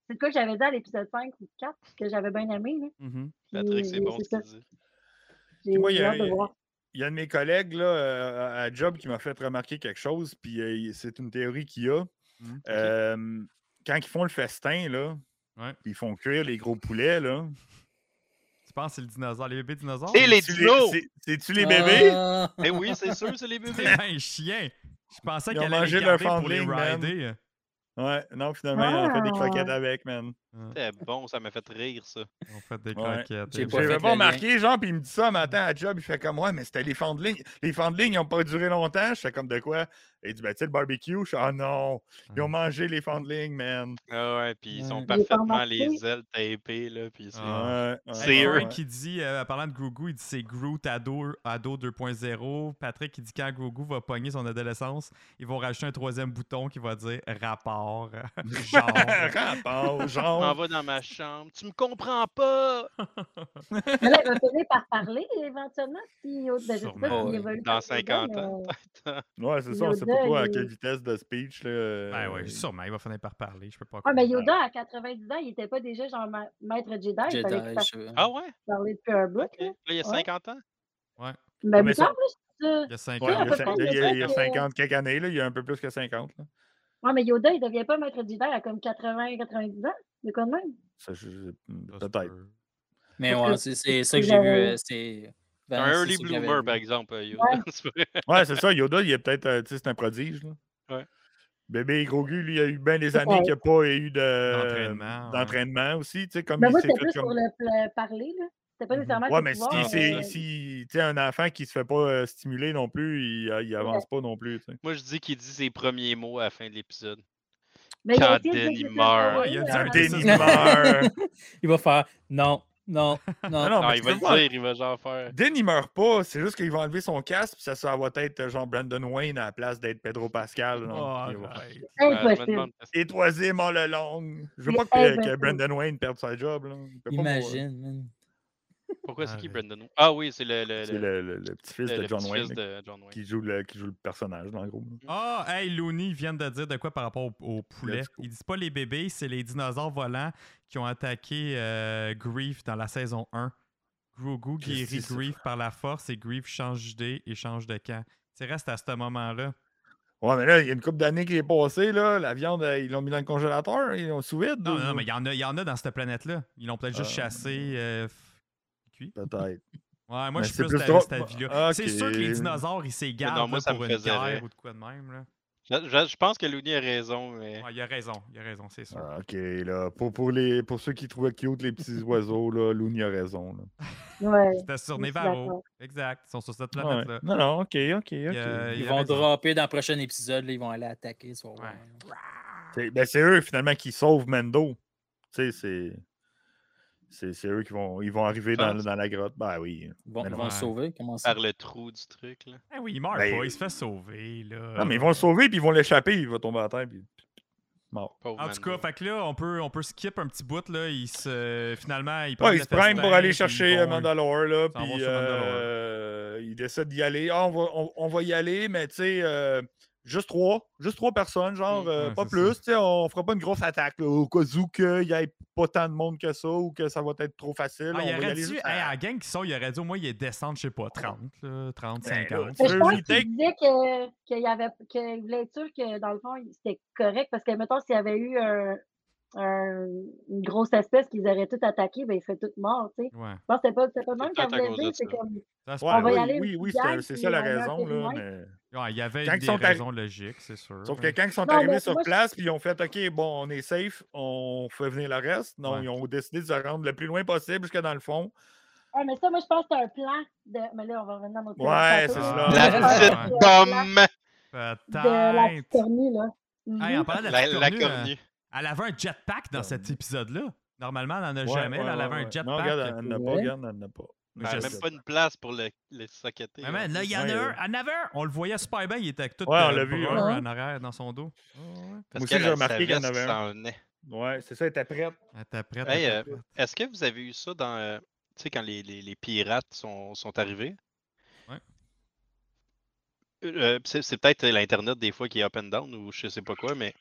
[SPEAKER 5] C'est quoi que j'avais dit à l'épisode 5 ou 4 que j'avais bien aimé. Là.
[SPEAKER 1] Mhm.
[SPEAKER 2] Mm-hmm. Patrick, c'est
[SPEAKER 5] Oui,
[SPEAKER 2] bon
[SPEAKER 5] euh, c'est
[SPEAKER 2] ce qu'il
[SPEAKER 5] ça.
[SPEAKER 2] dit.
[SPEAKER 5] J'ai
[SPEAKER 3] moi, il y
[SPEAKER 5] j'ai
[SPEAKER 3] a- euh,
[SPEAKER 5] hâte de
[SPEAKER 3] il y a-
[SPEAKER 5] voir.
[SPEAKER 3] Il y a un de mes collègues là, euh, à à Job qui m'a fait remarquer quelque chose, puis euh, il- c'est une théorie qu'il y a.
[SPEAKER 5] Mm,
[SPEAKER 1] Mhm. Ok.
[SPEAKER 3] Euh, quand ils font le festin, là,
[SPEAKER 1] Ouais.
[SPEAKER 3] puis ils font cuire les gros poulets, là.
[SPEAKER 1] Tu penses que c'est le dinosaure, les bébés dinosaures?
[SPEAKER 2] C'est les
[SPEAKER 3] C'est-tu
[SPEAKER 2] dinos!
[SPEAKER 3] c'est- C'est-tu les bébés?
[SPEAKER 4] Ah.
[SPEAKER 2] Eh oui, c'est sûr, c'est les
[SPEAKER 1] *laughs* C'est
[SPEAKER 5] *laughs*
[SPEAKER 2] bébés.
[SPEAKER 1] un chien! Je pensais
[SPEAKER 3] Ils
[SPEAKER 1] qu'elle
[SPEAKER 3] ont
[SPEAKER 1] allait
[SPEAKER 3] mangé
[SPEAKER 1] les
[SPEAKER 3] leur
[SPEAKER 1] garder pour les
[SPEAKER 3] foundling, man.
[SPEAKER 1] rider.
[SPEAKER 3] Ouais, non, finalement, il en fait des
[SPEAKER 5] Ah.
[SPEAKER 3] croquettes avec, man.
[SPEAKER 2] C'était bon, ça m'a fait rire, ça.
[SPEAKER 1] On fait des
[SPEAKER 3] Ouais.
[SPEAKER 1] croquettes.
[SPEAKER 4] J'ai
[SPEAKER 1] Et
[SPEAKER 4] pas
[SPEAKER 1] voilà.
[SPEAKER 3] J'avais
[SPEAKER 4] fait
[SPEAKER 3] pas
[SPEAKER 4] le
[SPEAKER 3] remarqué, genre, puis il me dit ça un matin à Job, il fait comme, ouais, mais c'était les fonds de ligne. Les fonds de ligne, ils ont pas duré longtemps. Je fais comme de quoi? Il dit, ben, tu sais, le barbecue, je fais, ah non, ils ont mangé les fonds de ligne, man.
[SPEAKER 2] Ah ouais, puis ils sont
[SPEAKER 4] Ouais.
[SPEAKER 2] parfaitement
[SPEAKER 5] Il est
[SPEAKER 2] les ailes tapées, là. Puis c'est-
[SPEAKER 1] Ah.
[SPEAKER 3] Ouais, ouais,
[SPEAKER 2] C'est
[SPEAKER 3] ouais.
[SPEAKER 1] Frank
[SPEAKER 3] *laughs*
[SPEAKER 1] qui dit, euh, en parlant de Grogu, il dit c'est Groot ado, ado 2.0. Patrick qui dit quand Grogu va pogner son adolescence, ils vont rajouter un troisième bouton qui va dire rapport. *laughs*
[SPEAKER 3] *laughs*
[SPEAKER 1] Genre.
[SPEAKER 3] Euh, Rapport,
[SPEAKER 2] Je m'en
[SPEAKER 3] genre.
[SPEAKER 2] vais dans ma chambre. Tu me comprends pas! *laughs*
[SPEAKER 5] Mais là, il va finir par parler éventuellement. Si, ben, je sais pas euh,
[SPEAKER 1] Sûrement.
[SPEAKER 5] s'il évolue
[SPEAKER 2] Dans hein.
[SPEAKER 5] par ses
[SPEAKER 2] 50
[SPEAKER 5] doigts,
[SPEAKER 2] ans,
[SPEAKER 5] mais-
[SPEAKER 2] peut-être.
[SPEAKER 3] Ouais, c'est ça, on sait
[SPEAKER 5] Yoda,
[SPEAKER 3] pas trop à
[SPEAKER 5] il-
[SPEAKER 3] quelle vitesse de speech. Là,
[SPEAKER 1] ben ouais,
[SPEAKER 3] euh,
[SPEAKER 1] sûrement, il va finir par parler. Je peux pas.
[SPEAKER 5] Ah, mais
[SPEAKER 1] croire.
[SPEAKER 5] Yoda, à 90 ans, il n'était pas déjà genre ma- maître Jedi. il fallait qu'il
[SPEAKER 4] Jedi,
[SPEAKER 5] fasse
[SPEAKER 4] je-
[SPEAKER 2] Ah ouais?
[SPEAKER 5] parler depuis un bout.
[SPEAKER 2] Ok. Là, il y a
[SPEAKER 5] Ouais.
[SPEAKER 2] 50 ans?
[SPEAKER 5] Mais
[SPEAKER 3] mais
[SPEAKER 5] plus
[SPEAKER 3] ça-
[SPEAKER 5] tard, là,
[SPEAKER 1] Il y a 5
[SPEAKER 3] ouais,
[SPEAKER 5] on
[SPEAKER 3] il, y
[SPEAKER 5] peut
[SPEAKER 3] a,
[SPEAKER 1] ans.
[SPEAKER 3] cin-
[SPEAKER 5] prendre
[SPEAKER 3] il y a-
[SPEAKER 5] le
[SPEAKER 3] il y a-
[SPEAKER 5] fait
[SPEAKER 3] il y a
[SPEAKER 5] que-
[SPEAKER 3] 50 quelques années, là, il y a un peu plus que 50. Là.
[SPEAKER 5] Ouais, mais Yoda, il ne devient pas maître Jedi à comme 80, 90 ans. De quoi de même?
[SPEAKER 3] Ça, je- je-
[SPEAKER 1] Ça se
[SPEAKER 3] Peut-être.
[SPEAKER 1] peut.
[SPEAKER 4] Mais
[SPEAKER 5] Parce que
[SPEAKER 4] ouais, c'est- c'est ça
[SPEAKER 5] c'est
[SPEAKER 4] que j'ai vu.
[SPEAKER 5] j'avais-
[SPEAKER 4] euh, C'est
[SPEAKER 2] C'est
[SPEAKER 4] Vance,
[SPEAKER 2] un
[SPEAKER 4] Ben, c'est
[SPEAKER 2] early
[SPEAKER 4] ça que j'avais
[SPEAKER 2] bloomer,
[SPEAKER 4] vu.
[SPEAKER 2] par exemple, euh, Yoda.
[SPEAKER 5] Ouais.
[SPEAKER 2] *laughs* C'est vrai.
[SPEAKER 3] Ouais, c'est ça, Yoda, il est peut-être, euh, tu sais, c'est un prodige. Là.
[SPEAKER 2] Ouais.
[SPEAKER 3] Bébé Grogu, lui, il a eu bien des
[SPEAKER 5] Ouais.
[SPEAKER 3] années qu'il n'y a pas eu de-
[SPEAKER 1] D'entraînement, ouais.
[SPEAKER 3] d'entraînement aussi, tu sais, comme
[SPEAKER 5] Ben,
[SPEAKER 3] il
[SPEAKER 5] moi,
[SPEAKER 3] s'est
[SPEAKER 5] c'était
[SPEAKER 3] fait
[SPEAKER 5] plus
[SPEAKER 3] comme- Mm-hmm.
[SPEAKER 5] pour le, le parler. là. C'était pas
[SPEAKER 1] Mhm.
[SPEAKER 5] nécessairement.
[SPEAKER 3] Ouais,
[SPEAKER 5] ses
[SPEAKER 3] mais si,
[SPEAKER 5] pouvoirs,
[SPEAKER 3] c'est-
[SPEAKER 5] euh,
[SPEAKER 3] si tu sais, un enfant qui se fait pas euh, stimuler non plus, il, il avance pas non plus. tu sais.
[SPEAKER 2] Moi, je dis qu'il dit ses premiers mots à la fin de l'épisode.
[SPEAKER 5] mais il a
[SPEAKER 2] quand
[SPEAKER 5] essayé de dire
[SPEAKER 2] Danny
[SPEAKER 5] que c'était
[SPEAKER 2] meurt.
[SPEAKER 5] un
[SPEAKER 1] Ouais, il a
[SPEAKER 5] jeu,
[SPEAKER 1] dit
[SPEAKER 5] là,
[SPEAKER 1] un
[SPEAKER 5] dans-
[SPEAKER 1] Disney-
[SPEAKER 3] Denis meurt!
[SPEAKER 4] *laughs* Il va faire non,
[SPEAKER 3] Non,
[SPEAKER 4] non, non.
[SPEAKER 3] non,
[SPEAKER 2] Non,
[SPEAKER 3] mais
[SPEAKER 2] il
[SPEAKER 3] tu
[SPEAKER 2] va
[SPEAKER 3] peux
[SPEAKER 2] le
[SPEAKER 3] voir,
[SPEAKER 2] dire, il va genre faire.
[SPEAKER 3] Din, il meurt pas, c'est juste qu'il va enlever son casque, puis ça, ça va être euh, genre Brandon Wayne à la place d'être Pedro Pascal.
[SPEAKER 1] Oh,
[SPEAKER 3] non? Il va-
[SPEAKER 1] arrête.
[SPEAKER 2] Euh, je me
[SPEAKER 5] Impossible.
[SPEAKER 2] demande-
[SPEAKER 3] Et troisième en le long. Je veux
[SPEAKER 5] Mais oh,
[SPEAKER 3] pas
[SPEAKER 5] ben,
[SPEAKER 3] que, euh,
[SPEAKER 5] impossible.
[SPEAKER 3] que Brandon Wayne perde sa job. Là. Il peut pas euh, mourir.
[SPEAKER 4] Imagine, man.
[SPEAKER 2] Pourquoi c'est qui
[SPEAKER 1] Arrête.
[SPEAKER 2] Brandon Wayne? Ah oui, c'est le, le,
[SPEAKER 3] C'est le, le- le petit-fils
[SPEAKER 2] le-
[SPEAKER 3] de
[SPEAKER 2] le
[SPEAKER 3] John
[SPEAKER 2] petit-fils
[SPEAKER 3] Wayne là,
[SPEAKER 2] de John Wayne.
[SPEAKER 3] Qui, joue le, qui joue le personnage, dans le groupe.
[SPEAKER 1] Ah, hey, Looney ils viennent de dire de quoi par rapport au, au poulet.
[SPEAKER 3] Let's go.
[SPEAKER 1] Ils disent pas les bébés, c'est les dinosaures volants qui ont attaqué euh, Grief dans la saison 1. Grogu
[SPEAKER 3] Christy,
[SPEAKER 1] guérit
[SPEAKER 3] c'est
[SPEAKER 1] Grief par la force et Grief change d'idée et change de camp. C'est reste à ce moment-là.
[SPEAKER 3] Ouais, mais là, il y a une couple d'années qui est passée. Là. La viande, euh, ils l'ont mis dans le congélateur, ils l'ont sous vide.
[SPEAKER 1] Non,
[SPEAKER 3] ou-
[SPEAKER 1] non, mais il y en a, il y en a dans cette planète-là. Ils l'ont peut-être juste
[SPEAKER 3] Mmh. Ah.
[SPEAKER 1] chassé. euh, f- cuit.
[SPEAKER 3] Peut-être.
[SPEAKER 1] Ouais, moi,
[SPEAKER 3] Mais
[SPEAKER 1] je suis
[SPEAKER 3] Ben, c'est
[SPEAKER 1] plus,
[SPEAKER 3] plus
[SPEAKER 1] de
[SPEAKER 3] drôle.
[SPEAKER 1] cette avis-là.
[SPEAKER 3] Ah,
[SPEAKER 1] C'est sûr que les
[SPEAKER 3] ok.
[SPEAKER 1] dinosaures, ils s'égarent
[SPEAKER 2] non, moi,
[SPEAKER 1] là,
[SPEAKER 2] ça
[SPEAKER 1] pour
[SPEAKER 2] me
[SPEAKER 1] une
[SPEAKER 2] faisait
[SPEAKER 1] guerre
[SPEAKER 2] rire.
[SPEAKER 1] ou de quoi de même. Là.
[SPEAKER 2] Je, je- je pense que Looney a raison, mais.
[SPEAKER 1] Ouais, il a raison, il a raison, c'est sûr.
[SPEAKER 3] Ah, ok, là. Pour, pour, les, pour ceux qui trouvaient cute les petits oiseaux, là, Looney a raison. là.
[SPEAKER 5] Ouais.
[SPEAKER 1] C'était sur
[SPEAKER 5] je suis
[SPEAKER 1] Nevarro.
[SPEAKER 5] d'accord.
[SPEAKER 1] Exact. Ils sont sur cette
[SPEAKER 3] Ouais.
[SPEAKER 1] planète-là.
[SPEAKER 3] Non, non, ok, ok, ok.
[SPEAKER 1] euh, il
[SPEAKER 4] Ils
[SPEAKER 1] a
[SPEAKER 4] vont
[SPEAKER 1] raison.
[SPEAKER 4] dropper dans le prochain épisode, là, ils vont aller attaquer. tu vas voir.
[SPEAKER 3] C'est ben, c'est eux finalement qui sauvent Mendo. Tu sais, c'est. C'est c'est eux qui vont, ils vont arriver dans,
[SPEAKER 2] Pense.
[SPEAKER 3] dans la grotte. Ben oui.
[SPEAKER 4] Ils vont,
[SPEAKER 3] Mais
[SPEAKER 4] ils
[SPEAKER 3] non.
[SPEAKER 4] vont
[SPEAKER 1] Ouais.
[SPEAKER 4] le sauver. Comment ça?
[SPEAKER 2] Par le trou du truc, là.
[SPEAKER 1] Ah oui, il meurt
[SPEAKER 3] Ben,
[SPEAKER 1] pas, il se fait sauver, là.
[SPEAKER 3] Non, mais ils vont le sauver, puis ils vont l'échapper, il va tomber à terre, puis. Mort.
[SPEAKER 2] Pauvre
[SPEAKER 1] En tout
[SPEAKER 2] Mando.
[SPEAKER 1] cas, fait que là, on peut, on peut skip un petit bout, là. Il se... Finalement, il
[SPEAKER 3] Ouais, ils Ah, se prennent pour aller chercher euh, Mandalore, là,
[SPEAKER 1] s'en vont
[SPEAKER 3] puis
[SPEAKER 1] sur Mandalore.
[SPEAKER 3] euh, ils décident d'y aller. Ah, on, va, on, on va y aller, mais tu sais, euh, Juste trois. Juste trois personnes, genre,
[SPEAKER 4] Mm.
[SPEAKER 3] euh,
[SPEAKER 1] Ouais,
[SPEAKER 3] pas
[SPEAKER 1] c'est
[SPEAKER 3] plus.
[SPEAKER 1] ça.
[SPEAKER 3] Tu sais, on fera pas une grosse attaque, là, au cas où qu'il n'y ait pas tant de monde que ça ou que ça va être trop facile.
[SPEAKER 1] Ah,
[SPEAKER 3] on
[SPEAKER 1] il
[SPEAKER 3] va y
[SPEAKER 1] aurait
[SPEAKER 3] aller
[SPEAKER 1] dû,
[SPEAKER 3] juste
[SPEAKER 1] hey,
[SPEAKER 3] à-
[SPEAKER 1] à la gang qui sort, il aurait dû au moins il descendre, je sais pas, 30, là, 30,
[SPEAKER 3] Ben, là,
[SPEAKER 1] 50.
[SPEAKER 3] tu
[SPEAKER 5] Mais je
[SPEAKER 3] veux,
[SPEAKER 5] pense
[SPEAKER 3] il take-
[SPEAKER 5] qu'il disait que- qu'il y avait qu'il voulait être sûr que dans le fond, il- c'était correct parce que mettons s'il y avait eu un- un- une grosse espèce qu'ils auraient tout attaqué, ben ils seraient tous morts, tu sais.
[SPEAKER 1] Ouais.
[SPEAKER 5] Je pense que c'était pas, c'était pas le même
[SPEAKER 2] peut-être
[SPEAKER 5] qu'elle
[SPEAKER 2] à cause
[SPEAKER 5] voulait
[SPEAKER 2] de
[SPEAKER 5] dire, c'est
[SPEAKER 2] ça.
[SPEAKER 5] comme
[SPEAKER 1] Ça se
[SPEAKER 3] Ouais,
[SPEAKER 5] On
[SPEAKER 1] peut.
[SPEAKER 5] va y
[SPEAKER 3] oui,
[SPEAKER 5] aller
[SPEAKER 3] oui,
[SPEAKER 5] une
[SPEAKER 3] oui,
[SPEAKER 5] petite
[SPEAKER 3] c'est
[SPEAKER 5] gang,
[SPEAKER 3] c'est
[SPEAKER 5] puis
[SPEAKER 3] ça la
[SPEAKER 5] on met un
[SPEAKER 3] raison. Là,
[SPEAKER 5] peu de
[SPEAKER 3] mais-
[SPEAKER 1] Ouais, il y avait
[SPEAKER 3] Quand ils
[SPEAKER 1] des
[SPEAKER 3] sont arri-
[SPEAKER 1] raisons logiques, c'est sûr.
[SPEAKER 3] Sauf que
[SPEAKER 1] hein.
[SPEAKER 3] quand ils sont
[SPEAKER 5] Non,
[SPEAKER 3] arrivés
[SPEAKER 5] mais
[SPEAKER 3] sur
[SPEAKER 5] moi, je-
[SPEAKER 3] place, puis ils ont fait OK, bon, on est safe, on fait venir le reste. Non,
[SPEAKER 1] Ouais.
[SPEAKER 3] ils ont décidé de se rendre le plus loin possible jusque dans le fond.
[SPEAKER 5] Ah, mais ça, moi, je pense que c'est un plan de. Mais là, on va revenir dans notre
[SPEAKER 3] Ouais,
[SPEAKER 5] théorie tantôt.
[SPEAKER 3] c'est
[SPEAKER 1] Ah.
[SPEAKER 3] ça.
[SPEAKER 2] La
[SPEAKER 1] Ouais.
[SPEAKER 2] petite gomme!
[SPEAKER 5] De la
[SPEAKER 1] Peut-être.
[SPEAKER 5] Californie, là. Mhm.
[SPEAKER 1] Hey, en parlant de la,
[SPEAKER 2] La,
[SPEAKER 1] petite
[SPEAKER 2] la
[SPEAKER 1] cornue, euh,
[SPEAKER 2] cornue.
[SPEAKER 1] elle avait un jetpack dans cet épisode-là. Normalement, elle n'en a
[SPEAKER 3] Ouais,
[SPEAKER 1] jamais.
[SPEAKER 3] ouais,
[SPEAKER 1] mais elle
[SPEAKER 3] ouais,
[SPEAKER 1] avait
[SPEAKER 3] ouais.
[SPEAKER 1] un jetpack.
[SPEAKER 3] Non, regarde, elle n'a pas,
[SPEAKER 4] Ouais.
[SPEAKER 3] regarde, elle n'a pas.
[SPEAKER 1] Je
[SPEAKER 2] Elle a
[SPEAKER 1] sais.
[SPEAKER 2] même pas une place pour le, le socketer.
[SPEAKER 1] Mais man,
[SPEAKER 2] hein.
[SPEAKER 1] là, il y en
[SPEAKER 3] Ouais,
[SPEAKER 1] a un,
[SPEAKER 3] ouais.
[SPEAKER 1] en avait un. On le voyait super bien, il était tout
[SPEAKER 3] Ouais, on
[SPEAKER 1] euh,
[SPEAKER 3] l'a vu,
[SPEAKER 1] brun
[SPEAKER 4] ouais.
[SPEAKER 1] en arrière dans son dos. Ouais,
[SPEAKER 2] Parce
[SPEAKER 3] Moi aussi,
[SPEAKER 2] qu'elle,
[SPEAKER 3] j'ai
[SPEAKER 2] elle
[SPEAKER 3] remarqué qu'il y en
[SPEAKER 2] savait ce qui
[SPEAKER 3] avait
[SPEAKER 2] s'en
[SPEAKER 3] un.
[SPEAKER 2] venait.
[SPEAKER 3] Ouais, c'est ça, elle était prête.
[SPEAKER 1] ouais. T'es prête.
[SPEAKER 2] Hey,
[SPEAKER 1] t'es
[SPEAKER 2] euh,
[SPEAKER 1] prête.
[SPEAKER 2] Est-ce que vous avez eu ça dans. euh, tu sais, quand les, les- les pirates sont, sont arrivés?
[SPEAKER 1] Ouais.
[SPEAKER 2] Euh, euh, c'est c'est peut-être euh, l'Internet des fois qui est up and down ou je sais pas quoi, mais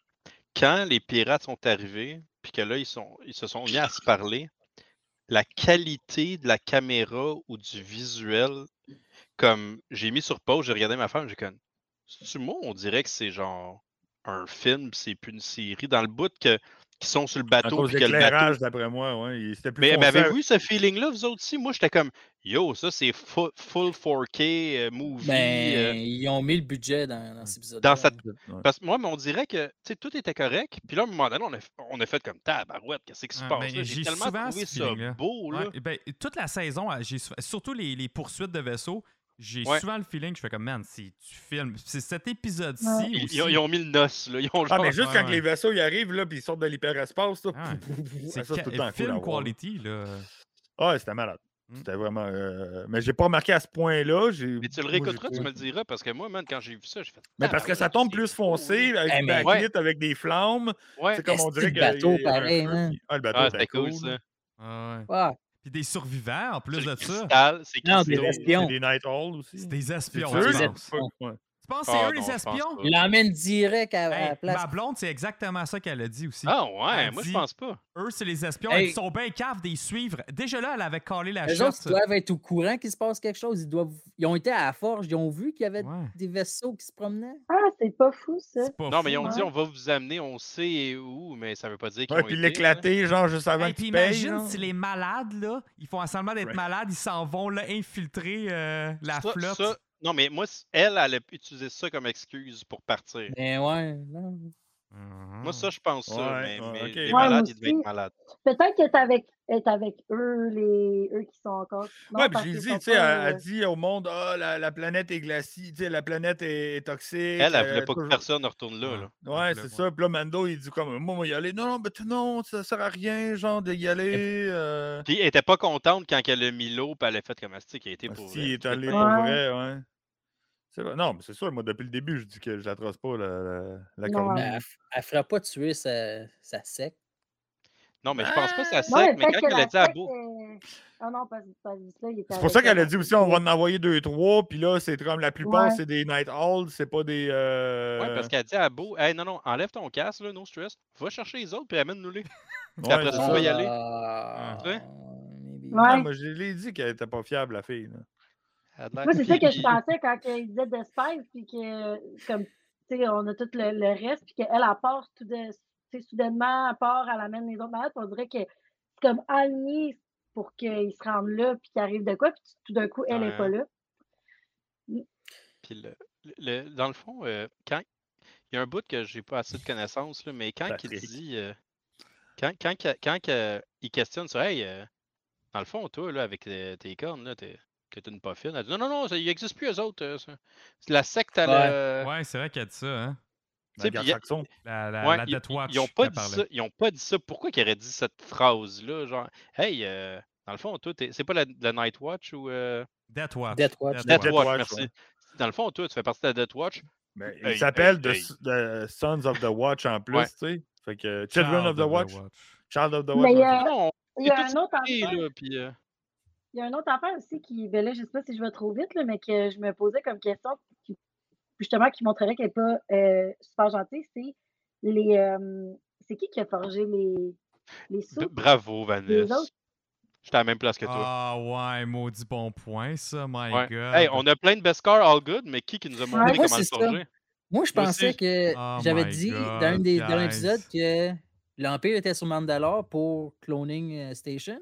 [SPEAKER 2] quand les pirates sont arrivés, puis que là, ils, sont, ils se sont mis à se parler, la qualité de la caméra ou du visuel, comme j'ai mis sur pause, j'ai regardé ma femme, j'ai comme. Tu moi, on dirait que c'est genre un film, c'est plus une série. Dans le bout que qui sont sur le
[SPEAKER 3] À
[SPEAKER 2] bateau,
[SPEAKER 3] cause
[SPEAKER 2] puis
[SPEAKER 3] de
[SPEAKER 2] que le bateau
[SPEAKER 3] l'éclairage, d'après moi, ouais. il- C'était plus
[SPEAKER 2] mais, mais
[SPEAKER 3] foncé.
[SPEAKER 2] avez-vous eu ce feeling-là, vous autres aussi? Moi, j'étais comme, yo, ça, c'est fu- full 4K euh, movie. euh,
[SPEAKER 4] Ben, ils ont mis le budget dans, dans cet épisode.
[SPEAKER 2] dans cette-
[SPEAKER 3] Ouais.
[SPEAKER 2] Parce que moi, mais on dirait que tu sais, tout était correct. Puis là, à un moment donné, on a, f- on a fait comme, tabarouette, qu'est-ce qui se
[SPEAKER 1] Ah,
[SPEAKER 2] passe?
[SPEAKER 1] ben,
[SPEAKER 2] là?
[SPEAKER 1] j'ai
[SPEAKER 2] J'ai tellement
[SPEAKER 1] souvent
[SPEAKER 2] trouvé
[SPEAKER 1] ce
[SPEAKER 2] ça
[SPEAKER 1] feeling-là.
[SPEAKER 2] beau, là.
[SPEAKER 1] Ouais, et ben, toute la saison, euh, j'ai sou- surtout les, les poursuites de vaisseaux, j'ai
[SPEAKER 2] Ouais.
[SPEAKER 1] souvent le feeling, je fais comme, man, si tu filmes, c'est cet épisode-ci.
[SPEAKER 5] Ouais.
[SPEAKER 2] Ils,
[SPEAKER 1] aussi.
[SPEAKER 2] ils ont, ils ont mis le noce, là. Ils ont
[SPEAKER 3] Ah,
[SPEAKER 2] genre-
[SPEAKER 3] mais juste
[SPEAKER 1] Ouais,
[SPEAKER 3] quand
[SPEAKER 1] ouais.
[SPEAKER 3] les vaisseaux ils arrivent, là, puis ils sortent de l'hyperespace, là,
[SPEAKER 1] Ah,
[SPEAKER 3] ça,
[SPEAKER 1] c'est
[SPEAKER 3] c'est tout
[SPEAKER 1] ca-
[SPEAKER 3] le temps cool à
[SPEAKER 1] film
[SPEAKER 3] voir.
[SPEAKER 1] quality, là.
[SPEAKER 3] Ah, c'était malade.
[SPEAKER 1] Mm.
[SPEAKER 3] C'était vraiment. euh, Mais j'ai pas remarqué à ce point-là. j'ai-
[SPEAKER 2] Mais tu le
[SPEAKER 3] moi, j'ai
[SPEAKER 2] réécouteras,
[SPEAKER 3] pas-
[SPEAKER 2] tu me le diras, parce que moi, man, quand j'ai vu ça, j'ai fait.
[SPEAKER 3] Mais parce que ça
[SPEAKER 2] Tabarouette,
[SPEAKER 3] tombe
[SPEAKER 2] c'est
[SPEAKER 3] plus
[SPEAKER 2] beau, là.
[SPEAKER 3] foncé, avec
[SPEAKER 4] Eh,
[SPEAKER 3] des
[SPEAKER 4] mais-
[SPEAKER 3] backlit, avec des flammes.
[SPEAKER 2] Ouais,
[SPEAKER 3] C'est comme on
[SPEAKER 4] Esti
[SPEAKER 3] dirait
[SPEAKER 4] de
[SPEAKER 3] que.
[SPEAKER 4] bateau,
[SPEAKER 3] il y a un
[SPEAKER 4] pareil,
[SPEAKER 3] feu,
[SPEAKER 4] hein.
[SPEAKER 3] puis- Ah, le bateau,
[SPEAKER 2] ah,
[SPEAKER 3] c'était
[SPEAKER 2] c'était cool,
[SPEAKER 3] cool.
[SPEAKER 2] ça.
[SPEAKER 1] Ah ouais.
[SPEAKER 4] Ouais.
[SPEAKER 1] Puis des survivants, en plus
[SPEAKER 2] C'est
[SPEAKER 1] de
[SPEAKER 2] le
[SPEAKER 1] ça.
[SPEAKER 2] cristal, c'est
[SPEAKER 4] Non, des
[SPEAKER 2] cristaux.
[SPEAKER 4] espions.
[SPEAKER 3] C'est des Night Hall aussi.
[SPEAKER 1] C'est des
[SPEAKER 3] C'est
[SPEAKER 1] espions,
[SPEAKER 3] sûr,
[SPEAKER 1] je
[SPEAKER 3] là.
[SPEAKER 1] pense.
[SPEAKER 3] Ouais, ouais.
[SPEAKER 1] Tu penses que c'est eux,
[SPEAKER 2] Ah, non,
[SPEAKER 1] les
[SPEAKER 2] je pense
[SPEAKER 1] espions?
[SPEAKER 2] pas.
[SPEAKER 4] Ils l'emmène direct à, à
[SPEAKER 1] Hey,
[SPEAKER 4] la Euh, place.
[SPEAKER 1] ma blonde, c'est exactement ça qu'elle a dit aussi.
[SPEAKER 2] Ah, ouais,
[SPEAKER 1] Elle
[SPEAKER 2] moi,
[SPEAKER 1] dit-
[SPEAKER 2] je pense pas.
[SPEAKER 1] Eux, c'est les espions.
[SPEAKER 4] Hey.
[SPEAKER 1] Ils sont bien caves de les suivre. Déjà là, elle avait collé la
[SPEAKER 4] Les autres
[SPEAKER 1] chasse.
[SPEAKER 4] ils doivent être au courant qu'il se passe quelque chose. Ils, doivent... ils ont été à la forge, ils ont vu qu'il y avait
[SPEAKER 1] Ouais.
[SPEAKER 4] des vaisseaux qui se promenaient.
[SPEAKER 5] Ah, c'est pas fou, ça.
[SPEAKER 1] C'est pas
[SPEAKER 2] Non,
[SPEAKER 1] fou,
[SPEAKER 2] mais ils ont
[SPEAKER 1] hein.
[SPEAKER 2] dit on va vous amener, on sait où, mais ça veut pas dire qu'ils
[SPEAKER 3] Ouais,
[SPEAKER 2] ont
[SPEAKER 3] puis
[SPEAKER 2] été, là.
[SPEAKER 3] l'éclater, genre, juste avant
[SPEAKER 1] Hey,
[SPEAKER 3] que
[SPEAKER 1] puis
[SPEAKER 3] tu payes.
[SPEAKER 1] imagine
[SPEAKER 3] genre.
[SPEAKER 1] si les malades, là, ils font semblant d'être
[SPEAKER 3] Right.
[SPEAKER 1] malades, ils s'en vont là, infiltrer euh, la
[SPEAKER 2] Ça-
[SPEAKER 1] flotte.
[SPEAKER 2] ça- non, mais moi, c- elle, elle a utilisé ça comme excuse pour partir.
[SPEAKER 4] Mais Ben ouais, non.
[SPEAKER 1] Mhm.
[SPEAKER 2] Moi, ça, je pense ça,
[SPEAKER 3] Mmh. Ouais,
[SPEAKER 2] mais,
[SPEAKER 3] ouais,
[SPEAKER 2] mais
[SPEAKER 3] ok.
[SPEAKER 2] les
[SPEAKER 5] Ouais,
[SPEAKER 2] malades,
[SPEAKER 5] moi
[SPEAKER 2] ils devaient être
[SPEAKER 5] aussi.
[SPEAKER 2] malades.
[SPEAKER 5] Peut-être qu'elle est avec, est avec eux, les eux qui sont encore. Non,
[SPEAKER 3] Ouais, puis
[SPEAKER 5] parce
[SPEAKER 3] j'ai
[SPEAKER 5] qu'ils
[SPEAKER 3] dit,
[SPEAKER 5] sont
[SPEAKER 3] tu sais, elle,
[SPEAKER 5] pas,
[SPEAKER 3] elle
[SPEAKER 5] euh,
[SPEAKER 3] dit au monde, ah, la, la planète est glacée, tu sais, la planète est, est toxique.
[SPEAKER 2] Elle, elle voulait
[SPEAKER 3] euh,
[SPEAKER 2] pas que
[SPEAKER 3] toujours-
[SPEAKER 2] personne ne retourne là.
[SPEAKER 1] Ouais.
[SPEAKER 2] là.
[SPEAKER 3] Ouais,
[SPEAKER 1] Elle
[SPEAKER 3] c'est
[SPEAKER 1] voulait,
[SPEAKER 3] ça. Puis là, Mando, il dit comme, moi, moi, y aller. Non, non, mais tout, non, ça sert à rien, genre, d'y aller. Euh...
[SPEAKER 2] Puis elle était pas contente quand elle a mis l'eau, puis elle a fait comme Asti qui a été pour.
[SPEAKER 3] Ah, Si, il est allé
[SPEAKER 5] Ouais.
[SPEAKER 3] pour vrai, ouais. C'est vrai. Non, mais c'est sûr, moi, depuis le début, je dis que je l'atroce pas, la, la, la
[SPEAKER 5] Non,
[SPEAKER 3] cornue.
[SPEAKER 5] ouais.
[SPEAKER 4] Ben, elle, f- elle fera pas tuer sa, sa secte.
[SPEAKER 2] Non, mais je pense pas que ça
[SPEAKER 3] Ah!
[SPEAKER 2] sec,
[SPEAKER 5] Non, mais
[SPEAKER 2] mais
[SPEAKER 5] peut-être
[SPEAKER 2] quand
[SPEAKER 5] que
[SPEAKER 2] elle a
[SPEAKER 5] la
[SPEAKER 2] dit à
[SPEAKER 5] secte,
[SPEAKER 2] Beau.
[SPEAKER 5] euh, Ah non, parce parce que là, il était
[SPEAKER 3] C'est
[SPEAKER 5] avec
[SPEAKER 3] pour ça qu'elle a
[SPEAKER 5] elle,
[SPEAKER 3] dit aussi,
[SPEAKER 5] elle
[SPEAKER 3] on va en envoyer deux, trois. Puis là, c'est comme la plupart,
[SPEAKER 5] Ouais.
[SPEAKER 3] c'est des Night Owls, c'est pas des. Euh...
[SPEAKER 2] Ouais, parce qu'elle a dit à Beau, hey, non, non, enlève ton casque, là, no stress. Va chercher les autres, puis amène-nous les.
[SPEAKER 3] ouais,
[SPEAKER 2] après
[SPEAKER 3] c'est
[SPEAKER 2] ça, on va y aller.
[SPEAKER 4] Ah,
[SPEAKER 2] Tu sais?
[SPEAKER 4] maybe.
[SPEAKER 5] Ouais.
[SPEAKER 3] Non, mais je l'ai dit qu'elle était pas fiable, la fille. là.
[SPEAKER 5] Moi, c'est ça que
[SPEAKER 2] *laughs*
[SPEAKER 5] je pensais quand il disait de Spice, puis que, comme, tu sais, on a tout le, le reste, puis qu'elle, elle part tout de, tu sais, soudainement, elle part, elle amène les autres malades, puis on dirait que c'est comme aligné pour qu'ils se rendent là, puis qu'ils arrivent de quoi, puis tout d'un coup, elle n'est pas
[SPEAKER 2] Ouais.
[SPEAKER 5] là.
[SPEAKER 2] Puis le, le- le- dans le fond, euh, quand il y a un bout que j'ai pas assez de connaissances, là, mais quand il
[SPEAKER 3] Patrick.
[SPEAKER 2] dit euh, quand, quand, que- quand que il questionne sur Hey, euh, dans le fond, toi, là, avec tes, tes cornes, là, t'es que t'es une pas fine. Elle dit, non, non, non, ça, il n'existe plus eux autres. euh, ça. C'est La secte, elle
[SPEAKER 4] Ouais.
[SPEAKER 2] a-
[SPEAKER 1] Ouais, c'est vrai qu'elle a dit ça, hein.
[SPEAKER 2] Tu sais,
[SPEAKER 3] La
[SPEAKER 2] puis
[SPEAKER 3] garde saxon.
[SPEAKER 1] La, la,
[SPEAKER 2] ouais,
[SPEAKER 1] la
[SPEAKER 2] ils-
[SPEAKER 1] Death Watch
[SPEAKER 2] ils n'ont pas,
[SPEAKER 1] qu'elle
[SPEAKER 2] dit
[SPEAKER 1] parlait.
[SPEAKER 2] ça- ils ont pas dit ça. Pourquoi qu'ils auraient dit cette phrase-là? Genre, hey, euh, dans le fond, toi, t'es- c'est pas la, la Night Watch ou euh,
[SPEAKER 1] Death Watch.
[SPEAKER 4] Death Watch.
[SPEAKER 2] Death,
[SPEAKER 3] Death
[SPEAKER 2] Watch,
[SPEAKER 3] Watch,
[SPEAKER 2] merci.
[SPEAKER 3] ouais.
[SPEAKER 2] Dans le fond, toi, tu fais partie de la Death Watch.
[SPEAKER 3] Mais
[SPEAKER 2] Hey,
[SPEAKER 3] il s'appelle
[SPEAKER 2] hey,
[SPEAKER 3] the,
[SPEAKER 2] hey.
[SPEAKER 3] S- the Sons of the Watch en plus,
[SPEAKER 2] Ouais.
[SPEAKER 3] tu sais. Fait que Children of the Watch. Child of the Watch.
[SPEAKER 5] Mais
[SPEAKER 3] ouais.
[SPEAKER 5] euh,
[SPEAKER 2] Non,
[SPEAKER 5] il y a
[SPEAKER 2] tout
[SPEAKER 5] un autre
[SPEAKER 2] on est
[SPEAKER 5] enfant.
[SPEAKER 2] là, puis. euh,
[SPEAKER 5] Il y a un autre affaire aussi qui, ben là, je sais pas si je vais trop vite, là, mais que je me posais comme question, qui justement, qui montrerait qu'elle n'est pas euh, super gentille, c'est les. euh, c'est qui qui a forgé les, les
[SPEAKER 2] B-
[SPEAKER 5] soupes?
[SPEAKER 2] Bravo, Vanessa.
[SPEAKER 5] autres?
[SPEAKER 2] J'étais à la même place que toi.
[SPEAKER 1] Ah ouais, maudit bon point, ça, my
[SPEAKER 2] Ouais.
[SPEAKER 1] god.
[SPEAKER 2] Hey, on a plein de best scores all good, mais qui qui nous a montré
[SPEAKER 5] Ouais,
[SPEAKER 2] comment
[SPEAKER 4] c'est
[SPEAKER 2] le
[SPEAKER 4] ça.
[SPEAKER 2] forger?
[SPEAKER 4] Moi, je
[SPEAKER 2] Moi
[SPEAKER 4] pensais
[SPEAKER 2] aussi.
[SPEAKER 4] que
[SPEAKER 1] Oh
[SPEAKER 4] j'avais
[SPEAKER 1] my
[SPEAKER 4] dit
[SPEAKER 1] God,
[SPEAKER 4] dans un des derniers
[SPEAKER 1] guys.
[SPEAKER 4] épisodes que l'Empire était sur Mandalore pour Cloning euh, Station.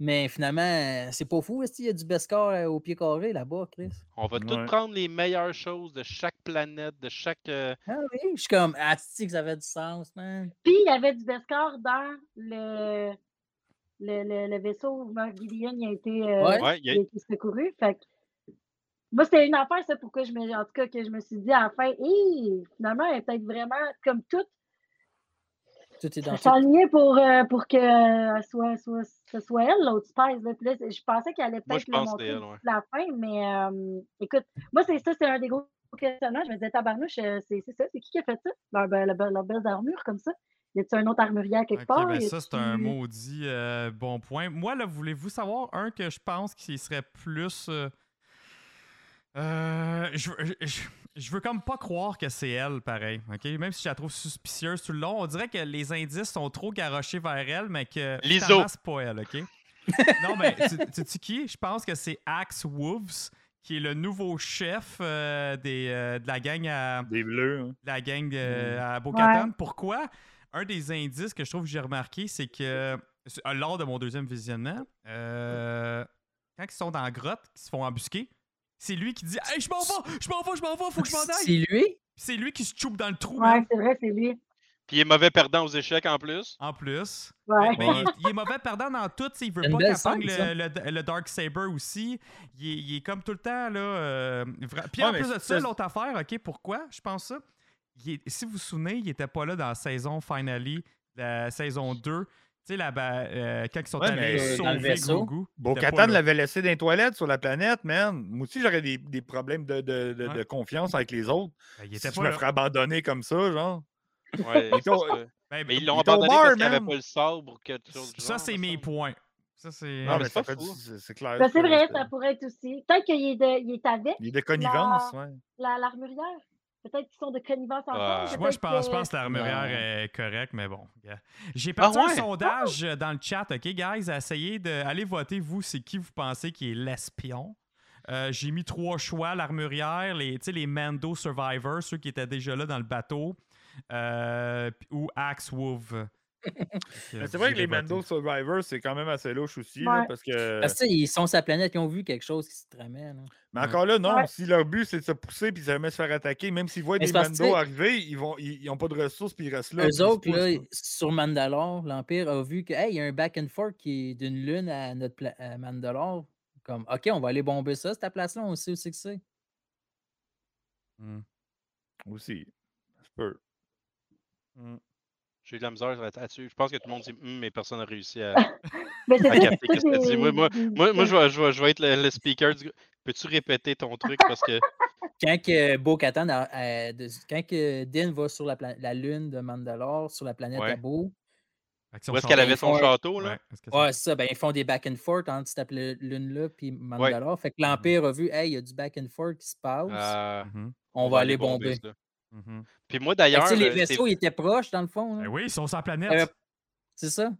[SPEAKER 4] Mais finalement, euh, c'est pas fou. est-ce qu'il y a du Beskar euh, au pied carré là-bas, Chris?
[SPEAKER 2] On va
[SPEAKER 3] Ouais.
[SPEAKER 2] toutes prendre les meilleures choses de chaque planète, de chaque. euh,
[SPEAKER 4] Ah oui, je suis comme, ah, si que ça avait du sens, man.
[SPEAKER 5] Puis il y avait du Beskar dans le, le, le, le vaisseau où Moff Gideon il a été, euh,
[SPEAKER 4] Ouais.
[SPEAKER 2] Ouais, il y a-
[SPEAKER 5] il a été secouru. Fait que- Moi, c'était une affaire, ça, pourquoi je me. En tout cas, que je me suis dit à la fin, Hey, finalement, elle est peut-être vraiment comme toute
[SPEAKER 4] Tout est dans tout.
[SPEAKER 5] s'enligner pour, euh, pour que euh, elle soit, soit, ce soit elle, l'autre espèce. là. Puis là, c'est- je pensais qu'elle allait
[SPEAKER 2] Moi, je
[SPEAKER 5] peut-être le
[SPEAKER 2] pense que
[SPEAKER 5] montrer
[SPEAKER 2] c'est elle, ouais.
[SPEAKER 5] d'ici la fin, mais euh, écoute, moi, c'est ça, c'est un des gros questionnements. Je me disais, tabarnouche, euh, c'est c'est ça, c'est qui qui a fait ça? Leur, be- leur, be- leur belle armure comme ça? Y a-tu un autre armurière quelque
[SPEAKER 1] Ok,
[SPEAKER 5] part?
[SPEAKER 1] ben
[SPEAKER 5] Y
[SPEAKER 1] ça, c'est un
[SPEAKER 5] a-tu-
[SPEAKER 1] maudit euh, bon point. Moi, là, voulez-vous savoir un que je pense qui serait plus. euh, euh, je, veux- je- je- je veux comme pas croire que c'est elle, pareil. ok? Même si je la trouve suspicieuse tout le long, on dirait que les indices sont trop garochés vers elle, mais que.
[SPEAKER 2] Lizzo.
[SPEAKER 1] finalement, C'est pas elle, OK? *laughs* non, mais tu tu- tu qui? Je pense que c'est Axe Wolves, qui est le nouveau chef euh, des, euh, de la gang à
[SPEAKER 3] Des bleus. hein.
[SPEAKER 1] la gang euh, à Bo-Katan. Pourquoi? Un des indices que je trouve que j'ai remarqué, c'est que c'est- euh, lors de mon deuxième visionnement, euh, quand ils sont dans la grotte, qu'ils se font embusquer, c'est lui qui dit Hey, je m'en vais, je m'en vais, je m'en vais, faut que je m'en
[SPEAKER 4] *laughs*
[SPEAKER 1] aille.
[SPEAKER 4] C'est lui?
[SPEAKER 1] Puis C'est lui qui se choupe dans le trou,
[SPEAKER 5] Ouais,
[SPEAKER 1] man,
[SPEAKER 5] c'est vrai, c'est lui.
[SPEAKER 2] Puis il est mauvais perdant aux échecs en plus.
[SPEAKER 1] en plus.
[SPEAKER 5] Ouais.
[SPEAKER 1] Mais il, est- il est mauvais perdant dans tout. tu sais, Il veut
[SPEAKER 4] C'est une
[SPEAKER 1] pas
[SPEAKER 4] belle
[SPEAKER 1] qu'il pogne
[SPEAKER 4] scène, ça.
[SPEAKER 1] le, le- le Dark Saber aussi. Il est, il est comme tout le temps. là. euh, vra- Puis
[SPEAKER 3] Ouais,
[SPEAKER 1] en
[SPEAKER 3] mais
[SPEAKER 1] plus de
[SPEAKER 3] c'est-
[SPEAKER 1] ça, l'autre affaire, OK, pourquoi je pense ça? Il est- si vous vous souvenez, il était pas là dans la saison Finally, la saison 2. Tu sais, là-bas, euh, quand ils sont
[SPEAKER 3] Ouais,
[SPEAKER 1] allés
[SPEAKER 3] mais-
[SPEAKER 4] Dans le
[SPEAKER 1] sauver
[SPEAKER 4] vaisseau.
[SPEAKER 1] Grogu. il était pas
[SPEAKER 3] Bo-Katan
[SPEAKER 1] là.
[SPEAKER 3] l'avait laissé dans les toilettes sur la planète, man. Moi aussi, j'aurais des, des problèmes de, de- de-
[SPEAKER 1] Ouais.
[SPEAKER 3] de confiance avec les autres.
[SPEAKER 1] Ben, il était
[SPEAKER 3] Si je
[SPEAKER 1] pas
[SPEAKER 3] me
[SPEAKER 1] là.
[SPEAKER 3] ferais abandonner comme ça, genre.
[SPEAKER 2] Ouais,
[SPEAKER 3] Ils ont-
[SPEAKER 2] parce que-
[SPEAKER 1] Ben,
[SPEAKER 2] Mais ils l'ont
[SPEAKER 3] Ils t'ont
[SPEAKER 2] abandonné
[SPEAKER 3] barre,
[SPEAKER 2] parce qu'il n'avait
[SPEAKER 3] man.
[SPEAKER 2] pas le sabre ou quelque chose du
[SPEAKER 1] Ça,
[SPEAKER 2] genre,
[SPEAKER 1] c'est
[SPEAKER 2] me
[SPEAKER 1] mes
[SPEAKER 2] semble.
[SPEAKER 1] points. Ça, c'est.
[SPEAKER 3] Non,
[SPEAKER 2] mais
[SPEAKER 3] mais
[SPEAKER 2] c'est
[SPEAKER 3] ça
[SPEAKER 2] pas
[SPEAKER 3] fait du-
[SPEAKER 2] fou.
[SPEAKER 3] c'est c'est clair.
[SPEAKER 5] Ben, c'est
[SPEAKER 3] que-
[SPEAKER 5] vrai, ça pourrait être aussi. Peut-être qu'il est, de- il est avec
[SPEAKER 3] Il est de connivence,
[SPEAKER 5] La-
[SPEAKER 3] ouais.
[SPEAKER 5] la- l'armurière. Peut-être qu'ils sont de connivence ensemble.
[SPEAKER 2] Ah.
[SPEAKER 5] peut-être
[SPEAKER 1] Moi, je pense, je
[SPEAKER 5] que-
[SPEAKER 1] pense que l'armurière
[SPEAKER 4] Ouais.
[SPEAKER 1] est correcte, mais bon. yeah. J'ai parti
[SPEAKER 2] ouais?
[SPEAKER 1] un sondage euh, dans le chat, OK, guys? Essayez de. Allez voter, vous, c'est qui vous pensez qui est l'espion. Euh, J'ai mis trois choix l'armurière, les, tu sais, les Mando Survivors, ceux qui étaient déjà là dans le bateau, euh, puis- ou Axe
[SPEAKER 3] *laughs*
[SPEAKER 1] Wolf. Euh,
[SPEAKER 3] Mais c'est vrai que les Mando Survivors, c'est quand même assez louche aussi, là,
[SPEAKER 5] Ouais.
[SPEAKER 3] parce que.
[SPEAKER 4] Parce que, tu sais, ils sont sur la planète, ils ont vu quelque chose qui se tramait. là.
[SPEAKER 3] Mais encore là, non,
[SPEAKER 5] Ouais.
[SPEAKER 3] si leur but c'est de se pousser puis de jamais se faire attaquer, même s'ils voient des
[SPEAKER 4] Mais c'est parce que, tu
[SPEAKER 3] Mando
[SPEAKER 4] sais,
[SPEAKER 3] arriver, ils vont ils, ils ont pas de ressources puis ils restent là. puis
[SPEAKER 4] Eux
[SPEAKER 3] ils se
[SPEAKER 4] autres,
[SPEAKER 3] poussent,
[SPEAKER 4] là,
[SPEAKER 3] là.
[SPEAKER 4] sur Mandalore, l'Empire a vu que hey, il y a un back and forth qui est d'une lune à notre pla- à Mandalore. Comme OK, on va aller bomber ça, cette place-là, on sait où c'est que c'est.
[SPEAKER 3] Aussi. Ça se peut.
[SPEAKER 2] J'ai eu de la misère là- là-dessus. Je pense que tout le monde dit Hum, mais personne n'a réussi
[SPEAKER 5] *laughs*
[SPEAKER 2] à.
[SPEAKER 5] Mais Ben, c'est
[SPEAKER 2] Ah,
[SPEAKER 5] ça,
[SPEAKER 2] capté,
[SPEAKER 5] c'est
[SPEAKER 2] qu'est-ce que t'as dit?
[SPEAKER 5] des-
[SPEAKER 2] Moi-
[SPEAKER 5] des-
[SPEAKER 2] Moi, moi
[SPEAKER 5] des-
[SPEAKER 2] je, vais, je, vais, je vais être le, le speaker du. Peux-tu répéter ton truc parce que.
[SPEAKER 4] Quand que Bo-Katan a- a- de- quand que Din va sur la, pla- la lune de Mandalore, sur la planète
[SPEAKER 2] Ouais.
[SPEAKER 4] Abo,
[SPEAKER 2] Où est-ce qu'elle avait son
[SPEAKER 4] Ouais.
[SPEAKER 2] château, là?
[SPEAKER 4] ouais, c'est ça, ben, ils font des back and forth entre cette pla- lune-là puis Mandalore. Fait que l'Empire a vu, hey, il y a du back and forth qui se passe,
[SPEAKER 2] Mmh Ah,
[SPEAKER 1] Mmh
[SPEAKER 4] on, va aller bomber.
[SPEAKER 2] ça. Puis moi, d'ailleurs.
[SPEAKER 4] Fait que, tu sais,
[SPEAKER 2] euh, c'est-
[SPEAKER 4] les
[SPEAKER 2] Ben
[SPEAKER 4] vaisseaux ils étaient proches, dans le fond. là.
[SPEAKER 1] Ben oui, ils sont sur la
[SPEAKER 4] Euh,
[SPEAKER 2] Ah
[SPEAKER 1] planète.
[SPEAKER 4] C'est ça?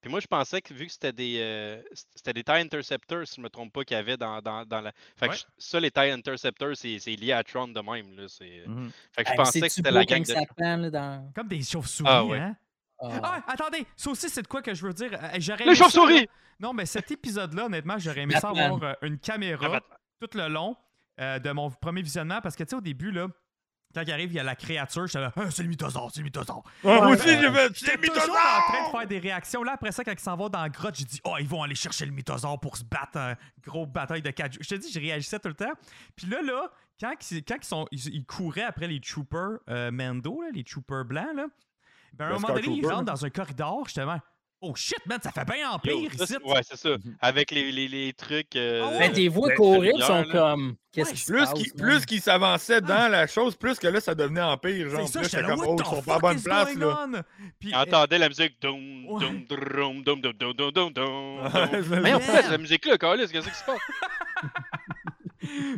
[SPEAKER 2] Puis moi, je pensais que vu que c'était des, euh, c- c'était des TIE Interceptors, si je ne me trompe pas, qu'il y avait dans, dans, dans la. Fait que
[SPEAKER 1] Ouais.
[SPEAKER 2] je- ça, les TIE Interceptors, c'est c'est lié à Tron de même. Là. c'est-
[SPEAKER 1] mmh
[SPEAKER 3] Mhm.
[SPEAKER 2] Fait que je
[SPEAKER 4] Ah, mais
[SPEAKER 2] pensais que
[SPEAKER 4] c'est-tu
[SPEAKER 2] c'était
[SPEAKER 4] beau
[SPEAKER 2] la
[SPEAKER 4] comme
[SPEAKER 2] gang de.
[SPEAKER 4] ça prend, là, dans...
[SPEAKER 1] Comme des chauves-souris,
[SPEAKER 2] Ah ouais.
[SPEAKER 1] hein?
[SPEAKER 4] Ah.
[SPEAKER 1] Ah, attendez, ça aussi, c'est de quoi que je veux dire. Euh, J'aurais
[SPEAKER 2] Les
[SPEAKER 1] aimé ça, là.
[SPEAKER 2] chauves-souris!
[SPEAKER 1] Non, mais cet épisode-là, honnêtement, j'aurais aimé ça
[SPEAKER 4] Batman.
[SPEAKER 1] avoir euh, une caméra
[SPEAKER 2] Batman.
[SPEAKER 1] tout le long euh, de mon premier visionnement parce que, tu sais, au début, là, quand il arrive, il y a la créature, je suis là, Ah, c'est le mythosaure, c'est le mythosaure.
[SPEAKER 3] Ah, moi
[SPEAKER 5] Ouais.
[SPEAKER 3] aussi, j'ai fait. C'est
[SPEAKER 1] J'étais euh, toujours en train de
[SPEAKER 3] mythosaure!
[SPEAKER 1] faire des réactions. Là, après ça, quand ils s'en vont dans la grotte, j'ai dit, oh, ils vont aller chercher le mythosaure pour se battre, un gros bataille de 4 Je te dis, je réagissais tout le temps. Puis là, là, quand, ils, quand ils, sont, ils, ils couraient après les troopers euh, Mando, là, les troopers blancs, là, ben, à un
[SPEAKER 3] Le
[SPEAKER 1] moment donné, ils
[SPEAKER 3] Stormtrooper.
[SPEAKER 1] rentrent dans un corridor, justement. Oh shit, man, ça fait bien
[SPEAKER 2] Yo,
[SPEAKER 1] empire
[SPEAKER 2] ça,
[SPEAKER 1] ici.
[SPEAKER 2] c'est- ouais, c'est ça. Avec les, les, les trucs. euh,
[SPEAKER 1] ouais?
[SPEAKER 4] Mais tes voix
[SPEAKER 3] Ben,
[SPEAKER 4] courir
[SPEAKER 2] c'est
[SPEAKER 4] sont
[SPEAKER 2] bizarre, là.
[SPEAKER 4] comme. Qu'est-ce
[SPEAKER 1] Ouais,
[SPEAKER 4] qui se
[SPEAKER 3] Plus
[SPEAKER 4] passe,
[SPEAKER 3] qu'ils
[SPEAKER 4] man?
[SPEAKER 3] plus qu'ils s'avançaient dans la chose, plus que là, ça devenait empire. Genre,
[SPEAKER 1] Ah! C'est
[SPEAKER 3] Puis
[SPEAKER 1] ça, j'étais
[SPEAKER 3] là, j'étais
[SPEAKER 1] là,
[SPEAKER 3] comme,
[SPEAKER 1] what
[SPEAKER 3] oh,
[SPEAKER 1] the
[SPEAKER 3] ils sont
[SPEAKER 1] fuck
[SPEAKER 3] pas à bonne
[SPEAKER 1] is
[SPEAKER 3] place,
[SPEAKER 1] going
[SPEAKER 3] là.
[SPEAKER 1] on? Puis,
[SPEAKER 2] J'entendais la musique. Doum,
[SPEAKER 1] Ouais.
[SPEAKER 2] doum, drum, doum,
[SPEAKER 3] *laughs*
[SPEAKER 2] doum, doum, doum, doum, doum, doum.
[SPEAKER 3] Je me
[SPEAKER 2] Mais en
[SPEAKER 1] Man.
[SPEAKER 2] fait, la musique-là, Carlis, qu'est-ce qui se passe?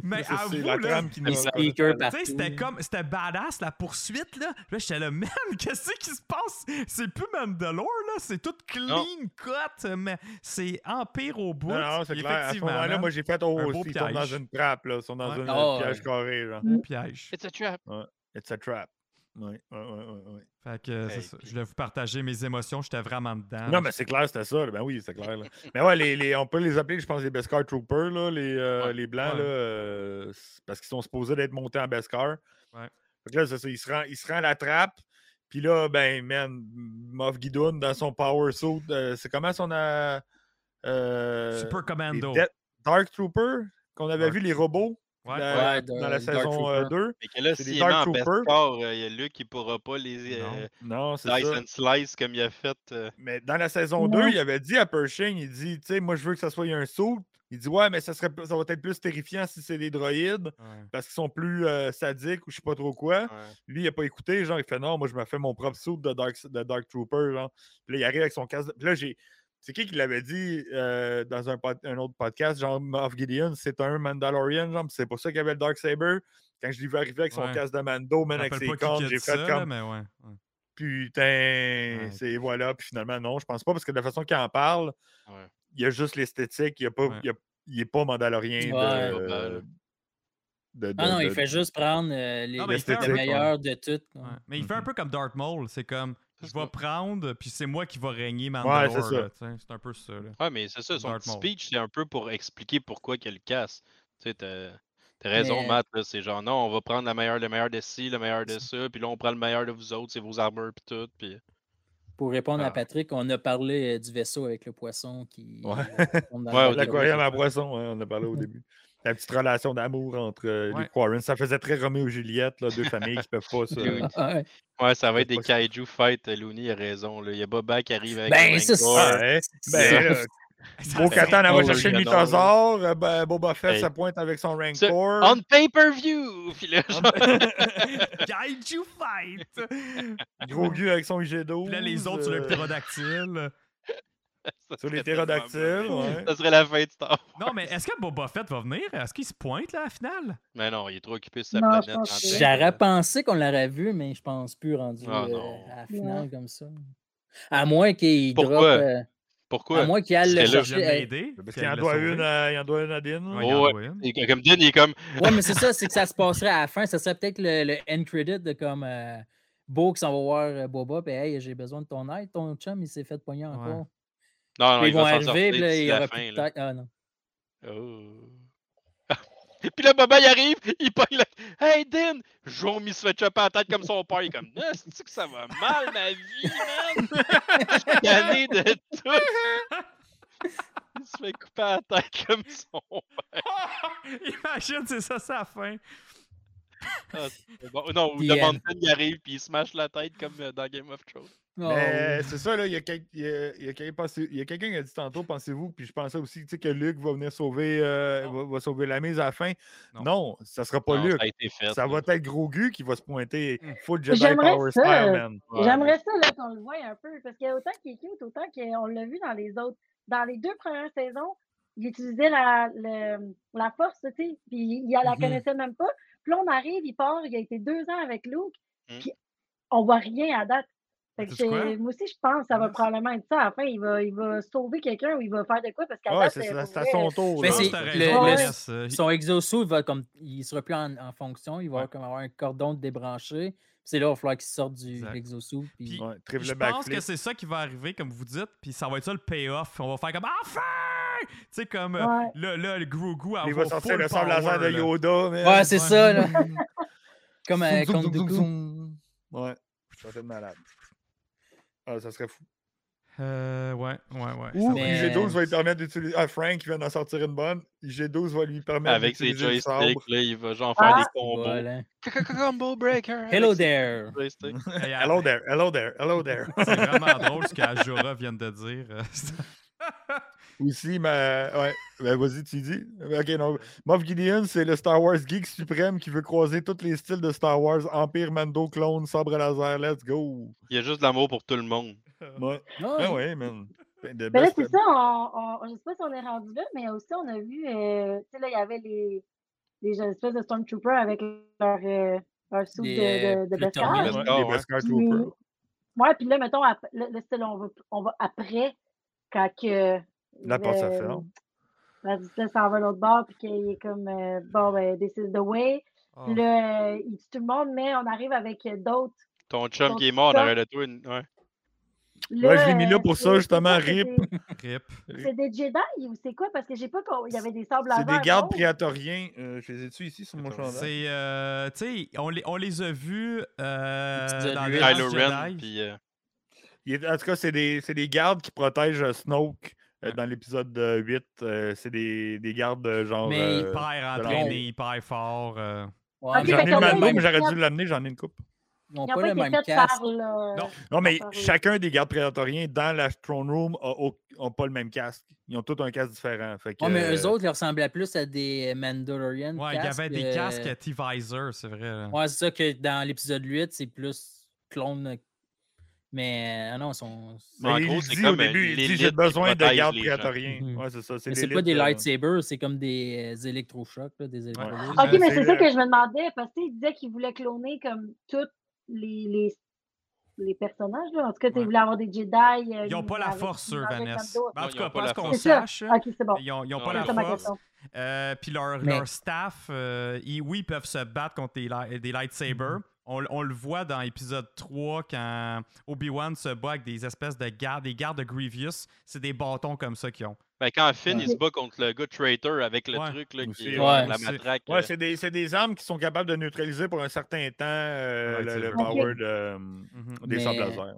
[SPEAKER 1] Mais
[SPEAKER 3] Ça,
[SPEAKER 1] à
[SPEAKER 3] c'est
[SPEAKER 1] vous,
[SPEAKER 3] la
[SPEAKER 1] là,
[SPEAKER 3] trame qui
[SPEAKER 4] Les
[SPEAKER 3] nous
[SPEAKER 4] speakers
[SPEAKER 1] tu sais,
[SPEAKER 4] partout.
[SPEAKER 1] c'était comme, c'était badass la poursuite, là. Là, j'étais là, man, *laughs* qu'est-ce qui se passe? C'est plus Mandalore, là, c'est tout clean
[SPEAKER 2] Non.
[SPEAKER 1] cut, mais c'est empire au bout.
[SPEAKER 3] Non, non, c'est
[SPEAKER 1] Puis
[SPEAKER 3] clair. À ce
[SPEAKER 1] Effectivement,
[SPEAKER 3] moment-là,
[SPEAKER 1] man,
[SPEAKER 3] moi, j'ai fait oh,
[SPEAKER 1] un beau
[SPEAKER 3] ils tombent dans
[SPEAKER 1] piège.
[SPEAKER 3] une trappe, là. Ils sont dans
[SPEAKER 1] Ouais. Mmh.
[SPEAKER 3] un
[SPEAKER 4] Ah,
[SPEAKER 3] piège
[SPEAKER 4] ouais.
[SPEAKER 3] carré, là.
[SPEAKER 1] mon piège.
[SPEAKER 2] It's a trap.
[SPEAKER 3] It's a trap. Oui, oui, oui, oui.
[SPEAKER 1] Fait que euh, c'est
[SPEAKER 2] Hey,
[SPEAKER 1] ça.
[SPEAKER 2] puis-
[SPEAKER 1] Je voulais vous partager mes émotions, j'étais vraiment dedans.
[SPEAKER 3] Non, mais c'est clair, c'était ça. là. Ben oui, c'est clair. là. Mais ouais, les, les- on peut les appeler, je pense, les Beskar Troopers, là, les, euh, les Blancs,
[SPEAKER 1] Ouais.
[SPEAKER 3] là, euh, c'est parce qu'ils sont supposés d'être montés en Beskar.
[SPEAKER 1] Ouais.
[SPEAKER 3] Fait que là, c'est ça, il se rend, il se rend à la trappe. Puis là, ben, man, Moff Gideon dans son Power Suit, euh, c'est comment son. euh, euh,
[SPEAKER 1] Super
[SPEAKER 3] les
[SPEAKER 1] Commando.
[SPEAKER 3] Death- Dark Trooper, qu'on avait
[SPEAKER 1] Dark
[SPEAKER 3] vu les robots
[SPEAKER 1] Ouais.
[SPEAKER 3] dans,
[SPEAKER 4] Ouais,
[SPEAKER 3] dans la
[SPEAKER 4] Dark
[SPEAKER 3] saison euh,
[SPEAKER 4] Trooper.
[SPEAKER 3] 2.
[SPEAKER 2] Mais que là,
[SPEAKER 3] C'est des
[SPEAKER 2] s'il est en
[SPEAKER 3] Dark
[SPEAKER 2] best
[SPEAKER 3] Troopers.
[SPEAKER 2] corps, euh, il y a Luke qui pourra pas les euh,
[SPEAKER 3] Non, c'est ça.
[SPEAKER 2] dice and slice comme il a fait. euh,
[SPEAKER 3] Mais dans la saison
[SPEAKER 5] Ouais.
[SPEAKER 3] 2, il avait dit à Pershing, il dit, tu sais, moi, je veux que ça soit un saut. Il dit, ouais, mais ça, serait, ça va être plus terrifiant si c'est des droïdes
[SPEAKER 1] Ouais.
[SPEAKER 3] parce qu'ils sont plus euh, sadiques ou je sais pas trop
[SPEAKER 1] Ah.
[SPEAKER 3] quoi.
[SPEAKER 2] ouais.
[SPEAKER 3] Lui, il a pas écouté. Genre, il fait, non, moi, je me fais mon propre saut de Dark, de Dark Trooper. Genre. Puis là, il arrive avec son casque. de- Puis là, j'ai. C'est qui qui l'avait dit euh, dans un, pod- un autre podcast, genre Moff Gideon, c'est un Mandalorian, genre, puis c'est pour ça qu'il y avait le Dark Saber. Quand je l'ai vu arriver avec son
[SPEAKER 1] Ouais.
[SPEAKER 3] casque de Mando,
[SPEAKER 1] Je
[SPEAKER 3] man,
[SPEAKER 1] me
[SPEAKER 3] avec
[SPEAKER 1] rappelle
[SPEAKER 3] ses
[SPEAKER 1] pas qui qui
[SPEAKER 3] cornes,
[SPEAKER 1] a
[SPEAKER 3] j'ai
[SPEAKER 1] dit
[SPEAKER 3] fait
[SPEAKER 1] ça, là,
[SPEAKER 3] comme
[SPEAKER 1] mais ouais. ouais.
[SPEAKER 3] putain, ben, c'est voilà. Puis finalement, non, je pense pas, parce que de la façon qu'il en parle,
[SPEAKER 2] Ouais.
[SPEAKER 3] il y a juste l'esthétique, il y a pas,
[SPEAKER 1] Ouais.
[SPEAKER 3] il y a- il est pas mandalorien de,
[SPEAKER 4] Ouais.
[SPEAKER 2] Global.
[SPEAKER 3] de- de-
[SPEAKER 4] Ah non, il
[SPEAKER 3] de-
[SPEAKER 4] fait juste prendre euh, les,
[SPEAKER 1] Non, mais il fait un
[SPEAKER 4] le
[SPEAKER 1] peu-
[SPEAKER 4] meilleur de toutes. quoi.
[SPEAKER 1] Ouais. Mais il fait un
[SPEAKER 3] Mhm.
[SPEAKER 1] peu comme Darth Maul, c'est comme
[SPEAKER 2] C'est
[SPEAKER 1] je
[SPEAKER 2] ça.
[SPEAKER 1] vais prendre, puis c'est moi qui va régner Mandalore.
[SPEAKER 3] Ouais, c'est ça.
[SPEAKER 1] là, tu sais, c'est un peu ça. Là.
[SPEAKER 2] Ouais, mais c'est ça, son
[SPEAKER 1] Darth
[SPEAKER 2] petit
[SPEAKER 1] Maul.
[SPEAKER 2] speech, c'est un peu pour expliquer pourquoi qu'elle casse. Tu sais, t'as t'as raison,
[SPEAKER 4] Mais-
[SPEAKER 2] Matt, là, c'est genre, non, on va prendre la meilleure, le meilleur de ci, le meilleur de ça, puis là, on prend le meilleur de vous autres, c'est vos armures, puis tout, puis...
[SPEAKER 4] Pour répondre à
[SPEAKER 2] Ah.
[SPEAKER 4] Patrick, on a parlé euh, du vaisseau avec le poisson qui. euh,
[SPEAKER 3] Ouais.
[SPEAKER 2] *laughs*
[SPEAKER 4] tombe dans
[SPEAKER 2] Ouais,
[SPEAKER 4] le-
[SPEAKER 3] L'aquarium à poisson, hein, on en a parlé au
[SPEAKER 4] Mhm.
[SPEAKER 3] début. La petite relation d'amour entre euh,
[SPEAKER 1] Ouais.
[SPEAKER 3] Luke Warren. Ça faisait très Roméo et Juliette, là, deux familles qui peuvent
[SPEAKER 4] *laughs*
[SPEAKER 3] pas se.
[SPEAKER 2] Lui, oui.
[SPEAKER 4] Ah, ouais.
[SPEAKER 2] Ouais, ça va
[SPEAKER 3] C'est
[SPEAKER 2] être des
[SPEAKER 3] pas ça.
[SPEAKER 2] kaiju fight, euh, Looney a raison, là. Il y a Boba qui arrive avec
[SPEAKER 4] Ben,
[SPEAKER 2] un
[SPEAKER 4] ça, c'est-
[SPEAKER 2] Rancor.
[SPEAKER 3] Ouais,
[SPEAKER 4] C'est-
[SPEAKER 3] ben, là,
[SPEAKER 1] Ça,
[SPEAKER 3] Bo
[SPEAKER 1] c'est-
[SPEAKER 3] Katan, elle
[SPEAKER 2] Oh,
[SPEAKER 3] va
[SPEAKER 2] oui,
[SPEAKER 3] chercher le
[SPEAKER 2] j'adore, là.
[SPEAKER 3] mythosaure. euh, ben, Boba Fett,
[SPEAKER 2] Hey.
[SPEAKER 3] ça pointe avec son
[SPEAKER 2] Ça-
[SPEAKER 3] Rancor.
[SPEAKER 2] On pay-per-view! Puis là, *laughs* genre,
[SPEAKER 1] *laughs* Kaiju Fight!
[SPEAKER 3] Gros Gu avec son IG-12.
[SPEAKER 1] Puis là, les autres sur le
[SPEAKER 3] euh,
[SPEAKER 1] ptérodactyle.
[SPEAKER 4] Ah,
[SPEAKER 1] *laughs*
[SPEAKER 2] ça
[SPEAKER 3] Sur les
[SPEAKER 2] serait
[SPEAKER 3] ptérodactyles,
[SPEAKER 2] tellement mauvais.
[SPEAKER 3] ouais.
[SPEAKER 2] Ça serait la fin de Star Wars.
[SPEAKER 1] Non, mais est-ce que Boba Fett va venir? Est-ce qu'il se pointe, là, à la finale?
[SPEAKER 2] Mais non, il est trop occupé sur sa
[SPEAKER 5] Non, je
[SPEAKER 2] planète.
[SPEAKER 5] pense
[SPEAKER 2] en euh,
[SPEAKER 5] que-
[SPEAKER 2] train de-
[SPEAKER 4] J'aurais pensé qu'on l'aurait vu, mais je pense plus rendu
[SPEAKER 2] Ah,
[SPEAKER 4] euh,
[SPEAKER 2] non.
[SPEAKER 4] à la finale comme ça. À moins qu'il drop.
[SPEAKER 2] Pourquoi?
[SPEAKER 4] euh, à
[SPEAKER 2] Pourquoi?
[SPEAKER 4] moins qu'il aille le
[SPEAKER 2] Parce que là,
[SPEAKER 4] chercher. euh,
[SPEAKER 1] aidé.
[SPEAKER 3] Parce qu'il en doit une à- il en doit une à Dean. là.
[SPEAKER 1] Ouais, il en
[SPEAKER 2] Ouais.
[SPEAKER 1] doit une. *laughs*
[SPEAKER 2] Il est Comme Dean, il est comme...
[SPEAKER 4] Ouais, mais c'est ça, c'est que ça se passerait à la fin. Ça serait peut-être le, le end credit de comme euh, Beau qui s'en va voir euh, Boba, puis hey, j'ai besoin de ton aide. Ton chum, il s'est fait pogner encore.
[SPEAKER 2] Non, non,
[SPEAKER 4] Puis
[SPEAKER 2] Ah, il
[SPEAKER 4] ils
[SPEAKER 2] va
[SPEAKER 4] vont
[SPEAKER 2] s'en
[SPEAKER 4] arriver,
[SPEAKER 2] sortir
[SPEAKER 4] puis là, il
[SPEAKER 2] d'ici
[SPEAKER 4] y
[SPEAKER 2] la
[SPEAKER 4] aura plus
[SPEAKER 2] fin,
[SPEAKER 4] de
[SPEAKER 2] là.
[SPEAKER 4] tac- Ah non.
[SPEAKER 2] Et Euh. *laughs* puis là, Baba, il arrive, il pogne la... Hey, Din! Jaume, il se fait choper la tête comme son père. Il est comme, non, c'est que ça va mal, ma vie, man! Je suis tanné de tout! Il se fait couper la tête comme son
[SPEAKER 1] Imagine, c'est ça, sa fin.
[SPEAKER 2] père. C'est bon. Non, ou
[SPEAKER 4] Puis,
[SPEAKER 2] The
[SPEAKER 4] euh,
[SPEAKER 2] Mountain, il arrive, puis il se mâche la tête comme euh, dans Game of Thrones.
[SPEAKER 4] Oh,
[SPEAKER 3] Mais euh,
[SPEAKER 4] oui.
[SPEAKER 3] c'est ça, là, il y a, quel- il y a- il y a quelqu'un pensez- il y a quelqu'un qui a dit tantôt, pensez-vous, puis je pensais aussi tu sais, que Luc va venir sauver, euh, va, va sauver la mise à la fin.
[SPEAKER 1] Non.
[SPEAKER 3] Non, ça sera pas
[SPEAKER 2] Non,
[SPEAKER 3] Luc.
[SPEAKER 2] Ça a été fait.
[SPEAKER 3] Ça, va être Gros Gu qui va se pointer. Faut Jedi
[SPEAKER 5] J'aimerais
[SPEAKER 3] Power
[SPEAKER 5] ça.
[SPEAKER 3] Style, man.
[SPEAKER 5] J'aimerais ça là, qu'on le voie un peu, parce qu'il y a autant qu'il est cute, autant qu'on l'a vu dans les autres. Dans les deux premières saisons, il utilisait la, le- la force, tu sais, puis il la
[SPEAKER 3] Mm-hmm.
[SPEAKER 4] Mhm.
[SPEAKER 5] connaissait même pas. Puis là, on arrive, il part, il a été deux ans avec Luke,
[SPEAKER 2] Mm.
[SPEAKER 5] puis on voit rien à date. Fait que
[SPEAKER 1] Sais-tu quoi?
[SPEAKER 5] c'est- moi aussi, je pense que ça va
[SPEAKER 3] Mm-hmm.
[SPEAKER 1] Yes.
[SPEAKER 5] probablement être ça. À la fin, il va, il va sauver quelqu'un ou il va faire de quoi, parce qu'à
[SPEAKER 3] Ouais,
[SPEAKER 5] date,
[SPEAKER 3] c'est ça,
[SPEAKER 5] euh, pour
[SPEAKER 3] c'est à
[SPEAKER 5] vrai,
[SPEAKER 3] son tour.
[SPEAKER 4] Mais
[SPEAKER 3] là.
[SPEAKER 4] c'est-
[SPEAKER 1] t'as
[SPEAKER 4] le-
[SPEAKER 1] raison,
[SPEAKER 5] le-
[SPEAKER 1] Yes, euh, il-
[SPEAKER 4] Son exosuit va comme. Il sera plus en, en fonction. Il va avoir, comme avoir un cordon de débranché. Puis c'est là, il va falloir qu'il sorte du
[SPEAKER 1] Exact.
[SPEAKER 4] de l'exosuit. Puis...
[SPEAKER 1] Puis-
[SPEAKER 3] Ouais, triple
[SPEAKER 1] Je pense
[SPEAKER 3] backflip.
[SPEAKER 1] que c'est ça qui va arriver, comme vous dites, puis ça va être ça le payoff. On va faire comme enfin! Tu sais, comme euh,
[SPEAKER 5] Ouais.
[SPEAKER 1] là, là, le Grogu à
[SPEAKER 3] Il va sortir le sable laser de Yoda. man.
[SPEAKER 4] Ouais, c'est ça, là.
[SPEAKER 3] *laughs* Zoom,
[SPEAKER 4] Comme euh,
[SPEAKER 3] euh, zoom,
[SPEAKER 4] Count
[SPEAKER 3] zoom,
[SPEAKER 4] Dooku.
[SPEAKER 3] zoom. Ouais, ça serait malade. Ah, ça serait fou.
[SPEAKER 1] Euh, ouais, ouais, ouais.
[SPEAKER 3] Ou
[SPEAKER 1] Ça va être-
[SPEAKER 4] Mais-
[SPEAKER 3] IG12 va lui permettre d'utiliser. Ah, Frank qui vient d'en sortir une bonne. IG12 va lui permettre
[SPEAKER 2] Avec ses
[SPEAKER 3] d'utiliser le sabre.
[SPEAKER 2] joysticks, là, il va genre faire
[SPEAKER 5] Ah!
[SPEAKER 2] des combos.
[SPEAKER 4] Voilà.
[SPEAKER 2] Combo breaker!
[SPEAKER 4] Hello
[SPEAKER 2] avec ses
[SPEAKER 4] there.
[SPEAKER 2] joysticks.
[SPEAKER 1] Hey, à-
[SPEAKER 3] Hello there, hello there,
[SPEAKER 1] *laughs*
[SPEAKER 3] hello there.
[SPEAKER 1] C'est vraiment drôle ce qu'Ajura vient de dire. euh,
[SPEAKER 3] Aussi, ma... ouais, ben, vas-y, tu dis. Ok, non. Moff Gideon, c'est le Star Wars geek suprême qui veut croiser tous les styles de Star Wars Empire, Mando, clone, sabre laser, let's go.
[SPEAKER 2] Il y a juste de l'amour pour tout le monde.
[SPEAKER 3] Ouais,
[SPEAKER 4] Non,
[SPEAKER 3] ah ouais, man. The
[SPEAKER 5] Mais Ben là,
[SPEAKER 3] best-
[SPEAKER 5] c'est ça, on, on- je sais pas si on est rendu là, mais aussi, on a vu, euh, tu sais, là, il y avait les, des espèces de Stormtroopers avec leur, euh, leur soupe
[SPEAKER 4] Des,
[SPEAKER 5] de, de, de
[SPEAKER 4] euh,
[SPEAKER 5] Beskar.
[SPEAKER 4] plutonniers.
[SPEAKER 2] Beskar,
[SPEAKER 3] les
[SPEAKER 2] ouais.
[SPEAKER 3] Beskar
[SPEAKER 5] Puis-
[SPEAKER 3] Troopers.
[SPEAKER 5] Ouais, puis là, mettons, ap- là, là, c'est là, on, va, on va après, quand que.
[SPEAKER 3] La porte se
[SPEAKER 5] euh,
[SPEAKER 3] ferme.
[SPEAKER 5] La vitesse s'en va à l'autre bord, puis qu'il est comme, euh, bon, ben, this is the way.
[SPEAKER 3] Ah.
[SPEAKER 1] Oh. *laughs*
[SPEAKER 5] Puis là, euh, il tue tout le monde, mais on arrive avec euh, d'autres.
[SPEAKER 2] Ton chum
[SPEAKER 5] Ton
[SPEAKER 2] qui est mort en
[SPEAKER 5] chum.
[SPEAKER 2] arrière de toi. une- ouais.
[SPEAKER 3] Ouais, je l'ai mis là
[SPEAKER 5] euh,
[SPEAKER 3] pour ça,
[SPEAKER 5] c'est- c'est
[SPEAKER 3] justement,
[SPEAKER 5] quoi, c'est
[SPEAKER 3] rip.
[SPEAKER 5] des-
[SPEAKER 1] Oh, Rip.
[SPEAKER 5] C'est des Jedi ou c'est quoi? Parce que j'ai pas. con- Il y avait des sables
[SPEAKER 3] C'est des
[SPEAKER 5] lasers
[SPEAKER 3] gardes
[SPEAKER 5] roses.
[SPEAKER 3] préatoriens. Euh, je les ai-tu ici sur mon chandail?
[SPEAKER 1] C'est. euh, tu sais, on les, on les a vus euh,
[SPEAKER 4] Une petite
[SPEAKER 1] dans
[SPEAKER 4] allure.
[SPEAKER 1] le
[SPEAKER 2] Kylo
[SPEAKER 1] Last
[SPEAKER 2] Ren,
[SPEAKER 1] Jedi.
[SPEAKER 2] puis euh,
[SPEAKER 3] Il est- en tout cas, c'est des, c'est des gardes qui protègent euh, Snoke euh, dans l'épisode euh, 8. euh, c'est des, des gardes euh, genre.
[SPEAKER 4] Mais
[SPEAKER 3] euh,
[SPEAKER 1] Hyper entraîné, hyper fort. euh.
[SPEAKER 4] Ouais,
[SPEAKER 5] Ok,
[SPEAKER 4] mais
[SPEAKER 3] J'en ai
[SPEAKER 5] Ah, fait qu'on a
[SPEAKER 3] le
[SPEAKER 4] ils
[SPEAKER 3] même,
[SPEAKER 5] une
[SPEAKER 3] mais j'aurais
[SPEAKER 5] carte.
[SPEAKER 3] dû l'amener, j'en ai une coupe.
[SPEAKER 5] Ils
[SPEAKER 4] n'ont pas
[SPEAKER 5] n'ont pas
[SPEAKER 4] le
[SPEAKER 5] été
[SPEAKER 4] même
[SPEAKER 5] faits
[SPEAKER 4] casque.
[SPEAKER 5] par le.
[SPEAKER 1] Non.
[SPEAKER 3] Non, mais
[SPEAKER 5] Comparé.
[SPEAKER 3] chacun des gardes prédatoriens dans la Throne Room n'ont pas le même casque. Ils ont tous un casque différent. Fait que,
[SPEAKER 4] Ouais, mais eux
[SPEAKER 3] euh,
[SPEAKER 4] autres, ils ressemblaient plus à des euh, Mandalorian.
[SPEAKER 1] Ouais, il y avait des
[SPEAKER 4] euh,
[SPEAKER 1] casques à T-Visor, c'est vrai. là.
[SPEAKER 4] Ouais, c'est ça que dans l'épisode 8, c'est plus clone. Mais ah non, ils sont.
[SPEAKER 3] mais
[SPEAKER 2] en
[SPEAKER 3] il
[SPEAKER 2] gros,
[SPEAKER 3] le
[SPEAKER 2] c'est
[SPEAKER 3] dit
[SPEAKER 2] comme
[SPEAKER 3] au début, il
[SPEAKER 2] l'élite
[SPEAKER 3] dit
[SPEAKER 2] qui
[SPEAKER 3] j'ai besoin de
[SPEAKER 2] protège
[SPEAKER 3] gardes
[SPEAKER 2] les gens.
[SPEAKER 3] prédatoriens.
[SPEAKER 4] Mhm.
[SPEAKER 3] Ouais, c'est ça.
[SPEAKER 4] Mais c'est
[SPEAKER 3] l'élite,
[SPEAKER 4] pas des
[SPEAKER 3] euh,
[SPEAKER 4] lightsabers, c'est comme des euh, électrochocs, là, des électrolytes.
[SPEAKER 5] Ok,
[SPEAKER 3] Euh,
[SPEAKER 5] mais
[SPEAKER 3] c'est
[SPEAKER 5] c'est ça
[SPEAKER 3] le-
[SPEAKER 5] que je me demandais, parce qu'il disait qu'il voulait cloner comme tous les, les, les personnages. Là. En tout cas, tu sais, il
[SPEAKER 1] Ouais.
[SPEAKER 5] voulait avoir des Jedi. euh,
[SPEAKER 1] Ils n'ont pas la
[SPEAKER 5] avec-
[SPEAKER 1] force sur
[SPEAKER 5] avec comme
[SPEAKER 1] Vanessa.
[SPEAKER 5] d'autres.
[SPEAKER 1] Ben, en
[SPEAKER 2] Non,
[SPEAKER 1] tout
[SPEAKER 2] ils ont
[SPEAKER 1] cas,
[SPEAKER 2] pas
[SPEAKER 1] pas
[SPEAKER 2] la
[SPEAKER 1] ce qu'on
[SPEAKER 5] C'est ça.
[SPEAKER 1] sache. là.
[SPEAKER 5] Ok, c'est bon.
[SPEAKER 1] Ils n'ont
[SPEAKER 2] Non,
[SPEAKER 1] pas
[SPEAKER 2] c'est
[SPEAKER 1] la
[SPEAKER 5] C'est ça ma
[SPEAKER 1] force.
[SPEAKER 5] question.
[SPEAKER 1] Euh, Puis leur,
[SPEAKER 4] Mais-
[SPEAKER 1] leur staff, euh, ils- oui, ils peuvent se battre contre des, li- des lightsabers. On, l- on le voit dans épisode 3 quand Obi-Wan se bat avec des espèces de gardes, des gardes de Grievous. C'est des bâtons comme ça qu'ils ont.
[SPEAKER 2] ben, quand Finn il
[SPEAKER 5] Ouais.
[SPEAKER 2] se bat contre le gars Traitor avec le
[SPEAKER 1] Ouais.
[SPEAKER 2] truc là,
[SPEAKER 3] Aussi,
[SPEAKER 2] qui est
[SPEAKER 4] ouais.
[SPEAKER 2] la
[SPEAKER 1] C'est-
[SPEAKER 2] matraque.
[SPEAKER 3] Ouais,
[SPEAKER 2] euh,
[SPEAKER 3] c'est des, c'est des armes qui sont capables de neutraliser pour un certain temps euh,
[SPEAKER 1] Ouais,
[SPEAKER 3] le,
[SPEAKER 1] c'est
[SPEAKER 3] le
[SPEAKER 1] vrai.
[SPEAKER 3] power de, euh,
[SPEAKER 1] Mhm.
[SPEAKER 3] des sables
[SPEAKER 4] Mais-
[SPEAKER 3] laser. ouais.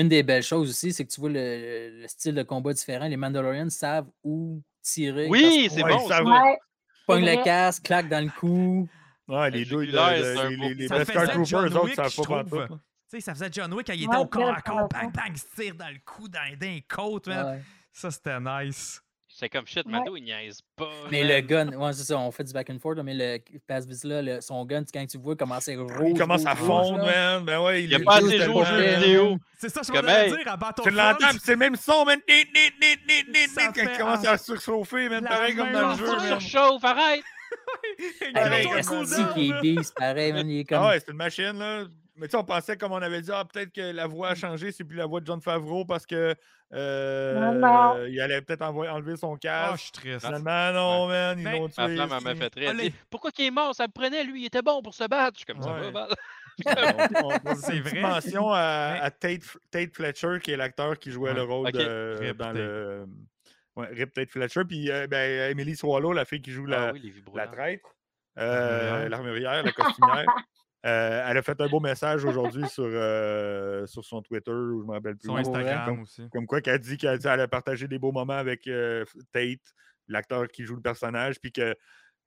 [SPEAKER 4] Une des belles choses aussi, c'est que tu vois le, le style de combat différent. Les Mandalorians savent où tirer.
[SPEAKER 2] Oui,
[SPEAKER 4] parce
[SPEAKER 2] c'est
[SPEAKER 4] qu'on
[SPEAKER 3] Ouais,
[SPEAKER 2] bon.
[SPEAKER 3] ça
[SPEAKER 2] ça.
[SPEAKER 3] va.
[SPEAKER 5] Ouais,
[SPEAKER 4] Pogne
[SPEAKER 5] c'est
[SPEAKER 4] le
[SPEAKER 5] vrai.
[SPEAKER 4] casque, claque dans le cou.
[SPEAKER 3] Ouais, les
[SPEAKER 2] Le
[SPEAKER 3] deux,
[SPEAKER 2] jugulaire,
[SPEAKER 3] le-
[SPEAKER 2] Euh, c'est un
[SPEAKER 3] les,
[SPEAKER 2] beau-
[SPEAKER 3] les, les
[SPEAKER 1] Ça me
[SPEAKER 3] Beskar
[SPEAKER 1] faisait John
[SPEAKER 3] Troopers, eux autres,
[SPEAKER 1] Wick,
[SPEAKER 3] ça
[SPEAKER 1] je
[SPEAKER 3] savent pas
[SPEAKER 1] trouve.
[SPEAKER 3] pantoute, là.
[SPEAKER 1] Tu sais, ça faisait John Wick quand il était
[SPEAKER 5] Ouais,
[SPEAKER 1] au corps à
[SPEAKER 5] belle
[SPEAKER 1] corps,
[SPEAKER 5] relation.
[SPEAKER 1] bang, bang, il se tire dans le cou, dans, dans les côtes, man.
[SPEAKER 4] Ouais.
[SPEAKER 1] Ça, c'était nice.
[SPEAKER 2] C'est comme shit,
[SPEAKER 5] Ouais.
[SPEAKER 2] Mando, il niaise pas.
[SPEAKER 4] Mais
[SPEAKER 2] man.
[SPEAKER 4] le gun, ouais, c'est ça, on fait du back and forth, là, mais le pass là, le- son gun, tu- quand tu vois comment c'est rouge.
[SPEAKER 3] Il commence à
[SPEAKER 4] rouge,
[SPEAKER 3] fondre,
[SPEAKER 4] rouge, là.
[SPEAKER 3] man. Ben ouais,
[SPEAKER 2] Il n'y a
[SPEAKER 3] est
[SPEAKER 2] pas
[SPEAKER 3] juste
[SPEAKER 2] assez joué
[SPEAKER 3] tellement-
[SPEAKER 2] aux
[SPEAKER 4] bon
[SPEAKER 2] jeux
[SPEAKER 4] film.
[SPEAKER 2] vidéo.
[SPEAKER 1] C'est ça, que je
[SPEAKER 2] Comme,
[SPEAKER 1] voulais
[SPEAKER 2] hey,
[SPEAKER 1] dire à
[SPEAKER 3] Tu
[SPEAKER 1] Battlefront. *laughs*
[SPEAKER 3] l'entends, pis c'est le même son, man. Nit, nit, nit, nit, nit,
[SPEAKER 1] Ça
[SPEAKER 3] nit, quand
[SPEAKER 1] fait
[SPEAKER 3] il commence
[SPEAKER 1] un-
[SPEAKER 3] à surchauffer, man.
[SPEAKER 1] la
[SPEAKER 3] Pareil comme
[SPEAKER 1] même
[SPEAKER 3] dans le
[SPEAKER 2] Tu
[SPEAKER 3] jeu,
[SPEAKER 1] affaire.
[SPEAKER 3] man.
[SPEAKER 2] surchauffes, arrête!
[SPEAKER 4] Ah, mais
[SPEAKER 3] Hey,
[SPEAKER 1] Garde-toi
[SPEAKER 3] un
[SPEAKER 1] cool
[SPEAKER 4] esti
[SPEAKER 1] down,
[SPEAKER 4] qui
[SPEAKER 1] là.
[SPEAKER 4] est beast, pareil, man, il est comme.
[SPEAKER 3] Ah ouais, c'est une machine, là. Mais tu sais, on pensait, comme on avait dit, ah, peut-être que la voix a changé, c'est plus la voix de John Favreau parce que. euh,
[SPEAKER 5] Non, non.
[SPEAKER 3] Il allait peut-être envoyer- enlever son
[SPEAKER 1] Ah, je
[SPEAKER 3] casque.
[SPEAKER 1] suis triste.
[SPEAKER 3] Finalement, non, man. Ils
[SPEAKER 1] Ben,
[SPEAKER 3] l'ont tué.
[SPEAKER 2] Ma flamme, elle m'a
[SPEAKER 3] esti.
[SPEAKER 2] fait très.
[SPEAKER 1] Allez.
[SPEAKER 2] Pourquoi qu'il est mort? Ça me prenait, lui, il était bon pour se battre. Je suis comme ça,
[SPEAKER 3] Ouais.
[SPEAKER 2] va, Val. *laughs*
[SPEAKER 3] On- on- on-
[SPEAKER 1] C'est
[SPEAKER 3] une petite
[SPEAKER 1] vrai.
[SPEAKER 3] Mention à,
[SPEAKER 1] Mais-
[SPEAKER 3] à Tate, F- Tate Fletcher, qui est l'acteur qui jouait
[SPEAKER 1] Ouais,
[SPEAKER 3] le rôle
[SPEAKER 2] ok.
[SPEAKER 3] de-
[SPEAKER 1] Rip
[SPEAKER 3] dans
[SPEAKER 1] Tate.
[SPEAKER 3] le. euh, Ouais, Rip Tate Fletcher. Puis euh, ben, Emily Swallow, la fille qui joue *laughs* la,
[SPEAKER 2] Ah oui, les
[SPEAKER 3] la
[SPEAKER 2] vibrants.
[SPEAKER 3] traître,
[SPEAKER 1] L'armurière.
[SPEAKER 3] euh, l'armurière, la costumière. Euh, elle a fait un beau message aujourd'hui sur, euh, sur son Twitter, ou je me rappelle plus.
[SPEAKER 1] Son
[SPEAKER 4] Ouais,
[SPEAKER 1] Instagram
[SPEAKER 3] Comme,
[SPEAKER 1] aussi.
[SPEAKER 3] comme quoi, qu'elle dit qu'elle dit- elle a partagé des beaux moments avec euh, Tate, l'acteur qui joue le personnage, puis que,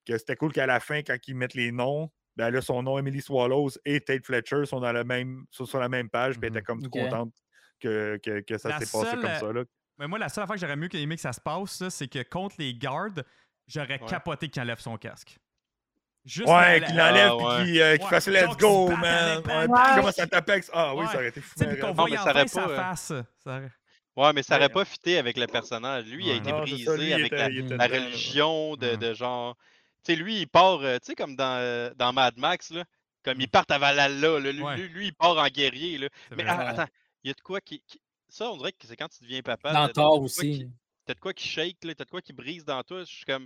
[SPEAKER 3] que c'était cool qu'à la fin, quand ils mettent les noms, ben là, son nom, Emily Swallows et Tate Fletcher sont dans la même, sont sur la même page, puis elle
[SPEAKER 1] Mhm.
[SPEAKER 3] était comme tout
[SPEAKER 4] Ok.
[SPEAKER 3] contente que, que, que ça
[SPEAKER 1] La
[SPEAKER 3] s'est passé
[SPEAKER 1] seule,
[SPEAKER 3] comme
[SPEAKER 1] euh,
[SPEAKER 3] ça. Là.
[SPEAKER 1] Mais moi, la seule affaire que j'aurais mieux aimé que ça se passe, là, c'est que contre les gardes, j'aurais
[SPEAKER 2] Ouais.
[SPEAKER 1] capoté qu'il enlève son casque. Juste
[SPEAKER 3] Ouais,
[SPEAKER 1] la-
[SPEAKER 3] qu'il
[SPEAKER 1] la-
[SPEAKER 3] l'enlève
[SPEAKER 2] Ah,
[SPEAKER 3] puis
[SPEAKER 2] ouais.
[SPEAKER 3] qu'il euh, qu'il
[SPEAKER 1] Ouais,
[SPEAKER 3] fasse
[SPEAKER 1] genre
[SPEAKER 3] Let's
[SPEAKER 1] qu'il se
[SPEAKER 3] go,
[SPEAKER 1] batte
[SPEAKER 3] man.
[SPEAKER 1] avec
[SPEAKER 3] Ouais,
[SPEAKER 1] la
[SPEAKER 3] puis qu'il
[SPEAKER 5] main.
[SPEAKER 3] commence à taper avec ça. Ah oui,
[SPEAKER 1] Ouais.
[SPEAKER 3] ça aurait été
[SPEAKER 1] Tu
[SPEAKER 3] fou.
[SPEAKER 1] sais,
[SPEAKER 3] mais
[SPEAKER 1] puis qu'on
[SPEAKER 3] raide.
[SPEAKER 1] voit
[SPEAKER 2] mais ça
[SPEAKER 1] enfin
[SPEAKER 2] aurait
[SPEAKER 1] sa
[SPEAKER 2] pas, euh,
[SPEAKER 1] face. ça aurait-
[SPEAKER 2] Ouais, mais ça
[SPEAKER 3] Ouais.
[SPEAKER 2] aurait pas fité avec le personnage. Lui, Ah, il a
[SPEAKER 1] Ouais.
[SPEAKER 2] été
[SPEAKER 3] Non, c'est
[SPEAKER 2] brisé
[SPEAKER 3] ça, lui, il
[SPEAKER 2] avec
[SPEAKER 3] était-
[SPEAKER 2] la,
[SPEAKER 3] il était
[SPEAKER 2] la
[SPEAKER 3] dedans, là.
[SPEAKER 2] religion de,
[SPEAKER 1] Ouais.
[SPEAKER 2] de genre. Tu sais, lui, il part, euh, tu sais, comme dans, euh, dans Mad Max, là. Comme ils partent à Valhalla, là. Lui,
[SPEAKER 1] Mmh. Ouais.
[SPEAKER 2] lui, lui, il part en guerrier, là.
[SPEAKER 1] C'est
[SPEAKER 2] Mais
[SPEAKER 1] vrai.
[SPEAKER 2] ah, attends, il y a de quoi qui. qui- Ça, on dirait que c'est quand tu deviens papa.
[SPEAKER 4] Dans
[SPEAKER 2] t'as- t'as de
[SPEAKER 4] Thor
[SPEAKER 2] quoi
[SPEAKER 4] aussi.
[SPEAKER 2] qui- T'as de quoi qui shake, là. T'as de quoi qui brise dans toi. Je suis comme.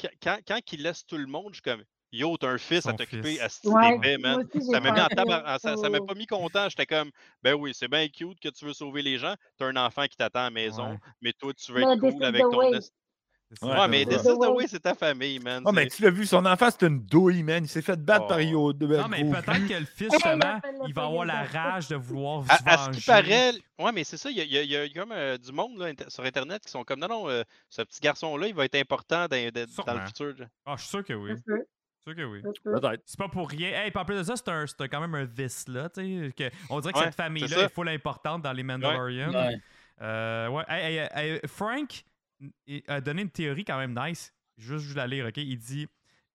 [SPEAKER 2] Quand, quand, quand il laisse tout le monde, je suis comme. Yo, t'as un fils à
[SPEAKER 1] Son
[SPEAKER 2] t'occuper,
[SPEAKER 1] fils.
[SPEAKER 2] à ce
[SPEAKER 5] Ouais, Oh.
[SPEAKER 2] d'épais, man.
[SPEAKER 5] moi aussi, j'ai
[SPEAKER 2] Ça m'a mis en
[SPEAKER 5] pensé
[SPEAKER 2] tabar- en- ça, ça m'a
[SPEAKER 5] au-
[SPEAKER 2] pas mis content. J'étais comme, ben oui, c'est bien cute que tu veux sauver les gens. T'as un enfant qui t'attend à la maison,
[SPEAKER 1] Ouais.
[SPEAKER 2] mais toi, tu veux
[SPEAKER 5] Mais
[SPEAKER 2] être
[SPEAKER 5] this
[SPEAKER 2] cool
[SPEAKER 5] is
[SPEAKER 2] avec
[SPEAKER 5] the
[SPEAKER 2] ton.
[SPEAKER 5] way.
[SPEAKER 2] est-
[SPEAKER 1] C'est
[SPEAKER 3] Ouais,
[SPEAKER 2] Ouais,
[SPEAKER 1] ça,
[SPEAKER 2] mais
[SPEAKER 1] c'est
[SPEAKER 2] this
[SPEAKER 1] ça.
[SPEAKER 2] is
[SPEAKER 5] the
[SPEAKER 2] the
[SPEAKER 5] way.
[SPEAKER 2] way, c'est ta famille, man.
[SPEAKER 3] Ah, mais
[SPEAKER 2] c'est-
[SPEAKER 3] tu l'as vu, son enfant, c'est une douille, man. Il s'est fait battre par
[SPEAKER 2] Oh.
[SPEAKER 3] Yo de
[SPEAKER 1] Non, mais peut-être que le fils,
[SPEAKER 5] Hey,
[SPEAKER 1] justement,
[SPEAKER 5] l'appelle le
[SPEAKER 1] il va avoir la
[SPEAKER 5] Seigneur.
[SPEAKER 1] rage de vouloir se
[SPEAKER 2] À, à ce
[SPEAKER 1] venger.
[SPEAKER 2] qui paraît, ouais, mais c'est ça, il y a, il y a- il y a comme euh, du monde là, inter- sur Internet qui sont comme, non, non, euh, ce petit garçon-là, il va être important dans, de- dans
[SPEAKER 1] Sûrement.
[SPEAKER 2] le futur. là.
[SPEAKER 1] Ah, je suis sûr que oui.
[SPEAKER 5] Ça se peut,
[SPEAKER 1] Je suis sûr que oui.
[SPEAKER 5] ça se peut.
[SPEAKER 1] C'est pas pour rien. Hey, puis en plus de ça, c'est un- c'est un- quand même un vice, là. tu sais, que- on dirait que
[SPEAKER 2] Ouais,
[SPEAKER 1] cette
[SPEAKER 2] c'est ça.
[SPEAKER 1] famille-là est full importante dans les Mandalorians.
[SPEAKER 4] Ouais.
[SPEAKER 1] Euh, ouais. Hey, hey, hey, Frank n- il a donné une théorie quand même nice. Juste, je vais la lire, OK? Il dit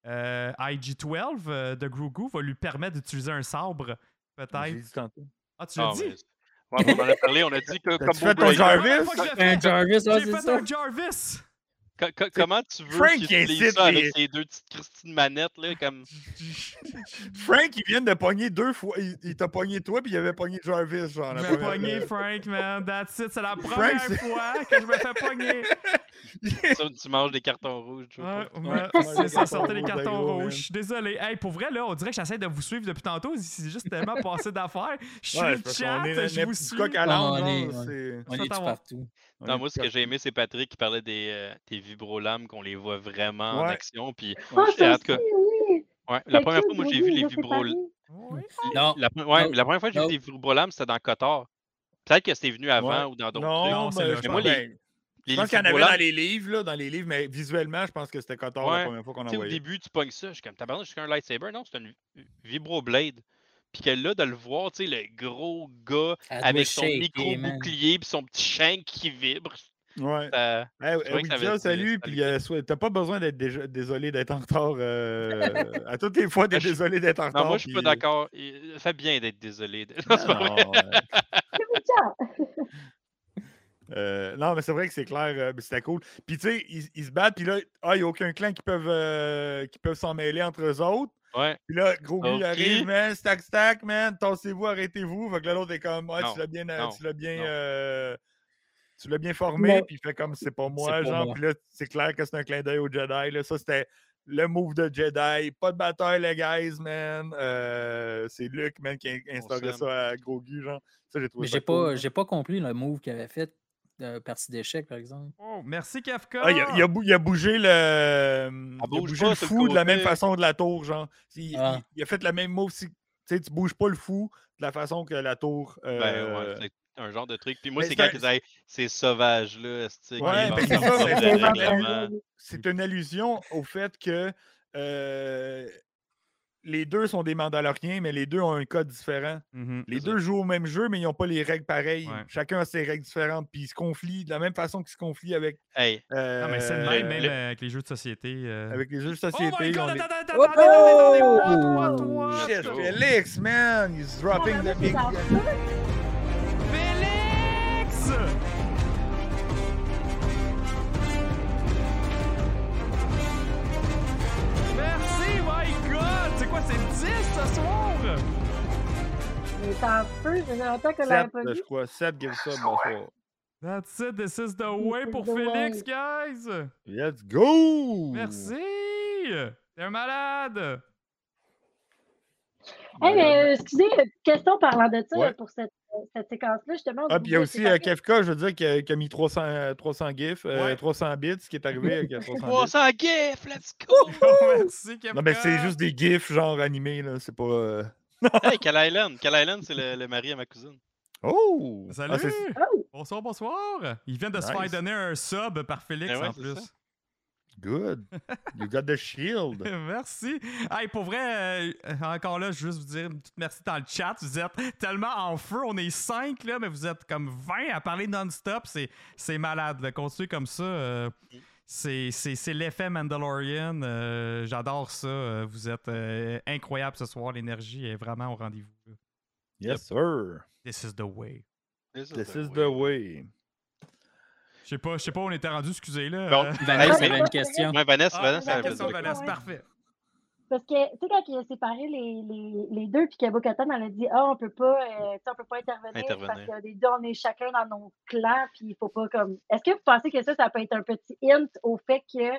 [SPEAKER 1] euh, IG-12 euh, de Grogu va lui permettre d'utiliser un sabre, peut-être. Ah, tu l'as
[SPEAKER 2] Ah,
[SPEAKER 1] dit?
[SPEAKER 2] mais- Ouais, mais on en a parlé, on a dit que
[SPEAKER 3] *laughs* T'as-tu
[SPEAKER 2] comme
[SPEAKER 3] fait ton
[SPEAKER 2] Bob Iger-
[SPEAKER 3] genre?
[SPEAKER 1] Ah, la
[SPEAKER 3] Jarvis?
[SPEAKER 1] fois que je l'ai
[SPEAKER 4] Un
[SPEAKER 1] fait,
[SPEAKER 4] Jarvis, ouais,
[SPEAKER 1] J'ai
[SPEAKER 4] c'est
[SPEAKER 1] fait
[SPEAKER 4] ça.
[SPEAKER 1] un Jarvis!
[SPEAKER 2] Co- co- comment tu veux
[SPEAKER 3] Frank,
[SPEAKER 2] qu'il
[SPEAKER 3] il
[SPEAKER 2] utilise
[SPEAKER 3] incite
[SPEAKER 2] ça
[SPEAKER 3] les-
[SPEAKER 2] avec ses deux petites Christine manettes, là,
[SPEAKER 3] *laughs*
[SPEAKER 2] comme...
[SPEAKER 3] Frank, il vient de pogner deux fois. Il, il t'a pogné toi, puis il avait pogné Jarvis, genre. la
[SPEAKER 1] Je me
[SPEAKER 3] première-
[SPEAKER 1] pogner, Frank, man. That's it. C'est la
[SPEAKER 3] Frank,
[SPEAKER 1] première
[SPEAKER 3] c'est-
[SPEAKER 1] fois que je me fais pogner.
[SPEAKER 2] Ça, tu manges des cartons rouges. tu vois,
[SPEAKER 1] Ouais,
[SPEAKER 2] pas.
[SPEAKER 1] ouais,
[SPEAKER 3] *laughs* Ouais,
[SPEAKER 1] c'est ça,
[SPEAKER 3] carton
[SPEAKER 1] sortez les
[SPEAKER 3] rouge,
[SPEAKER 1] cartons
[SPEAKER 3] agro, man.
[SPEAKER 1] rouges. Je suis désolé. Hey, pour vrai, là, on dirait que j'essaie de vous suivre depuis tantôt. C'est juste tellement passé d'affaires. Je suis
[SPEAKER 3] Ouais,
[SPEAKER 1] le
[SPEAKER 3] c'est parce
[SPEAKER 1] chat,
[SPEAKER 3] qu'on est
[SPEAKER 1] je
[SPEAKER 3] un
[SPEAKER 1] vous
[SPEAKER 3] petit
[SPEAKER 1] suis.
[SPEAKER 3] coq à
[SPEAKER 4] Ouais,
[SPEAKER 3] l'âne,
[SPEAKER 4] on est-
[SPEAKER 3] genre,
[SPEAKER 4] on-
[SPEAKER 3] c'est-
[SPEAKER 4] On
[SPEAKER 1] Fais
[SPEAKER 4] est
[SPEAKER 1] ta
[SPEAKER 4] tout
[SPEAKER 1] voix.
[SPEAKER 4] partout.
[SPEAKER 3] on est
[SPEAKER 2] Non, moi, ce que
[SPEAKER 3] partout.
[SPEAKER 2] j'ai aimé, c'est Patrick qui parlait des, euh, des vibrolames, qu'on les voit vraiment en
[SPEAKER 3] Ouais.
[SPEAKER 2] action. Puis,
[SPEAKER 5] Ah,
[SPEAKER 2] je-
[SPEAKER 5] ça
[SPEAKER 2] en tout cas,
[SPEAKER 5] aussi, oui.
[SPEAKER 2] ouais, la
[SPEAKER 5] C'est
[SPEAKER 2] première
[SPEAKER 5] cute,
[SPEAKER 2] fois, moi,
[SPEAKER 5] je
[SPEAKER 2] j'ai
[SPEAKER 5] l'ai
[SPEAKER 2] vu
[SPEAKER 5] vu,
[SPEAKER 2] les
[SPEAKER 5] ils ont
[SPEAKER 2] vibrolames.
[SPEAKER 5] séparé.
[SPEAKER 1] Oui.
[SPEAKER 4] Non.
[SPEAKER 2] La, pre- ouais,
[SPEAKER 4] Non.
[SPEAKER 2] la première fois que j'ai
[SPEAKER 4] Non.
[SPEAKER 2] vu des vibrolames, c'était dans Cotard. Peut-être que c'était venu avant ou dans d'autres
[SPEAKER 1] Non,
[SPEAKER 2] trucs.
[SPEAKER 3] Non,
[SPEAKER 1] c'est
[SPEAKER 3] mais
[SPEAKER 1] le-
[SPEAKER 3] je
[SPEAKER 1] mais
[SPEAKER 2] moi,
[SPEAKER 3] pense-
[SPEAKER 2] les-
[SPEAKER 3] ben,
[SPEAKER 2] Les
[SPEAKER 3] je pense qu'il y en avait
[SPEAKER 2] vibrolames,
[SPEAKER 3] dans les livres, là, dans les livres, mais visuellement, je pense que c'était Cotard
[SPEAKER 2] Ouais.
[SPEAKER 3] la première fois qu'on
[SPEAKER 2] tu
[SPEAKER 3] en
[SPEAKER 2] sais, au
[SPEAKER 3] voyait.
[SPEAKER 2] début, tu pognes ça. Je suis comme, tabarnak, c'est un lightsaber. Non, c'est une vibroblade. Puis que là, de le voir, tu sais, le gros gars
[SPEAKER 4] Elle doit
[SPEAKER 2] avec son
[SPEAKER 4] shaker,
[SPEAKER 2] micro
[SPEAKER 4] man.
[SPEAKER 2] bouclier puis son petit shank qui vibre.
[SPEAKER 3] Ouais. Eh,
[SPEAKER 2] ça-
[SPEAKER 3] Hey,
[SPEAKER 2] C'est vrai que ça
[SPEAKER 3] Ouija,
[SPEAKER 2] avait-
[SPEAKER 3] salut.
[SPEAKER 2] ça
[SPEAKER 3] Puis, euh, so- t'as pas besoin d'être déjà- désolé d'être en retard.
[SPEAKER 2] *laughs*
[SPEAKER 3] euh, à toutes les fois, t'es
[SPEAKER 2] Ah, je-
[SPEAKER 3] désolé d'être en retard.
[SPEAKER 2] Non, moi, je suis pas
[SPEAKER 3] puis-
[SPEAKER 2] d'accord. Il- Ça fait bien d'être désolé. de- c'est
[SPEAKER 3] Ah,
[SPEAKER 2] *laughs* pas vrai.
[SPEAKER 3] *laughs* non, euh,
[SPEAKER 5] C'est bizarre.
[SPEAKER 3] euh, non, mais c'est vrai que c'est clair. euh, mais c'était cool. Puis, tu sais, ils, ils se battent. Puis là, ah, il n'y a aucun clan qui peuvent, euh, qui peuvent s'en mêler entre eux autres.
[SPEAKER 2] *laughs* Ouais.
[SPEAKER 3] Puis là, gros
[SPEAKER 2] Sauf
[SPEAKER 3] lui, il arrive,
[SPEAKER 2] qui-
[SPEAKER 3] man, stack, stack, man, tassez-vous, arrêtez-vous. Fait que là, l'autre est comme, ah,
[SPEAKER 2] Non,
[SPEAKER 3] tu l'as bien, euh,
[SPEAKER 2] non,
[SPEAKER 3] tu l'as bien,
[SPEAKER 2] non.
[SPEAKER 3] euh, tu l'as bien formé,
[SPEAKER 5] Non.
[SPEAKER 3] puis il fait comme, c'est pas moi,
[SPEAKER 4] pas
[SPEAKER 3] genre.
[SPEAKER 4] moi.
[SPEAKER 3] Puis là, c'est clair que c'est un clin d'œil au Jedi, là. Ça, c'était le move de Jedi. Pas de bataille, les guys, man. Euh, c'est Luke, man, qui a instauré
[SPEAKER 2] s'aime.
[SPEAKER 3] ça à Gros Gu, genre. Ça, j'ai trouvé
[SPEAKER 4] Mais
[SPEAKER 3] ça
[SPEAKER 4] j'ai
[SPEAKER 3] cool,
[SPEAKER 4] pas,
[SPEAKER 3] là.
[SPEAKER 4] j'ai pas compris le move qu'il avait fait euh, partie d'échec, par exemple.
[SPEAKER 1] Oh, merci, Kafka.
[SPEAKER 3] Ah, il, a, il a bou- il a bougé le, il a
[SPEAKER 2] bouge
[SPEAKER 3] bougé
[SPEAKER 2] pas
[SPEAKER 3] le
[SPEAKER 2] sur le
[SPEAKER 3] fou de la même
[SPEAKER 2] côté.
[SPEAKER 3] façon de la tour, genre. Il,
[SPEAKER 4] Ah.
[SPEAKER 3] il- il a fait la même move si tu sais, tu bouges pas le fou de la façon que la tour.
[SPEAKER 2] Ben,
[SPEAKER 3] euh,
[SPEAKER 2] ouais, c'est un genre de truc. Puis moi,
[SPEAKER 3] mais
[SPEAKER 2] c'est
[SPEAKER 3] c'est
[SPEAKER 2] quand
[SPEAKER 3] un-
[SPEAKER 2] ils disaient, ces sauvages-là, c'est
[SPEAKER 3] Ouais, ben, c'est ça, mais
[SPEAKER 5] C'est
[SPEAKER 3] c'est
[SPEAKER 5] vraiment
[SPEAKER 3] vraiment-
[SPEAKER 5] bien.
[SPEAKER 3] c'est une allusion au fait que euh, les deux sont des Mandaloriens, mais les deux ont un code différent.
[SPEAKER 1] Mhm.
[SPEAKER 3] Les
[SPEAKER 2] C'est
[SPEAKER 3] deux jouent au même jeu, mais ils n'ont pas les règles pareilles.
[SPEAKER 1] Ouais.
[SPEAKER 3] Chacun a ses règles différentes, puis ils se conflient de la même façon qu'ils se conflient avec,
[SPEAKER 2] Hey,
[SPEAKER 1] Non, Ah, mais c'est le
[SPEAKER 3] euh,
[SPEAKER 1] même, même
[SPEAKER 2] le-
[SPEAKER 1] euh, avec les jeux de société. euh.
[SPEAKER 3] avec les jeux de
[SPEAKER 1] Oh
[SPEAKER 3] société.
[SPEAKER 1] my
[SPEAKER 3] on
[SPEAKER 1] god,
[SPEAKER 3] les-
[SPEAKER 1] attends, attends,
[SPEAKER 4] Oh!
[SPEAKER 1] attends, attends, attends, attends,
[SPEAKER 4] Oh!
[SPEAKER 1] attends,
[SPEAKER 3] Shit,
[SPEAKER 1] attends. Oh
[SPEAKER 3] Félix, man! He's dropping the big.
[SPEAKER 1] Félix! Merci, my god! C'est quoi, c'est 10 ce soir?
[SPEAKER 5] Mais c'est un peu, ça fait longtemps qu'on l'avait
[SPEAKER 3] Sept,
[SPEAKER 5] pas
[SPEAKER 3] je
[SPEAKER 5] vu.
[SPEAKER 3] crois. 7 give ça, bonsoir.
[SPEAKER 1] That's it, this is the way
[SPEAKER 5] is
[SPEAKER 1] pour
[SPEAKER 5] the
[SPEAKER 1] Félix,
[SPEAKER 5] way.
[SPEAKER 1] guys!
[SPEAKER 3] Let's go!
[SPEAKER 1] Merci! T'es un malade!
[SPEAKER 5] Hey, mais, euh, excusez, euh, question parlant de ça,
[SPEAKER 3] Ouais.
[SPEAKER 5] là, pour cette, euh, cette séquence-là, justement.
[SPEAKER 3] Ah,
[SPEAKER 5] vous
[SPEAKER 3] puis il y a
[SPEAKER 5] vous
[SPEAKER 3] aussi
[SPEAKER 5] êtes
[SPEAKER 3] euh,
[SPEAKER 5] séparés.
[SPEAKER 3] Kefka, je veux dire, qui a, qui a mis 300, euh, 300 gifs, euh,
[SPEAKER 1] Ouais.
[SPEAKER 3] 300 bits, ce qui est arrivé avec euh, 300 bits.
[SPEAKER 2] 300 gifs, let's go!
[SPEAKER 1] *laughs* Merci, Kevin!
[SPEAKER 3] Non, mais c'est juste des gifs, genre animés, là. C'est pas. euh,
[SPEAKER 2] hey, Cal Island. Cal Island, c'est le, le mari à ma cousine.
[SPEAKER 3] Oh! Ah,
[SPEAKER 1] Salut!
[SPEAKER 3] c'est-
[SPEAKER 5] Oh,
[SPEAKER 1] bonsoir, bonsoir! Ils viennent de se faire
[SPEAKER 3] Nice.
[SPEAKER 1] donner un sub par Félix
[SPEAKER 2] Eh ouais,
[SPEAKER 1] en
[SPEAKER 2] c'est
[SPEAKER 1] plus.
[SPEAKER 2] ça. *laughs*
[SPEAKER 3] Good. You got the shield.
[SPEAKER 1] *laughs* Merci. Hey, pour vrai, euh, euh, encore là, je veux juste vous dire une petite merci dans le chat. Vous êtes tellement en feu. On est 5 là, mais vous êtes comme 20 à parler non-stop. C'est, c'est malade. Là. Continuer comme ça, euh, c'est, c'est, c'est l'effet Mandalorian. Euh, j'adore ça. Euh, Vous êtes incroyable ce soir. L'énergie est vraiment au rendez-vous. là.
[SPEAKER 3] Yes, sir.
[SPEAKER 1] This is the way.
[SPEAKER 2] This
[SPEAKER 3] This is the way.
[SPEAKER 1] Je sais pas, je sais pas où on était rendu, excusez là.
[SPEAKER 2] Bon,
[SPEAKER 1] Euh,
[SPEAKER 2] Hey,
[SPEAKER 4] Vanessa
[SPEAKER 2] mais-
[SPEAKER 4] avait une question.
[SPEAKER 2] Ouais, Vanessa,
[SPEAKER 1] ah,
[SPEAKER 2] Vanessa,
[SPEAKER 5] la
[SPEAKER 2] elle
[SPEAKER 1] question
[SPEAKER 2] veut
[SPEAKER 1] de
[SPEAKER 2] dire quoi.
[SPEAKER 1] Vanessa,
[SPEAKER 5] Ouais.
[SPEAKER 1] parfait.
[SPEAKER 3] euh,
[SPEAKER 5] Parce que, tu sais, quand il a séparé les, les, les deux, puis que Bocatan, elle a dit, ah, on peut pas, euh, tu sais, on peut pas intervenir, parce
[SPEAKER 2] Intervenir.
[SPEAKER 5] que les deux, on est chacun dans nos clans, puis il faut pas comme. Est-ce que vous pensez que ça, ça peut être un petit hint au fait que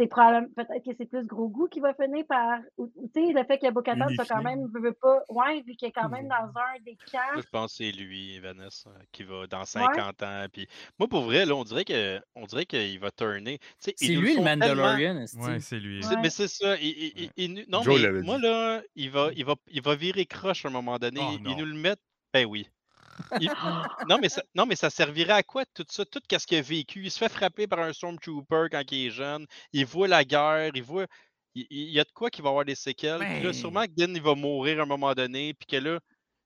[SPEAKER 5] c'est probablement, peut-être que c'est plus gros goût qui va finir par, ou- ou, tu sais, le fait que Bocatan soit quand
[SPEAKER 3] Unifié.
[SPEAKER 5] même, veut, veut pas, ouais, vu qu'il est quand même dans un des
[SPEAKER 2] Moi, *laughs*
[SPEAKER 5] camps.
[SPEAKER 2] je pense que c'est lui, Vanessa, euh, qui va dans 50 ans. Puis moi, pour vrai, là, on dirait que on dirait qu'il va tourner. Tu sais, ils
[SPEAKER 4] C'est
[SPEAKER 2] nous
[SPEAKER 4] lui le
[SPEAKER 2] font tellement-
[SPEAKER 4] Mandalorian, esti.
[SPEAKER 1] Ouais, c'est lui.
[SPEAKER 2] C'est-
[SPEAKER 5] Ouais.
[SPEAKER 2] Mais c'est ça. il- il- il- il nous- non,
[SPEAKER 3] Joe
[SPEAKER 2] mais
[SPEAKER 3] l'avait
[SPEAKER 2] moi,
[SPEAKER 3] dit. Mmh.
[SPEAKER 2] là, il va, il, va, il va virer croche à un moment donné.
[SPEAKER 1] Oh,
[SPEAKER 2] Ils-
[SPEAKER 1] non.
[SPEAKER 2] ils nous le mettent. Ben oui.
[SPEAKER 3] *gasps*
[SPEAKER 2] Il- non, mais ça, non, mais ça servirait à quoi tout ça? Tout ce qu'il a vécu. Il se fait frapper par un Stormtrooper quand il est jeune. Il voit la guerre. Il voit. Il, il y a de quoi qu'il va avoir des séquelles. Puis là,
[SPEAKER 1] Ben.
[SPEAKER 2] sûrement que Din, il va mourir à un moment donné. Puis que là,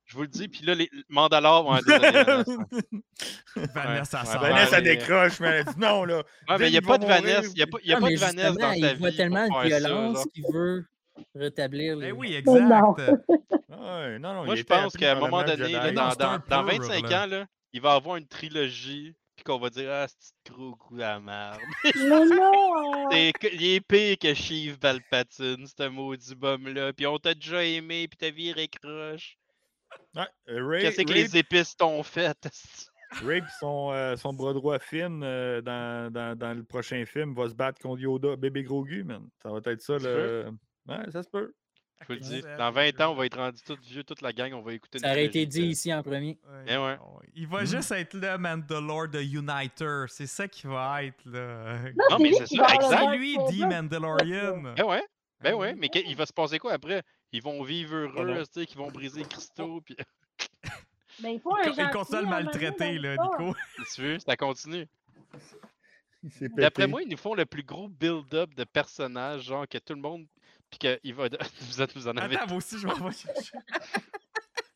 [SPEAKER 2] je vous le dis, puis là, les le Mandalore vont être.
[SPEAKER 1] Vanessa,
[SPEAKER 2] Ouais,
[SPEAKER 3] *laughs*
[SPEAKER 1] s'en
[SPEAKER 2] Ouais, Ah, ouais,
[SPEAKER 1] va.
[SPEAKER 3] Vanessa
[SPEAKER 2] mais-
[SPEAKER 3] décroche, mais elle dit non, là.
[SPEAKER 2] mais il n'y a
[SPEAKER 3] Din
[SPEAKER 2] pas
[SPEAKER 3] va
[SPEAKER 2] de
[SPEAKER 3] mourir,
[SPEAKER 2] Vanessa. Il n'y a pas, il y a
[SPEAKER 4] Ah,
[SPEAKER 2] pas
[SPEAKER 4] mais
[SPEAKER 2] de Vanessa
[SPEAKER 4] justement,
[SPEAKER 2] dans sa
[SPEAKER 4] il
[SPEAKER 2] vie.
[SPEAKER 4] voit
[SPEAKER 2] pour
[SPEAKER 4] tellement de
[SPEAKER 2] faire ça,
[SPEAKER 4] violence
[SPEAKER 2] genre.
[SPEAKER 4] qu'il veut rétablir les.
[SPEAKER 1] Eh oui,
[SPEAKER 5] Mais
[SPEAKER 1] exact.
[SPEAKER 5] non.
[SPEAKER 3] Ouais, non, non,
[SPEAKER 2] Moi,
[SPEAKER 3] il
[SPEAKER 2] je
[SPEAKER 3] était
[SPEAKER 2] pense
[SPEAKER 3] appris
[SPEAKER 2] qu'à un
[SPEAKER 3] par le
[SPEAKER 2] moment
[SPEAKER 3] même
[SPEAKER 2] donné,
[SPEAKER 3] Jedi.
[SPEAKER 2] là, dans,
[SPEAKER 1] Non, c'est un
[SPEAKER 2] dans- dans
[SPEAKER 1] pur,
[SPEAKER 2] 25
[SPEAKER 1] là.
[SPEAKER 2] ans, là, il va avoir une trilogie. Puis puis qu'on va dire Ah, c'est gros coup à merde.
[SPEAKER 5] Mais non! euh,
[SPEAKER 2] C'est que- Il est pire que Shiv Palpatine, ce maudit bum-là. Puis on t'a déjà aimé, puis ta vie récroche.
[SPEAKER 3] Ouais, euh, Ray,
[SPEAKER 2] Qu'est-ce que
[SPEAKER 3] Ray-
[SPEAKER 2] les épices t'ont fait? esti?
[SPEAKER 3] Ray pis son, euh, son bras droit Finn euh, dans, dans, dans le prochain film va se battre contre Yoda, bébé Grogu, man. Ça va être ça,
[SPEAKER 2] Ça se peut.
[SPEAKER 3] le. Ouais, ça se peut.
[SPEAKER 2] Je vous le dis. Dans 20 ans, on va être rendu tout vieux, toute la gang, on va écouter
[SPEAKER 4] Ça aurait été dit
[SPEAKER 1] euh,
[SPEAKER 2] trilogie de-
[SPEAKER 4] ici en premier.
[SPEAKER 2] Eh ouais.
[SPEAKER 1] Il va
[SPEAKER 3] Hmm.
[SPEAKER 1] juste être là, man, the Lord, the Uniter. C'est ça qui va être, là.
[SPEAKER 5] Non,
[SPEAKER 2] Non,
[SPEAKER 5] c'est
[SPEAKER 2] mais
[SPEAKER 5] lui
[SPEAKER 2] c'est
[SPEAKER 5] qui
[SPEAKER 2] ça,
[SPEAKER 5] va avoir
[SPEAKER 2] exact.
[SPEAKER 5] le
[SPEAKER 1] C'est
[SPEAKER 5] Dark
[SPEAKER 1] lui,
[SPEAKER 5] Saber.
[SPEAKER 1] dit Mandalorian.
[SPEAKER 2] Eh ouais, ben ouais, mais que- il va se passer quoi après? Ils vont vivre
[SPEAKER 3] non.
[SPEAKER 2] heureux, tu sais, qu'ils vont briser cristaux, puis *laughs*
[SPEAKER 5] Mais Ben, il faut un
[SPEAKER 1] Il,
[SPEAKER 5] gentil, hein,
[SPEAKER 1] continue à
[SPEAKER 5] un
[SPEAKER 1] le
[SPEAKER 5] moment donné,
[SPEAKER 1] maltraiter,
[SPEAKER 5] dans
[SPEAKER 1] là,
[SPEAKER 5] l'histoire.
[SPEAKER 1] Nico.
[SPEAKER 2] tu veux, ça continue.
[SPEAKER 3] Il s'est pété.
[SPEAKER 2] D'après moi, ils nous font le plus gros build-up de personnages, genre que tout le monde. Puis que il va. *laughs* Vous, êtes, vous en avez.
[SPEAKER 1] Attends, moi aussi, je m'en vais chercher.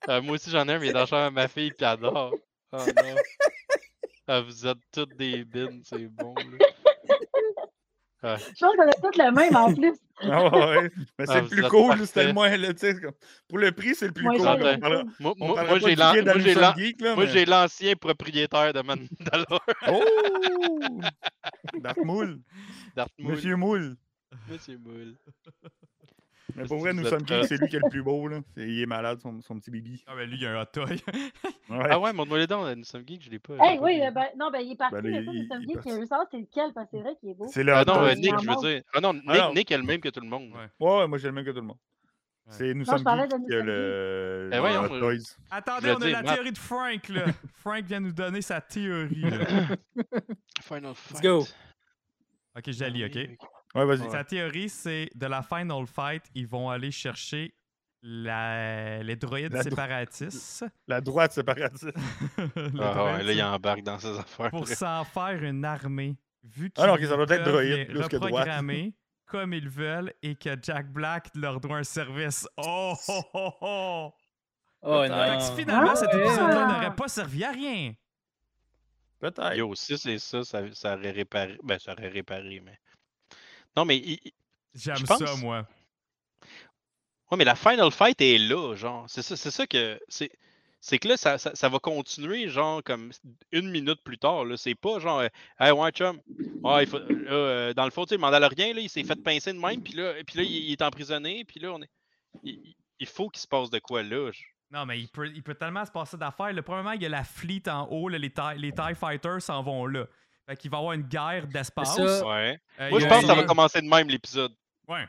[SPEAKER 2] Ah, moi aussi, j'en ai un, mais il est dans la chambre à ma fille, puis elle dort. Oh non. Ah, vous êtes toutes des bines, c'est bon. Là.
[SPEAKER 5] Je pense qu'on a tous le même en
[SPEAKER 1] *laughs*
[SPEAKER 5] plus.
[SPEAKER 3] Ah
[SPEAKER 2] *laughs*
[SPEAKER 3] ouais, mais c'est
[SPEAKER 2] Ah,
[SPEAKER 3] le
[SPEAKER 2] vous
[SPEAKER 3] plus
[SPEAKER 2] êtes
[SPEAKER 3] cool,
[SPEAKER 2] parfait.
[SPEAKER 3] c'était le moins. Là, tu sais, comme- pour le prix, c'est le plus
[SPEAKER 5] Moi,
[SPEAKER 3] cool.
[SPEAKER 5] j'en
[SPEAKER 2] j'en ai
[SPEAKER 3] là,
[SPEAKER 5] ai
[SPEAKER 3] on parlera-
[SPEAKER 2] Moi,
[SPEAKER 3] on
[SPEAKER 2] moi,
[SPEAKER 3] parlera
[SPEAKER 2] moi,
[SPEAKER 3] pas
[SPEAKER 2] j'ai
[SPEAKER 3] du
[SPEAKER 2] l'an-
[SPEAKER 3] guide
[SPEAKER 2] moi, j'ai
[SPEAKER 3] Animation
[SPEAKER 2] l'an-
[SPEAKER 3] Geek, là,
[SPEAKER 2] moi,
[SPEAKER 3] mais-
[SPEAKER 2] j'ai l'ancien propriétaire de *laughs* Mandalore,
[SPEAKER 3] Oh! Dark Moule,
[SPEAKER 2] Darth Maul. Monsieur,
[SPEAKER 3] Monsieur Moule.
[SPEAKER 2] Moule.
[SPEAKER 3] Mais
[SPEAKER 2] Parce
[SPEAKER 3] pour
[SPEAKER 2] que
[SPEAKER 3] vrai,
[SPEAKER 2] vous
[SPEAKER 3] nous
[SPEAKER 2] êtes
[SPEAKER 3] sommes qui?
[SPEAKER 2] prêts.
[SPEAKER 3] C'est lui qui est le plus beau, là. C'est- Il est malade, son, son petit bibi.
[SPEAKER 1] Ah, ben lui, il y a un hot toy.
[SPEAKER 3] Ouais.
[SPEAKER 2] Ah ouais, montre-moi les dents, nous sommes geeks, je l'ai pas. je l'ai
[SPEAKER 5] Hey,
[SPEAKER 2] pas
[SPEAKER 5] oui,
[SPEAKER 2] vu.
[SPEAKER 5] euh, ben, non, ben, il est parti,
[SPEAKER 3] Ben là,
[SPEAKER 5] mais
[SPEAKER 3] il-
[SPEAKER 5] ça,
[SPEAKER 3] il-
[SPEAKER 5] nous sommes
[SPEAKER 3] il
[SPEAKER 5] dit
[SPEAKER 3] est
[SPEAKER 5] qu'il y a un sens, c'est lequel, parce que c'est vrai qu'il est beau.
[SPEAKER 3] C'est le
[SPEAKER 2] Ah
[SPEAKER 3] hot
[SPEAKER 2] non,
[SPEAKER 5] Attends,
[SPEAKER 2] euh,
[SPEAKER 3] dog.
[SPEAKER 5] il
[SPEAKER 2] Nick,
[SPEAKER 5] en
[SPEAKER 2] je veux
[SPEAKER 5] manque.
[SPEAKER 2] dire. Ah non, Nick,
[SPEAKER 3] Alors-
[SPEAKER 2] Nick est le même que tout le monde.
[SPEAKER 1] Ouais.
[SPEAKER 3] Ouais, ouais, moi j'ai le même que tout le monde. C'est nous
[SPEAKER 5] Non, je
[SPEAKER 3] sommes
[SPEAKER 5] parlais
[SPEAKER 3] geeks
[SPEAKER 5] de Nous
[SPEAKER 3] qui a
[SPEAKER 5] sommes
[SPEAKER 3] le,
[SPEAKER 2] Eh
[SPEAKER 3] le
[SPEAKER 2] voyons,
[SPEAKER 3] Hot
[SPEAKER 2] je-
[SPEAKER 3] Toys.
[SPEAKER 1] *laughs* Attendez,
[SPEAKER 2] Je
[SPEAKER 1] on a
[SPEAKER 2] dis,
[SPEAKER 1] la
[SPEAKER 2] Matt.
[SPEAKER 1] théorie de Frank,
[SPEAKER 2] *laughs*
[SPEAKER 1] là. Frank vient nous donner sa théorie, là.
[SPEAKER 2] Final
[SPEAKER 4] Let's go.
[SPEAKER 1] OK, je la lis, OK?
[SPEAKER 3] Ouais, vas-y.
[SPEAKER 1] Sa théorie, c'est de la Final Fight, ils vont aller chercher la- les droïdes
[SPEAKER 3] La dro-
[SPEAKER 1] séparatistes. *laughs*
[SPEAKER 3] La
[SPEAKER 2] *laughs*
[SPEAKER 3] droite séparatiste.
[SPEAKER 1] Les
[SPEAKER 2] Ah ouais,
[SPEAKER 1] droïdes
[SPEAKER 2] là, il embarque dans ses affaires.
[SPEAKER 1] pour s'en faire une armée. Vu qu'ils
[SPEAKER 3] Ah non, ok, ça doit
[SPEAKER 1] peuvent
[SPEAKER 3] être droïde
[SPEAKER 1] les
[SPEAKER 3] plus que droite.
[SPEAKER 1] reprogrammer comme ils veulent et que Jack Black leur doit un service. Oh, oh, oh, oh.
[SPEAKER 4] Oh
[SPEAKER 1] Fait que
[SPEAKER 4] non.
[SPEAKER 1] finalement,
[SPEAKER 5] Ah
[SPEAKER 1] cet
[SPEAKER 5] ouais.
[SPEAKER 1] épisode-là n'aurait pas servi à rien.
[SPEAKER 3] Peut-être.
[SPEAKER 2] Yo, si c'est ça, ça, ça aurait réparé. Ben, ça aurait réparé, mais. Non, mais, il- il-
[SPEAKER 1] J'aime
[SPEAKER 2] Je
[SPEAKER 1] ça,
[SPEAKER 2] pense-
[SPEAKER 1] moi.
[SPEAKER 2] ouais, mais la Final Fight est là, genre. C'est ça, c'est ça que. C'est c'est que là, ça, ça, ça va continuer, genre, comme une minute plus tard. là. C'est pas genre, euh, hey, ouais, chum. ouais, il faut- là, euh, dans le fond, tu sais, le Mandalorien, là, il s'est fait pincer de même, puis là, puis là il, il est emprisonné, puis là, on est. Il, il faut qu'il se passe de quoi, là. je-
[SPEAKER 1] Non, mais il peut, il peut tellement se passer d'affaires. Le premièrement, il y a la fleet en haut, là, les, TIE, les TIE Fighters s'en vont là. Fait qu'il va y avoir une guerre d'espace.
[SPEAKER 4] C'est ça.
[SPEAKER 2] Ouais.
[SPEAKER 1] Euh, il y
[SPEAKER 2] Moi, je
[SPEAKER 1] a
[SPEAKER 2] pense que
[SPEAKER 1] un-
[SPEAKER 2] ça va commencer de même, l'épisode.
[SPEAKER 1] Ouais.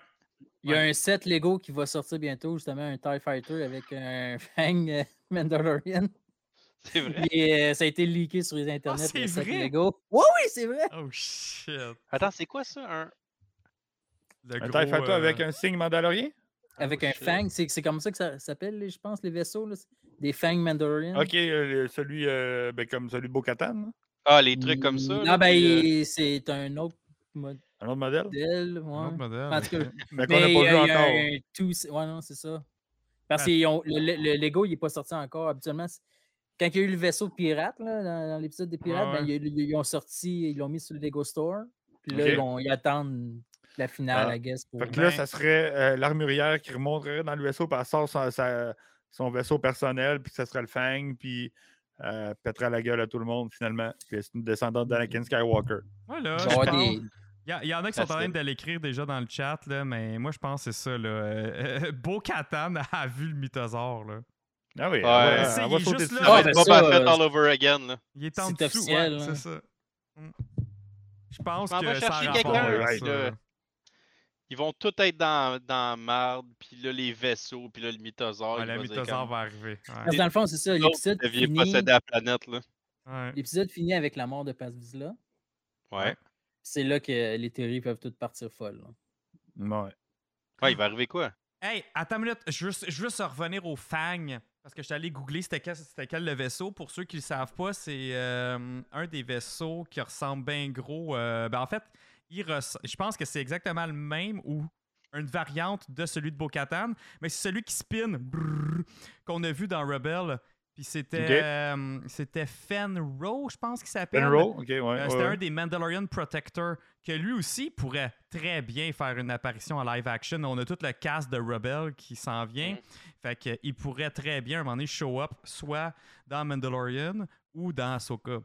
[SPEAKER 4] Il y a un set Lego qui va sortir bientôt, justement, un TIE Fighter avec un *laughs* Fang euh, Mandalorian.
[SPEAKER 2] C'est vrai.
[SPEAKER 4] Et euh, ça a été leaké sur les internets,
[SPEAKER 1] Ah, c'est
[SPEAKER 4] le set
[SPEAKER 1] vrai?
[SPEAKER 4] Lego. Oui, oui, c'est vrai.
[SPEAKER 1] Oh shit.
[SPEAKER 2] Attends, c'est quoi ça? Un...
[SPEAKER 1] Le
[SPEAKER 3] Un
[SPEAKER 1] gros,
[SPEAKER 3] TIE Fighter
[SPEAKER 1] euh,
[SPEAKER 3] avec un signe mandalorien?
[SPEAKER 4] Avec
[SPEAKER 2] Oh,
[SPEAKER 4] un
[SPEAKER 2] shit.
[SPEAKER 4] Fang. C'est c'est comme ça que ça s'appelle, les- je pense, les vaisseaux. là, c'est Des Fang Mandalorian.
[SPEAKER 3] Ok, euh, le- celui euh, ben, comme celui de Bo-Katan, hein?
[SPEAKER 2] Ah, les trucs comme ça. là,
[SPEAKER 4] Non, ben,
[SPEAKER 2] puis, euh,
[SPEAKER 4] il- c'est un autre modèle.
[SPEAKER 3] un autre modèle.
[SPEAKER 1] un
[SPEAKER 4] ouais.
[SPEAKER 1] autre modèle.
[SPEAKER 4] En tout cas,
[SPEAKER 3] Mais qu'on n'a
[SPEAKER 4] Mais il y
[SPEAKER 1] euh,
[SPEAKER 3] pas
[SPEAKER 4] a,
[SPEAKER 3] vu
[SPEAKER 4] il y a
[SPEAKER 3] encore.
[SPEAKER 4] un tout. c'est- Ouais, non, c'est ça. Parce
[SPEAKER 1] Ah.
[SPEAKER 4] que le, le- le Lego, il n'est pas sorti encore. Habituellement, c'est- quand il y a eu le vaisseau pirate, là, dans, dans l'épisode des pirates, ben,
[SPEAKER 1] ouais.
[SPEAKER 4] il y a- ils, ont sorti, ils l'ont mis sur le Lego Store. Puis là,
[SPEAKER 3] Ok.
[SPEAKER 4] ils vont- ils attendent la finale,
[SPEAKER 3] Ah.
[SPEAKER 4] I guess. pour-
[SPEAKER 3] Fait que là,
[SPEAKER 1] Ben-
[SPEAKER 3] ça serait euh, l'armurière qui remonterait dans le vaisseau, puis elle sort son, sa- son vaisseau personnel, puis ça serait le Fang, puis euh, pèterait la gueule à tout le monde, finalement. Puis c'est une descendante d'Anakin Skywalker.
[SPEAKER 1] Voilà.
[SPEAKER 4] Ils
[SPEAKER 1] je
[SPEAKER 4] vont avoir
[SPEAKER 1] pense-
[SPEAKER 4] des-
[SPEAKER 1] Il y a- il y, en a qui sont en train
[SPEAKER 2] Facile.
[SPEAKER 1] de l'écrire déjà dans le chat, là, mais moi je pense que c'est ça. Là. Euh, *laughs* euh, Beau Katan a vu le mythosaure. Là.
[SPEAKER 3] Ah oui,
[SPEAKER 2] Ouais.
[SPEAKER 3] elle va-
[SPEAKER 2] Tu
[SPEAKER 1] sais,
[SPEAKER 3] elle
[SPEAKER 1] il
[SPEAKER 3] va
[SPEAKER 1] est
[SPEAKER 3] sauter
[SPEAKER 1] juste
[SPEAKER 3] dessus.
[SPEAKER 1] là.
[SPEAKER 2] ça va
[SPEAKER 4] Ah,
[SPEAKER 2] être
[SPEAKER 4] ben
[SPEAKER 2] Boba
[SPEAKER 4] ça,
[SPEAKER 2] Fett
[SPEAKER 4] euh,
[SPEAKER 2] all over again. Là.
[SPEAKER 1] Il est en
[SPEAKER 4] C'est
[SPEAKER 1] dessous. ouais,
[SPEAKER 4] officiel, hein.
[SPEAKER 1] c'est ça. Mm. Je pense
[SPEAKER 2] On va
[SPEAKER 1] que ça
[SPEAKER 2] chercher
[SPEAKER 1] a
[SPEAKER 2] quelqu'un,
[SPEAKER 1] rapport avec
[SPEAKER 3] right,
[SPEAKER 1] ça,
[SPEAKER 2] là.
[SPEAKER 1] là.
[SPEAKER 2] Ils vont tous être dans, dans la marde, puis là, les vaisseaux, puis là, le mythosaure.
[SPEAKER 1] Ouais, le
[SPEAKER 2] il va dire
[SPEAKER 1] mythosaure
[SPEAKER 2] comme,
[SPEAKER 1] va arriver. ouais.
[SPEAKER 4] Parce que dans le fond, c'est ça.
[SPEAKER 2] Vous autres,
[SPEAKER 4] L'épisode
[SPEAKER 2] Vous deviez
[SPEAKER 4] finit-
[SPEAKER 2] posséder la planète, là.
[SPEAKER 1] Ouais.
[SPEAKER 4] l'épisode finit avec la mort de Paz Vizsla.
[SPEAKER 2] Ouais.
[SPEAKER 4] C'est là que les théories peuvent toutes partir folles. là.
[SPEAKER 3] Ouais.
[SPEAKER 2] Ouais, il va arriver quoi?
[SPEAKER 1] Hey, attends une minute, je veux, juste- je veux juste revenir au Fang, parce que je suis allé googler c'était quel, c'était quel le vaisseau. Pour ceux qui le savent pas, c'est euh, un des vaisseaux qui ressemble bien gros. euh, ben en fait, il res- je pense que c'est exactement le même ou une variante de celui de Bo-Katan, mais c'est celui qui spin, brrr, qu'on a vu dans Rebel. Puis c'était,
[SPEAKER 3] Ok.
[SPEAKER 1] euh, c'était Fenro, je pense qu'il s'appelle.
[SPEAKER 3] Penro, ok, ouais.
[SPEAKER 1] Euh,
[SPEAKER 3] ouais,
[SPEAKER 1] C'était
[SPEAKER 3] ouais.
[SPEAKER 1] un des Mandalorian Protector que lui aussi pourrait très bien faire une apparition en live action. On a tout le cast de Rebel qui s'en vient.
[SPEAKER 2] Mhm.
[SPEAKER 1] Fait que il pourrait très bien à un moment donné show up soit dans Mandalorian ou dans Ahsoka.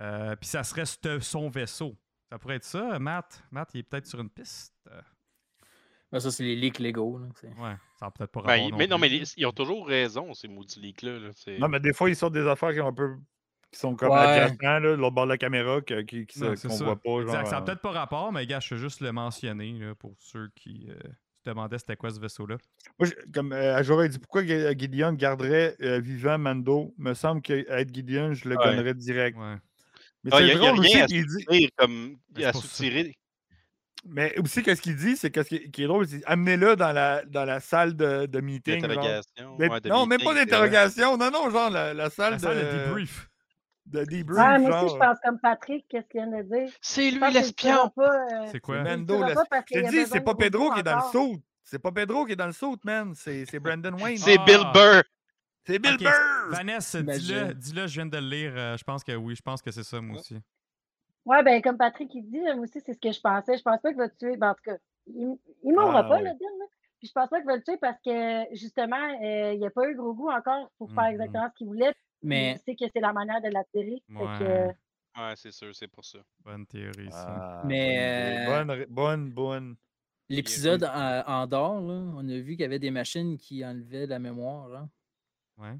[SPEAKER 1] Euh, Puis ça serait c'te- son vaisseau. Ça pourrait être ça. Matt, Matt il est peut-être sur une piste. Euh,
[SPEAKER 4] Ben, ça, c'est les leaks Lego. là, c'est-
[SPEAKER 1] ouais, ça n'a peut-être pas
[SPEAKER 2] Ben,
[SPEAKER 1] rapport
[SPEAKER 2] ils- mais non,
[SPEAKER 1] plus.
[SPEAKER 2] mais les- ils ont toujours raison, ces maudits leaks-là. là, c'est-
[SPEAKER 3] Non, mais des fois, ils sortent des affaires qui sont un peu. qui sont comme
[SPEAKER 4] Ouais.
[SPEAKER 3] adjacents, là, de l'autre bord de la caméra, que- qui, qui se-
[SPEAKER 1] Non, c'est
[SPEAKER 3] qu'on
[SPEAKER 1] ça.
[SPEAKER 3] voit pas.
[SPEAKER 1] Exact,
[SPEAKER 3] genre,
[SPEAKER 1] ça
[SPEAKER 3] euh,
[SPEAKER 1] n'a peut-être pas rapport, mais gars, je veux juste le mentionner là, pour ceux qui euh, se demandaient c'était quoi ce vaisseau-là.
[SPEAKER 3] Moi, je- comme, euh, j'aurais dit pourquoi Gu- Gideon garderait euh, vivant Mando. Me semble qu'être Gideon, je le
[SPEAKER 2] Ouais.
[SPEAKER 3] gonnerais direct.
[SPEAKER 1] Ouais.
[SPEAKER 3] Mais
[SPEAKER 2] Ah, y
[SPEAKER 3] c'est
[SPEAKER 2] a- y a
[SPEAKER 3] drôle
[SPEAKER 2] rien
[SPEAKER 3] aussi
[SPEAKER 2] à
[SPEAKER 3] qu'il dit.
[SPEAKER 2] Dire comme
[SPEAKER 1] c'est
[SPEAKER 2] à
[SPEAKER 1] pour ça.
[SPEAKER 2] soutirer.
[SPEAKER 3] Mais aussi, qu'est-ce qu'il dit, c'est qu'est-ce qui, qui est drôle, c'est amenez-le dans la, dans la salle de, de meeting. genre.
[SPEAKER 2] D'interrogation.
[SPEAKER 3] Mais-
[SPEAKER 2] ouais, de
[SPEAKER 3] non, même
[SPEAKER 2] meeting,
[SPEAKER 3] pas
[SPEAKER 2] c'est vrai.
[SPEAKER 3] d'interrogation. Non, non, genre la, la salle,
[SPEAKER 1] La salle
[SPEAKER 3] de,
[SPEAKER 1] de debrief.
[SPEAKER 3] de debrief,
[SPEAKER 5] Ah, moi aussi, je
[SPEAKER 3] genre.
[SPEAKER 5] pense comme Patrick, qu'est-ce qu'il vient de dire.
[SPEAKER 2] C'est
[SPEAKER 5] Je
[SPEAKER 2] lui
[SPEAKER 5] pense qu'il le
[SPEAKER 2] l'espion.
[SPEAKER 5] fera pas, euh,
[SPEAKER 1] C'est quoi?
[SPEAKER 3] Ben,
[SPEAKER 5] il le
[SPEAKER 3] Mando,
[SPEAKER 5] fera
[SPEAKER 3] la-
[SPEAKER 5] pas parce qu'il
[SPEAKER 3] Je
[SPEAKER 5] y a
[SPEAKER 3] te dis,
[SPEAKER 5] besoin
[SPEAKER 3] c'est
[SPEAKER 5] de
[SPEAKER 3] pas
[SPEAKER 5] Grogu
[SPEAKER 3] Pedro qui est dans le
[SPEAKER 5] encore.
[SPEAKER 3] saut. C'est pas Pedro qui est dans le saut, man. C'est
[SPEAKER 2] *laughs*
[SPEAKER 3] c'est Brandon Wayne.
[SPEAKER 2] C'est
[SPEAKER 1] Ah.
[SPEAKER 2] Bill Burr.
[SPEAKER 3] C'est Bill
[SPEAKER 1] Ok,
[SPEAKER 3] Burr!
[SPEAKER 1] Vanessa,
[SPEAKER 4] Imagine.
[SPEAKER 1] dis-le, dis-le, je viens de le lire. euh, je pense que oui, je pense que c'est ça, moi aussi.
[SPEAKER 5] Ouais, ben comme Patrick il dit, là, moi aussi, c'est ce que je pensais. Je pense pas qu'il va le tuer. Ben, en tout cas, il, il mourra
[SPEAKER 3] Ah,
[SPEAKER 5] pas,
[SPEAKER 3] oui.
[SPEAKER 5] le Dean, là. Puis je pense pas qu'il va le tuer parce que justement, euh, il n'y a pas eu gros goût encore pour faire
[SPEAKER 3] Mm-hmm.
[SPEAKER 1] Mhm.
[SPEAKER 5] exactement ce qu'il voulait. Mais...
[SPEAKER 4] Mais,
[SPEAKER 5] Il sait que c'est la manière de l'atterrir. Fait que,
[SPEAKER 1] Ouais.
[SPEAKER 5] euh,
[SPEAKER 2] Ouais, c'est sûr, c'est pour ça.
[SPEAKER 1] Bonne théorie, ça.
[SPEAKER 3] Ah,
[SPEAKER 4] Mais,
[SPEAKER 3] bonne idée. bonne, bonne, bonne.
[SPEAKER 4] l'épisode en, en dehors, là, on a vu qu'il y avait des machines qui enlevaient la mémoire. hein.
[SPEAKER 1] Ouais.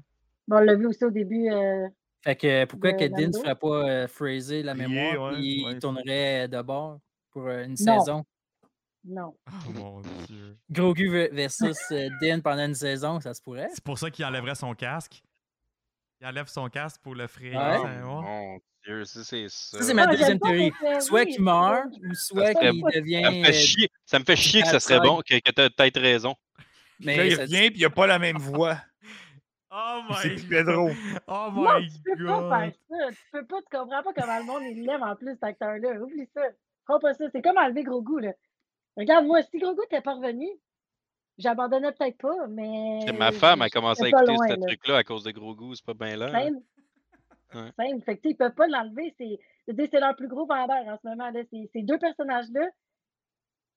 [SPEAKER 5] bon, on l'a vu aussi au début. euh,
[SPEAKER 4] Fait que pourquoi
[SPEAKER 5] De
[SPEAKER 4] que Dean ne
[SPEAKER 5] Lando?
[SPEAKER 4] ferait pas euh, phraser la
[SPEAKER 3] Prier,
[SPEAKER 4] mémoire
[SPEAKER 3] ouais,
[SPEAKER 4] puis
[SPEAKER 3] ouais.
[SPEAKER 4] il tournerait de bord pour euh, une saison?
[SPEAKER 5] non.
[SPEAKER 1] Oh mon
[SPEAKER 5] *laughs*
[SPEAKER 1] dieu.
[SPEAKER 4] Grogu ve- versus euh, Dean pendant une saison, ça se pourrait?
[SPEAKER 1] C'est pour ça qu'il enlèverait son casque. Il enlève son casque pour le frayer.
[SPEAKER 4] Ouais.
[SPEAKER 1] ça, hein. ouais.
[SPEAKER 2] Mon Dieu, si c'est ça.
[SPEAKER 4] Ça, c'est ma
[SPEAKER 5] Ah, j'aime
[SPEAKER 4] deuxième
[SPEAKER 5] pas
[SPEAKER 4] théorie.
[SPEAKER 5] cette théorie.
[SPEAKER 4] Soit qu'il meurt ou soit
[SPEAKER 2] serait
[SPEAKER 4] qu'il
[SPEAKER 5] pas-
[SPEAKER 4] devient.
[SPEAKER 2] Ça me
[SPEAKER 5] Eh,
[SPEAKER 4] euh,
[SPEAKER 2] fait chier, ça me fait chier que ça serait
[SPEAKER 4] outside.
[SPEAKER 2] bon, que, que t'as peut-être raison.
[SPEAKER 3] Puis Là,
[SPEAKER 4] Mais
[SPEAKER 3] il
[SPEAKER 4] ça-
[SPEAKER 3] revient, puis il a pas la même voix.
[SPEAKER 1] Oh
[SPEAKER 3] C'est
[SPEAKER 1] my
[SPEAKER 3] plus
[SPEAKER 1] *laughs*
[SPEAKER 3] Pedro.
[SPEAKER 1] Oh
[SPEAKER 5] non,
[SPEAKER 1] my
[SPEAKER 5] tu peux pas faire
[SPEAKER 1] god.
[SPEAKER 5] ça. Tu peux pas, tu comprends pas comment le monde il l'aime en plus, cet acteur-là. Oublie ça. Prends pas ça. C'est comme enlever gros goût, là. Regarde, moi, si gros goût t'es pas revenu, j'abandonnais peut-être pas, mais.
[SPEAKER 2] C'est Ma femme a commencé à
[SPEAKER 5] Eh, pas
[SPEAKER 2] écouter
[SPEAKER 5] loin,
[SPEAKER 2] ce
[SPEAKER 5] là.
[SPEAKER 2] truc-là à cause de gros goût, c'est pas bien là.
[SPEAKER 5] Simple.
[SPEAKER 2] Ouais.
[SPEAKER 5] Simple. Fait que, tu sais, ils peuvent pas l'enlever. C'est je veux dire, c'est leur plus gros vendeur en ce moment. Là. Ces, ces deux personnages-là,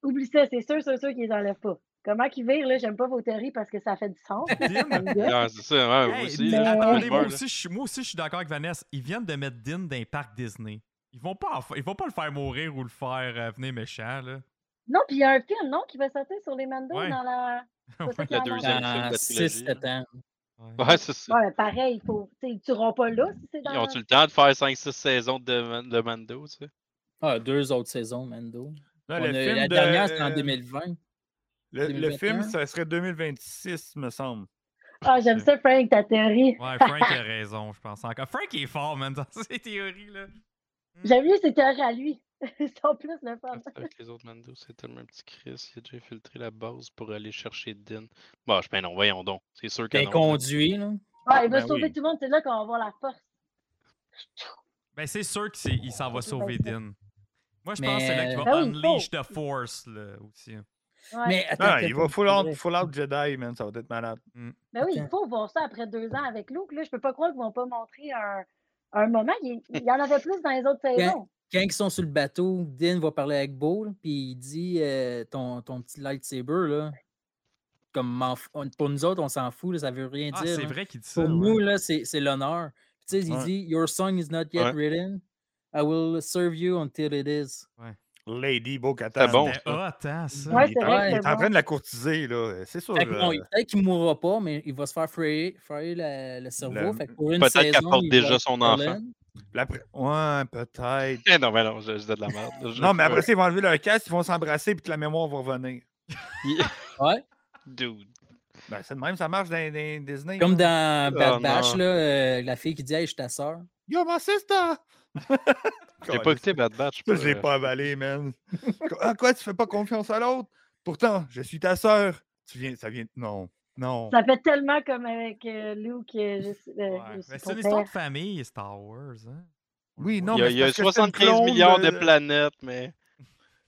[SPEAKER 5] oublie ça, c'est sûr, sûr, sûr qu'ils les enlèvent pas. Comment qu'ils virent, là, j'aime pas vos théories parce que ça fait du sens.
[SPEAKER 1] Dean?
[SPEAKER 5] ça *laughs* me gosse.
[SPEAKER 2] Ah, c'est ça, ouais, moi
[SPEAKER 1] Hey,
[SPEAKER 2] aussi.
[SPEAKER 1] mais
[SPEAKER 5] là,
[SPEAKER 2] là,
[SPEAKER 1] attendez,
[SPEAKER 2] je
[SPEAKER 1] moi
[SPEAKER 2] meurs, là.
[SPEAKER 1] aussi, je suis- moi aussi, je suis d'accord avec Vanessa. Ils viennent de mettre Dean dans les parcs Disney. Ils vont pas, en fa- ils vont pas le faire mourir ou le faire euh, venir méchant, là.
[SPEAKER 5] non, puis il y a un film, non, qui va sortir sur les Mando
[SPEAKER 1] Ouais.
[SPEAKER 5] dans la.
[SPEAKER 1] Ouais.
[SPEAKER 5] ça qui
[SPEAKER 2] Le
[SPEAKER 5] en a-
[SPEAKER 2] deuxième. film de
[SPEAKER 4] Dans
[SPEAKER 2] la trilogie,
[SPEAKER 4] 6-7 ans.
[SPEAKER 2] Ouais, c'est ça.
[SPEAKER 5] Ouais, mais pareil, il faut. tu sais, Ils tueront pas là si c'est dans.
[SPEAKER 2] Ils ont-tu le temps de faire 5-6 saisons de, Man- de Mando, tu sais?
[SPEAKER 4] Ah, deux autres saisons, Mando.
[SPEAKER 3] Non,
[SPEAKER 4] On
[SPEAKER 3] le
[SPEAKER 4] a-
[SPEAKER 3] film de-
[SPEAKER 4] la dernière, c'était en
[SPEAKER 3] euh,
[SPEAKER 4] 2020.
[SPEAKER 3] Le, le
[SPEAKER 4] 2021.
[SPEAKER 3] film, ça serait 2026, me semble.
[SPEAKER 5] Ah, j'aime ça, Frank, ta théorie.
[SPEAKER 1] Ouais, Frank a raison, je pense encore. Frank est fort, man, dans *laughs* ses théories, là.
[SPEAKER 5] J'aime mieux ses théories à lui. *laughs* Ils sont plus le fun.
[SPEAKER 2] Parce qu'avec les autres Mando, c'est tellement un petit Chris. Il a déjà filtré la base pour aller chercher Din. Bon, je ben non, voyons donc. C'est sûr que
[SPEAKER 4] T'es
[SPEAKER 2] non. *laughs*
[SPEAKER 4] conduit, là.
[SPEAKER 5] Ah, il va
[SPEAKER 3] Ben
[SPEAKER 5] sauver
[SPEAKER 3] oui.
[SPEAKER 5] tout le monde, c'est là qu'on va voir la force.
[SPEAKER 1] Ben, c'est sûr qu'il s'en va sauver Dean. Moi, je pense que c'est là qu'il
[SPEAKER 4] Mais- euh,
[SPEAKER 1] va
[SPEAKER 5] Ah oui, il faut.
[SPEAKER 1] unleash the force, là, aussi.
[SPEAKER 5] Ouais.
[SPEAKER 4] Mais attends,
[SPEAKER 3] Ah,
[SPEAKER 4] attends,
[SPEAKER 3] il va
[SPEAKER 4] attends,
[SPEAKER 3] full
[SPEAKER 4] c'est
[SPEAKER 3] out,
[SPEAKER 4] vrai.
[SPEAKER 3] full out Jedi, man. Ça va être malade.
[SPEAKER 5] Ben oui, il
[SPEAKER 4] Attends.
[SPEAKER 5] faut voir ça après deux ans avec Luke. Là, je peux pas croire qu'ils vont pas montrer un, un moment. Il, il y en avait plus dans les autres saisons.
[SPEAKER 4] Quand ils sont sur le bateau, Dean va parler avec Bo, là, puis il dit euh, ton, ton petit lightsaber, là. Comme m'en f- on- pour nous autres, on s'en fout, là, ça veut rien
[SPEAKER 1] Ah,
[SPEAKER 4] dire.
[SPEAKER 1] c'est
[SPEAKER 4] là.
[SPEAKER 1] vrai qu'il dit ça.
[SPEAKER 4] Pour
[SPEAKER 1] ouais.
[SPEAKER 4] nous, là, c'est c'est l'honneur. Puis, Tu sais, il
[SPEAKER 3] Ouais.
[SPEAKER 4] dit Your song is not yet
[SPEAKER 2] Ouais.
[SPEAKER 4] written. I will serve you until it is.
[SPEAKER 3] Lady Bo-Katan.
[SPEAKER 2] C'est bon.
[SPEAKER 1] C'était hot, hein, ça.
[SPEAKER 5] Ouais,
[SPEAKER 3] il,
[SPEAKER 5] c'est
[SPEAKER 3] est en-
[SPEAKER 5] vrai.
[SPEAKER 3] il
[SPEAKER 5] que
[SPEAKER 3] est en
[SPEAKER 5] bon,
[SPEAKER 3] train de la courtiser, là. C'est
[SPEAKER 2] Oh
[SPEAKER 3] sûr.
[SPEAKER 4] Fait que bon,
[SPEAKER 3] euh,
[SPEAKER 4] il- peut-être qu'il mourra pas, mais il va se faire frayer, frayer la- le cerveau.
[SPEAKER 3] Le-
[SPEAKER 4] Fait que pour une
[SPEAKER 2] Peut-être qu'elle
[SPEAKER 4] saison,
[SPEAKER 2] porte
[SPEAKER 4] il va
[SPEAKER 2] déjà
[SPEAKER 4] être
[SPEAKER 2] son
[SPEAKER 4] Colin.
[SPEAKER 2] enfant.
[SPEAKER 3] la pr- Ouais, peut-être.
[SPEAKER 2] Eh non, mais non, je, je dis de la merde. là, *laughs* je-
[SPEAKER 3] Non, mais après ça, ils vont enlever leur casque, ils vont s'embrasser, puis que la mémoire va revenir.
[SPEAKER 4] Ouais.
[SPEAKER 2] Dude.
[SPEAKER 3] Ben, c'est de même, ça marche dans, dans Disney.
[SPEAKER 4] Comme dans Bad
[SPEAKER 2] Oh,
[SPEAKER 4] Batch,
[SPEAKER 2] non.
[SPEAKER 4] là, euh, la fille qui dit Hey, je suis ta sœur.
[SPEAKER 3] Yo, my sister! *laughs*
[SPEAKER 2] J'ai pas écouté Bad Batch.
[SPEAKER 3] Ça,
[SPEAKER 2] pour,
[SPEAKER 3] je l'ai
[SPEAKER 2] euh,
[SPEAKER 3] *laughs* pas avalé, man. Qu- ah, quoi, tu fais pas confiance à l'autre? Pourtant, je suis ta sœur. Tu viens, ça vient. Non, non.
[SPEAKER 5] Ça fait tellement comme avec euh, Luke. euh, je sais- euh,
[SPEAKER 1] Ouais.
[SPEAKER 5] je
[SPEAKER 1] Mais
[SPEAKER 5] sais
[SPEAKER 1] c'est
[SPEAKER 5] pas
[SPEAKER 1] une
[SPEAKER 5] faire.
[SPEAKER 1] histoire de famille, Star Wars. Hein?
[SPEAKER 3] Oui, non,
[SPEAKER 2] Il y a,
[SPEAKER 3] mais
[SPEAKER 2] il y a
[SPEAKER 3] c'est parce que c'est une
[SPEAKER 2] 75
[SPEAKER 3] clone
[SPEAKER 2] milliards de planètes, mais.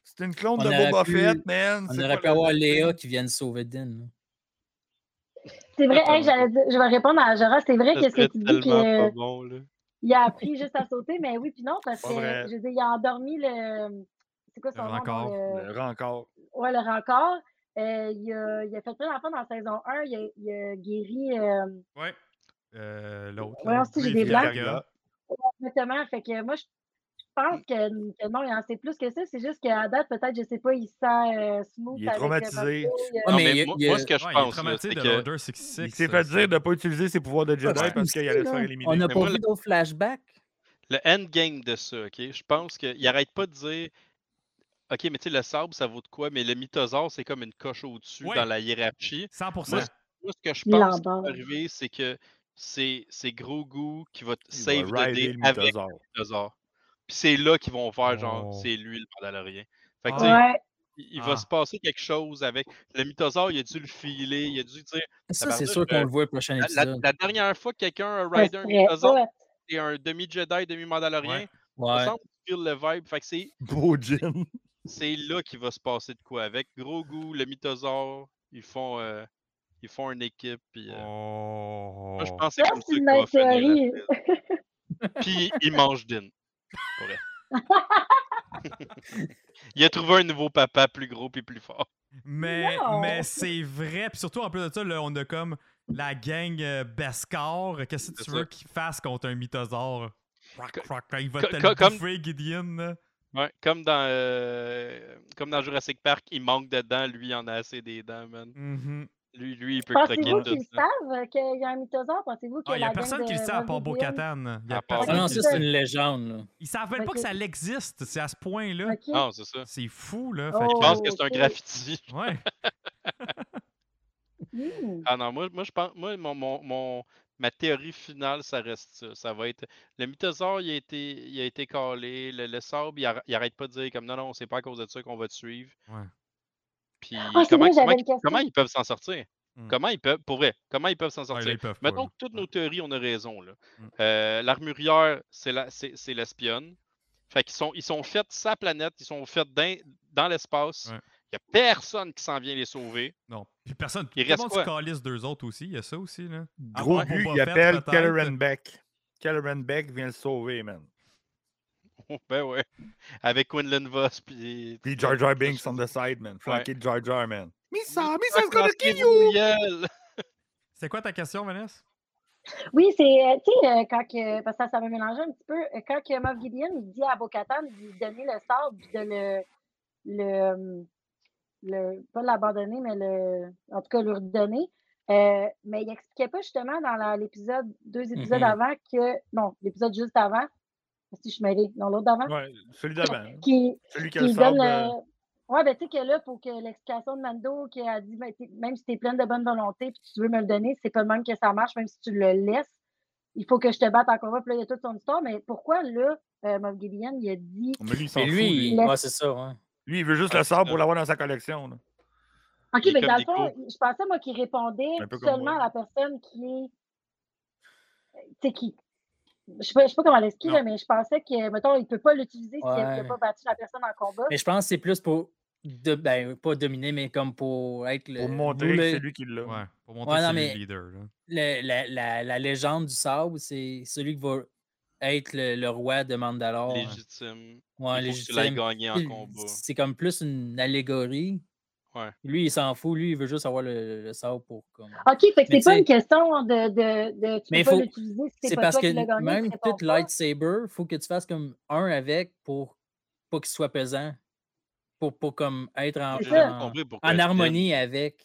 [SPEAKER 3] C'est une clone
[SPEAKER 4] On
[SPEAKER 3] de
[SPEAKER 4] aurait
[SPEAKER 3] Boba
[SPEAKER 4] pu-
[SPEAKER 3] Fett, man.
[SPEAKER 4] On
[SPEAKER 3] c'est
[SPEAKER 4] aurait
[SPEAKER 3] pas
[SPEAKER 4] pu
[SPEAKER 3] la-
[SPEAKER 4] avoir Léa qui vienne sauver Dean. là.
[SPEAKER 5] C'est vrai,
[SPEAKER 2] Ah,
[SPEAKER 5] hey, j'allais dire- je vais répondre à Jora. C'est euh, vrai
[SPEAKER 2] ça
[SPEAKER 5] que ce que
[SPEAKER 2] serait
[SPEAKER 5] tu dis
[SPEAKER 2] tellement
[SPEAKER 5] que.
[SPEAKER 2] pas bon, là.
[SPEAKER 5] Il a appris juste à sauter, mais oui, puis non, parce que,
[SPEAKER 3] Pas vrai.
[SPEAKER 5] je veux dire, il a endormi le. C'est quoi
[SPEAKER 1] Le
[SPEAKER 5] son nom?
[SPEAKER 1] rencard,
[SPEAKER 5] non,
[SPEAKER 4] euh,
[SPEAKER 5] le-
[SPEAKER 3] Le rencard.
[SPEAKER 5] Ouais, le rencard. Euh, il, a, il a fait plein d'enfants dans la saison 1. Il a, il a guéri. euh,
[SPEAKER 1] Ouais. Euh, L'autre.
[SPEAKER 5] Voyons
[SPEAKER 1] là,
[SPEAKER 5] si j'ai
[SPEAKER 1] Grief
[SPEAKER 5] des
[SPEAKER 1] Karga.
[SPEAKER 5] blagues. Exactement. Fait que moi, je je pense que, que non, il en sait plus que ça. C'est juste qu'à date, peut-être, je sais pas, il se sent euh, smooth.
[SPEAKER 3] Il est
[SPEAKER 5] avec, euh, parce
[SPEAKER 3] traumatisé.
[SPEAKER 5] que, euh,
[SPEAKER 4] Ah,
[SPEAKER 2] Non,
[SPEAKER 4] mais
[SPEAKER 2] mais
[SPEAKER 4] il y a-
[SPEAKER 2] moi,
[SPEAKER 4] il y a-
[SPEAKER 2] moi, ce que je
[SPEAKER 1] Ouais, il est
[SPEAKER 2] pense, là,
[SPEAKER 1] traumatisé
[SPEAKER 2] c'est
[SPEAKER 1] de
[SPEAKER 2] que
[SPEAKER 1] l'Order 66.
[SPEAKER 3] Il s'est fait
[SPEAKER 1] ça.
[SPEAKER 3] dire de ne pas utiliser ses pouvoirs de Jedi parce qu'il allait se faire éliminer.
[SPEAKER 4] Ah, On n'a
[SPEAKER 2] Mais
[SPEAKER 4] pas
[SPEAKER 2] moi,
[SPEAKER 4] vu
[SPEAKER 2] le-
[SPEAKER 4] d'autres flashbacks.
[SPEAKER 2] le endgame de ça, OK? Je pense qu'il arrête pas de dire OK, mais tu sais, le sable, ça vaut de quoi? Mais le mythosaure, c'est comme une coche au-dessus
[SPEAKER 1] Ouais.
[SPEAKER 2] dans la hiérarchie.
[SPEAKER 1] 100%.
[SPEAKER 2] Moi, Moi, ce que je
[SPEAKER 5] Il
[SPEAKER 2] pense qui
[SPEAKER 5] l'embarque.
[SPEAKER 2] va arriver, c'est que c'est c'est gros goût qui va te
[SPEAKER 3] Il va
[SPEAKER 2] save the
[SPEAKER 3] rider
[SPEAKER 2] day
[SPEAKER 3] le
[SPEAKER 2] avec
[SPEAKER 3] mythosaure.
[SPEAKER 2] le mythosaure. Puis c'est là qu'ils vont faire, genre,
[SPEAKER 1] Oh.
[SPEAKER 2] c'est lui le Mandalorien. Fait que,
[SPEAKER 1] Ah.
[SPEAKER 2] tu sais,
[SPEAKER 5] Ouais,
[SPEAKER 2] il il va
[SPEAKER 1] Ah.
[SPEAKER 2] se passer quelque chose avec. Le mythosaure, il a dû le filer, il a dû dire.
[SPEAKER 4] Ça, c'est
[SPEAKER 2] Tabarnak,
[SPEAKER 4] sûr qu'on
[SPEAKER 2] euh,
[SPEAKER 4] le voit au prochain
[SPEAKER 2] La, la-
[SPEAKER 4] épisode.
[SPEAKER 2] la dernière fois que quelqu'un a
[SPEAKER 5] ça
[SPEAKER 2] rider un
[SPEAKER 5] serait
[SPEAKER 2] mythosaure,
[SPEAKER 5] hot.
[SPEAKER 2] c'est un demi-Jedi, demi-Mandalorien.
[SPEAKER 1] Ouais.
[SPEAKER 2] Il
[SPEAKER 4] Ouais.
[SPEAKER 2] me semble que tu feels le vibe. Fait que c'est
[SPEAKER 3] *laughs* Beau Jin.
[SPEAKER 2] c'est là qu'il va se passer de quoi. Avec Gros Goût, le Mythosaure, ils font, euh, ils font une équipe. Puis, euh,
[SPEAKER 1] Oh.
[SPEAKER 2] Moi, je pensais
[SPEAKER 5] Ça,
[SPEAKER 2] comme ça
[SPEAKER 5] c'est
[SPEAKER 2] qu'il
[SPEAKER 5] une
[SPEAKER 2] va
[SPEAKER 5] nice
[SPEAKER 2] finir.
[SPEAKER 5] théorie.
[SPEAKER 2] la- Puis il mange Din. Pour vrai.
[SPEAKER 5] *laughs*
[SPEAKER 2] il a trouvé un nouveau papa plus gros puis plus fort.
[SPEAKER 1] Mais,
[SPEAKER 5] Non.
[SPEAKER 1] mais c'est vrai. Puis surtout, en plus de ça, là, on a comme la gang euh, Beskar. Qu'est-ce que
[SPEAKER 2] C'est
[SPEAKER 1] tu
[SPEAKER 2] ça.
[SPEAKER 1] veux qu'il fasse contre un mythosaure? Croc,
[SPEAKER 2] Co-
[SPEAKER 1] croc, il va
[SPEAKER 2] co-
[SPEAKER 1] te
[SPEAKER 2] co-
[SPEAKER 1] le
[SPEAKER 2] comme-
[SPEAKER 1] bouffer, Gideon. là.
[SPEAKER 2] Ouais, comme, dans, euh, comme dans Jurassic Park, il manque de dents. Lui, il en a assez des dents, man.
[SPEAKER 5] Mm-hmm.
[SPEAKER 1] Mhm.
[SPEAKER 2] Lui, lui il peut
[SPEAKER 5] Pensez-vous
[SPEAKER 2] croquer
[SPEAKER 5] qu'ils
[SPEAKER 2] tout
[SPEAKER 5] le
[SPEAKER 2] ça.
[SPEAKER 5] savent qu'il y a un mythosaure? Pensez-vous que
[SPEAKER 1] Ah, il n'y
[SPEAKER 5] la
[SPEAKER 1] a
[SPEAKER 5] gang
[SPEAKER 1] personne qui le
[SPEAKER 5] de
[SPEAKER 1] sait à part
[SPEAKER 5] Moby Dick-
[SPEAKER 1] Bo-Katan. Il y a
[SPEAKER 2] À part
[SPEAKER 1] personne
[SPEAKER 4] Ah non,
[SPEAKER 1] qui
[SPEAKER 4] ça,
[SPEAKER 1] le
[SPEAKER 4] c'est
[SPEAKER 1] sait.
[SPEAKER 4] une légende. Là.
[SPEAKER 1] Ils savent même pas
[SPEAKER 5] Ok.
[SPEAKER 1] que ça existe. C'est à ce point-là.
[SPEAKER 5] Ok.
[SPEAKER 2] Non, c'est ça.
[SPEAKER 1] C'est fou, là.
[SPEAKER 5] Oh.
[SPEAKER 1] Fait
[SPEAKER 2] Je
[SPEAKER 1] que-
[SPEAKER 2] pense que c'est un
[SPEAKER 5] ok.
[SPEAKER 2] graffiti.
[SPEAKER 1] Ouais.
[SPEAKER 5] Hmm.
[SPEAKER 2] Ah non, moi, moi je pense, moi, mon, mon, mon- ma théorie finale, ça reste ça. Ça va être le mythosaure, il a été, il a été calé. Le, le sable, il, arr- il arrête pas de dire comme non, non, c'est pas à cause de ça qu'on va te suivre.
[SPEAKER 1] Ouais.
[SPEAKER 2] Puis
[SPEAKER 5] Ah, c'est
[SPEAKER 2] comment,
[SPEAKER 5] vrai,
[SPEAKER 2] comment,
[SPEAKER 5] j'avais une
[SPEAKER 2] ils-
[SPEAKER 5] question.
[SPEAKER 2] comment ils peuvent s'en sortir?
[SPEAKER 1] Hmm.
[SPEAKER 2] Comment ils peuvent, pour vrai, comment ils peuvent s'en
[SPEAKER 1] Ouais, là,
[SPEAKER 2] sortir?
[SPEAKER 1] ils peuvent Ah, pas,
[SPEAKER 2] Mettons
[SPEAKER 1] là.
[SPEAKER 2] que toutes nos théories, on a raison. là.
[SPEAKER 1] Mm.
[SPEAKER 2] Euh, L'armurière, c'est la- c'est c'est l'espionne. Fait qu'ils sont, ils sont faits sa planète, ils sont faits dans, dans l'espace. Il
[SPEAKER 1] Ouais.
[SPEAKER 2] n'y a personne qui s'en vient les sauver.
[SPEAKER 1] Non. Puis personne.
[SPEAKER 2] Il
[SPEAKER 1] tout le
[SPEAKER 2] reste
[SPEAKER 1] monde
[SPEAKER 2] quoi?
[SPEAKER 1] se calisse d'eux autres aussi. Il y a ça aussi, là.
[SPEAKER 3] Gros
[SPEAKER 1] part
[SPEAKER 3] but,
[SPEAKER 1] Boba
[SPEAKER 3] il
[SPEAKER 1] Fett,
[SPEAKER 3] appelle
[SPEAKER 1] peut-être.
[SPEAKER 3] Kelleran Beck. Kelleran Beck vient le sauver, man.
[SPEAKER 2] *laughs* ben ouais. Avec Quinlan Voss, puis.
[SPEAKER 3] Puis Jar Jar Binks on the side, man. Flanqué de Jar Jar, man. Missa, Missa's gonna kill you!
[SPEAKER 2] you!
[SPEAKER 1] C'est quoi ta question, Vanessa?
[SPEAKER 5] Oui, c'est, euh, tu sais, euh, quand que, parce que ça, ça m'a mélangé un petit peu, euh, quand que Moff Gideon, il dit à Bo-Katan de lui donner le sable, puis de le, le, hum, le- pas l'abandonner, mais le, en tout cas, le redonner, euh, mais il expliquait pas justement dans la- l'épisode, deux épisodes
[SPEAKER 4] Mhm.
[SPEAKER 5] avant que, non, l'épisode juste avant, si je suis mêlée, non, l'autre d'avant,
[SPEAKER 3] Ouais, celui d'avant.
[SPEAKER 5] qui,
[SPEAKER 3] hein. Celui qui a le
[SPEAKER 5] qui
[SPEAKER 3] sable.
[SPEAKER 5] donne le...
[SPEAKER 3] euh,
[SPEAKER 5] Ouais, ben tu sais que là, pour que l'explication de Mando qui a dit, ben, t'es- même si tu es pleine de bonne volonté puis tu veux me le donner, c'est pas le même que ça marche, même si tu le laisses, il faut que je te batte encore combat. Puis là, il y a toute son histoire, mais pourquoi là, euh, Moff Gideon, il a dit,
[SPEAKER 3] Mais lui, il s'en
[SPEAKER 4] Et
[SPEAKER 3] fout. Lui,
[SPEAKER 4] lui, il-
[SPEAKER 5] là.
[SPEAKER 4] ouais, c'est ça. Ouais.
[SPEAKER 3] Lui, il veut juste
[SPEAKER 2] Ah,
[SPEAKER 3] le sable pour l'avoir dans sa collection. là.
[SPEAKER 5] OK,
[SPEAKER 2] Il est
[SPEAKER 5] mais dans
[SPEAKER 2] comme
[SPEAKER 5] le fond, je pensais, moi, qu'il répondait
[SPEAKER 3] Un peu comme
[SPEAKER 5] seulement à
[SPEAKER 3] moi.
[SPEAKER 5] la personne qui est. Tu sais, qui. Je sais pas, je sais pas comment l'expliquer,
[SPEAKER 1] Non.
[SPEAKER 5] là, mais je pensais que, mettons, il peut pas l'utiliser s'il n'a
[SPEAKER 4] Ouais.
[SPEAKER 5] pas battu la personne en combat.
[SPEAKER 4] Mais je pense que c'est plus pour. De, ben, pas dominer, mais comme pour être le.
[SPEAKER 3] Pour
[SPEAKER 4] nous,
[SPEAKER 3] montrer que
[SPEAKER 4] le-
[SPEAKER 3] c'est lui qui
[SPEAKER 5] Euh,
[SPEAKER 3] l'a.
[SPEAKER 1] Ouais. Pour montrer
[SPEAKER 4] Ouais,
[SPEAKER 1] que
[SPEAKER 4] non,
[SPEAKER 1] c'est
[SPEAKER 4] mais-
[SPEAKER 1] le leader, là.
[SPEAKER 4] le- la, la- la légende du sable, c'est celui qui va être le, le roi de Mandalore.
[SPEAKER 2] Légitime.
[SPEAKER 4] Ouais,
[SPEAKER 2] il faut que tu l'aies
[SPEAKER 4] légitime.
[SPEAKER 2] gagné en
[SPEAKER 4] Il-
[SPEAKER 2] combat.
[SPEAKER 4] C'est comme plus une allégorie.
[SPEAKER 2] Ouais.
[SPEAKER 4] Lui, il s'en fout. Lui, il veut juste avoir le, le sable pour. Comme...
[SPEAKER 5] OK, fait que
[SPEAKER 4] Mais
[SPEAKER 5] c'est pas
[SPEAKER 4] tu
[SPEAKER 5] une question de, de, de tu
[SPEAKER 4] Mais
[SPEAKER 5] peux pas
[SPEAKER 4] faut-
[SPEAKER 5] l'utiliser si
[SPEAKER 4] C'est
[SPEAKER 5] c'est pas
[SPEAKER 4] parce
[SPEAKER 5] toi
[SPEAKER 4] que
[SPEAKER 5] qui l'as gagné.
[SPEAKER 4] même
[SPEAKER 5] tu réponds
[SPEAKER 4] tout
[SPEAKER 5] pas.
[SPEAKER 4] lightsaber, faut que tu fasses comme un avec pour pas qu'il soit pesant. Pour, pour comme être en,
[SPEAKER 5] C'est
[SPEAKER 2] J'ai
[SPEAKER 5] ça.
[SPEAKER 2] jamais
[SPEAKER 4] en,
[SPEAKER 2] compris pourquoi
[SPEAKER 4] en
[SPEAKER 2] Din-
[SPEAKER 4] harmonie avec.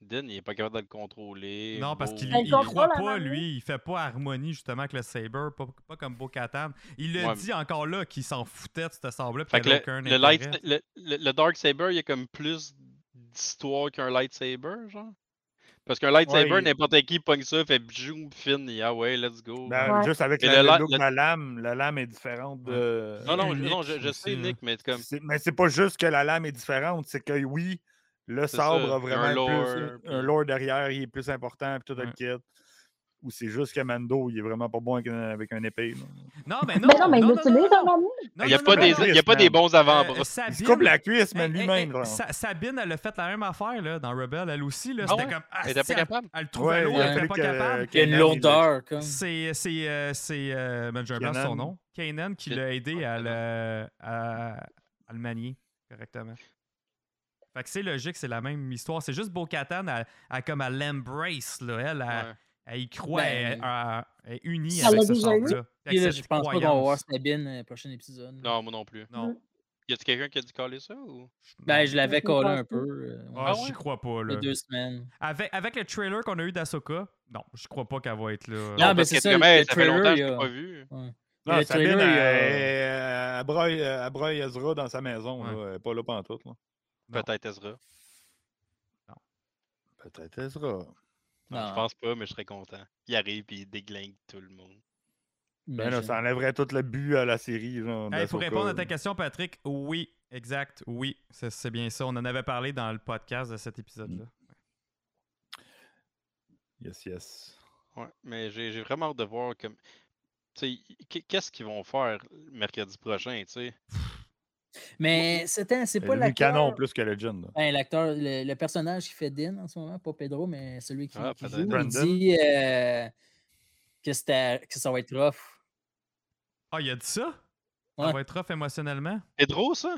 [SPEAKER 2] Din, il est pas capable de le contrôler.
[SPEAKER 1] Non, parce
[SPEAKER 2] Beau-
[SPEAKER 1] qu'il
[SPEAKER 5] Elle
[SPEAKER 1] il
[SPEAKER 5] contrôle
[SPEAKER 1] croit
[SPEAKER 5] la
[SPEAKER 1] pas,
[SPEAKER 5] main.
[SPEAKER 1] lui. Il fait pas harmonie, justement, avec le saber, pas, pas comme Bo-Katan. Il le
[SPEAKER 2] Ouais, mais-
[SPEAKER 1] dit encore là qu'il s'en foutait de cette sable-là. puis
[SPEAKER 2] Fait que
[SPEAKER 1] qu'elle a
[SPEAKER 2] le,
[SPEAKER 1] aucun
[SPEAKER 2] le,
[SPEAKER 1] intérêt.
[SPEAKER 2] light, le, le- le Dark Saber, il y a comme plus d'histoire qu'un lightsaber, genre. Parce qu'un lightsaber,
[SPEAKER 3] Ouais, il-
[SPEAKER 2] n'importe qui pogne ça, fait bjoum, fin, et ah ouais, let's go.
[SPEAKER 3] Ben,
[SPEAKER 5] Ouais.
[SPEAKER 3] Juste avec
[SPEAKER 2] Mais
[SPEAKER 3] la,
[SPEAKER 2] le
[SPEAKER 3] le
[SPEAKER 2] la-
[SPEAKER 3] look
[SPEAKER 2] le-
[SPEAKER 3] de la lame, la lame est différente de.
[SPEAKER 2] non, non, je-
[SPEAKER 1] unique
[SPEAKER 2] non, je, je
[SPEAKER 1] euh, aussi,
[SPEAKER 2] sais,
[SPEAKER 1] là.
[SPEAKER 2] Nick, mais c'est comme.
[SPEAKER 3] C'est- Mais c'est pas juste que la lame est différente, c'est que oui, le
[SPEAKER 2] C'est ça,
[SPEAKER 3] sabre
[SPEAKER 2] il y a
[SPEAKER 3] a
[SPEAKER 2] un
[SPEAKER 3] vraiment plus
[SPEAKER 2] lore,
[SPEAKER 3] un- un
[SPEAKER 2] puis-
[SPEAKER 3] lore derrière, il est plus important, puis tout le
[SPEAKER 1] Ouais.
[SPEAKER 3] kit. Ou c'est juste que Mando, il est vraiment pas bon avec, un- avec un épée. là.
[SPEAKER 1] Non, mais non.
[SPEAKER 5] Mais non, mais il
[SPEAKER 1] non, non,
[SPEAKER 5] l'utilise
[SPEAKER 1] non,
[SPEAKER 5] à un moment donné.
[SPEAKER 1] non,
[SPEAKER 2] Il n'y a,
[SPEAKER 1] non,
[SPEAKER 2] pas
[SPEAKER 1] non,
[SPEAKER 2] des-
[SPEAKER 1] non,
[SPEAKER 2] il y a pas des
[SPEAKER 3] man.
[SPEAKER 2] bons avant-bras.
[SPEAKER 1] Euh,
[SPEAKER 3] Il se
[SPEAKER 1] Sabine-
[SPEAKER 3] coupe la hein. cuisse,
[SPEAKER 1] Hey,
[SPEAKER 3] man,
[SPEAKER 1] hey,
[SPEAKER 3] lui-même.
[SPEAKER 1] hey,
[SPEAKER 3] genre.
[SPEAKER 1] Sa- Sabine, elle a fait la même affaire là, dans Rebelle, elle aussi. là,
[SPEAKER 2] Ah
[SPEAKER 1] C'était
[SPEAKER 2] ouais?
[SPEAKER 1] comme. Ah,
[SPEAKER 2] Elle était
[SPEAKER 1] si,
[SPEAKER 2] pas capable.
[SPEAKER 1] Elle le
[SPEAKER 3] Ouais,
[SPEAKER 1] trouvait lourd,
[SPEAKER 4] il y a
[SPEAKER 1] elle
[SPEAKER 4] un
[SPEAKER 1] était
[SPEAKER 3] truc,
[SPEAKER 1] pas
[SPEAKER 3] euh,
[SPEAKER 1] capable.
[SPEAKER 4] Il y a
[SPEAKER 3] Kenan,
[SPEAKER 4] une
[SPEAKER 3] il-
[SPEAKER 4] lourdeur. Comme...
[SPEAKER 1] C'est. C'est. euh, c'est. euh, man, j'ai un blanc sur
[SPEAKER 3] Kenan.
[SPEAKER 1] son nom. Kanan qui l'a aidé à le, à, à le manier correctement. Fait que c'est logique, c'est la même histoire. C'est juste Bo-Katan, elle, elle, comme elle l'embrace, là. Elle, elle,
[SPEAKER 2] Ouais.
[SPEAKER 1] Elle y croit,
[SPEAKER 4] Ben,
[SPEAKER 1] elle, elle- elle est unie
[SPEAKER 5] elle
[SPEAKER 1] avec
[SPEAKER 5] l'a
[SPEAKER 1] ce
[SPEAKER 5] déjà eu.
[SPEAKER 1] sort-là.
[SPEAKER 4] Puis
[SPEAKER 1] avec
[SPEAKER 4] là,
[SPEAKER 1] cette
[SPEAKER 4] je pense pas qu'on va
[SPEAKER 1] croyance.
[SPEAKER 4] voir Sabine euh, prochain épisode.
[SPEAKER 2] Non, moi non plus.
[SPEAKER 1] Non.
[SPEAKER 5] Mmh.
[SPEAKER 2] Y a-t-il quelqu'un qui a dû caler ça ou
[SPEAKER 4] Ben, je l'avais
[SPEAKER 5] Je pense
[SPEAKER 4] collé un
[SPEAKER 5] pas.
[SPEAKER 4] peu. euh, ouais,
[SPEAKER 1] Ah,
[SPEAKER 2] ouais?
[SPEAKER 1] J'y crois pas.
[SPEAKER 4] il y a
[SPEAKER 1] Là.
[SPEAKER 4] deux semaines.
[SPEAKER 1] Avec, avec le trailer qu'on a eu d'Asoka, non, je crois pas qu'elle va être là.
[SPEAKER 4] Non, mais
[SPEAKER 2] parce
[SPEAKER 4] c'est
[SPEAKER 2] que
[SPEAKER 4] ça,
[SPEAKER 2] comme,
[SPEAKER 4] le-
[SPEAKER 2] hey,
[SPEAKER 4] le
[SPEAKER 2] ça fait longtemps
[SPEAKER 4] trailer,
[SPEAKER 2] que je
[SPEAKER 4] il y
[SPEAKER 2] l'ai
[SPEAKER 4] a-
[SPEAKER 2] pas vu.
[SPEAKER 4] Mais
[SPEAKER 3] Non,
[SPEAKER 4] le
[SPEAKER 3] Sabine,
[SPEAKER 4] trailer,
[SPEAKER 3] elle-
[SPEAKER 4] il y a-
[SPEAKER 3] elle broye- elle broye Ezra dans sa maison. là.
[SPEAKER 1] Ouais.
[SPEAKER 3] Elle est pas là pantoute. Là.
[SPEAKER 1] Non.
[SPEAKER 2] Peut-être Ezra.
[SPEAKER 3] Peut-être Ezra.
[SPEAKER 2] Non,
[SPEAKER 4] Non.
[SPEAKER 2] Ah, Je pense pas, mais je serais content. Il arrive et il déglingue tout le monde.
[SPEAKER 3] Ben là,
[SPEAKER 4] Imagine.
[SPEAKER 3] ça enlèverait tout le but à la série. Genre,
[SPEAKER 1] Hey, pour
[SPEAKER 3] d'Ahsoka,
[SPEAKER 1] répondre à
[SPEAKER 3] là.
[SPEAKER 1] ta question, Patrick, oui, exact, oui, c'est c'est bien ça. On en avait parlé dans le podcast de cet épisode-là.
[SPEAKER 3] Mm. Yes, yes.
[SPEAKER 2] Ouais, mais j'ai j'ai vraiment hâte de voir comme. tu sais, qu- Qu'est-ce qu'ils vont faire mercredi prochain, tu sais?
[SPEAKER 4] Mais c'était, c'est pas
[SPEAKER 3] Elle est
[SPEAKER 4] l'acteur.
[SPEAKER 3] canon plus que Legend. là.
[SPEAKER 4] Ben, l'acteur, le, le personnage qui fait Dean en ce moment, pas Pedro, mais celui qui,
[SPEAKER 2] Ah,
[SPEAKER 4] qui
[SPEAKER 2] peut-être.
[SPEAKER 4] joue, il
[SPEAKER 3] Brandon.
[SPEAKER 4] dit euh, que, c'était- que ça va être rough.
[SPEAKER 1] Ah, il a dit ça?
[SPEAKER 4] Ouais.
[SPEAKER 1] Ça va être rough émotionnellement?
[SPEAKER 2] Pedro, ça?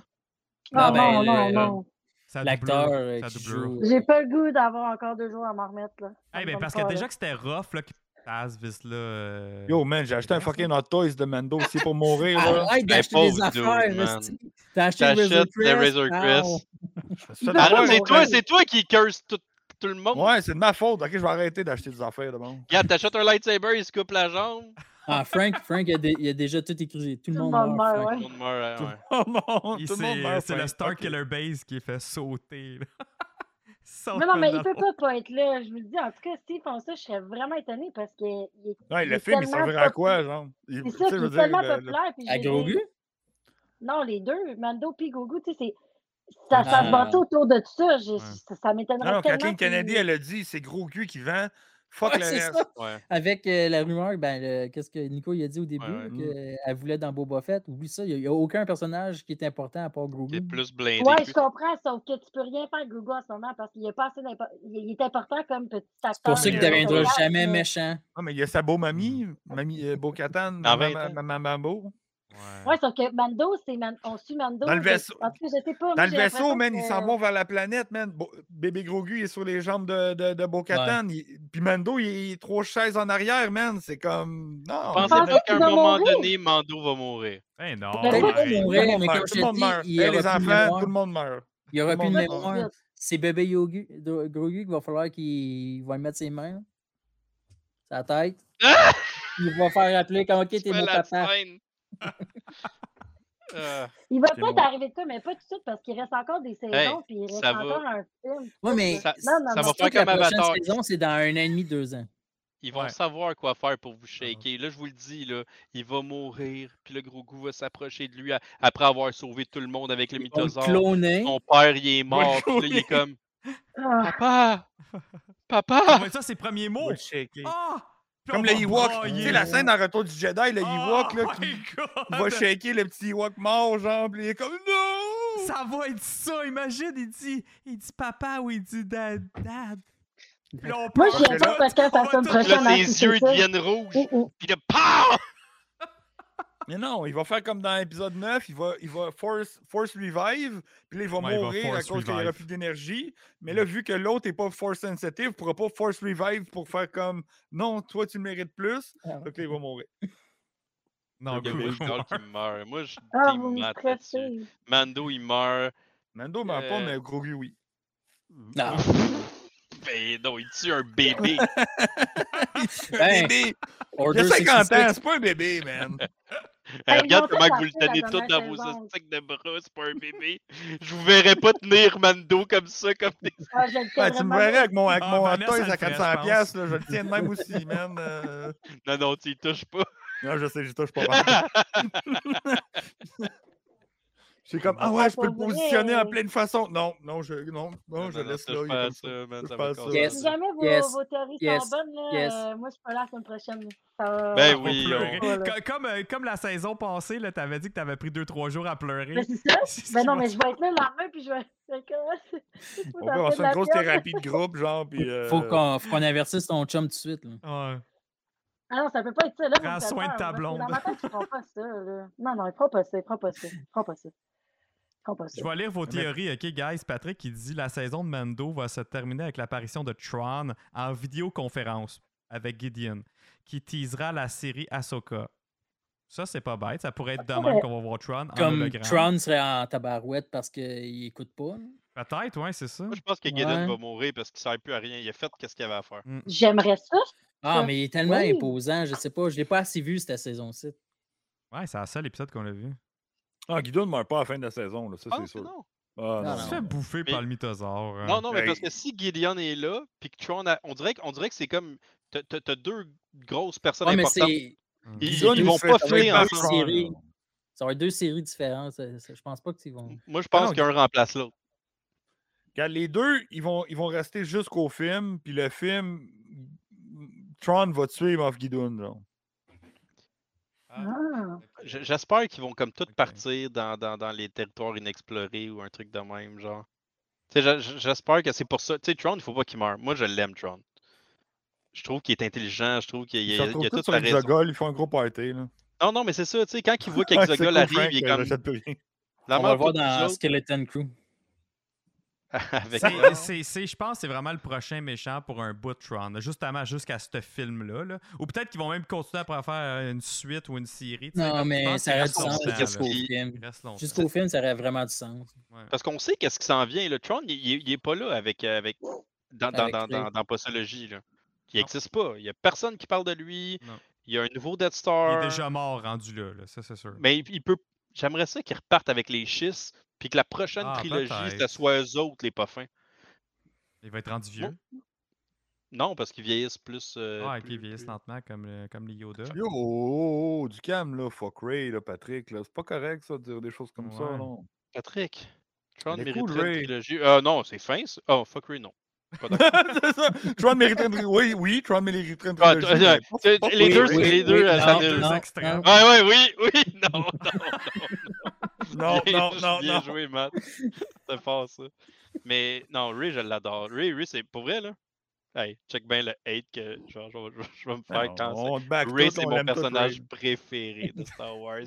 [SPEAKER 5] Ah
[SPEAKER 4] Non, ben,
[SPEAKER 5] non, non,
[SPEAKER 4] le-
[SPEAKER 5] non.
[SPEAKER 1] Ça
[SPEAKER 4] L'acteur
[SPEAKER 1] doublure,
[SPEAKER 4] euh,
[SPEAKER 1] ça
[SPEAKER 4] qui
[SPEAKER 1] doublure.
[SPEAKER 4] joue.
[SPEAKER 5] J'ai pas le goût d'avoir encore deux jours à m'en remettre. Là.
[SPEAKER 1] Eh
[SPEAKER 5] Ça me
[SPEAKER 1] ben,
[SPEAKER 5] tombe
[SPEAKER 1] parce
[SPEAKER 5] pas,
[SPEAKER 1] que
[SPEAKER 5] là.
[SPEAKER 1] déjà que c'était rough, là, qui passe vis là. euh,
[SPEAKER 3] Yo, man, j'ai acheté un fucking Hot Toys de Mando aussi pour mourir. là.
[SPEAKER 4] Arrête d'acheter
[SPEAKER 2] pauvre
[SPEAKER 4] des
[SPEAKER 2] dude,
[SPEAKER 4] affaires,
[SPEAKER 2] man.
[SPEAKER 4] esti. T'as acheté le Razor
[SPEAKER 2] T'achètes le
[SPEAKER 4] Crest,
[SPEAKER 2] Razor
[SPEAKER 4] ah,
[SPEAKER 2] Crest.
[SPEAKER 3] Je me suis fait
[SPEAKER 5] Ah,
[SPEAKER 2] Ah non,
[SPEAKER 3] avoir,
[SPEAKER 5] ouais,
[SPEAKER 2] c'est
[SPEAKER 5] mon
[SPEAKER 2] toi,
[SPEAKER 5] rêve.
[SPEAKER 2] c'est toi qui curse tout, tout le monde.
[SPEAKER 3] Ouais, c'est de ma faute. Ok, je vais arrêter d'acheter des affaires de monde.
[SPEAKER 2] Regarde, t'achètes un lightsaber, il se coupe la jambe.
[SPEAKER 4] Ah, Frank, Frank il a, dé- il a déjà tout écrit. Tout le monde meurt,
[SPEAKER 5] meurt,
[SPEAKER 4] Frank.
[SPEAKER 2] Tout le monde meurt, euh, ouais, ouais.
[SPEAKER 3] Tout le monde,
[SPEAKER 1] il-
[SPEAKER 3] tout le monde
[SPEAKER 1] C'est
[SPEAKER 3] meurt,
[SPEAKER 1] c'est Oh, le
[SPEAKER 3] Frank.
[SPEAKER 1] Star
[SPEAKER 3] Ok.
[SPEAKER 1] Killer Base qui est fait sauter. là. *laughs* Saute
[SPEAKER 5] Mais non, mais il
[SPEAKER 1] dans
[SPEAKER 5] peut
[SPEAKER 1] l'eau.
[SPEAKER 5] pas pas être là. Je vous le dis, en tout cas, s'ils font ça, je serais vraiment étonnée parce que il est-
[SPEAKER 3] Ouais, le
[SPEAKER 5] est
[SPEAKER 3] film, il
[SPEAKER 5] tellement
[SPEAKER 3] servirait à
[SPEAKER 5] pop-
[SPEAKER 3] quoi, genre? Il-
[SPEAKER 5] C'est
[SPEAKER 3] tu sais,
[SPEAKER 5] ça,
[SPEAKER 3] je
[SPEAKER 5] puis il
[SPEAKER 3] veux
[SPEAKER 5] est
[SPEAKER 3] dire,
[SPEAKER 5] tellement
[SPEAKER 3] le- le-
[SPEAKER 5] populaire. puis
[SPEAKER 4] À
[SPEAKER 5] j'ai-
[SPEAKER 4] Grogu?
[SPEAKER 5] Non, les deux, Mando puis Gogu, tu sais, c'est- ça, ça
[SPEAKER 4] Ah.
[SPEAKER 5] se bâtit autour de ça. j'ai-
[SPEAKER 1] Ouais.
[SPEAKER 5] Ça, ça m'étonnerait
[SPEAKER 3] Non, non,
[SPEAKER 5] tellement.
[SPEAKER 3] Kathleen
[SPEAKER 5] qu'il-
[SPEAKER 3] Kennedy, elle a dit, c'est gros cul qui vend. Fuck
[SPEAKER 4] Ouais,
[SPEAKER 3] le
[SPEAKER 4] c'est
[SPEAKER 3] reste.
[SPEAKER 4] ça.
[SPEAKER 2] Ouais.
[SPEAKER 4] Avec euh, la rumeur, ben, le- qu'est-ce que Nico il a dit au début,
[SPEAKER 2] ouais.
[SPEAKER 4] là, qu'elle voulait dans Boba Fett. Oublie ça, il n'y a, aucun personnage qui est important à part Grogu.
[SPEAKER 2] T'es plus blindé.
[SPEAKER 5] Ouais,
[SPEAKER 2] que-
[SPEAKER 5] je comprends, sauf que tu peux rien faire Gogu en ce moment parce qu'il est pas assez d'impo- il est important comme petit acteur. euh,
[SPEAKER 4] C'est pour ça qu'il ne
[SPEAKER 5] de
[SPEAKER 4] deviendra
[SPEAKER 5] tournage,
[SPEAKER 4] jamais
[SPEAKER 5] mais-
[SPEAKER 4] méchant.
[SPEAKER 3] Ah, mais il y a sa beau mamie, mamie euh, beau Catane,
[SPEAKER 2] Dans
[SPEAKER 3] maman,
[SPEAKER 2] 20 ans.
[SPEAKER 3] maman, maman beau.
[SPEAKER 5] Ouais, sauf que Mando, c'est Man- on suit Mando.
[SPEAKER 3] Dans le
[SPEAKER 5] je-
[SPEAKER 3] vaisseau-
[SPEAKER 5] En tout cas, je sais pas.
[SPEAKER 3] Dans le vaisseau, man, ils s'en vont vers la planète, man. Bo- Bébé Grogu, il est sur les jambes de, de, de Bo Katan. Il- Puis Mando, il est- il est trois chaises en arrière, man. C'est comme. Non.
[SPEAKER 2] Pensez
[SPEAKER 4] Ah,
[SPEAKER 5] Pensez
[SPEAKER 2] pas qu'à un
[SPEAKER 5] qu'il va
[SPEAKER 2] moment
[SPEAKER 5] mourir.
[SPEAKER 2] donné, Mando va mourir.
[SPEAKER 1] Ben non.
[SPEAKER 5] Mais
[SPEAKER 3] Tout le monde
[SPEAKER 5] pas
[SPEAKER 1] hey.
[SPEAKER 4] mourir.
[SPEAKER 3] meurt,
[SPEAKER 4] mais comme je
[SPEAKER 3] tout le monde
[SPEAKER 4] te dis,
[SPEAKER 3] meurt.
[SPEAKER 4] il y
[SPEAKER 3] Hey,
[SPEAKER 4] aura
[SPEAKER 3] Eh, les
[SPEAKER 4] plus de
[SPEAKER 3] enfants,
[SPEAKER 4] mémoire.
[SPEAKER 3] tout le monde meurt.
[SPEAKER 4] Il n'y aura
[SPEAKER 3] Tout
[SPEAKER 4] plus
[SPEAKER 3] le
[SPEAKER 4] de
[SPEAKER 3] monde
[SPEAKER 4] mémoire. C'est bébé Yogu- de- Grogu qu'il va falloir qu'il va lui mettre ses mains. là, Sa tête.
[SPEAKER 2] *laughs* Ah!
[SPEAKER 4] Il va faire appeler comme OK, t'es
[SPEAKER 2] Fais
[SPEAKER 4] mon
[SPEAKER 2] la
[SPEAKER 4] papa.
[SPEAKER 2] scène. Euh,
[SPEAKER 5] Il va
[SPEAKER 3] C'est
[SPEAKER 5] peut-être
[SPEAKER 3] bon.
[SPEAKER 5] arriver de quoi, mais pas tout de suite parce qu'il reste encore des saisons
[SPEAKER 2] Hey,
[SPEAKER 5] puis il reste
[SPEAKER 2] ça va.
[SPEAKER 5] encore un film.
[SPEAKER 4] Ouais, mais
[SPEAKER 2] Ça-
[SPEAKER 5] Non, non,
[SPEAKER 2] ça va
[SPEAKER 5] non.
[SPEAKER 4] Dis-toi
[SPEAKER 2] faire
[SPEAKER 4] que la
[SPEAKER 2] comme
[SPEAKER 4] prochaine
[SPEAKER 2] Avatar.
[SPEAKER 4] saison, c'est dans un an et demi, deux ans.
[SPEAKER 2] Ils vont
[SPEAKER 1] Ouais.
[SPEAKER 2] savoir quoi faire pour vous
[SPEAKER 4] Ah
[SPEAKER 2] shaker. Là, je vous le dis, là, il va mourir. Puis le gros goût va s'approcher de lui a- après avoir sauvé tout le monde avec le
[SPEAKER 4] Ils vont le
[SPEAKER 2] mythosaure.
[SPEAKER 4] cloner.
[SPEAKER 2] Son père, il est
[SPEAKER 1] vont le
[SPEAKER 2] mort. Puis là, il est
[SPEAKER 4] *laughs*
[SPEAKER 2] comme
[SPEAKER 5] Ah,
[SPEAKER 2] Papa
[SPEAKER 1] Ça
[SPEAKER 2] Papa
[SPEAKER 1] va être Ah! ça, ses premiers
[SPEAKER 3] On
[SPEAKER 1] mots.
[SPEAKER 3] va le shaker.
[SPEAKER 1] Ah! Puis
[SPEAKER 3] Comme
[SPEAKER 1] on
[SPEAKER 3] le
[SPEAKER 1] va
[SPEAKER 3] Ewok. Tu
[SPEAKER 1] brailler.
[SPEAKER 3] sais, la scène en Retour du Jedi, le Ewok, là,
[SPEAKER 1] Oh
[SPEAKER 3] qui
[SPEAKER 1] my God!
[SPEAKER 3] va shaker le petit Ewok mort, genre. Puis il est comme. Non!
[SPEAKER 1] Ça va être ça, imagine, il dit, il dit papa ou il dit dad. dad. Puis là, on
[SPEAKER 5] Moi,
[SPEAKER 1] peut-
[SPEAKER 5] je viens
[SPEAKER 1] on
[SPEAKER 5] pas
[SPEAKER 1] va
[SPEAKER 5] parce
[SPEAKER 1] tout-
[SPEAKER 5] qu'à
[SPEAKER 1] on
[SPEAKER 5] la
[SPEAKER 1] va
[SPEAKER 5] semaine
[SPEAKER 1] tout-
[SPEAKER 2] Puis là,
[SPEAKER 5] prochaine, hein,
[SPEAKER 2] ses
[SPEAKER 5] c'est
[SPEAKER 2] yeux
[SPEAKER 5] ça.
[SPEAKER 2] deviennent rouges.
[SPEAKER 5] oh, oh.
[SPEAKER 2] Puis là, PAM
[SPEAKER 4] Ah,
[SPEAKER 3] Mais non, il va faire comme dans l'épisode 9, il va, il va force, force revive, puis là, il va
[SPEAKER 1] Ouais, il va
[SPEAKER 3] mourir à
[SPEAKER 1] force
[SPEAKER 3] cause qu'il n'y aura
[SPEAKER 1] revive.
[SPEAKER 3] plus d'énergie. Mais là, vu que l'autre n'est pas force sensitive, il ne pourra pas force revive pour faire comme non, toi, tu mérites plus.
[SPEAKER 4] Ah.
[SPEAKER 3] Donc là, il va mourir.
[SPEAKER 1] Non,
[SPEAKER 2] Il y a
[SPEAKER 1] Grogu
[SPEAKER 2] Will Gold *laughs*
[SPEAKER 1] meurt.
[SPEAKER 2] qui meurt. Moi, je suis
[SPEAKER 5] Ah,
[SPEAKER 2] team
[SPEAKER 5] vous me
[SPEAKER 2] Matt là-dessus.
[SPEAKER 5] stressez.
[SPEAKER 2] Mando, il meurt.
[SPEAKER 3] Mando meurt pas,
[SPEAKER 2] Euh.
[SPEAKER 3] mais Grogu, oui.
[SPEAKER 2] *laughs*
[SPEAKER 5] Ah.
[SPEAKER 4] Non.
[SPEAKER 2] Ben non, il tue un bébé.
[SPEAKER 4] Ben,
[SPEAKER 3] bébé! Il
[SPEAKER 4] Order
[SPEAKER 3] a 50 ans,
[SPEAKER 4] 66.
[SPEAKER 3] c'est pas un bébé, man!
[SPEAKER 2] Hey,
[SPEAKER 5] Hey,
[SPEAKER 2] regarde
[SPEAKER 5] ils ont
[SPEAKER 2] comment
[SPEAKER 5] fait
[SPEAKER 2] que vous le
[SPEAKER 5] la
[SPEAKER 2] tenez
[SPEAKER 5] scène
[SPEAKER 2] tout
[SPEAKER 5] la
[SPEAKER 2] dans
[SPEAKER 5] dernière
[SPEAKER 2] vos
[SPEAKER 5] saison.
[SPEAKER 2] astiques de bras, c'est pas un bébé. Je vous verrais pas tenir Mando comme ça, comme des... *laughs*
[SPEAKER 5] Ah, je le
[SPEAKER 3] Ah,
[SPEAKER 5] fais
[SPEAKER 3] tu me
[SPEAKER 5] vraiment.
[SPEAKER 3] verrais avec mon, avec
[SPEAKER 1] Ah,
[SPEAKER 3] mon Hot
[SPEAKER 1] Vanessa
[SPEAKER 3] Toys
[SPEAKER 1] le
[SPEAKER 3] à
[SPEAKER 1] ferait, je
[SPEAKER 3] 400$,
[SPEAKER 1] pense.
[SPEAKER 3] piastres, là, je le tiens de même aussi, man! euh.
[SPEAKER 2] Non, non, tu y touches pas.
[SPEAKER 3] Non, je sais, j'y touche pas. *laughs* mal. J'ai comme, ah ouais, je peux le
[SPEAKER 5] Pour
[SPEAKER 3] positionner en
[SPEAKER 5] vrai.
[SPEAKER 3] pleine façon. Non, non, je, non, non,
[SPEAKER 2] Non,
[SPEAKER 3] Oh, je
[SPEAKER 2] non, non,
[SPEAKER 3] laisse
[SPEAKER 2] touche
[SPEAKER 3] là. il est
[SPEAKER 2] pas à
[SPEAKER 3] comme ça.
[SPEAKER 2] ça, euh, man,
[SPEAKER 3] touche
[SPEAKER 2] ça
[SPEAKER 3] pas
[SPEAKER 2] va
[SPEAKER 3] à ça.
[SPEAKER 2] causer
[SPEAKER 4] Yes.
[SPEAKER 5] Si
[SPEAKER 2] ça.
[SPEAKER 5] jamais vos,
[SPEAKER 4] Yes.
[SPEAKER 5] vos théories
[SPEAKER 4] Yes.
[SPEAKER 5] sont bonnes, là,
[SPEAKER 4] Yes.
[SPEAKER 5] euh, moi, je suis pas là la semaine prochaine. Ça va-
[SPEAKER 2] Ben
[SPEAKER 1] On va
[SPEAKER 2] oui,
[SPEAKER 1] pleurer.
[SPEAKER 5] on-
[SPEAKER 1] Co- Comme, euh, comme la saison passée, là, t'avais dit que t'avais pris 2-3 jours à
[SPEAKER 5] Mais
[SPEAKER 1] pleurer.
[SPEAKER 5] c'est ça?
[SPEAKER 1] *laughs* C'est ce
[SPEAKER 5] Ben
[SPEAKER 1] qui
[SPEAKER 5] non,
[SPEAKER 1] va
[SPEAKER 5] mais
[SPEAKER 1] se-
[SPEAKER 5] je vais être là le lendemain, puis je vais... *laughs* C'est quoi? Faut
[SPEAKER 3] On
[SPEAKER 5] t'en
[SPEAKER 3] peut avoir
[SPEAKER 5] faire de
[SPEAKER 3] ça, une
[SPEAKER 5] la
[SPEAKER 3] grosse
[SPEAKER 5] pioche.
[SPEAKER 3] thérapie de groupe, genre, puis... euh,
[SPEAKER 4] *laughs* Faut qu'on faut qu'on avertisse ton chum tout de suite. là.
[SPEAKER 1] Ouais.
[SPEAKER 5] Ah non, ça peut pas être ça. Là, vous
[SPEAKER 1] Prends
[SPEAKER 5] me faites
[SPEAKER 1] soin de
[SPEAKER 5] peur,
[SPEAKER 1] ta
[SPEAKER 5] là. C'est
[SPEAKER 1] blonde.
[SPEAKER 5] Dans ma tête, ils feront pas ça. Là. Non, non, ils feront pas ça. Ils feront pas ça. Ils feront pas ça. Ils feront pas ça.
[SPEAKER 1] Je vais lire vos
[SPEAKER 3] Mais-
[SPEAKER 1] théories, ok, guys. Patrick, qui dit la saison de Mando va se terminer avec l'apparition de Tron en vidéoconférence. avec Gideon, qui teasera la série Ahsoka. Ça, c'est pas bête. Ça pourrait être
[SPEAKER 5] Ça
[SPEAKER 1] demain
[SPEAKER 5] pourrait.
[SPEAKER 1] qu'on va voir Tron. en
[SPEAKER 4] Comme
[SPEAKER 1] hologramme.
[SPEAKER 4] Tron serait en tabarouette parce qu'il écoute pas. hein.
[SPEAKER 1] Peut-être, ouais, c'est ça.
[SPEAKER 2] Moi, je pense que Gideon
[SPEAKER 4] Ouais.
[SPEAKER 2] va mourir parce qu'il ne sert plus à rien. Il a fait ce qu'il avait à faire.
[SPEAKER 1] Mm.
[SPEAKER 5] J'aimerais ça.
[SPEAKER 4] Ah,
[SPEAKER 5] Ça,
[SPEAKER 4] mais il est tellement
[SPEAKER 5] oui.
[SPEAKER 4] imposant, je sais pas, je l'ai pas assez vu cette saison-ci.
[SPEAKER 1] Ouais, c'est la seule épisode qu'on a vu.
[SPEAKER 3] Ah, Guido ne meurt pas à la fin de la saison, là, ça,
[SPEAKER 2] Ah,
[SPEAKER 3] c'est
[SPEAKER 2] non,
[SPEAKER 3] sûr.
[SPEAKER 2] non.
[SPEAKER 3] Ah,
[SPEAKER 4] Non,
[SPEAKER 1] Il
[SPEAKER 3] non,
[SPEAKER 1] se
[SPEAKER 4] non.
[SPEAKER 1] fait bouffer
[SPEAKER 2] Mais-
[SPEAKER 1] par le mythosaure. hein.
[SPEAKER 2] Non, non, mais
[SPEAKER 3] Ben,
[SPEAKER 2] parce que si Gideon est là, puis que Tron, a- on dirait, que- on dirait que c'est comme. T'as t'as- t'as deux grosses personnes
[SPEAKER 4] Ouais, mais
[SPEAKER 2] importantes.
[SPEAKER 4] c'est.
[SPEAKER 1] Mm.
[SPEAKER 2] Ils,
[SPEAKER 3] Gideon,
[SPEAKER 2] ils
[SPEAKER 3] il
[SPEAKER 2] vont
[SPEAKER 3] se
[SPEAKER 2] pas
[SPEAKER 3] fait
[SPEAKER 2] filer
[SPEAKER 3] tuer par
[SPEAKER 2] ensemble.
[SPEAKER 3] Tron, là.
[SPEAKER 4] série. Ça va être deux séries différentes. ça- ça- je pense pas qu'ils vont.
[SPEAKER 2] Moi, je
[SPEAKER 1] Ah
[SPEAKER 2] pense
[SPEAKER 1] non,
[SPEAKER 2] qu'un remplace l'autre.
[SPEAKER 3] Regarde, les deux, ils vont, ils vont rester jusqu'au film, puis le film, Tron va tuer Moff Gideon. genre.
[SPEAKER 5] Ah.
[SPEAKER 2] J- J'espère qu'ils vont comme tous
[SPEAKER 1] Ok.
[SPEAKER 2] partir dans, dans- dans les territoires inexplorés ou un truc de même, genre. Tu sais, j'a- j'a- j'espère que c'est pour ça. Tu sais, Tron, il faut pas qu'il meure. Moi, je l'aime, Tron. Je trouve qu'il est intelligent, je trouve qu'il
[SPEAKER 3] Ils
[SPEAKER 2] y
[SPEAKER 3] se
[SPEAKER 2] a, il y
[SPEAKER 3] retrouvent
[SPEAKER 2] a
[SPEAKER 3] tous
[SPEAKER 2] toute
[SPEAKER 3] sur
[SPEAKER 2] la raison.
[SPEAKER 3] Exogol, ils font un gros party. Là.
[SPEAKER 2] Non, non, mais c'est ça, tu sais, quand il voit
[SPEAKER 3] Ah, c'est
[SPEAKER 2] qu'Exogol
[SPEAKER 3] cool,
[SPEAKER 2] arrive,
[SPEAKER 3] Frank,
[SPEAKER 2] il est
[SPEAKER 3] euh,
[SPEAKER 2] comme.
[SPEAKER 3] j'achète plus rien.
[SPEAKER 2] La
[SPEAKER 4] On va
[SPEAKER 2] mort
[SPEAKER 4] le voir
[SPEAKER 2] pour nous
[SPEAKER 4] dans
[SPEAKER 2] autres, *laughs*
[SPEAKER 4] Skeleton Crew.
[SPEAKER 2] avec
[SPEAKER 1] C'est-
[SPEAKER 2] Tron.
[SPEAKER 1] c'est- c'est- Je pense que c'est vraiment le prochain méchant pour un bout de Tron, là, justement jusqu'à ce film-là. là. Ou peut-être qu'ils vont même continuer après à faire euh, une suite ou une série. tu sais,
[SPEAKER 4] Non,
[SPEAKER 1] comme je
[SPEAKER 4] mais
[SPEAKER 1] pense
[SPEAKER 4] ça
[SPEAKER 1] qu'il
[SPEAKER 4] aurait du
[SPEAKER 1] reste
[SPEAKER 2] qu'on
[SPEAKER 4] sens
[SPEAKER 2] sait
[SPEAKER 1] longtemps,
[SPEAKER 2] qu'est-ce
[SPEAKER 4] jusqu'au
[SPEAKER 1] là.
[SPEAKER 2] qu'il-
[SPEAKER 4] film.
[SPEAKER 1] Il reste longtemps.
[SPEAKER 4] Jusqu'au film, ça aurait vraiment du sens.
[SPEAKER 1] Ouais.
[SPEAKER 2] Parce qu'on sait qu'est-ce qui s'en vient. Le Tron, il- il il est pas là avec, euh, avec, dans, dans,
[SPEAKER 4] Avec
[SPEAKER 2] dans,
[SPEAKER 4] Ray.
[SPEAKER 2] dans, dans Postologie, Là. Il
[SPEAKER 1] Non.
[SPEAKER 2] n'existe pas. Il n'y a personne qui parle de lui.
[SPEAKER 1] Non.
[SPEAKER 2] Il y a un nouveau Death
[SPEAKER 1] Il
[SPEAKER 2] Star.
[SPEAKER 1] est déjà mort rendu là, là, ça c'est sûr.
[SPEAKER 2] Mais il, il peut. J'aimerais ça qu'ils repartent avec les schistes, puis que la prochaine
[SPEAKER 1] Ah,
[SPEAKER 2] trilogie, ce
[SPEAKER 1] peut-être.
[SPEAKER 2] soit eux autres, les pas fins.
[SPEAKER 1] Il va être rendu vieux.
[SPEAKER 2] Non, parce qu'ils vieillissent plus. euh,
[SPEAKER 1] ah, ok,
[SPEAKER 2] plus-
[SPEAKER 1] il vieillisse
[SPEAKER 2] plus-
[SPEAKER 1] lentement comme, le- comme les Yoda.
[SPEAKER 3] Yo, oh, oh, du calme, là, fuck Ray, là, Patrick. Là. C'est pas correct, ça, de dire des choses comme ça.
[SPEAKER 1] Ouais.
[SPEAKER 3] Non.
[SPEAKER 2] Patrick. Tron
[SPEAKER 3] Elle est
[SPEAKER 2] mériterait
[SPEAKER 3] cool,
[SPEAKER 2] une
[SPEAKER 3] Ray.
[SPEAKER 2] trilogie. Ah non, c'est fin. ça. Oh, fuck Ray, non. Pas d'accord.
[SPEAKER 3] C'est ça. Tron mériterait une Oui, oui, Tron mériterait une
[SPEAKER 2] Ah,
[SPEAKER 3] trilogie,
[SPEAKER 2] t-
[SPEAKER 3] mais
[SPEAKER 2] euh,
[SPEAKER 3] pas-
[SPEAKER 2] t-
[SPEAKER 3] pas
[SPEAKER 2] les
[SPEAKER 3] Ray,
[SPEAKER 2] deux,
[SPEAKER 3] Ray.
[SPEAKER 2] c'est les deux, euh, ça
[SPEAKER 4] non,
[SPEAKER 2] ne-
[SPEAKER 4] non,
[SPEAKER 1] extraits.
[SPEAKER 4] non.
[SPEAKER 2] Ah, Ouais, ouais, oui, oui, *laughs* non, non, non.
[SPEAKER 3] Non,
[SPEAKER 2] Bien-
[SPEAKER 3] non, non,
[SPEAKER 2] Bien
[SPEAKER 3] non.
[SPEAKER 2] joué,
[SPEAKER 3] *laughs*
[SPEAKER 2] Matt. C'est fort, ça. Mais non, Ray, je l'adore. Ray, Ray, c'est pour vrai, là. Hey, check bien le hate que genre, je, vais- je vais me faire
[SPEAKER 3] Non,
[SPEAKER 2] quand
[SPEAKER 3] Ah, Ben, on te back
[SPEAKER 2] Ray,
[SPEAKER 3] tout,
[SPEAKER 2] c'est
[SPEAKER 3] on
[SPEAKER 2] mon
[SPEAKER 3] aime tout, Ray.
[SPEAKER 2] personnage préféré
[SPEAKER 1] *laughs*
[SPEAKER 2] de Star Wars.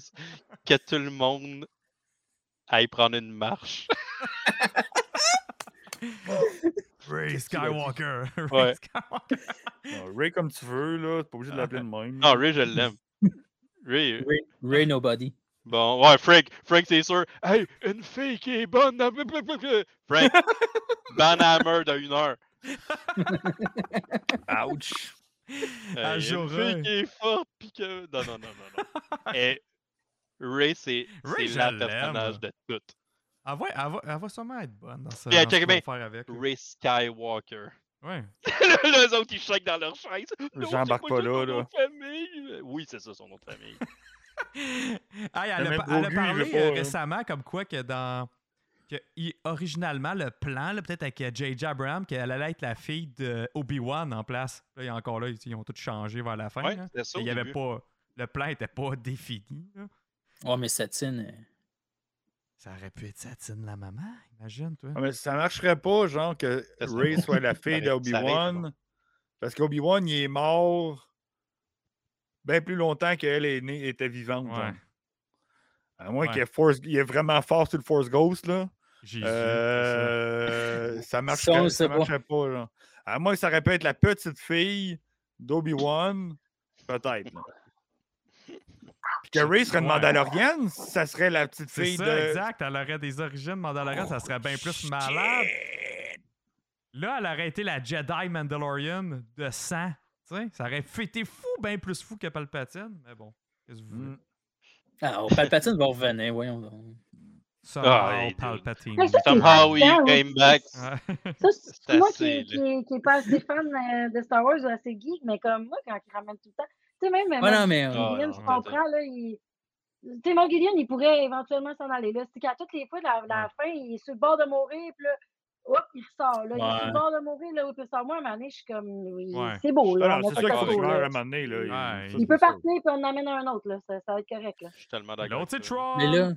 [SPEAKER 2] que tout le monde aille prendre une
[SPEAKER 1] *laughs*
[SPEAKER 2] marche.
[SPEAKER 1] Ray
[SPEAKER 3] Qu'est-ce qu'il a dit?
[SPEAKER 1] Skywalker. *laughs* Ray
[SPEAKER 2] Ouais.
[SPEAKER 1] Skywalker.
[SPEAKER 3] Non, Ray, comme tu veux, là, t'es pas obligé
[SPEAKER 2] Ah.
[SPEAKER 3] de l'appeler de même.
[SPEAKER 2] Non, Ray, je l'aime. Ray, euh,
[SPEAKER 4] Ray, Ray Nobody.
[SPEAKER 2] bon, ouais, Frank, Frank, c'est sûr. Hey, une fille qui est bonne. dans- Frank,
[SPEAKER 1] *laughs*
[SPEAKER 2] ban Hammer de une heure.
[SPEAKER 1] *laughs*
[SPEAKER 3] Ouch.
[SPEAKER 2] Hey,
[SPEAKER 1] Ah,
[SPEAKER 2] Euh, une
[SPEAKER 1] j'aurais.
[SPEAKER 2] fille qui est forte pis que. Non, non, non, non, non.
[SPEAKER 1] *laughs*
[SPEAKER 2] Et Ray, c'est
[SPEAKER 1] Ray,
[SPEAKER 2] c'est
[SPEAKER 1] je
[SPEAKER 2] la
[SPEAKER 1] l'aime.
[SPEAKER 2] personnage de tout.
[SPEAKER 1] Elle va, Ah elle, va, elle va sûrement être bonne dans ce,
[SPEAKER 2] Bien,
[SPEAKER 1] dans ce
[SPEAKER 2] check
[SPEAKER 1] qu'on va
[SPEAKER 2] bien.
[SPEAKER 1] faire avec. là.
[SPEAKER 2] Ray Skywalker.
[SPEAKER 1] Ouais. *laughs*
[SPEAKER 2] *laughs* Les autres, ils shakent dans leur chaise. Non, c'est
[SPEAKER 3] J'embarque pas
[SPEAKER 2] juste
[SPEAKER 3] là,
[SPEAKER 2] son
[SPEAKER 3] là.
[SPEAKER 2] nom de famille. Oui, c'est ça, son nom de famille.
[SPEAKER 1] Hey, elle, a,
[SPEAKER 3] même
[SPEAKER 1] pa- elle a
[SPEAKER 3] Grogu, il veut
[SPEAKER 1] parlé
[SPEAKER 3] pas,
[SPEAKER 1] euh,
[SPEAKER 3] là.
[SPEAKER 1] récemment comme quoi que dans. Que, i- originalement, le plan, là, peut-être avec euh, J.J. Abrams, qu'elle allait être la fille de Obi-Wan en place. Là, il y a encore là, ils, ils ont tout changé vers la fin.
[SPEAKER 2] Ouais, hein.
[SPEAKER 1] là.
[SPEAKER 2] c'était ça.
[SPEAKER 1] Et
[SPEAKER 2] au
[SPEAKER 1] Il y avait
[SPEAKER 2] début.
[SPEAKER 1] pas. Le plan était pas *laughs* défini. là.
[SPEAKER 4] Oh, mais Satine. euh,
[SPEAKER 1] Ça aurait pu être Satine la maman, imagine, toi.
[SPEAKER 3] Ah, mais ça marcherait pas, genre, que
[SPEAKER 2] Ça serait
[SPEAKER 3] Ray
[SPEAKER 2] bon.
[SPEAKER 3] soit la
[SPEAKER 2] *laughs*
[SPEAKER 3] fille
[SPEAKER 2] Ça aurait- ça aurait été
[SPEAKER 3] d'Obi-Wan. Parce qu'Obi-Wan, il est mort bien plus longtemps qu'elle est née, était vivante. genre.
[SPEAKER 1] Ouais.
[SPEAKER 3] À moins
[SPEAKER 1] Ouais.
[SPEAKER 3] qu'il est, force- il est vraiment fort sur le Force Ghost, là.
[SPEAKER 1] Jésus.
[SPEAKER 3] Euh, ça
[SPEAKER 4] Ça,
[SPEAKER 3] marcherait,
[SPEAKER 4] on
[SPEAKER 3] ça
[SPEAKER 4] sait pas.
[SPEAKER 3] marcherait pas. là. À moins que ça aurait pu être la petite fille d'Obi-Wan, peut-être. là. Puis que Ray serait une
[SPEAKER 1] Ouais.
[SPEAKER 3] Mandalorienne, ça serait la petite
[SPEAKER 1] C'est
[SPEAKER 3] fille
[SPEAKER 1] ça,
[SPEAKER 3] de. Oh,
[SPEAKER 1] exact. Elle aurait des origines Mandalorian, ça serait bien plus malade. Là, elle aurait été la Jedi Mandalorian de sang. Tu sais, ça aurait été fou, bien plus fou que Palpatine. Mais bon, qu'est-ce que vous voulez?
[SPEAKER 3] Mm.
[SPEAKER 4] Ah, oh, Palpatine va revenir, voyons. donc.
[SPEAKER 2] Ah,
[SPEAKER 1] Somehow
[SPEAKER 2] il-
[SPEAKER 1] Palpatine.
[SPEAKER 5] Mais ça, c'est
[SPEAKER 2] Somehow he
[SPEAKER 5] là-dedans,
[SPEAKER 2] came
[SPEAKER 5] hein.
[SPEAKER 2] back.
[SPEAKER 1] *laughs* Ouais.
[SPEAKER 5] Ça, c'est moi
[SPEAKER 2] assez,
[SPEAKER 5] qui, qui, qui est pas assez fan euh, de Star Wars ou assez geek, mais comme moi, quand ils ramènent tout le temps. Tu sais, même. euh,
[SPEAKER 4] Ouais,
[SPEAKER 5] même
[SPEAKER 4] non, mais. euh,
[SPEAKER 2] Ah,
[SPEAKER 5] Gideon,
[SPEAKER 2] non,
[SPEAKER 5] je
[SPEAKER 2] mais
[SPEAKER 5] comprends, là, il. Tu sais, Moff Gideon, il pourrait éventuellement s'en aller. Là, c'est qu'à toutes les fois, la, la fin, il est sur le bord de mourir, puis là, hop, il ressort. Là, Il est sur
[SPEAKER 4] Ouais.
[SPEAKER 5] le bord de mourir, là, puis ça, moi, à un moment donné, je suis comme, oui,
[SPEAKER 1] Ouais.
[SPEAKER 5] c'est beau, là.
[SPEAKER 3] Ah,
[SPEAKER 5] on
[SPEAKER 3] non,
[SPEAKER 5] a
[SPEAKER 3] c'est
[SPEAKER 5] fait
[SPEAKER 3] sûr
[SPEAKER 5] ça
[SPEAKER 3] qu'il
[SPEAKER 5] pour,
[SPEAKER 3] meurt à
[SPEAKER 5] là.
[SPEAKER 3] un moment donné. Là,
[SPEAKER 1] Ouais,
[SPEAKER 3] ça,
[SPEAKER 1] il
[SPEAKER 3] c'est
[SPEAKER 5] Il peut
[SPEAKER 3] sûr.
[SPEAKER 5] partir, puis on en amène un autre, là. Ça, ça va être correct, là.
[SPEAKER 2] Je suis tellement d'accord.
[SPEAKER 1] L'autre, c'est
[SPEAKER 2] avec toi.
[SPEAKER 1] Tron.
[SPEAKER 4] Mais là,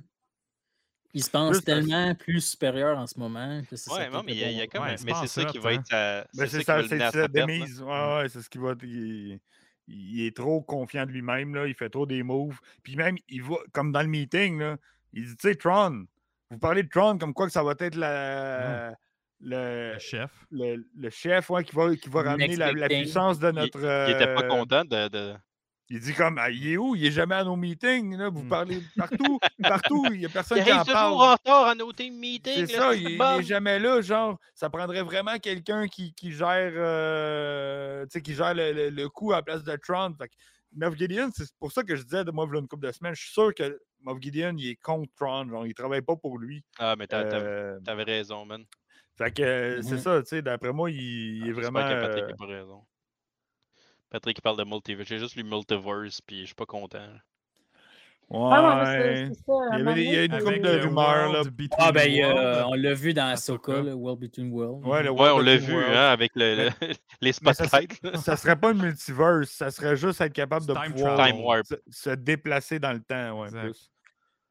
[SPEAKER 4] il se pense
[SPEAKER 3] Juste parce-
[SPEAKER 4] tellement plus supérieur en ce moment. Que c'est
[SPEAKER 2] euh,
[SPEAKER 4] ça,
[SPEAKER 2] Ouais, non,
[SPEAKER 4] peut-être
[SPEAKER 2] mais
[SPEAKER 4] le
[SPEAKER 2] il y a-
[SPEAKER 4] bon
[SPEAKER 2] il y a
[SPEAKER 4] moment.
[SPEAKER 2] comme
[SPEAKER 1] Ouais,
[SPEAKER 2] un-
[SPEAKER 1] je
[SPEAKER 2] Mais c'est
[SPEAKER 1] pense
[SPEAKER 2] ça
[SPEAKER 1] là,
[SPEAKER 2] qui va
[SPEAKER 1] tu sais.
[SPEAKER 2] être sa.
[SPEAKER 3] Ben,
[SPEAKER 2] ça
[SPEAKER 3] c'est
[SPEAKER 2] qui
[SPEAKER 3] ça,
[SPEAKER 2] va le
[SPEAKER 3] c'est
[SPEAKER 2] mener à
[SPEAKER 3] sa
[SPEAKER 2] sa perte, là. Mm.
[SPEAKER 3] démise. Ouais, ouais, c'est ce qui va. Il, il est trop confiant de lui-même, là. Il fait trop des moves. Puis même, il va, comme dans le
[SPEAKER 2] Mm.
[SPEAKER 3] meeting, là, il dit, tu sais, Tron, vous parlez de Tron comme quoi que ça va être la, le,
[SPEAKER 1] Le chef.
[SPEAKER 3] le, le chef ouais, qui va, qui va ramener la, la
[SPEAKER 4] Expecting.
[SPEAKER 3] puissance de notre.
[SPEAKER 2] Il était pas
[SPEAKER 3] euh,
[SPEAKER 2] content de. de-
[SPEAKER 3] Il dit comme, Ah, il est où? Il est jamais à nos meetings. Là. Vous
[SPEAKER 1] Mm.
[SPEAKER 2] *laughs*
[SPEAKER 3] parlez partout, partout. Il n'y a personne
[SPEAKER 2] Il
[SPEAKER 3] qui en
[SPEAKER 2] arrive toujours
[SPEAKER 3] parle.
[SPEAKER 2] en retard à nos team meetings.
[SPEAKER 3] C'est
[SPEAKER 2] là,
[SPEAKER 3] ça, il, il
[SPEAKER 2] bum.
[SPEAKER 3] est jamais là. Genre, ça prendrait vraiment quelqu'un qui, qui gère, euh, tu sais, qui gère le, le- le coup à la place de Trump. Fait que Moff Gideon, c'est pour ça que je disais de moi, voilà une couple de semaines, je suis sûr que Moff Gideon, il est contre Tron. Genre, il travaille pas pour lui.
[SPEAKER 2] Ah, mais t'as- t'as-
[SPEAKER 3] Euh,
[SPEAKER 2] t'avais raison, man.
[SPEAKER 3] fait que euh, c'est
[SPEAKER 4] Mhm.
[SPEAKER 3] ça, tu sais, d'après moi, il, il est
[SPEAKER 2] Ah, J'espère
[SPEAKER 3] vraiment.
[SPEAKER 2] que Patrick
[SPEAKER 3] euh,
[SPEAKER 2] n'a pas raison. Patrick, il parle de multiverse. J'ai juste lu multiverse, puis je suis pas content.
[SPEAKER 5] Ah,
[SPEAKER 3] euh, ouais.
[SPEAKER 5] ouais, mais c'est- c'est ça,
[SPEAKER 3] Il y
[SPEAKER 5] un
[SPEAKER 3] avait
[SPEAKER 5] moment
[SPEAKER 3] des- il y a
[SPEAKER 5] donné,
[SPEAKER 3] une
[SPEAKER 5] c'est-
[SPEAKER 3] couple de
[SPEAKER 1] euh,
[SPEAKER 3] rumeurs,
[SPEAKER 1] World
[SPEAKER 3] là.
[SPEAKER 1] Between
[SPEAKER 4] Ah, ben, il y a-
[SPEAKER 1] Worlds.
[SPEAKER 4] on l'a vu dans Ahsoka,
[SPEAKER 1] Ahsoka.
[SPEAKER 4] le World Between Worlds.
[SPEAKER 3] Ouais, le
[SPEAKER 2] Ouais, on
[SPEAKER 3] World
[SPEAKER 2] l'a
[SPEAKER 3] Between
[SPEAKER 2] vu,
[SPEAKER 3] Worlds.
[SPEAKER 2] hein, avec le- le- *laughs* les
[SPEAKER 3] mais ça, c'est-
[SPEAKER 2] spotlights.
[SPEAKER 3] Ça serait pas le multiverse, ça serait juste être capable de
[SPEAKER 1] C'est time
[SPEAKER 3] pouvoir
[SPEAKER 1] travel.
[SPEAKER 2] Time warp.
[SPEAKER 3] se, se déplacer dans le temps. Ouais,
[SPEAKER 1] Exact.
[SPEAKER 3] plus.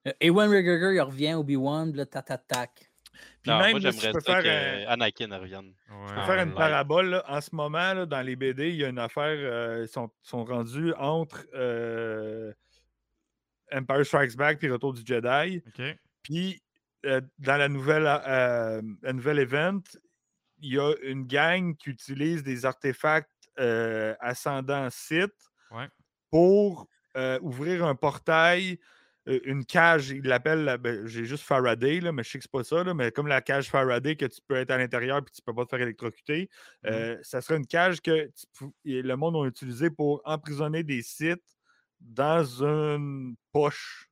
[SPEAKER 4] Euh, Ewan McGregor, il revient, Obi-Wan, puis là, tac-tac-tac.
[SPEAKER 3] Puis
[SPEAKER 2] Non,
[SPEAKER 3] même,
[SPEAKER 2] moi,
[SPEAKER 3] là, si je
[SPEAKER 2] j'aimerais
[SPEAKER 3] peux
[SPEAKER 2] ça
[SPEAKER 3] faire, euh,
[SPEAKER 2] que
[SPEAKER 3] un-
[SPEAKER 2] Anakin revienne.
[SPEAKER 1] Ouais.
[SPEAKER 3] je peux
[SPEAKER 2] Ah,
[SPEAKER 3] faire une
[SPEAKER 2] live.
[SPEAKER 3] parabole, là. en ce moment, là, dans les BD, il y a une affaire, euh, ils sont, sont rendus entre euh, Empire Strikes Back et Retour du Jedi.
[SPEAKER 1] Ok.
[SPEAKER 3] Puis, euh, dans la nouvelle, euh, la nouvelle event, il y a une gang qui utilise des artefacts euh, ascendant Sith
[SPEAKER 1] Ouais.
[SPEAKER 3] pour euh, ouvrir un portail, euh, une cage, ils l'appellent, la- ben, j'ai juste Faraday, là, mais je sais que c'est pas ça, là, mais comme la cage Faraday que tu peux être à l'intérieur puis tu peux pas te faire électrocuter, euh, ça serait une cage que tu pou- et le monde a utilisé pour emprisonner des Siths dans une poche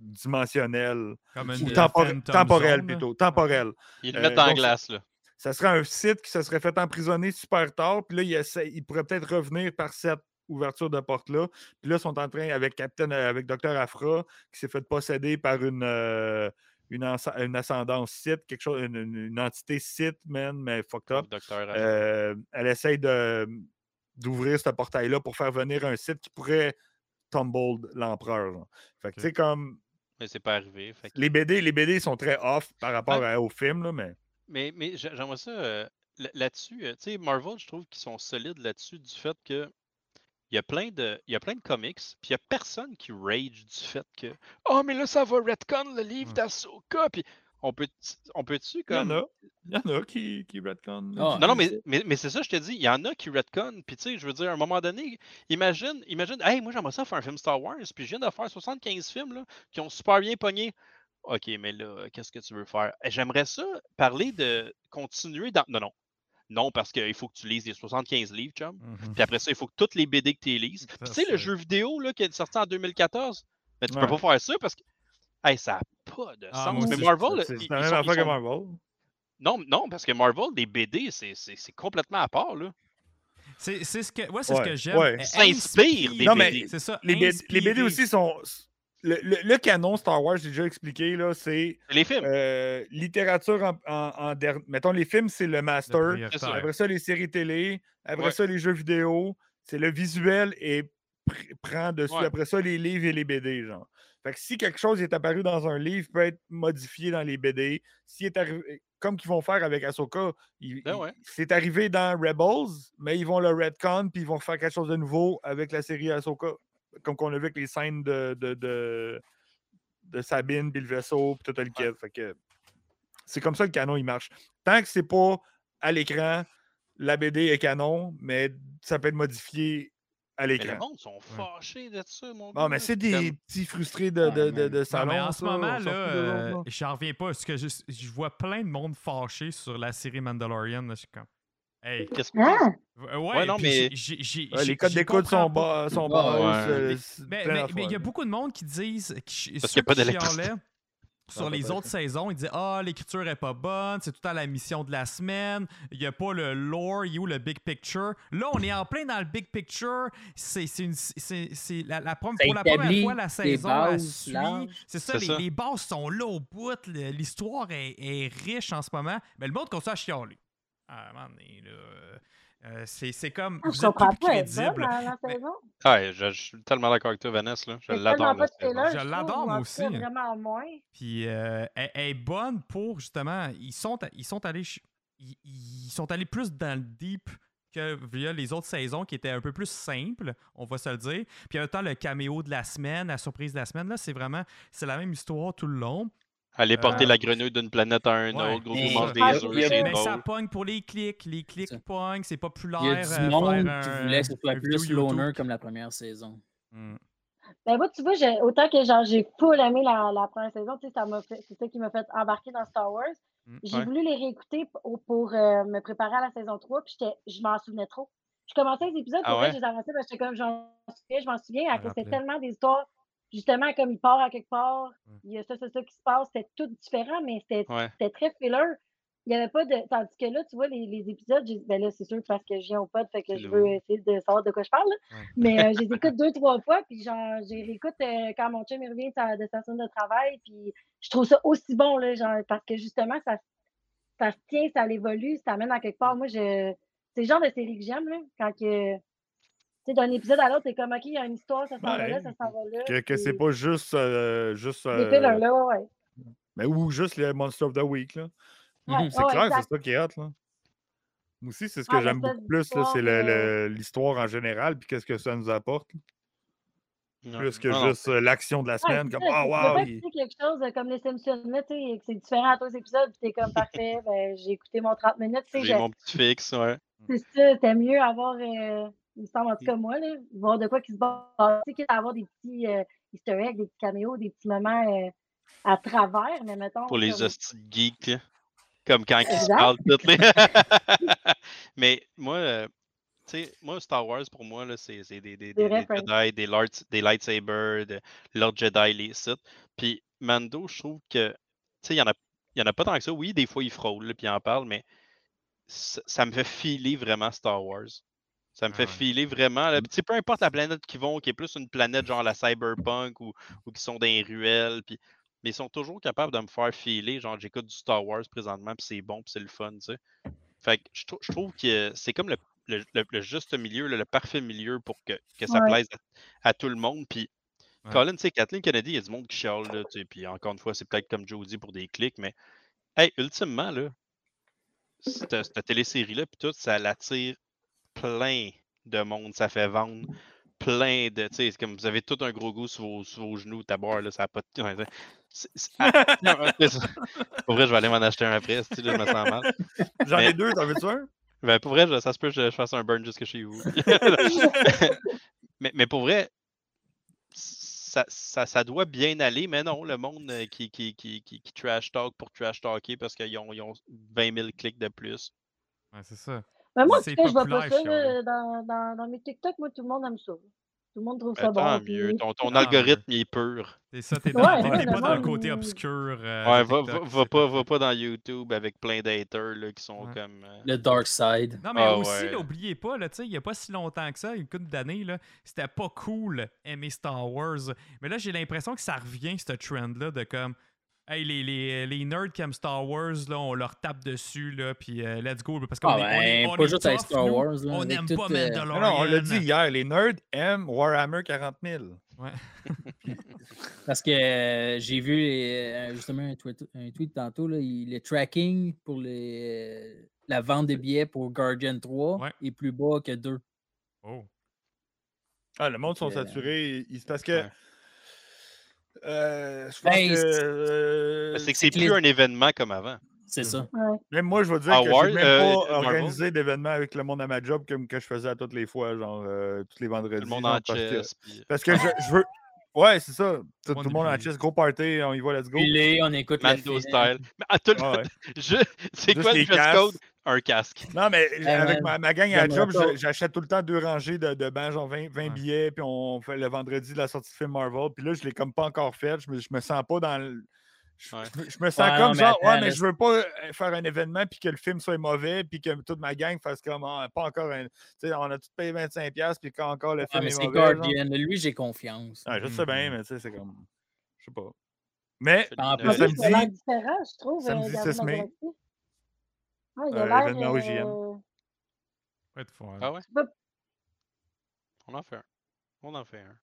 [SPEAKER 3] dimensionnelle
[SPEAKER 1] Comme
[SPEAKER 4] Ou
[SPEAKER 1] une
[SPEAKER 3] ou
[SPEAKER 1] euh,
[SPEAKER 3] tempor-
[SPEAKER 1] Phantom
[SPEAKER 3] temporel
[SPEAKER 1] Zone, là.
[SPEAKER 3] plutôt, temporel.
[SPEAKER 2] Il
[SPEAKER 3] Euh,
[SPEAKER 2] le met en
[SPEAKER 3] donc,
[SPEAKER 2] glace, là.
[SPEAKER 3] Ça serait un site qui se serait fait emprisonner super tard, puis là, il, essaie- il pourrait peut-être revenir par cette ouverture de porte-là. Puis là, ils sont en train, avec Captain, euh, avec Dr. Afra, qui s'est fait posséder par une, euh, une, ansa- une ascendance site, quelque chose, une, une- une entité site, man, mais fucked up.
[SPEAKER 2] Docteur
[SPEAKER 3] Euh, elle essaye de- d'ouvrir ce portail-là pour faire venir un site qui pourrait tumble l'empereur. genre. Fait que, tu sais, comme
[SPEAKER 2] Mais c'est pas arrivé. fait que-
[SPEAKER 3] les BD, les BD sont très off par rapport à- au film, là, mais.
[SPEAKER 2] Mais, mais j'a- j'aimerais ça euh, là- là-dessus. euh, tu sais, Marvel, je trouve qu'ils sont solides là-dessus du fait que il y a plein de, il y a plein de comics, puis il y a personne qui rage du fait que oh mais là ça va retcon le livre
[SPEAKER 3] Hum.
[SPEAKER 1] Ouais.
[SPEAKER 2] d'Asoka, puis on peut, on peut-tu
[SPEAKER 3] Il y en
[SPEAKER 2] comme
[SPEAKER 3] a. Il y en a qui, qui retconnent.
[SPEAKER 4] Ah,
[SPEAKER 2] Non, non, mais,
[SPEAKER 4] c'est-
[SPEAKER 2] mais, mais c'est ça, je te dis, il y en a qui retconnent. Puis, tu sais, je veux dire, à un moment donné, imagine, imagine, hey, moi, j'aimerais ça faire un film Star Wars, puis je viens de faire 75 films là, qui ont super bien pogné. Ok, mais là, euh, qu'est-ce que tu veux faire? Eh, J'aimerais ça parler de continuer dans. Non, non. Non, parce qu'il faut que tu lises les 75 livres, chum.
[SPEAKER 1] Mhm.
[SPEAKER 2] Puis après ça, il faut que toutes les BD que tu lises. Puis, tu sais, le
[SPEAKER 1] c'est-
[SPEAKER 2] jeu vidéo là, qui est sorti en 2014, mais tu
[SPEAKER 3] Ouais.
[SPEAKER 2] peux pas faire ça parce que. Hey, ça n'a pas de
[SPEAKER 1] Ah, moi
[SPEAKER 2] sens. Mais
[SPEAKER 1] aussi,
[SPEAKER 2] Marvel,
[SPEAKER 3] C'est
[SPEAKER 2] ils-
[SPEAKER 3] c'est
[SPEAKER 2] ils
[SPEAKER 3] la
[SPEAKER 2] sont-
[SPEAKER 3] même
[SPEAKER 2] ils
[SPEAKER 3] affaire que
[SPEAKER 2] sont-
[SPEAKER 3] Marvel.
[SPEAKER 2] non, non, parce que Marvel, les BD, c'est- c'est c'est complètement à part, là.
[SPEAKER 1] C'est c'est ce que, ouais, c'est
[SPEAKER 3] Ouais,
[SPEAKER 1] ce que j'aime.
[SPEAKER 3] ouais.
[SPEAKER 1] Elle
[SPEAKER 2] S'inspire des
[SPEAKER 1] inspire.
[SPEAKER 3] Non, mais BD.
[SPEAKER 1] C'est ça.
[SPEAKER 3] Les, B- les BD
[SPEAKER 1] inspirer.
[SPEAKER 3] aussi sont. Le, le- le canon Star Wars, j'ai déjà expliqué, là, c'est
[SPEAKER 2] C'est Les films.
[SPEAKER 3] euh, littérature en, en, en der- Mettons, les films, c'est le
[SPEAKER 1] Le
[SPEAKER 3] master.
[SPEAKER 1] prioritaire.
[SPEAKER 2] Ouais.
[SPEAKER 3] Après ça, les séries télé. Après
[SPEAKER 2] Ouais.
[SPEAKER 3] ça, les jeux vidéo. C'est le visuel et pr- prend dessus.
[SPEAKER 2] Ouais.
[SPEAKER 3] Après ça, les livres et les BD, genre. Fait que si quelque chose est apparu dans un livre, peut être modifié dans les BD. S'il est arrivé, comme qu'ils vont faire avec Ahsoka, ils-
[SPEAKER 2] Ben
[SPEAKER 3] ils-
[SPEAKER 2] ouais.
[SPEAKER 3] c'est arrivé dans Rebels, mais ils vont le retcon puis ils vont faire quelque chose de nouveau avec la série Ahsoka. Comme qu'on a vu avec les scènes de, de, de, de Sabine, puis le vaisseau, puis tout le kit. Fait que c'est comme ça que le canon, il marche. Tant que c'est pas à l'écran, la BD est canon, mais ça peut être modifié à
[SPEAKER 2] Mais le
[SPEAKER 3] l'écran.
[SPEAKER 2] monde sont fâchés de ça, mon gars.
[SPEAKER 3] Non, mais
[SPEAKER 2] là.
[SPEAKER 3] c'est des
[SPEAKER 2] Comme-
[SPEAKER 3] petits frustrés de, de, de, de
[SPEAKER 1] Non,
[SPEAKER 3] salon.
[SPEAKER 1] mais en ce
[SPEAKER 3] ça,
[SPEAKER 1] moment,
[SPEAKER 3] on s'en
[SPEAKER 1] là,
[SPEAKER 3] fout d'eux autres,
[SPEAKER 1] euh,
[SPEAKER 3] là.
[SPEAKER 1] j'en reviens pas. Parce que je, je vois plein de monde fâché sur la série Mandalorian. là, je suis comme. Hey.
[SPEAKER 2] Qu'est-ce que
[SPEAKER 5] Ah,
[SPEAKER 1] Ouais,
[SPEAKER 2] Ouais, non,
[SPEAKER 1] puis
[SPEAKER 2] mais-
[SPEAKER 1] j'ai- j'ai- j'ai-
[SPEAKER 3] Ouais, les codes
[SPEAKER 1] j'y
[SPEAKER 3] d'écoute
[SPEAKER 1] comprends
[SPEAKER 3] sont
[SPEAKER 1] pas.
[SPEAKER 3] bas. Sont
[SPEAKER 4] Ouais.
[SPEAKER 3] bas hein,
[SPEAKER 2] Ouais.
[SPEAKER 1] Mais il y a beaucoup de monde qui disent, qui,
[SPEAKER 2] Parce
[SPEAKER 1] ceux
[SPEAKER 2] qu'il y a pas
[SPEAKER 1] qui
[SPEAKER 2] d'électricité.
[SPEAKER 1] chialaient sur
[SPEAKER 3] Non,
[SPEAKER 1] les
[SPEAKER 3] peut-être.
[SPEAKER 1] autres saisons, ils disaient Ah, l'écriture est pas bonne, c'est tout à la mission de la semaine, il n'y a pas le lore, il y a où le big picture. Là, on est en plein dans le big picture, c'est c'est une- c'est- c'est la, la prom-
[SPEAKER 4] Ça
[SPEAKER 1] pour la première
[SPEAKER 4] établit
[SPEAKER 1] fois la
[SPEAKER 4] des
[SPEAKER 1] saison elle
[SPEAKER 4] bases
[SPEAKER 1] suit.
[SPEAKER 4] larges.
[SPEAKER 1] C'est ça,
[SPEAKER 2] C'est
[SPEAKER 1] les,
[SPEAKER 2] ça.
[SPEAKER 1] les bases sont là au bout, le- l'histoire est, est riche en ce moment, mais le monde continue à chialer. Ah, à un moment donné, là, euh, euh, c'est c'est comme.
[SPEAKER 4] Ah,
[SPEAKER 5] je
[SPEAKER 1] vous êtes
[SPEAKER 5] comprends
[SPEAKER 1] plus
[SPEAKER 5] pas. elle, ça,
[SPEAKER 1] crédible.
[SPEAKER 5] dans la
[SPEAKER 1] Mais-
[SPEAKER 5] saison.
[SPEAKER 2] Ah, ouais, je, je suis tellement d'accord avec toi, Vanessa. Là. Je
[SPEAKER 5] C'est
[SPEAKER 2] l'adore.
[SPEAKER 5] tellement
[SPEAKER 2] la
[SPEAKER 5] pas de
[SPEAKER 2] saison.
[SPEAKER 5] trailer,
[SPEAKER 1] Je
[SPEAKER 5] trouve,
[SPEAKER 1] l'adore,
[SPEAKER 5] ou en
[SPEAKER 1] moi
[SPEAKER 5] tout
[SPEAKER 1] aussi,
[SPEAKER 5] cas,
[SPEAKER 1] hein.
[SPEAKER 5] vraiment moins.
[SPEAKER 1] Puis euh, elle, elle est bonne pour justement. Ils sont, ils sont allés. ch- Ils, ils sont allés plus dans le deep que via les autres saisons qui étaient un peu plus simples, on va se le dire. Puis en même temps, le caméo de la semaine, la surprise de la semaine, là, c'est vraiment. C'est la même histoire tout le long.
[SPEAKER 2] Aller porter
[SPEAKER 1] Euh,
[SPEAKER 2] la grenouille d'une planète à un
[SPEAKER 1] ouais.
[SPEAKER 2] autre, gros,
[SPEAKER 1] Mais-
[SPEAKER 2] vous mangez
[SPEAKER 5] Ah,
[SPEAKER 2] des
[SPEAKER 5] il y
[SPEAKER 2] œufs,
[SPEAKER 5] a-
[SPEAKER 2] c'est
[SPEAKER 1] Mais ça
[SPEAKER 2] drôle.
[SPEAKER 1] pogne pour les clics. Les clics
[SPEAKER 4] Ça.
[SPEAKER 1] pognent, c'est populaire.
[SPEAKER 4] Il y a
[SPEAKER 1] euh,
[SPEAKER 4] du monde
[SPEAKER 1] faire
[SPEAKER 4] qui
[SPEAKER 1] un-
[SPEAKER 4] voulait que ce soit
[SPEAKER 1] un
[SPEAKER 4] plus
[SPEAKER 1] vidéo YouTube.
[SPEAKER 4] loner comme la première saison.
[SPEAKER 1] Hmm.
[SPEAKER 5] Ben moi, tu vois, j'ai- autant que genre j'ai full aimé la, la première saison, tu sais, ça m'a fait- c'est ça qui m'a fait embarquer dans Star Wars.
[SPEAKER 1] Hmm.
[SPEAKER 5] J'ai
[SPEAKER 2] Ouais.
[SPEAKER 5] voulu les réécouter p- au- pour, euh, me préparer à la saison 3, puis j'étais- je m'en souvenais trop. Je commençais les épisodes,
[SPEAKER 2] Ah
[SPEAKER 5] pour vrai,
[SPEAKER 2] ouais?
[SPEAKER 5] je les avançais parce que j'étais comme j'en souviens, je m'en souviens, à
[SPEAKER 1] me
[SPEAKER 5] cause c'était
[SPEAKER 1] rappelais.
[SPEAKER 5] tellement des histoires, justement, comme il part à quelque part,
[SPEAKER 1] Ouais.
[SPEAKER 5] il y a ça, ça, ça qui se passe, c'était tout différent, mais c'était
[SPEAKER 2] Ouais.
[SPEAKER 5] c'était très filler. Il n'y avait pas de. Tandis que là, tu vois, les, les épisodes, j'ai- ben là, c'est sûr parce que je viens au pod, fait que
[SPEAKER 2] C'est
[SPEAKER 5] je veux
[SPEAKER 2] nouveau.
[SPEAKER 5] essayer de savoir de quoi je parle. là.
[SPEAKER 1] Ouais.
[SPEAKER 5] Mais euh, je les
[SPEAKER 3] *laughs*
[SPEAKER 5] écoute deux, trois fois, puis genre, je les réécoute euh, quand mon chum il revient de sa, de sa semaine de travail, puis je trouve ça aussi bon, là, genre, parce que justement, ça, ça se tient, ça évolue, ça amène à quelque part. Moi, je. C'est le genre de série que j'aime, là, quand que. Tu sais, d'un épisode à l'autre, t'es comme, OK, il y a une histoire, ça s'en va là,
[SPEAKER 3] Ouais.
[SPEAKER 5] ça s'en va là.
[SPEAKER 3] Que, que c'est
[SPEAKER 5] puis
[SPEAKER 3] pas juste. euh, juste
[SPEAKER 5] Des
[SPEAKER 3] euh,
[SPEAKER 5] fillers, là, ouais, ouais.
[SPEAKER 3] mais, ou juste le Monster of the Week. Là.
[SPEAKER 5] Ouais,
[SPEAKER 4] Mhm.
[SPEAKER 3] C'est
[SPEAKER 5] ouais,
[SPEAKER 3] clair,
[SPEAKER 5] exact.
[SPEAKER 3] c'est ça qui est hot. Là. Moi aussi, c'est ce que
[SPEAKER 5] Ah, mais
[SPEAKER 3] j'aime
[SPEAKER 5] ça,
[SPEAKER 3] beaucoup plus. là, C'est le-
[SPEAKER 5] l'histoire,
[SPEAKER 3] le- l'histoire en général, puis qu'est-ce que ça nous apporte. Plus que
[SPEAKER 2] Non, non,
[SPEAKER 3] juste euh, l'action de la
[SPEAKER 5] Ouais,
[SPEAKER 3] semaine,
[SPEAKER 5] c'est
[SPEAKER 3] comme
[SPEAKER 5] ça,
[SPEAKER 3] Ah, wow!
[SPEAKER 5] tu- Tu peux
[SPEAKER 3] il-
[SPEAKER 5] pas écouter quelque chose euh, comme les Simpsons, là, tu sais, que c'est différent à tous les épisodes, puis t'es
[SPEAKER 2] *laughs*
[SPEAKER 5] comme parfait, ben, j'ai écouté mon 30 minutes, tu sais,
[SPEAKER 2] J'ai
[SPEAKER 5] je-
[SPEAKER 2] mon petit fixe, ouais.
[SPEAKER 5] c'est ça, t'aimes mieux avoir, euh, il me semble, en tout cas moi, là, voir de quoi qui se passe, tu sais, quitte à avoir des petits euh, easter eggs, des petits caméos, des petits moments euh, à travers, mais mettons.
[SPEAKER 2] Pour les
[SPEAKER 5] comme-
[SPEAKER 2] hosties de geeks, là. Comme quand ils se
[SPEAKER 5] Exact.
[SPEAKER 2] parlent toutes les. *laughs* Mais moi, euh, tu sais, moi, Star Wars, pour moi, là, c'est c'est des, des, des, des
[SPEAKER 5] références.
[SPEAKER 2] Jedi, des, lights- des lightsabers, de Lord Jedi, les Sith. Puis Mando, je trouve que, tu sais, il y en a il y en a pas tant que ça. Oui, des fois, il frôle, là, puis il en parle, mais ça, ça me fait filer vraiment Star Wars. Ça me
[SPEAKER 1] Ah
[SPEAKER 2] fait
[SPEAKER 1] ouais.
[SPEAKER 2] filer vraiment. là. Puis, tu sais, peu importe la planète qu'ils vont, qui est plus une planète genre la cyberpunk ou, ou qui sont dans les ruelles, puis, mais ils sont toujours capables de me faire filer. Genre, j'écoute du Star Wars présentement, puis c'est bon, puis c'est le fun, tu sais. Fait que je, trou- je trouve que c'est comme le, le- le- le juste milieu, là, le parfait milieu pour que, que ça
[SPEAKER 5] Ouais.
[SPEAKER 2] plaise à, à tout le monde. Puis,
[SPEAKER 1] Ouais.
[SPEAKER 2] Colin, tu sais, Kathleen Kennedy, il y a du monde qui chiale, là, tu sais, puis encore une fois, c'est peut-être comme Jodie pour des clics, mais hey, ultimement, là, cette, cette télésérie-là, puis tout, ça l'attire plein de monde, ça fait vendre plein de, tu sais, c'est comme vous avez tout un gros goût sur vos, sur vos genoux, tabard, là, ça n'a pas de... *laughs* ouais, c'est- c'est- ah, *laughs* non, c'est ça. pour vrai, je vais aller m'en acheter un après, si tu sais, là, je me sens mal.
[SPEAKER 3] J'en
[SPEAKER 2] Mais-
[SPEAKER 3] ai deux, t'en veux-tu un?
[SPEAKER 2] Ben, pour vrai, je- ça se peut que je, je fasse un burn jusque chez vous. *laughs* mais, mais pour vrai, ça, ça, ça doit bien aller, mais non, le monde euh, qui, qui, qui, qui, qui trash talk pour trash talker parce qu'ils ont, ils ont 20 000 clics de plus.
[SPEAKER 1] Ouais, c'est ça.
[SPEAKER 5] Mais moi, en
[SPEAKER 1] C'est
[SPEAKER 5] tout cas, je vois
[SPEAKER 1] populaire,
[SPEAKER 5] pas ça,
[SPEAKER 1] chialer.
[SPEAKER 5] là, dans, dans, dans mes TikTok, moi, tout le monde aime ça. Tout le monde trouve ça
[SPEAKER 2] Ben, tant
[SPEAKER 5] bon.
[SPEAKER 2] mieux.
[SPEAKER 5] puis-
[SPEAKER 2] Ton, ton
[SPEAKER 1] Tant
[SPEAKER 2] algorithme il est pur.
[SPEAKER 1] C'est ça, t'es,
[SPEAKER 5] Ouais,
[SPEAKER 1] dans- t'es-
[SPEAKER 5] ouais,
[SPEAKER 1] t'es pas dans le
[SPEAKER 5] vraiment,
[SPEAKER 1] côté
[SPEAKER 5] mais-
[SPEAKER 1] obscur. euh,
[SPEAKER 2] Ouais,
[SPEAKER 1] de
[SPEAKER 2] va, va,
[SPEAKER 1] TikTok,
[SPEAKER 2] va
[SPEAKER 1] c'est
[SPEAKER 2] pas,
[SPEAKER 1] parfait.
[SPEAKER 2] va pas dans YouTube avec plein d'haters là, qui sont
[SPEAKER 1] Ouais.
[SPEAKER 2] comme. euh,
[SPEAKER 4] Le Dark Side.
[SPEAKER 1] Non, mais
[SPEAKER 2] Ah
[SPEAKER 1] aussi,
[SPEAKER 2] ouais.
[SPEAKER 1] là, oubliez pas, là, tu sais, il n'y a pas si longtemps que ça, une couple d'années, là, c'était pas cool aimer Star Wars. Mais là, j'ai l'impression que ça revient, ce trend-là, de comme, hey, les, les, les nerds qui aiment Star Wars, là, on leur tape dessus, là, puis euh, let's go. Parce qu'on
[SPEAKER 4] Ah
[SPEAKER 1] est- on est,
[SPEAKER 4] ben,
[SPEAKER 1] on
[SPEAKER 4] pas
[SPEAKER 1] est
[SPEAKER 4] juste avec
[SPEAKER 1] tough,
[SPEAKER 4] Star
[SPEAKER 1] nous.
[SPEAKER 4] Wars, là,
[SPEAKER 1] on
[SPEAKER 4] avec
[SPEAKER 1] n'aime
[SPEAKER 4] tout,
[SPEAKER 1] pas
[SPEAKER 4] euh,
[SPEAKER 1] Mandalorian.
[SPEAKER 3] Non, non, on l'a dit hein. hier, les nerds aiment Warhammer 40 000.
[SPEAKER 1] Ouais.
[SPEAKER 4] Parce que euh, j'ai vu euh, justement un tweet, un tweet tantôt, là, il- le tracking pour les, euh, la vente de billets pour Guardian 3
[SPEAKER 1] Ouais.
[SPEAKER 4] est plus bas que 2.
[SPEAKER 1] Oh.
[SPEAKER 3] Ah, le monde sont
[SPEAKER 4] Donc, euh,
[SPEAKER 3] saturés. il- C'est parce que.
[SPEAKER 2] Ouais.
[SPEAKER 3] Euh, je pense
[SPEAKER 4] Ben,
[SPEAKER 3] que,
[SPEAKER 4] c'est-
[SPEAKER 3] euh,
[SPEAKER 2] Ben, c'est que c'est
[SPEAKER 4] c'est que les-
[SPEAKER 2] plus un événement comme avant.
[SPEAKER 4] C'est ça.
[SPEAKER 5] Ouais.
[SPEAKER 3] Même moi, je vais dire
[SPEAKER 2] Ah,
[SPEAKER 3] que
[SPEAKER 2] War-
[SPEAKER 3] j'ai même
[SPEAKER 2] euh,
[SPEAKER 3] pas
[SPEAKER 2] Marvel.
[SPEAKER 3] organisé d'événements avec le monde à ma job comme que je faisais à toutes les fois, genre euh, tous les vendredis.
[SPEAKER 2] Tout le monde
[SPEAKER 3] genre,
[SPEAKER 2] en
[SPEAKER 3] parce que,
[SPEAKER 2] chess. puis- euh,
[SPEAKER 3] parce que je,
[SPEAKER 2] *laughs*
[SPEAKER 3] je veux. Ouais, c'est ça. Tout,
[SPEAKER 1] Monde
[SPEAKER 3] tout le monde en
[SPEAKER 1] débridé.
[SPEAKER 3] chess, gros party, on y va, let's go.
[SPEAKER 4] Puis là, on écoute le
[SPEAKER 2] Mando
[SPEAKER 4] film.
[SPEAKER 2] style. Mais à tout le- *laughs*
[SPEAKER 3] Ah ouais.
[SPEAKER 2] je- C'est
[SPEAKER 3] Juste
[SPEAKER 2] quoi le
[SPEAKER 3] les
[SPEAKER 2] dress
[SPEAKER 3] casques.
[SPEAKER 2] code? Un casque.
[SPEAKER 3] Non, mais j-
[SPEAKER 4] Ben,
[SPEAKER 3] avec ma,
[SPEAKER 4] man,
[SPEAKER 3] ma gang à la job,
[SPEAKER 4] j'aimerais pas.
[SPEAKER 3] je- j'achète tout le temps deux rangées de, de bancs, genre 20, 20
[SPEAKER 1] Ouais.
[SPEAKER 3] billets, puis on fait le vendredi de la sortie de film Marvel. Puis là, je l'ai comme pas encore fait. Je me, je me sens pas dans le. Je,
[SPEAKER 2] Ouais.
[SPEAKER 3] je me- je me sens
[SPEAKER 4] Ouais, non,
[SPEAKER 3] comme
[SPEAKER 4] mais
[SPEAKER 3] genre, ouais,
[SPEAKER 4] attends,
[SPEAKER 3] mais
[SPEAKER 4] là,
[SPEAKER 3] je veux pas euh, faire un événement puis que le film soit mauvais puis que toute ma gang fasse comme, ah, pas encore un. Tu sais, on a tout payé 25$, piastres, puis quand encore le
[SPEAKER 4] Ah,
[SPEAKER 3] film
[SPEAKER 4] mais
[SPEAKER 3] est
[SPEAKER 4] c'est
[SPEAKER 3] mauvais. genre.
[SPEAKER 4] Guardian. Mm-hmm. là, Lui, j'ai confiance.
[SPEAKER 3] Ouais, je sais bien,
[SPEAKER 1] Mhm.
[SPEAKER 3] mais tu sais, c'est comme. Je sais pas. Mais
[SPEAKER 4] En
[SPEAKER 5] Mais
[SPEAKER 3] le
[SPEAKER 2] Celui-là,
[SPEAKER 5] lui, il a l'air
[SPEAKER 3] samedi,
[SPEAKER 5] différent, je trouve.
[SPEAKER 3] samedi
[SPEAKER 5] euh, Gavin
[SPEAKER 3] 6 mai.
[SPEAKER 5] Moldavski. Ouais, il
[SPEAKER 3] Euh,
[SPEAKER 5] a
[SPEAKER 3] événement
[SPEAKER 5] l'air.
[SPEAKER 3] OGM.
[SPEAKER 5] euh,
[SPEAKER 1] Ouais, de fun.
[SPEAKER 2] Ah ouais?
[SPEAKER 5] pas-
[SPEAKER 2] On en fait un. On en fait un.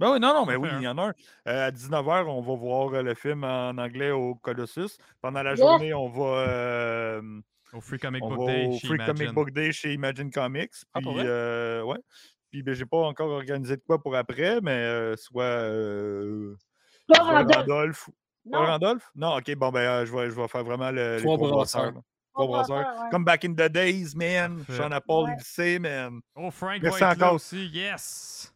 [SPEAKER 3] Ben oui, non, non, mais
[SPEAKER 1] fait
[SPEAKER 3] oui,
[SPEAKER 1] un.
[SPEAKER 3] il y en a un. Euh, à 19h, on va voir euh, le film en anglais au Colossus. Pendant la
[SPEAKER 5] Yes!
[SPEAKER 3] journée, on va, euh,
[SPEAKER 1] Au Oh, Free Comic
[SPEAKER 3] on
[SPEAKER 1] Book
[SPEAKER 3] va
[SPEAKER 1] Day,
[SPEAKER 3] au
[SPEAKER 1] chez
[SPEAKER 3] Free Comic
[SPEAKER 1] Imagine.
[SPEAKER 3] Book Day chez Imagine Comics.
[SPEAKER 2] Ah,
[SPEAKER 3] Puis,
[SPEAKER 2] pour vrai?
[SPEAKER 3] euh, ouais. Puis, ben, j'ai pas encore organisé de quoi pour après, mais euh, soit euh,
[SPEAKER 5] Pas
[SPEAKER 3] soit
[SPEAKER 5] Randolph.
[SPEAKER 3] Randolph Pas Randolph? Non, ok, bon, ben, euh, je, vais, je vais faire vraiment le. les
[SPEAKER 4] Trois
[SPEAKER 3] trois
[SPEAKER 4] brasseurs.
[SPEAKER 3] brasseurs, là.
[SPEAKER 5] Pas
[SPEAKER 3] Pas brasseur.
[SPEAKER 5] brasseur, ouais.
[SPEAKER 3] Comme back in the days, man.
[SPEAKER 1] Parfait.
[SPEAKER 3] Sean Apple,
[SPEAKER 5] Ouais.
[SPEAKER 3] il le sait, man.
[SPEAKER 1] Oh, Frank
[SPEAKER 3] Merci
[SPEAKER 1] va être là
[SPEAKER 3] encore.
[SPEAKER 1] aussi. Yes!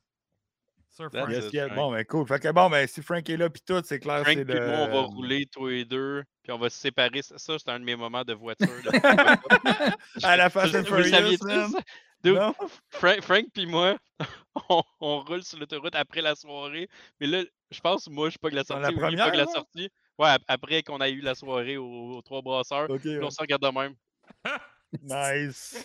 [SPEAKER 1] Sir
[SPEAKER 2] That's
[SPEAKER 1] Frank.
[SPEAKER 3] Yes,
[SPEAKER 2] it,
[SPEAKER 3] yes.
[SPEAKER 2] Frank.
[SPEAKER 3] Bon, ben, cool. Fait que bon, ben, si Frank est là, puis tout, c'est clair,
[SPEAKER 2] Frank
[SPEAKER 3] Ah, c'est
[SPEAKER 2] et
[SPEAKER 3] le. euh,
[SPEAKER 2] moi, on va rouler tous les deux, puis on va se séparer. Ça, ça, c'est un de mes moments de voiture. de-
[SPEAKER 3] *laughs* À la Fast
[SPEAKER 2] Je-
[SPEAKER 3] and
[SPEAKER 2] vous le
[SPEAKER 3] Furious,
[SPEAKER 2] saviez-tu,
[SPEAKER 3] man.
[SPEAKER 2] ça? Dude,
[SPEAKER 3] Non?
[SPEAKER 2] Frank, Frank puis moi, *laughs* on, on roule sur l'autoroute après la soirée. Mais là, je pense, moi, je suis pas que la sortie.
[SPEAKER 3] Dans la
[SPEAKER 2] ou lui,
[SPEAKER 3] première,
[SPEAKER 2] pas que la
[SPEAKER 3] là?
[SPEAKER 2] sortie. Ouais, ap- après qu'on a eu la soirée aux, aux trois brasseurs,
[SPEAKER 3] Ok,
[SPEAKER 2] puis on
[SPEAKER 3] ouais.
[SPEAKER 2] se regarde de même.
[SPEAKER 4] *laughs*
[SPEAKER 3] *laughs* nice.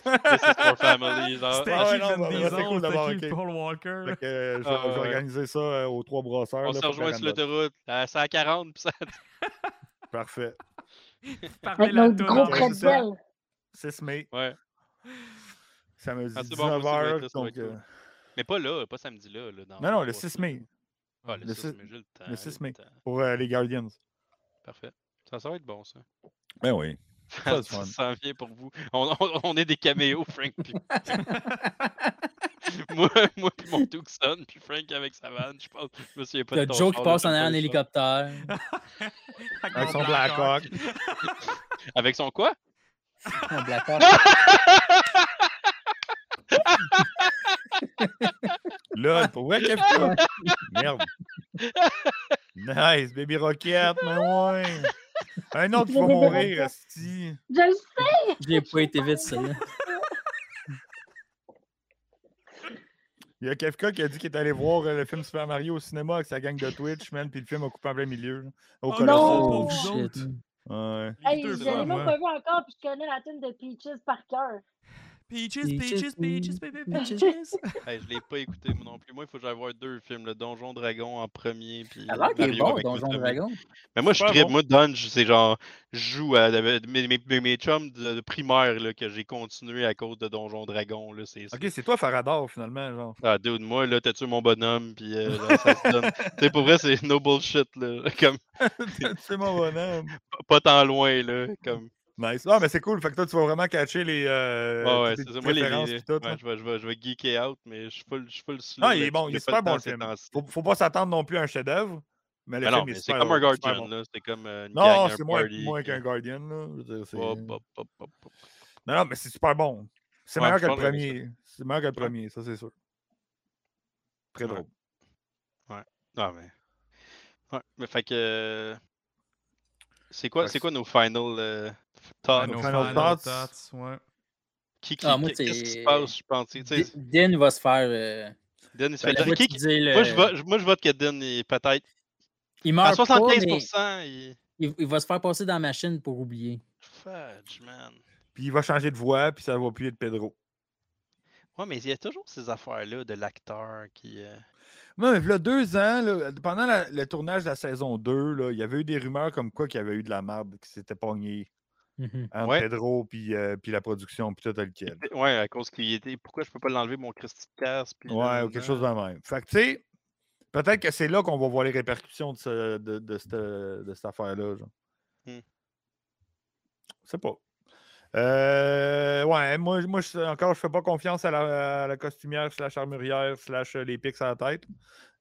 [SPEAKER 2] This is for family. genre.
[SPEAKER 3] *laughs*
[SPEAKER 1] C'était
[SPEAKER 3] Ah ouais,
[SPEAKER 1] qui
[SPEAKER 3] non,
[SPEAKER 1] Vin
[SPEAKER 3] bah, bah,
[SPEAKER 1] Diesel?
[SPEAKER 3] c'est cool d'avoir,
[SPEAKER 1] C'était qui
[SPEAKER 3] ok.
[SPEAKER 1] Paul Walker?
[SPEAKER 3] *laughs* Fait que, euh, je, vais,
[SPEAKER 2] Ah,
[SPEAKER 3] je vais
[SPEAKER 2] ouais.
[SPEAKER 3] organiser ça euh, aux trois brasseurs.
[SPEAKER 2] On
[SPEAKER 3] là,
[SPEAKER 2] se
[SPEAKER 3] pour
[SPEAKER 2] rejoint
[SPEAKER 3] faire
[SPEAKER 2] sur
[SPEAKER 3] un autre.
[SPEAKER 2] l'autoroute. à- C'est à 40, puis ça.
[SPEAKER 3] Parfait.
[SPEAKER 1] Partez
[SPEAKER 5] Avec
[SPEAKER 1] la
[SPEAKER 5] notre
[SPEAKER 1] toune
[SPEAKER 5] gros
[SPEAKER 1] en
[SPEAKER 3] prêt de-
[SPEAKER 1] même temps.
[SPEAKER 5] pretzel.
[SPEAKER 3] 6 mai,
[SPEAKER 2] Ouais.
[SPEAKER 3] ça me dit
[SPEAKER 2] Ah, c'est bon, moi, ça doit être
[SPEAKER 3] 19h.
[SPEAKER 2] là, ça doit
[SPEAKER 3] donc,
[SPEAKER 2] être cool.
[SPEAKER 3] euh,
[SPEAKER 2] Mais pas là, pas samedi là. là dans
[SPEAKER 3] non, non, le
[SPEAKER 2] trois
[SPEAKER 3] 6
[SPEAKER 2] semaines.
[SPEAKER 3] mai
[SPEAKER 2] Ah, le,
[SPEAKER 3] Le
[SPEAKER 2] 6
[SPEAKER 3] six-
[SPEAKER 2] mai, j'ai le temps.
[SPEAKER 3] le
[SPEAKER 2] j'ai
[SPEAKER 3] 6 mai.
[SPEAKER 2] temps.
[SPEAKER 3] pour euh, les Guardians.
[SPEAKER 2] Parfait. Ça, ça va être bon, ça.
[SPEAKER 3] Ben oui. *laughs*
[SPEAKER 2] Ça,
[SPEAKER 3] Ça, c'est fun.
[SPEAKER 2] s'en vient pour vous. On, on- on est des caméos, Frank. Puis... *laughs*
[SPEAKER 1] *laughs*
[SPEAKER 2] moi, moi, puis
[SPEAKER 3] *laughs*
[SPEAKER 2] mon Tucson, puis Frank avec sa vanne. Je pense, je me souviens pas
[SPEAKER 4] Il y a
[SPEAKER 2] de ton
[SPEAKER 4] Joe qui
[SPEAKER 2] char,
[SPEAKER 4] passe
[SPEAKER 2] là,
[SPEAKER 4] en
[SPEAKER 2] ton
[SPEAKER 4] arrière en
[SPEAKER 2] char.
[SPEAKER 4] hélicoptère.
[SPEAKER 1] Avec
[SPEAKER 3] Avec
[SPEAKER 1] mon
[SPEAKER 3] son
[SPEAKER 1] Black Hawk.
[SPEAKER 3] Blackhawk.
[SPEAKER 2] Avec son quoi?
[SPEAKER 4] Un Black Hawk.
[SPEAKER 3] Là, pour vrai, qu'est-ce que Merde. Nice, Baby Rocket, mais ouais. Un autre qui va
[SPEAKER 5] Baby
[SPEAKER 3] mourir,
[SPEAKER 5] Rocket.
[SPEAKER 3] Asti.
[SPEAKER 5] Je le sais!
[SPEAKER 4] J'ai pas été vite, celle-là.
[SPEAKER 3] Il y a Kefka qui a dit qu'il est allé voir euh, le film Super Mario au cinéma avec sa gang de Twitch, man, puis le film a coupé en plein milieu. là, Au
[SPEAKER 1] Oh
[SPEAKER 3] colossal.
[SPEAKER 1] non! vous
[SPEAKER 4] shit.
[SPEAKER 1] autres.
[SPEAKER 3] Ouais.
[SPEAKER 1] Les
[SPEAKER 5] Hey,
[SPEAKER 1] deux
[SPEAKER 5] je
[SPEAKER 1] fois,
[SPEAKER 5] l'ai même
[SPEAKER 1] moi.
[SPEAKER 5] pas vu encore, puis je connais la tune de Peaches par cœur.
[SPEAKER 1] Peaches,
[SPEAKER 4] Peaches,
[SPEAKER 1] peaches, peaches,
[SPEAKER 4] peaches,
[SPEAKER 1] baby,
[SPEAKER 4] peaches.
[SPEAKER 1] peaches.
[SPEAKER 2] Hey, je l'ai pas écouté, moi non plus. Moi, il faut que j'aille voir deux films. Le Donjon Dragon en premier, puis
[SPEAKER 4] Alors qu'il est
[SPEAKER 2] Mario
[SPEAKER 4] bon,
[SPEAKER 2] avec
[SPEAKER 4] Donjon
[SPEAKER 2] Mutombo.
[SPEAKER 4] Dragon.
[SPEAKER 2] Mais moi, je
[SPEAKER 3] Super
[SPEAKER 2] tripe.
[SPEAKER 3] bon.
[SPEAKER 2] Moi, Dunge, c'est genre, je joue à avec mes, mes, mes- mes chums de, de primaire là, que j'ai continué à cause de Donjon Dragon. Là, c'est, c'est-
[SPEAKER 3] Ok, c'est toi Farador, finalement,
[SPEAKER 2] *laughs*
[SPEAKER 3] genre. *laughs*
[SPEAKER 2] Ah, dude, moi, là, t'as tué mon bonhomme, puis euh, là, ça se donne. tu sais, pour vrai, c'est no bullshit, là. *laughs* Comme,
[SPEAKER 3] c'est mon bonhomme.
[SPEAKER 2] pas tant loin, là. Comme,
[SPEAKER 3] Nice. Ah, mais c'est cool. Fait que toi, tu vas vraiment catcher les. Euh,
[SPEAKER 2] Ah ouais,
[SPEAKER 3] toutes
[SPEAKER 2] c'est
[SPEAKER 3] les
[SPEAKER 2] ça. Moi, les,
[SPEAKER 3] préférences
[SPEAKER 2] les-
[SPEAKER 3] pis tout,
[SPEAKER 2] ouais,
[SPEAKER 3] là.
[SPEAKER 2] je, vais, je, vais, je vais geeker out, mais je suis full, je suis full slow.
[SPEAKER 3] Ah, il est
[SPEAKER 2] là-dessus,
[SPEAKER 3] bon, il
[SPEAKER 2] j'ai
[SPEAKER 3] est
[SPEAKER 2] pas
[SPEAKER 3] super
[SPEAKER 2] le temps
[SPEAKER 3] bon, le
[SPEAKER 2] ces
[SPEAKER 3] film.
[SPEAKER 2] temps-ci.
[SPEAKER 3] Faut, faut pas s'attendre non plus à un chef-d'œuvre. Mais le
[SPEAKER 2] Ah non,
[SPEAKER 3] film
[SPEAKER 2] mais
[SPEAKER 3] est
[SPEAKER 2] c'est
[SPEAKER 3] super
[SPEAKER 2] comme un
[SPEAKER 3] bon, super
[SPEAKER 2] Guardian,
[SPEAKER 3] bon.
[SPEAKER 2] là. C'est comme euh, une
[SPEAKER 3] Non,
[SPEAKER 2] gang, un
[SPEAKER 3] c'est moins,
[SPEAKER 2] party,
[SPEAKER 3] moins
[SPEAKER 2] puis-
[SPEAKER 3] qu'un Guardian. Là. Je veux dire, c'est-
[SPEAKER 2] Hop, hop, hop, hop, hop.
[SPEAKER 3] Non, non, mais c'est super bon. C'est
[SPEAKER 2] Ouais,
[SPEAKER 3] meilleur
[SPEAKER 2] je
[SPEAKER 3] que le
[SPEAKER 2] pense que j'aime
[SPEAKER 3] premier. C'est meilleur que le
[SPEAKER 2] Ouais.
[SPEAKER 3] premier, ça, c'est sûr. Très
[SPEAKER 2] Ouais.
[SPEAKER 3] drôle.
[SPEAKER 2] Ah, mais. Ouais, mais fait que. C'est quoi,
[SPEAKER 3] Fait que
[SPEAKER 2] c'est quoi nos final euh, thoughts?
[SPEAKER 1] Ah, nos
[SPEAKER 3] Final
[SPEAKER 1] final
[SPEAKER 3] thoughts.
[SPEAKER 1] thoughts, ouais.
[SPEAKER 2] Qui, qui,
[SPEAKER 4] Ah, moi,
[SPEAKER 2] qui- qu'est-ce qui se
[SPEAKER 4] c'est-
[SPEAKER 2] passe, je pense? Tu sais,
[SPEAKER 4] Din va se faire. euh,
[SPEAKER 2] Dan, il se fait
[SPEAKER 4] ben, la
[SPEAKER 2] dire-
[SPEAKER 4] fois
[SPEAKER 2] qui-
[SPEAKER 4] qu'il disait le-
[SPEAKER 2] Moi, je vote, moi, je vote que Dan est peut-être.
[SPEAKER 4] Il
[SPEAKER 2] À
[SPEAKER 4] meurt pas, euh, mais
[SPEAKER 2] 75%, il.
[SPEAKER 4] il, il va se faire passer dans la machine pour oublier.
[SPEAKER 2] Fudge, man.
[SPEAKER 3] Puis il va changer de voix, puis ça va plus être Pedro.
[SPEAKER 2] Ouais, mais il y a toujours ces affaires-là de l'acteur qui. euh,
[SPEAKER 3] Non, mais il y a deux ans, là, pendant la- le tournage de la saison 2, là, il y avait eu des rumeurs comme quoi qu'il y avait eu de la merde qui s'était pognée
[SPEAKER 4] Mhm.
[SPEAKER 3] entre
[SPEAKER 2] Ouais.
[SPEAKER 3] Pedro puis, euh, puis la production, puis tout tel quel.
[SPEAKER 2] Ouais, à cause qu'il était. Pourquoi je peux pas l'enlever, mon Christy de casse? puis
[SPEAKER 3] Ouais,
[SPEAKER 2] nanana.
[SPEAKER 3] ou quelque chose de même. Fait que, tu sais, peut-être que c'est là qu'on va voir les répercussions de, ce- de, de cette, euh, de cette affaire-là. genre.
[SPEAKER 2] Hmm.
[SPEAKER 3] Je sais pas. Euh, ouais, moi, moi je, encore, je fais pas confiance à la, à la costumière, slash armurière, slash euh, les pics à la tête.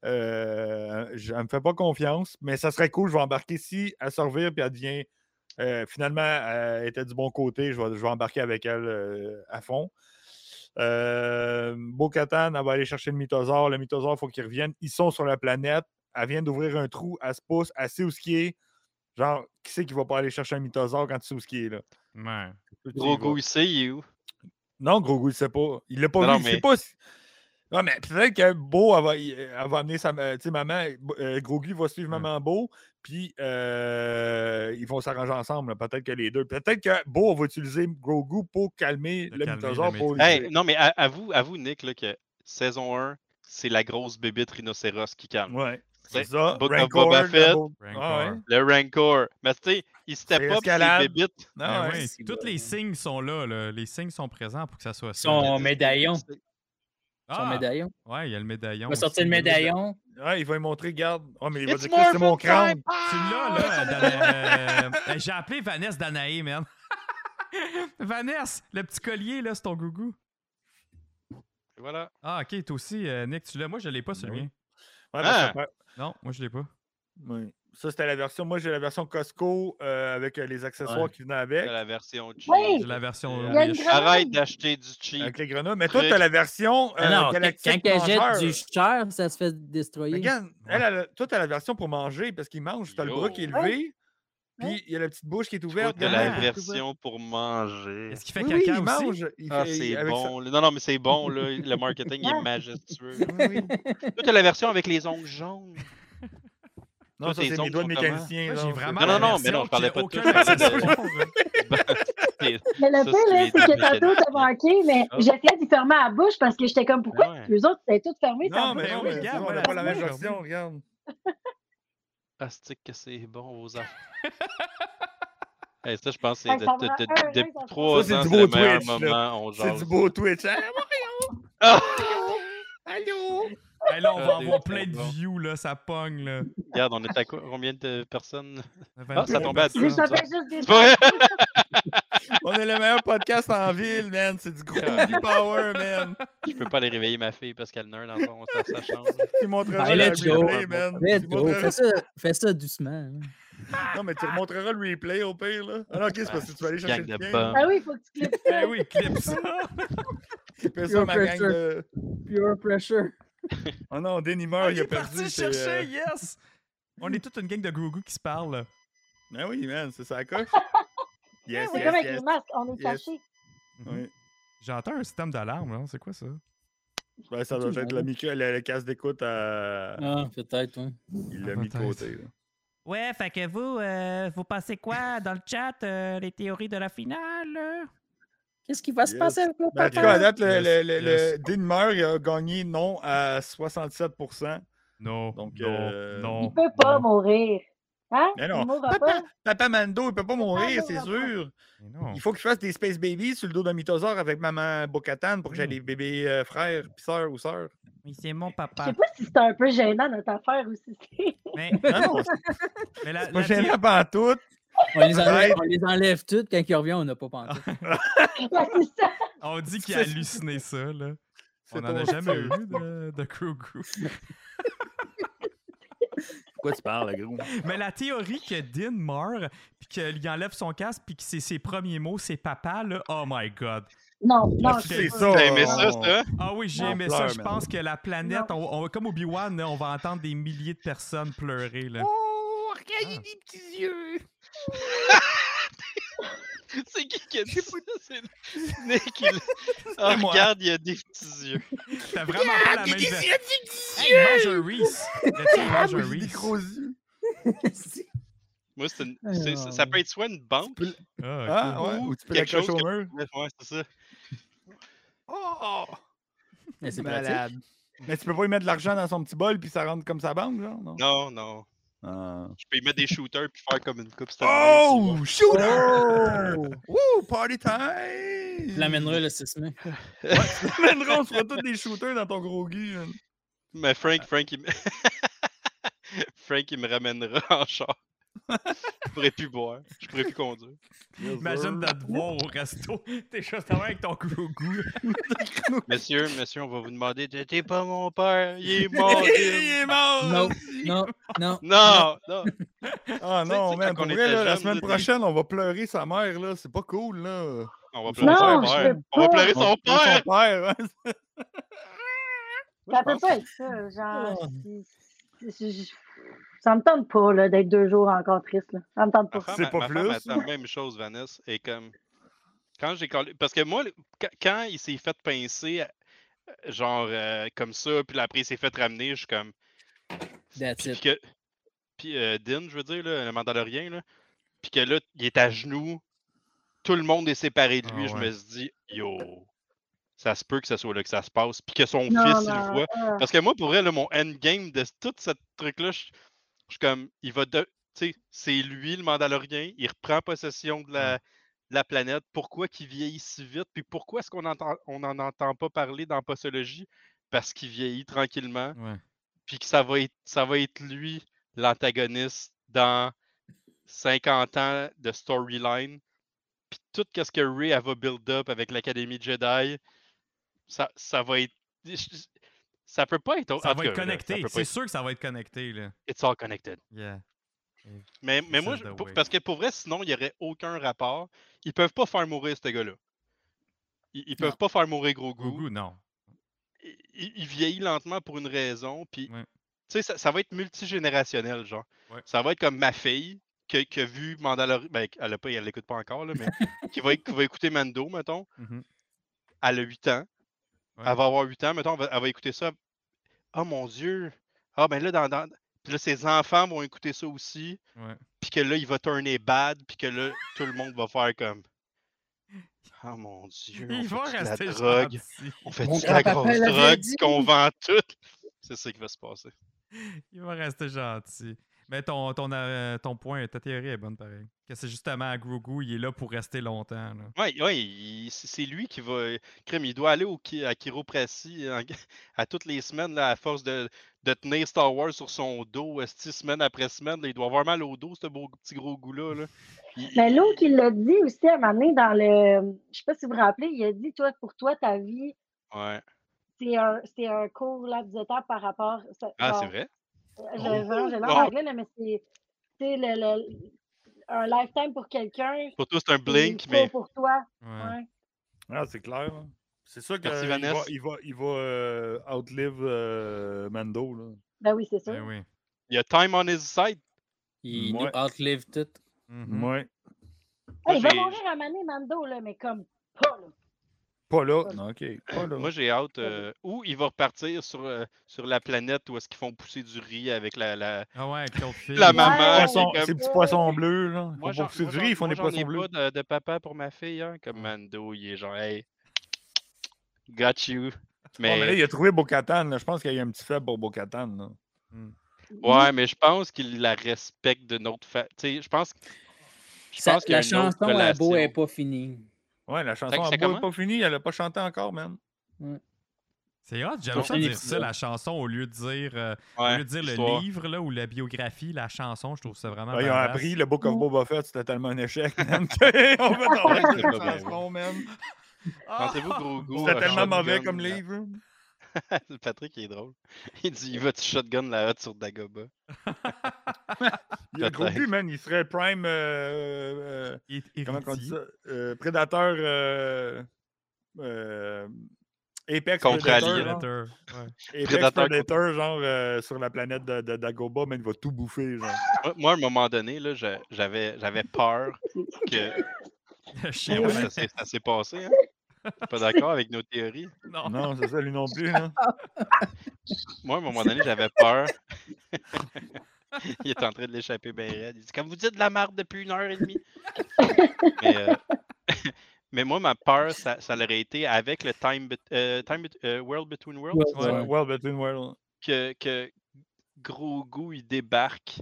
[SPEAKER 3] Euh, je elle me fais pas confiance, mais ça serait cool. Je vais embarquer si elle servir puis elle devient. euh, finalement, elle était du bon côté. Je vais, je vais embarquer avec elle euh, à fond. Euh, Bo-Katan, elle va aller chercher le mythosaure. Le mythosaure, il faut qu'il revienne. Ils sont sur la planète. Elle vient d'ouvrir un trou. Elle se pousse. Elle sait où ce qui est. Genre, qui c'est qui va pas aller chercher un mythosaure quand tu sais où ce qui est là?
[SPEAKER 1] Ouais.
[SPEAKER 3] Toi, tu y
[SPEAKER 2] Gros
[SPEAKER 3] vas.
[SPEAKER 2] goût, il sait, il est où?
[SPEAKER 3] Non, Gros Goût, il sait pas. Il l'a pas
[SPEAKER 2] Non,
[SPEAKER 3] vu.
[SPEAKER 2] non,
[SPEAKER 3] Il
[SPEAKER 2] mais-
[SPEAKER 3] sait pas si- Non, mais peut-être que Beau, elle va, il- elle va amener sa. ma- Tu sais, maman. euh, Gros Goût va suivre
[SPEAKER 1] Ouais.
[SPEAKER 3] maman Beau. Puis, euh, ils vont s'arranger ensemble. là, Peut-être que les deux. Peut-être que Beau va utiliser Gros Goût pour calmer
[SPEAKER 1] De
[SPEAKER 3] le
[SPEAKER 1] calmer le
[SPEAKER 3] mythosaure. Pour
[SPEAKER 1] mythosaure.
[SPEAKER 2] Hey,
[SPEAKER 3] lui-
[SPEAKER 2] non, mais à- avoue, avoue, Nick, là, que saison 1, c'est la grosse bébite rhinocéros qui calme.
[SPEAKER 3] Ouais. C'est
[SPEAKER 2] C'est
[SPEAKER 3] ça.
[SPEAKER 2] Book of
[SPEAKER 3] Rancor,
[SPEAKER 2] Boba Fett.
[SPEAKER 3] Gabo- Ah
[SPEAKER 1] Rancor.
[SPEAKER 3] ouais.
[SPEAKER 2] Le Rancor. Mais tu sais, il step
[SPEAKER 3] C'est
[SPEAKER 2] up
[SPEAKER 3] escalade.
[SPEAKER 2] ses bébites.
[SPEAKER 1] Ben
[SPEAKER 3] Ah ouais.
[SPEAKER 1] ouais,
[SPEAKER 4] c'est hein.
[SPEAKER 1] Tous
[SPEAKER 4] bon.
[SPEAKER 1] les signes sont là, là. Les signes sont présents pour que ça soit ça.
[SPEAKER 4] Son médaillon. Son
[SPEAKER 1] Ah!
[SPEAKER 4] médaillon.
[SPEAKER 1] Ouais, il y a le médaillon.
[SPEAKER 4] Il va
[SPEAKER 1] aussi.
[SPEAKER 4] sortir le
[SPEAKER 2] Euh,
[SPEAKER 4] médaillon.
[SPEAKER 3] Ouais, Ah, il va lui montrer, regarde. Oh, mais il va
[SPEAKER 2] It's
[SPEAKER 3] dire Chris, c'est
[SPEAKER 2] Morphin
[SPEAKER 3] mon crâne.
[SPEAKER 2] time! Ah!
[SPEAKER 1] Tu l'as, là,
[SPEAKER 4] *laughs*
[SPEAKER 1] Dana- euh, euh, J'ai appelé Vanessa Danaé, man. *laughs* Vanessa, le petit collier, là, c'est ton gougou.
[SPEAKER 2] Voilà.
[SPEAKER 1] Ah, ok, toi aussi, euh, Nick, tu l'as. Moi, je l'ai pas,
[SPEAKER 3] Ben
[SPEAKER 1] celui-là.
[SPEAKER 3] Ouais, parce que
[SPEAKER 2] Ah!
[SPEAKER 3] ça perd-
[SPEAKER 4] *laughs*
[SPEAKER 1] Non, moi, je l'ai pas.
[SPEAKER 3] Ouais. Ça, c'était la version. Moi, j'ai la version Costco euh, avec euh, les accessoires
[SPEAKER 4] Ouais.
[SPEAKER 3] qui venaient avec.
[SPEAKER 2] T'as la version cheap.
[SPEAKER 5] Oui!
[SPEAKER 1] J'ai la version.
[SPEAKER 5] Il y a une
[SPEAKER 1] riche.
[SPEAKER 5] grande-
[SPEAKER 2] Arrête d'acheter du cheap.
[SPEAKER 3] Avec les grenades. Mais toi, t'as la version euh,
[SPEAKER 4] Alors, Ah quand
[SPEAKER 3] galactique
[SPEAKER 4] quand elle
[SPEAKER 3] mangeur.
[SPEAKER 4] jette du cher, ça se fait destroyer.
[SPEAKER 3] Regarde, elle, elle a- toi, t'as la version pour manger parce qu'il mange. T'as le bras qui est
[SPEAKER 2] Yo.
[SPEAKER 3] levé,
[SPEAKER 5] Ouais.
[SPEAKER 3] puis il y a la petite bouche qui est
[SPEAKER 2] Toi,
[SPEAKER 3] ouverte.
[SPEAKER 2] t'as
[SPEAKER 3] de
[SPEAKER 2] la
[SPEAKER 3] même.
[SPEAKER 2] version pour manger.
[SPEAKER 1] Est-ce qu'il fait
[SPEAKER 3] Oui, oui,
[SPEAKER 1] caca
[SPEAKER 3] il
[SPEAKER 1] aussi?
[SPEAKER 3] mange. Il
[SPEAKER 2] Ah,
[SPEAKER 3] fait-
[SPEAKER 2] c'est
[SPEAKER 3] avec sa-
[SPEAKER 2] bon. là. Non, non, mais c'est bon, là. Le marketing il est
[SPEAKER 5] Ouais.
[SPEAKER 2] majestueux.
[SPEAKER 3] Oui, oui.
[SPEAKER 2] Toi, t'as la version avec les ongles jaunes.
[SPEAKER 3] Non,
[SPEAKER 2] Toi,
[SPEAKER 3] ça,
[SPEAKER 2] tes
[SPEAKER 3] c'est
[SPEAKER 2] ongles
[SPEAKER 3] les doigts de
[SPEAKER 2] sont comment?
[SPEAKER 3] mécanicien.
[SPEAKER 1] Moi,
[SPEAKER 3] genre,
[SPEAKER 1] J'ai vraiment
[SPEAKER 2] Non, non,
[SPEAKER 1] la
[SPEAKER 2] non, mais
[SPEAKER 1] version
[SPEAKER 2] non, je parlais
[SPEAKER 1] qui a
[SPEAKER 2] pas de
[SPEAKER 1] aucun
[SPEAKER 2] toi, je parlais de-
[SPEAKER 1] accessoire.
[SPEAKER 2] C'est-
[SPEAKER 5] Mais le
[SPEAKER 2] Ça,
[SPEAKER 5] pire,
[SPEAKER 2] c'est
[SPEAKER 5] là,
[SPEAKER 2] les
[SPEAKER 5] c'est que
[SPEAKER 2] deux
[SPEAKER 5] tantôt, t'as manqué, mais
[SPEAKER 2] Ah.
[SPEAKER 5] j'essayais d'y fermer la bouche parce que j'étais comme, pourquoi
[SPEAKER 2] Ouais.
[SPEAKER 5] les autres, c'était tout fermé? ça
[SPEAKER 3] Ah Non,
[SPEAKER 5] me
[SPEAKER 3] mais
[SPEAKER 5] fait
[SPEAKER 3] non,
[SPEAKER 1] oui,
[SPEAKER 5] pas
[SPEAKER 3] mais
[SPEAKER 5] mal.
[SPEAKER 1] regarde,
[SPEAKER 3] on
[SPEAKER 1] voilà,
[SPEAKER 3] n'a pas la même
[SPEAKER 1] oui,
[SPEAKER 3] version,
[SPEAKER 1] oui.
[SPEAKER 3] regarde.
[SPEAKER 2] Plastique que c'est bon, vos
[SPEAKER 3] *laughs*
[SPEAKER 2] affaires. Hey, ça, je pense que
[SPEAKER 5] Hey,
[SPEAKER 2] c'est
[SPEAKER 5] ça
[SPEAKER 2] de- de-
[SPEAKER 5] prend
[SPEAKER 2] de-
[SPEAKER 5] un an,
[SPEAKER 2] depuis
[SPEAKER 5] ça se
[SPEAKER 2] trois ans,
[SPEAKER 3] fait. Ça,
[SPEAKER 2] c'est
[SPEAKER 3] c'est du
[SPEAKER 2] le
[SPEAKER 3] beau
[SPEAKER 2] meilleur
[SPEAKER 3] Twitch, là.
[SPEAKER 2] moment. On
[SPEAKER 3] C'est du
[SPEAKER 2] jase.
[SPEAKER 3] beau Twitch. hein?
[SPEAKER 2] Ah!
[SPEAKER 3] Allô?
[SPEAKER 1] Hey, là, on va
[SPEAKER 2] Ah,
[SPEAKER 1] avoir
[SPEAKER 2] c'est
[SPEAKER 1] plein de
[SPEAKER 2] bon.
[SPEAKER 1] views, là, ça pogne, là.
[SPEAKER 2] Regarde, on est à
[SPEAKER 3] *laughs*
[SPEAKER 2] quoi? Combien de personnes?
[SPEAKER 1] Ah,
[SPEAKER 2] ça tombait à
[SPEAKER 5] Mais
[SPEAKER 2] deux.
[SPEAKER 5] ça fait juste des
[SPEAKER 2] C'est pas vrai?
[SPEAKER 3] On est le meilleur podcast en ville, man. C'est du gros
[SPEAKER 2] Calme.
[SPEAKER 3] power, man.
[SPEAKER 2] Je peux pas aller réveiller ma fille parce qu'elle n'a un dans son, dans sa chambre.
[SPEAKER 3] Tu montreras
[SPEAKER 4] Allez,
[SPEAKER 3] le
[SPEAKER 4] let's go.
[SPEAKER 3] replay, man.
[SPEAKER 4] Let's
[SPEAKER 3] Tu
[SPEAKER 4] go,
[SPEAKER 3] montreras-
[SPEAKER 4] Fais ça, fais ça doucement. hein.
[SPEAKER 3] Non, mais tu montreras le replay au pire, là. Ah non, ok, c'est parce que tu vas aller chercher
[SPEAKER 2] Gang de
[SPEAKER 3] le
[SPEAKER 2] bums.
[SPEAKER 3] lien.
[SPEAKER 5] Ah oui, faut que tu cliques
[SPEAKER 3] Eh
[SPEAKER 5] ça.
[SPEAKER 1] Ben oui, clip
[SPEAKER 3] *laughs*
[SPEAKER 1] ça!
[SPEAKER 3] Fais ça, ma
[SPEAKER 4] Yo,
[SPEAKER 3] gang
[SPEAKER 4] pressure.
[SPEAKER 3] de...
[SPEAKER 4] Pure pressure.
[SPEAKER 3] Oh non, Danny Meur, il
[SPEAKER 1] il
[SPEAKER 3] a
[SPEAKER 1] est
[SPEAKER 3] perdu.
[SPEAKER 1] parti
[SPEAKER 3] c'est, euh,
[SPEAKER 1] chercher, yes! On est toute une gang de gougou qui se parle.
[SPEAKER 3] Ben oui, man, c'est ça, *laughs* coche. Yes,
[SPEAKER 5] C'est
[SPEAKER 3] yes,
[SPEAKER 5] comme avec
[SPEAKER 3] yes.
[SPEAKER 5] les masques, on est
[SPEAKER 3] yes.
[SPEAKER 5] cachés.
[SPEAKER 3] Oui.
[SPEAKER 1] J'entends un système d'alarme, là. C'est quoi ça?
[SPEAKER 3] Ben, ça doit être le micro, le, le casque d'écoute à...
[SPEAKER 4] Ah, peut-être, oui.
[SPEAKER 3] Il l'a
[SPEAKER 1] Ah,
[SPEAKER 3] mis de
[SPEAKER 1] peut-être.
[SPEAKER 3] côté, là.
[SPEAKER 1] Ouais, fait que vous, euh, vous pensez quoi dans le chat, euh, les théories de la finale?
[SPEAKER 4] Qu'est-ce qui va se
[SPEAKER 3] Yes.
[SPEAKER 4] passer avec le
[SPEAKER 3] Ben, en tout
[SPEAKER 4] papa?
[SPEAKER 3] cas, à date, le,
[SPEAKER 1] Yes,
[SPEAKER 3] le, le, le
[SPEAKER 1] yes.
[SPEAKER 3] Dean Meur, il a gagné non à 67
[SPEAKER 1] Non,
[SPEAKER 3] Donc,
[SPEAKER 1] non,
[SPEAKER 3] euh,
[SPEAKER 1] non.
[SPEAKER 5] Il peut pas
[SPEAKER 1] non,
[SPEAKER 5] mourir. Hein?
[SPEAKER 3] Mais non.
[SPEAKER 5] Il mourra pas.
[SPEAKER 3] Papa, papa Mando, il peut pas mourir, c'est sûr.
[SPEAKER 1] mais non.
[SPEAKER 3] Il faut qu'il fasse des Space Babies sur le dos d'un mythosaure avec maman Bocatan pour que j'ai
[SPEAKER 1] Mm.
[SPEAKER 3] des bébés euh, frères, puis sœurs ou *laughs* sœurs.
[SPEAKER 1] Mais c'est mon
[SPEAKER 5] Je
[SPEAKER 1] papa.
[SPEAKER 5] sais pas si c'est un peu gênant notre affaire ou si c'est. *laughs*
[SPEAKER 1] Mais, hein?
[SPEAKER 3] Non, non, c'est
[SPEAKER 1] mais la,
[SPEAKER 3] pas
[SPEAKER 1] la thé-
[SPEAKER 3] gênant pas tout.
[SPEAKER 4] On les enlève,
[SPEAKER 3] Arrête.
[SPEAKER 4] on les enlève toutes. Quand ils reviennent, on n'a pas
[SPEAKER 2] Ah.
[SPEAKER 4] pensé. *laughs*
[SPEAKER 3] *laughs*
[SPEAKER 5] Ouais, c'est ça.
[SPEAKER 1] on dit qu'il a
[SPEAKER 3] C'est-
[SPEAKER 1] halluciné ça, là. On n'en a jamais eu de, de crew group.
[SPEAKER 3] Pourquoi tu parles, gros?
[SPEAKER 1] Mais la théorie que Dean meurt, puis qu'il enlève son casque, puis que c'est ses premiers mots, c'est papa, là, oh my god.
[SPEAKER 5] Non, non,
[SPEAKER 1] c'est
[SPEAKER 5] c'est
[SPEAKER 3] C'est
[SPEAKER 5] pas.
[SPEAKER 3] ça.
[SPEAKER 2] T'as aimé
[SPEAKER 3] on-
[SPEAKER 2] ça, ça? *laughs*
[SPEAKER 1] Ah oui, j'ai
[SPEAKER 5] Non,
[SPEAKER 1] aimé
[SPEAKER 3] pleure,
[SPEAKER 1] ça. Je
[SPEAKER 3] man.
[SPEAKER 1] pense que la planète, on, on- comme Obi-Wan, là, on va entendre des milliers de personnes pleurer, là.
[SPEAKER 3] Oh, regardez
[SPEAKER 1] Ah.
[SPEAKER 3] des petits yeux!
[SPEAKER 2] C'est qui qui a dit ça? C'est Nick. il- Ah,
[SPEAKER 3] C'est moi.
[SPEAKER 2] regarde, il y a des petits yeux.
[SPEAKER 1] T'as vraiment pas la
[SPEAKER 3] Des
[SPEAKER 1] même...
[SPEAKER 3] petits yeux,
[SPEAKER 1] ver-
[SPEAKER 3] des petits yeux!
[SPEAKER 1] Hey, mange un Reese! Le tien,
[SPEAKER 3] Ah,
[SPEAKER 1] mange
[SPEAKER 3] mais
[SPEAKER 1] un
[SPEAKER 3] j'ai des
[SPEAKER 1] Reese.
[SPEAKER 3] gros yeux.
[SPEAKER 2] Moi, c'est une- c'est- c'est- ça peut être soit une banque,
[SPEAKER 1] Ah,
[SPEAKER 3] Ah,
[SPEAKER 1] cool.
[SPEAKER 3] ouais, ou tu peux la
[SPEAKER 2] quelque
[SPEAKER 3] cocher
[SPEAKER 2] chose
[SPEAKER 3] au
[SPEAKER 2] que-
[SPEAKER 3] mur.
[SPEAKER 2] ouais, ouais, c'est ça.
[SPEAKER 3] Oh!
[SPEAKER 4] Mais c'est pratique.
[SPEAKER 3] Malade. Mais tu peux pas y mettre de l'argent dans son petit bol puis ça rentre comme ça banque, genre, non?
[SPEAKER 2] Non, non.
[SPEAKER 3] Ah.
[SPEAKER 2] Je peux y mettre des shooters puis faire comme une coupe Stanley, tu vois.
[SPEAKER 3] Oh, shooter! *laughs*
[SPEAKER 4] Oh!
[SPEAKER 3] Wouh, party time!
[SPEAKER 4] Je l'amènerai le 6 mai.
[SPEAKER 3] *laughs* Mènerons, on se fera tous des shooters dans ton gros gui. man.
[SPEAKER 2] *laughs* Mais Frank, Frank, il me... *laughs* Frank, il me ramènera en
[SPEAKER 3] *laughs*
[SPEAKER 2] char. Je pourrais plus boire. Je pourrais plus conduire.
[SPEAKER 1] Imagine de te voir au resto, *laughs* t'es juste avant avec ton gros goût.
[SPEAKER 2] Monsieur, monsieur, on va vous demander T'es pas mon père, il est mort.
[SPEAKER 3] Il
[SPEAKER 1] *laughs* euh,
[SPEAKER 3] est
[SPEAKER 2] Oh,
[SPEAKER 3] mort!
[SPEAKER 4] Non, non, non.
[SPEAKER 2] Non, non.
[SPEAKER 3] Ah
[SPEAKER 2] Tu sais,
[SPEAKER 3] non,
[SPEAKER 2] c'est
[SPEAKER 3] man,
[SPEAKER 2] quand
[SPEAKER 3] pour
[SPEAKER 2] on
[SPEAKER 3] vrai,
[SPEAKER 2] était
[SPEAKER 3] là, la
[SPEAKER 2] jeune,
[SPEAKER 3] semaine
[SPEAKER 2] là, des-
[SPEAKER 3] prochaine, on va pleurer sa mère, là. C'est pas cool, là.
[SPEAKER 2] On va pleurer
[SPEAKER 5] Non,
[SPEAKER 2] son
[SPEAKER 5] je
[SPEAKER 2] père.
[SPEAKER 5] peux
[SPEAKER 2] On va
[SPEAKER 5] pas.
[SPEAKER 2] pleurer
[SPEAKER 3] On
[SPEAKER 2] son
[SPEAKER 3] va pleurer
[SPEAKER 2] père.
[SPEAKER 3] Son père, hein.
[SPEAKER 5] Ça peut pas être ça. euh,
[SPEAKER 2] Ah.
[SPEAKER 5] Genre, c'est- c'est- c'est- ça me tente pas là, d'être deux jours encore triste. Là. Ça me tente
[SPEAKER 2] Ma
[SPEAKER 5] pas.
[SPEAKER 2] femme,
[SPEAKER 3] C'est pas
[SPEAKER 2] ma femme,
[SPEAKER 3] plus.
[SPEAKER 2] elle dit la même chose, Vanessa. Et comme. Quand j'ai collé- Parce que moi, le- quand- quand il s'est fait pincer, euh, genre euh, comme ça, puis là, après il s'est fait ramener, je suis comme.
[SPEAKER 4] That's
[SPEAKER 2] Puis
[SPEAKER 4] it.
[SPEAKER 2] que. Puis euh, Din, je veux dire, là, le Mandalorien, là. Puis que là, il est à genoux. Tout le monde est séparé de lui.
[SPEAKER 1] Ah
[SPEAKER 2] Je
[SPEAKER 1] ouais.
[SPEAKER 2] me suis dit, yo, ça se peut que ce soit là que ça se passe. Puis que son
[SPEAKER 5] Non,
[SPEAKER 2] fils, il
[SPEAKER 5] non,
[SPEAKER 2] le voit.
[SPEAKER 5] ah.
[SPEAKER 2] Parce que moi, pour elle, là, mon endgame de tout ce truc-là, je je suis comme, il va. De... Tu sais, c'est lui, le Mandalorien. Il reprend possession de la. de la planète, pourquoi qu'il vieillit si vite, puis pourquoi est-ce qu'on n'en en entend pas parler dans Postologie? Parce qu'il vieillit tranquillement,
[SPEAKER 1] Ouais.
[SPEAKER 2] puis que ça va être, ça va être lui l'antagoniste dans 50 ans de storyline. Puis tout ce que Ray elle va build up avec l'Académie Jedi, ça, ça va être. je- Ça peut pas être.
[SPEAKER 1] Ça va
[SPEAKER 2] en tout
[SPEAKER 1] être
[SPEAKER 2] cas, là, ça
[SPEAKER 1] connecté,
[SPEAKER 2] peut pas
[SPEAKER 1] c'est
[SPEAKER 2] être-
[SPEAKER 1] sûr que ça va être connecté, là.
[SPEAKER 2] It's all connected.
[SPEAKER 1] Yeah.
[SPEAKER 2] Mais, mais
[SPEAKER 1] This
[SPEAKER 2] moi,
[SPEAKER 1] is
[SPEAKER 2] je-
[SPEAKER 1] the
[SPEAKER 2] pour-
[SPEAKER 1] way.
[SPEAKER 2] parce que pour vrai, sinon, il n'y aurait aucun rapport. Ils peuvent pas faire mourir ce gars-là. Ils, ils peuvent
[SPEAKER 4] Non.
[SPEAKER 2] pas faire mourir Grogu.
[SPEAKER 1] Gougou, non.
[SPEAKER 2] Il, il- il vieillit lentement pour une raison. Puis,
[SPEAKER 1] Ouais.
[SPEAKER 2] tu sais, ça, ça va être multigénérationnel, genre.
[SPEAKER 1] Ouais.
[SPEAKER 2] Ça va être comme ma fille que- qui a vu Mandalorian. Ben, elle l'a pas, elle l'écoute pas encore,
[SPEAKER 1] *laughs*
[SPEAKER 2] là, mais qui va, éc- qui va écouter Mando, mettons.
[SPEAKER 1] Mhm.
[SPEAKER 2] Elle a 8 ans.
[SPEAKER 1] Ouais.
[SPEAKER 2] Elle va avoir 8 ans, mettons, elle va, elle va écouter ça. Oh mon Dieu! Ah, ben là, dans, dans... Puis là, ses enfants vont écouter ça aussi.
[SPEAKER 1] Ouais.
[SPEAKER 2] puis que là, il va tourner bad, puis que là, tout le monde va faire comme. Oh mon Dieu, on
[SPEAKER 1] Il va
[SPEAKER 2] fait la
[SPEAKER 1] rester
[SPEAKER 2] drogue,
[SPEAKER 1] gentil. *laughs*
[SPEAKER 2] on fait
[SPEAKER 4] Mon
[SPEAKER 2] de la
[SPEAKER 4] grand-papa
[SPEAKER 2] grosse
[SPEAKER 4] l'avait
[SPEAKER 2] drogue
[SPEAKER 4] dit.
[SPEAKER 2] qu'on vend tout. C'est ça qui va se passer.
[SPEAKER 1] Il va rester gentil. Mais ton, ton, euh, ton point, ta théorie est bonne pareil. Que c'est justement Grogu, il est là pour rester longtemps. là.
[SPEAKER 2] Oui, ouais, il- c'est c'est lui qui va. Crème, il doit aller au, chi- à chiropratie en- à toutes les semaines, là, à force de, de tenir Star Wars sur son dos, esti, semaine après semaine. là, il doit avoir mal au dos, ce beau petit gros goût-là. là. Il-
[SPEAKER 5] Mais Ben, l'autre, il l'a dit aussi à un moment donné dans le. Je sais pas si vous vous rappelez, il a dit toi, pour toi, ta vie,
[SPEAKER 2] Ouais.
[SPEAKER 5] c'est un, c'est un court laps de temps par rapport. ça-
[SPEAKER 2] Ah,
[SPEAKER 5] genre,
[SPEAKER 2] c'est vrai?
[SPEAKER 5] Je,
[SPEAKER 2] Oh,
[SPEAKER 5] vraiment, je l'ai
[SPEAKER 2] non.
[SPEAKER 5] en anglais, là, mais c'est tu sais, le, le- un lifetime pour quelqu'un.
[SPEAKER 2] Pour toi, c'est un
[SPEAKER 5] c'est
[SPEAKER 2] blink,
[SPEAKER 5] court
[SPEAKER 2] mais.
[SPEAKER 5] pour toi.
[SPEAKER 1] Ouais.
[SPEAKER 5] Ouais.
[SPEAKER 3] Ah, c'est clair. hein. C'est sûr qu'il
[SPEAKER 2] Merci,
[SPEAKER 3] va,
[SPEAKER 2] Vanessa.
[SPEAKER 3] il va, il va euh, outlive euh, Mando. Là.
[SPEAKER 5] Ben oui, c'est
[SPEAKER 1] Ben
[SPEAKER 5] sûr.
[SPEAKER 1] oui.
[SPEAKER 2] Il y a Time on His Side.
[SPEAKER 4] Il
[SPEAKER 3] Ouais.
[SPEAKER 4] nous outlive tout.
[SPEAKER 1] Mhm.
[SPEAKER 3] Ouais.
[SPEAKER 5] Hey,
[SPEAKER 2] Moi,
[SPEAKER 5] il va
[SPEAKER 2] j'ai-
[SPEAKER 5] mourir à Mané Mando, là, mais comme pas. Là.
[SPEAKER 3] Pas là. Non, OK. Pas là.
[SPEAKER 2] Moi, j'ai hâte.
[SPEAKER 5] Ouais.
[SPEAKER 2] euh, où il va repartir sur, euh, sur la planète où est-ce qu'ils font pousser du riz avec la. la...
[SPEAKER 1] Ah ouais, avec
[SPEAKER 3] *laughs*
[SPEAKER 1] l'autre fille.
[SPEAKER 2] La
[SPEAKER 5] Ouais.
[SPEAKER 2] maman.
[SPEAKER 5] Ouais.
[SPEAKER 2] c'est
[SPEAKER 3] Poisson-
[SPEAKER 2] comme-
[SPEAKER 3] Ces petits poissons bleus. Là.
[SPEAKER 2] Moi,
[SPEAKER 3] Ils font
[SPEAKER 2] j'en-
[SPEAKER 3] pas pousser
[SPEAKER 2] moi,
[SPEAKER 3] du
[SPEAKER 2] j'en-
[SPEAKER 3] riz, ils font
[SPEAKER 2] moi,
[SPEAKER 3] des
[SPEAKER 2] j'en
[SPEAKER 3] poissons
[SPEAKER 2] ai
[SPEAKER 3] bleus.
[SPEAKER 2] pas de, de papa pour ma fille, hein, comme Mando. Il est genre, hey, got
[SPEAKER 3] *laughs*
[SPEAKER 2] you.
[SPEAKER 3] Bon, mais là,
[SPEAKER 2] Mais,
[SPEAKER 3] il a trouvé Bocatan. là. Je pense qu'il y a un petit faible pour Bocatan. là.
[SPEAKER 2] ouais, mais je pense qu'il la respecte de notre fa... Tu sais, je pense. Je
[SPEAKER 4] Ça-
[SPEAKER 2] pense qu'il y a
[SPEAKER 4] la
[SPEAKER 2] une autre
[SPEAKER 4] chanson à Beau n'est
[SPEAKER 2] relation.
[SPEAKER 4] pas finie.
[SPEAKER 3] Ouais, la chanson
[SPEAKER 2] Ça- ça
[SPEAKER 3] à bout
[SPEAKER 2] comment?
[SPEAKER 3] n'est pas finie. Elle n'a pas chanté encore, man.
[SPEAKER 1] C'est hot, j'avais entendu dire
[SPEAKER 4] Pour finir
[SPEAKER 1] ça,
[SPEAKER 4] l'épisode.
[SPEAKER 1] la chanson, au lieu de dire, euh,
[SPEAKER 2] Ouais,
[SPEAKER 1] au lieu de dire le
[SPEAKER 2] l'histoire.
[SPEAKER 1] livre là, ou la biographie, la chanson, je trouve ça
[SPEAKER 2] Ah,
[SPEAKER 1] vraiment.
[SPEAKER 2] ben,
[SPEAKER 3] Ouais, ils ont
[SPEAKER 1] badass.
[SPEAKER 3] appris le Book of
[SPEAKER 5] Mm.
[SPEAKER 3] Boba Fett. C'était tellement un échec, *laughs* man. qu'on va tomber
[SPEAKER 2] C'est
[SPEAKER 3] sur
[SPEAKER 2] pas
[SPEAKER 3] une
[SPEAKER 2] bien,
[SPEAKER 3] chanson, man.
[SPEAKER 1] Ah!
[SPEAKER 2] Pensez-vous
[SPEAKER 3] *laughs*
[SPEAKER 2] que gros goût.
[SPEAKER 3] C'était tellement mauvais
[SPEAKER 2] *laughs*
[SPEAKER 3] comme livre. là.
[SPEAKER 2] Patrick, il est drôle. *laughs* Il dit il va-tu shotgun la hotte sur Dagoba
[SPEAKER 3] Il y a gros
[SPEAKER 2] Peut-être.
[SPEAKER 3] cul, man. Il serait prime. euh, euh,
[SPEAKER 1] Il est
[SPEAKER 3] *laughs* comment on
[SPEAKER 1] héritier.
[SPEAKER 3] dit ça? Euh, prédateur. euh, euh, Apex
[SPEAKER 2] Contre
[SPEAKER 3] Predator,
[SPEAKER 2] Alien.
[SPEAKER 3] genre.
[SPEAKER 1] Prédateur.
[SPEAKER 3] *laughs*
[SPEAKER 1] Ouais.
[SPEAKER 3] Apex
[SPEAKER 2] Prédateur
[SPEAKER 3] Predator, genre, euh, sur la planète de, de- d'Agoba, mais il va tout bouffer, genre.
[SPEAKER 2] *laughs* Moi- Moi, à un moment donné, là, je- j'avais j'avais peur que.
[SPEAKER 4] *laughs*
[SPEAKER 1] Le
[SPEAKER 2] Mais
[SPEAKER 1] chien.
[SPEAKER 2] ouais, ça s'est- ça s'est passé. Hein? T'es Pas d'accord avec nos théories.
[SPEAKER 1] Non.
[SPEAKER 3] Non, c'est ça, lui non
[SPEAKER 2] *laughs*
[SPEAKER 3] plus, là.
[SPEAKER 2] Moi, à un moment donné, j'avais peur. *laughs* il est en train de l'échapper bien raide. Il dit Comme vous dites de la marde depuis une heure et demie. mais, euh, *laughs* mais moi, ma peur, ça, ça l'aurait été avec le Time, bet- euh, time bet- euh, World Between Worlds
[SPEAKER 4] Ouais.
[SPEAKER 3] Ouais, Well Between Worlds.
[SPEAKER 2] que, que Gros Goût, il débarque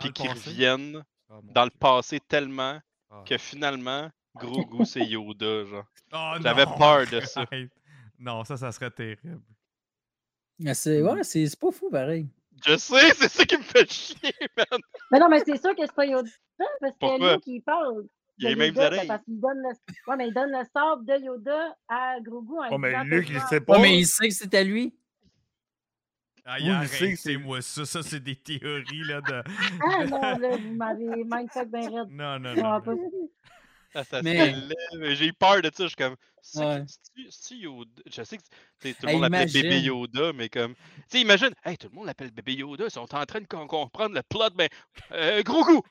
[SPEAKER 1] Dans le
[SPEAKER 2] puis qu'il
[SPEAKER 1] passé.
[SPEAKER 2] revienne
[SPEAKER 1] Ah, mon
[SPEAKER 2] dans le
[SPEAKER 1] Dieu.
[SPEAKER 2] passé tellement
[SPEAKER 1] Ah.
[SPEAKER 2] que finalement, Gros Goût, c'est Yoda. Genre.
[SPEAKER 1] Ah,
[SPEAKER 2] J'avais
[SPEAKER 1] non,
[SPEAKER 2] peur de ça.
[SPEAKER 1] arrête. Non, ça, ça serait terrible.
[SPEAKER 4] Ah,
[SPEAKER 2] Hmm.
[SPEAKER 4] C'est ouais, c'est c'est pas fou pareil.
[SPEAKER 2] Je sais, c'est ça qui me fait chier, man.
[SPEAKER 5] Mais Ben non, mais c'est sûr que c'est pas Yoda, parce
[SPEAKER 2] Pourquoi?
[SPEAKER 5] que lui qui parle.
[SPEAKER 2] Il a
[SPEAKER 5] de
[SPEAKER 2] les mêmes
[SPEAKER 5] Yoda,
[SPEAKER 2] oreilles.
[SPEAKER 5] Parce qu'il donne, le... ouais, mais il donne le sable de Yoda à Grogu. en
[SPEAKER 3] Oh, mais
[SPEAKER 5] disant,
[SPEAKER 3] Luc, il
[SPEAKER 5] Donne-moi-
[SPEAKER 3] sait
[SPEAKER 4] Ouais,
[SPEAKER 3] pas.
[SPEAKER 4] Oh, mais il sait que c'est à lui.
[SPEAKER 1] Aïe,
[SPEAKER 3] Oui, je sais que c'est-
[SPEAKER 1] arrêtez-moi ça. Ça, c'est des théories, là, de...
[SPEAKER 5] *laughs*
[SPEAKER 3] *laughs*
[SPEAKER 5] Ah non, là, vous m'avez mindfuck bien raide.
[SPEAKER 1] Non, non,
[SPEAKER 5] Je comprends
[SPEAKER 1] non.
[SPEAKER 5] pas.
[SPEAKER 1] non.
[SPEAKER 2] Ah, *laughs* ça
[SPEAKER 4] Mais-
[SPEAKER 2] se lève. J'ai eu peur de ça. Je suis comme. c'est-
[SPEAKER 4] Ouais.
[SPEAKER 2] c'est-tu- c'est-tu Yoda? Je sais que tu sais, tout le
[SPEAKER 4] Hey,
[SPEAKER 2] monde l'appelait bébé
[SPEAKER 4] imagine.
[SPEAKER 2] Yoda, mais comme. Tu sais, imagine. Hey, tout le monde l'appelle bébé Yoda. Ils sont en train de com- comprendre le plot. Ben. euh, gros goût!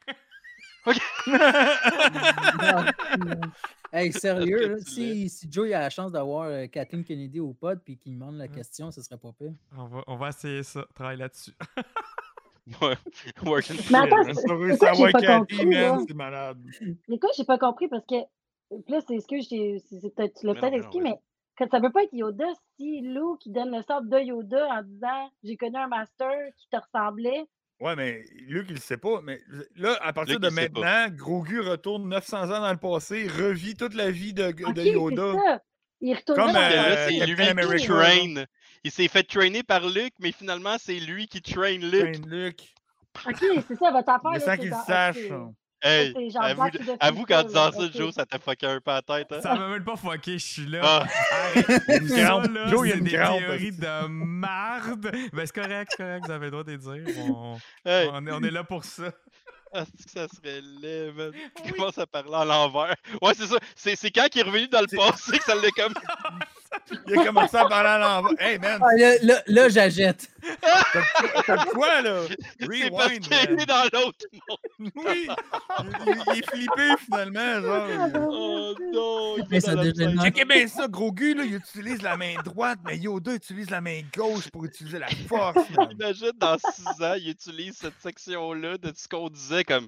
[SPEAKER 2] *laughs*
[SPEAKER 1] *laughs*
[SPEAKER 4] hey,
[SPEAKER 2] que
[SPEAKER 4] sérieux, là,
[SPEAKER 2] tu
[SPEAKER 4] si, si Joe il a la chance d'avoir euh, Kathleen Kennedy au pod puis qu'il demande
[SPEAKER 1] Hein?
[SPEAKER 4] la question, ce serait pas pire.
[SPEAKER 1] On va, on va essayer ça. Travaille là-dessus.
[SPEAKER 2] Ouais. Work in
[SPEAKER 5] Mais attends,
[SPEAKER 2] progress.
[SPEAKER 5] c'est-
[SPEAKER 3] Ça veut
[SPEAKER 5] Pourquoi j'ai
[SPEAKER 3] savoir
[SPEAKER 5] pas
[SPEAKER 3] Cathy,
[SPEAKER 5] compris,
[SPEAKER 3] man.
[SPEAKER 5] là?
[SPEAKER 3] C'est malade.
[SPEAKER 5] Mais quoi, j'ai pas compris parce que. Puis là, c'est ce que j'ai. c'est- c'est peut-être- Tu l'as
[SPEAKER 2] Mais
[SPEAKER 5] peut-être
[SPEAKER 2] non, mais non,
[SPEAKER 5] expliqué,
[SPEAKER 2] mais
[SPEAKER 5] mais que ça peut pas être Yoda si Lou qui donne le sable de Yoda en disant J'ai connu un master qui te ressemblait.
[SPEAKER 3] Ouais, mais Luc, il le sait pas. Mais là, à partir
[SPEAKER 2] Luc,
[SPEAKER 3] de
[SPEAKER 2] il sait pas.
[SPEAKER 3] maintenant, Grogu retourne 900 ans dans le passé, revit toute la vie de, de
[SPEAKER 5] Ok, c'est
[SPEAKER 3] Yoda.
[SPEAKER 5] ça. Il retourne
[SPEAKER 3] Comme,
[SPEAKER 5] dans
[SPEAKER 2] Parce que
[SPEAKER 5] le-
[SPEAKER 2] là,
[SPEAKER 3] euh,
[SPEAKER 2] c'est
[SPEAKER 3] Captain
[SPEAKER 2] lui qui
[SPEAKER 3] America,
[SPEAKER 2] train. Il s'est fait trainer par Luc, mais finalement, c'est lui qui train Luc.
[SPEAKER 3] Saint Luc.
[SPEAKER 5] Ok, c'est ça, votre affaire.
[SPEAKER 3] Mais
[SPEAKER 5] là,
[SPEAKER 3] sans
[SPEAKER 5] c'est
[SPEAKER 3] qu'il
[SPEAKER 5] dans- ok.
[SPEAKER 3] sache. hein.
[SPEAKER 2] Hey,
[SPEAKER 5] c'est genre
[SPEAKER 2] avoue,
[SPEAKER 5] Back to the
[SPEAKER 2] avoue qu'en
[SPEAKER 5] Future,
[SPEAKER 2] disant
[SPEAKER 5] là,
[SPEAKER 2] ça,
[SPEAKER 5] ok.
[SPEAKER 2] Joe, ça t'a fucké un peu à la
[SPEAKER 3] Ben,
[SPEAKER 2] tête. Hein?
[SPEAKER 1] Ça m'a même pas fucké, je suis là.
[SPEAKER 2] Ah,
[SPEAKER 1] Arrête. *laughs*
[SPEAKER 3] Une
[SPEAKER 1] Ça,
[SPEAKER 3] crampe.
[SPEAKER 1] là,
[SPEAKER 3] Joe, il y a
[SPEAKER 1] c'est
[SPEAKER 3] une
[SPEAKER 1] des
[SPEAKER 3] crampe,
[SPEAKER 1] théories
[SPEAKER 3] hostie.
[SPEAKER 1] de marde. Ben, c'est correct, c'est correct. Vous avez le droit de les dire. On,
[SPEAKER 2] hey.
[SPEAKER 1] on est, on est là pour ça.
[SPEAKER 2] Ah, c'est que ça serait laid, man. Il commence à parler à l'envers. Ouais, c'est ça. C'est, c'est quand il est revenu dans le
[SPEAKER 3] C'est-
[SPEAKER 2] passé que ça l'est
[SPEAKER 3] *laughs*
[SPEAKER 2] comme.
[SPEAKER 3] Il a commencé à parler à l'envers. Hey, man,
[SPEAKER 4] Ah, là, là, là, j'achète.
[SPEAKER 1] *laughs*
[SPEAKER 3] t'as de quoi, là?
[SPEAKER 2] C'est parce
[SPEAKER 3] Rewind,
[SPEAKER 2] qu'il est
[SPEAKER 3] *laughs*
[SPEAKER 2] né
[SPEAKER 3] man.
[SPEAKER 2] dans l'autre.
[SPEAKER 3] Oui! Il, il- il est flippé, finalement, *laughs* genre.
[SPEAKER 2] Oh non! il est
[SPEAKER 4] Mais ça
[SPEAKER 2] dans la
[SPEAKER 4] devient
[SPEAKER 2] scène.
[SPEAKER 3] Checkez bien ben ça, gros Gu, là, il utilise la main droite, mais Yoda utilise la main gauche pour utiliser la force,
[SPEAKER 1] *laughs*
[SPEAKER 3] man.
[SPEAKER 2] Imagine dans 6 ans, il utilise cette section-là de ce qu'on disait comme.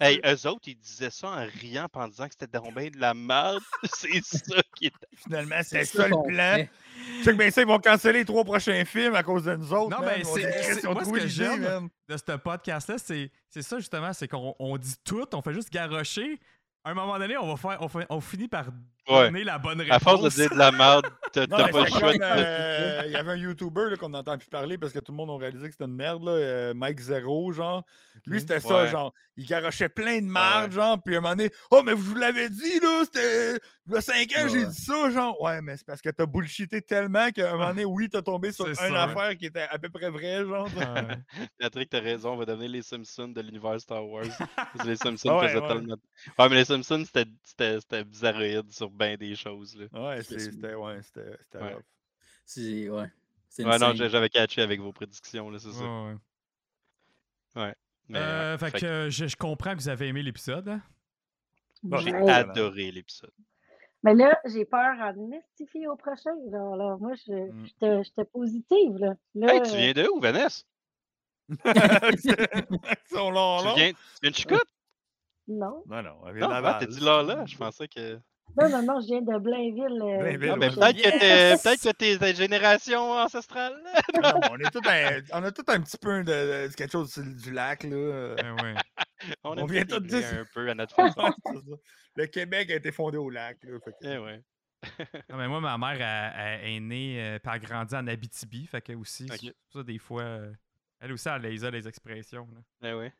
[SPEAKER 2] Hey, eux autres, ils disaient ça en riant en disant que c'était donc ben de la merde. *laughs* C'est ça qui est.
[SPEAKER 3] Finalement,
[SPEAKER 4] C'est
[SPEAKER 3] c'est ça
[SPEAKER 4] qu'on
[SPEAKER 3] le plan.
[SPEAKER 4] fait.
[SPEAKER 3] Check bien ça, ils vont canceller les trois prochains films à cause de nous autres.
[SPEAKER 1] Non,
[SPEAKER 3] man.
[SPEAKER 1] ben,
[SPEAKER 3] On
[SPEAKER 1] c'est-
[SPEAKER 3] dit, Christ,
[SPEAKER 1] c'est-
[SPEAKER 3] ils ont
[SPEAKER 1] moi, ce
[SPEAKER 3] trouvé
[SPEAKER 1] que
[SPEAKER 3] l'idée,
[SPEAKER 1] j'aime,
[SPEAKER 3] man.
[SPEAKER 1] de ce podcast-là, c'est c'est ça justement, c'est qu'on on dit tout, on fait juste garrocher. À un moment donné, on va faire, on, fait- on finit par
[SPEAKER 2] Ouais.
[SPEAKER 1] donner la bonne réponse.
[SPEAKER 2] À force de dire
[SPEAKER 1] *laughs*
[SPEAKER 2] de la merde, t'as
[SPEAKER 3] Non,
[SPEAKER 2] t'as
[SPEAKER 3] mais
[SPEAKER 2] pas le
[SPEAKER 3] c'était
[SPEAKER 2] choix de.
[SPEAKER 3] comme, euh, Il y avait un YouTuber là, qu'on n'entend plus parler parce que tout le monde a réalisé que c'était une merde, là, euh, Mike Zero, genre. Lui, c'était ça,
[SPEAKER 2] Ouais.
[SPEAKER 3] genre. Il garochait plein de merde, genre. Puis à un moment donné, oh, mais vous l'avez dit, là, c'était. Il y a 5 ans, j'ai
[SPEAKER 4] Ouais.
[SPEAKER 3] dit ça, genre. Ouais, mais c'est parce que t'as bullshité tellement qu'à un moment donné, oui, t'as tombé sur
[SPEAKER 1] C'est ça,
[SPEAKER 3] une
[SPEAKER 1] ouais.
[SPEAKER 3] affaire qui était à peu près vraie, genre.
[SPEAKER 1] Euh,
[SPEAKER 2] Patrick, t'as raison, on va devenir les Simpsons de l'univers Star Wars. Parce que les
[SPEAKER 3] Ah
[SPEAKER 2] Simpsons
[SPEAKER 3] ouais,
[SPEAKER 2] faisaient
[SPEAKER 3] ouais.
[SPEAKER 2] tellement. Ouais, mais les Simpsons, c'était- c'était c'était bizarroïde sur bien des choses. Là.
[SPEAKER 3] *laughs* Ouais,
[SPEAKER 4] C'est
[SPEAKER 3] c'est-
[SPEAKER 4] ça.
[SPEAKER 3] c'était. Ouais, c'était. c'était
[SPEAKER 2] Ouais.
[SPEAKER 3] rough.
[SPEAKER 4] C'est, ouais. C'est
[SPEAKER 2] Ouais, non,
[SPEAKER 4] insane.
[SPEAKER 2] j'ai- j'avais catché avec vos prédictions, là, c'est ça.
[SPEAKER 1] ouais, ouais.
[SPEAKER 2] Mais,
[SPEAKER 1] Euh,
[SPEAKER 2] ouais,
[SPEAKER 1] fait que euh, je, je comprends que vous avez aimé l'épisode. hein.
[SPEAKER 2] j'ai
[SPEAKER 5] Ouais.
[SPEAKER 2] adoré l'épisode.
[SPEAKER 5] Mais là, j'ai peur à mystifier au prochain. Là. Alors, moi, je-
[SPEAKER 1] Mm.
[SPEAKER 5] j'étais j'étais positive. Là. Là,
[SPEAKER 2] Hey, tu viens de où, Vanessa?
[SPEAKER 3] *laughs* Ils sont longs,
[SPEAKER 2] Tu
[SPEAKER 3] longs.
[SPEAKER 2] viens, tu viens de Chicoute?
[SPEAKER 5] euh, Non.
[SPEAKER 3] Non, non, elle vient
[SPEAKER 2] Non,
[SPEAKER 3] de
[SPEAKER 2] ah,
[SPEAKER 3] Laval.
[SPEAKER 2] t'as dit là, là. Je pensais que.
[SPEAKER 5] Non, non, non, je viens de Blainville. euh,
[SPEAKER 3] Blainville,
[SPEAKER 5] dans
[SPEAKER 2] Non, mais
[SPEAKER 5] le
[SPEAKER 2] peut-être que t'es-
[SPEAKER 4] Yes!
[SPEAKER 2] peut-être que t'es ta génération ancestrale. là. *laughs*
[SPEAKER 3] Non, on, est tout un, on a tout un petit peu de, de quelque chose du, du lac, là. euh.
[SPEAKER 1] Ben ouais.
[SPEAKER 2] On,
[SPEAKER 3] On
[SPEAKER 2] aime
[SPEAKER 3] vient
[SPEAKER 2] ça
[SPEAKER 3] tous
[SPEAKER 2] dégueuler
[SPEAKER 3] dire-
[SPEAKER 2] un peu à notre façon.
[SPEAKER 3] Ouais, *laughs* c'est ça. Le Québec a été fondé au lac. Là, fait que-
[SPEAKER 2] Eh ouais.
[SPEAKER 1] Non, mais moi, ma mère elle- elle est née, euh, puis elle a grandi en Abitibi. Fait que aussi,
[SPEAKER 2] Ok.
[SPEAKER 1] c'est pour ça, des fois, euh, elle aussi, elle les a les expressions. là.
[SPEAKER 2] Eh ouais.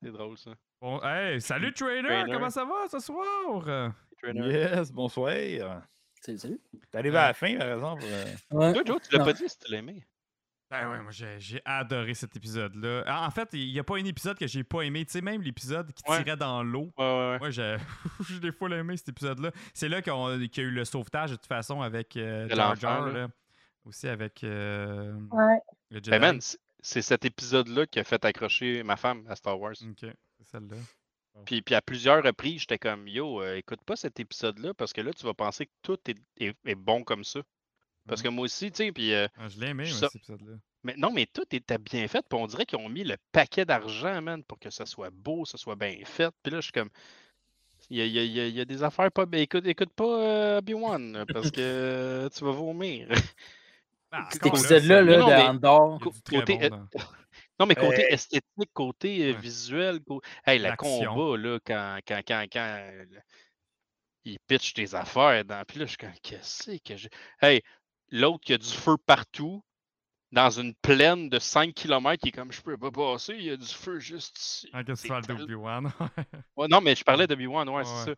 [SPEAKER 2] C'est drôle, ça.
[SPEAKER 1] Bon, hey, salut trainer,
[SPEAKER 2] Trainer.
[SPEAKER 1] comment ça va ce soir?
[SPEAKER 2] Trainer.
[SPEAKER 3] Yes, bonsoir.
[SPEAKER 4] C'est salut.
[SPEAKER 3] T'es arrivé à la fin, par exemple. euh.
[SPEAKER 4] Ouais.
[SPEAKER 2] Toi, Joe, tu l'as
[SPEAKER 4] Non.
[SPEAKER 2] pas dit si tu l'aimais.
[SPEAKER 1] Ben ouais, moi j'ai j'ai adoré cet épisode-là. En- En fait, il n'y a pas un épisode que j'ai pas aimé. Tu sais, même l'épisode qui
[SPEAKER 2] Ouais.
[SPEAKER 1] tirait dans l'eau.
[SPEAKER 2] Ouais, ouais, ouais.
[SPEAKER 1] Moi, j'ai *laughs* j'ai des fois aimé cet épisode-là. C'est là qu'on- qu'il y a eu le sauvetage, de toute façon, avec euh,
[SPEAKER 2] De
[SPEAKER 1] Jar
[SPEAKER 2] l'enfer,
[SPEAKER 1] Jar,
[SPEAKER 2] là.
[SPEAKER 1] là. Aussi avec euh,
[SPEAKER 5] Ouais.
[SPEAKER 1] le Jedi.
[SPEAKER 2] Ben, man, c'est- c'est cet épisode-là qui a fait accrocher ma femme à Star Wars.
[SPEAKER 1] Ok, c'est celle-là.
[SPEAKER 2] Puis, puis à plusieurs reprises, j'étais comme Yo, euh, écoute pas cet épisode-là parce que là, tu vas penser que tout est, est- est bon comme ça. Parce
[SPEAKER 1] Mhm.
[SPEAKER 2] que moi aussi, tu sais, puis. euh,
[SPEAKER 1] Ah, je l'ai aimé,
[SPEAKER 2] Je
[SPEAKER 1] moi,
[SPEAKER 2] sors-
[SPEAKER 1] cet épisode-là.
[SPEAKER 2] mais non, mais tout était bien fait. Puis on dirait qu'ils ont mis le paquet d'argent, man, pour que ça soit beau, ça soit bien fait. Puis là, je suis comme. Il y a, il y a- il y a- il y a des affaires pas. ben, écoute, écoute pas euh, Obi-Wan là, parce que euh, tu vas vomir.
[SPEAKER 1] Ah,
[SPEAKER 4] Cet
[SPEAKER 1] encore là,
[SPEAKER 4] épisode-là,
[SPEAKER 1] c'est-
[SPEAKER 4] là,
[SPEAKER 2] Non,
[SPEAKER 4] de
[SPEAKER 2] mais-
[SPEAKER 4] Andorre.
[SPEAKER 1] il y a
[SPEAKER 2] Co-
[SPEAKER 1] du très
[SPEAKER 2] côté,
[SPEAKER 1] bon
[SPEAKER 2] euh,
[SPEAKER 1] dans-
[SPEAKER 2] Non, mais côté
[SPEAKER 3] Euh,
[SPEAKER 2] esthétique, côté euh,
[SPEAKER 1] ouais.
[SPEAKER 2] visuel, cô- hey, le
[SPEAKER 1] L'action.
[SPEAKER 2] combat, là, quand, quand, quand, quand euh, le- il pitch des affaires dans. Puis là, je suis comme, qu'est-ce que j'ai. Hey, l'autre qui a du feu partout, dans une plaine de 5 km, qui est comme, je peux pas passer, il y a du feu juste ici.
[SPEAKER 1] Ah, qu'est-ce que tu
[SPEAKER 2] c'est
[SPEAKER 1] parles
[SPEAKER 2] tel-
[SPEAKER 1] d'Obi-Wan? Ben,
[SPEAKER 2] Ouais, non, mais je parlais de B1, ouais,
[SPEAKER 1] Ouais,
[SPEAKER 2] c'est ça.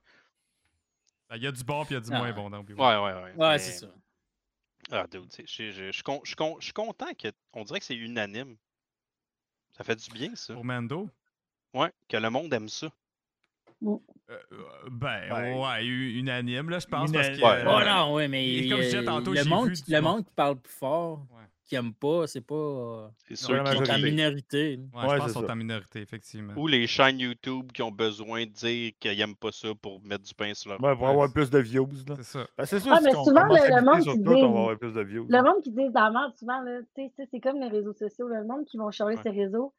[SPEAKER 1] Il y a du bon puis il y a du
[SPEAKER 4] Ah,
[SPEAKER 1] moins
[SPEAKER 4] ouais.
[SPEAKER 1] bon dans Obi-Wan.
[SPEAKER 2] Ouais, ouais, ouais. euh,
[SPEAKER 4] Ouais,
[SPEAKER 2] mais-
[SPEAKER 4] c'est ça.
[SPEAKER 2] Ah, dude, tu sais, je je- je suis con- je suis con- je suis content que. On dirait que c'est unanime. Ça fait du bien, ça.
[SPEAKER 1] Pour Mando?
[SPEAKER 2] Ouais, que le monde aime ça.
[SPEAKER 1] Euh, euh, ben,
[SPEAKER 3] Ben,
[SPEAKER 1] ouais, u- unanime, là, je pense, parce
[SPEAKER 3] unanime.
[SPEAKER 1] que...
[SPEAKER 2] Ouais.
[SPEAKER 1] euh,
[SPEAKER 4] Oh non, oui, mais
[SPEAKER 1] Et comme je disais
[SPEAKER 4] euh,
[SPEAKER 1] tantôt,
[SPEAKER 4] le,
[SPEAKER 1] j'ai
[SPEAKER 4] monde,
[SPEAKER 1] vu
[SPEAKER 4] qui-
[SPEAKER 1] du
[SPEAKER 4] le
[SPEAKER 1] monde.
[SPEAKER 4] monde qui parle plus fort,
[SPEAKER 1] Ouais. Ah,
[SPEAKER 4] qui aime pas, c'est pas euh,
[SPEAKER 2] C'est
[SPEAKER 1] Non,
[SPEAKER 2] sûr
[SPEAKER 3] la
[SPEAKER 2] qu'ils
[SPEAKER 4] la
[SPEAKER 3] Majorité.
[SPEAKER 4] minorité.
[SPEAKER 1] Ouais,
[SPEAKER 4] là.
[SPEAKER 3] Ouais,
[SPEAKER 1] je pense
[SPEAKER 3] c'est
[SPEAKER 1] qu'ils sont
[SPEAKER 3] ça.
[SPEAKER 1] en minorité, effectivement.
[SPEAKER 2] Ou les chaînes YouTube qui ont besoin de dire qu'ils n'aiment pas ça pour mettre du pain sur leur.
[SPEAKER 3] Ouais, pour
[SPEAKER 1] Ouais,
[SPEAKER 3] avoir
[SPEAKER 1] c'est-
[SPEAKER 3] plus de views. Là.
[SPEAKER 1] C'est ça.
[SPEAKER 3] Ben, c'est sûr,
[SPEAKER 5] Ah,
[SPEAKER 3] si
[SPEAKER 5] mais
[SPEAKER 3] on
[SPEAKER 5] souvent,
[SPEAKER 3] commence
[SPEAKER 5] le-
[SPEAKER 3] à
[SPEAKER 5] le monde
[SPEAKER 3] cliquer sur
[SPEAKER 5] qui
[SPEAKER 3] tout,
[SPEAKER 5] dit-
[SPEAKER 3] on va avoir plus de views.
[SPEAKER 5] Le monde qui dit de la merde, souvent, là, tu sais, ça, c'est comme les réseaux sociaux. là, Le monde qui vont charler
[SPEAKER 2] Ouais.
[SPEAKER 5] ces réseaux,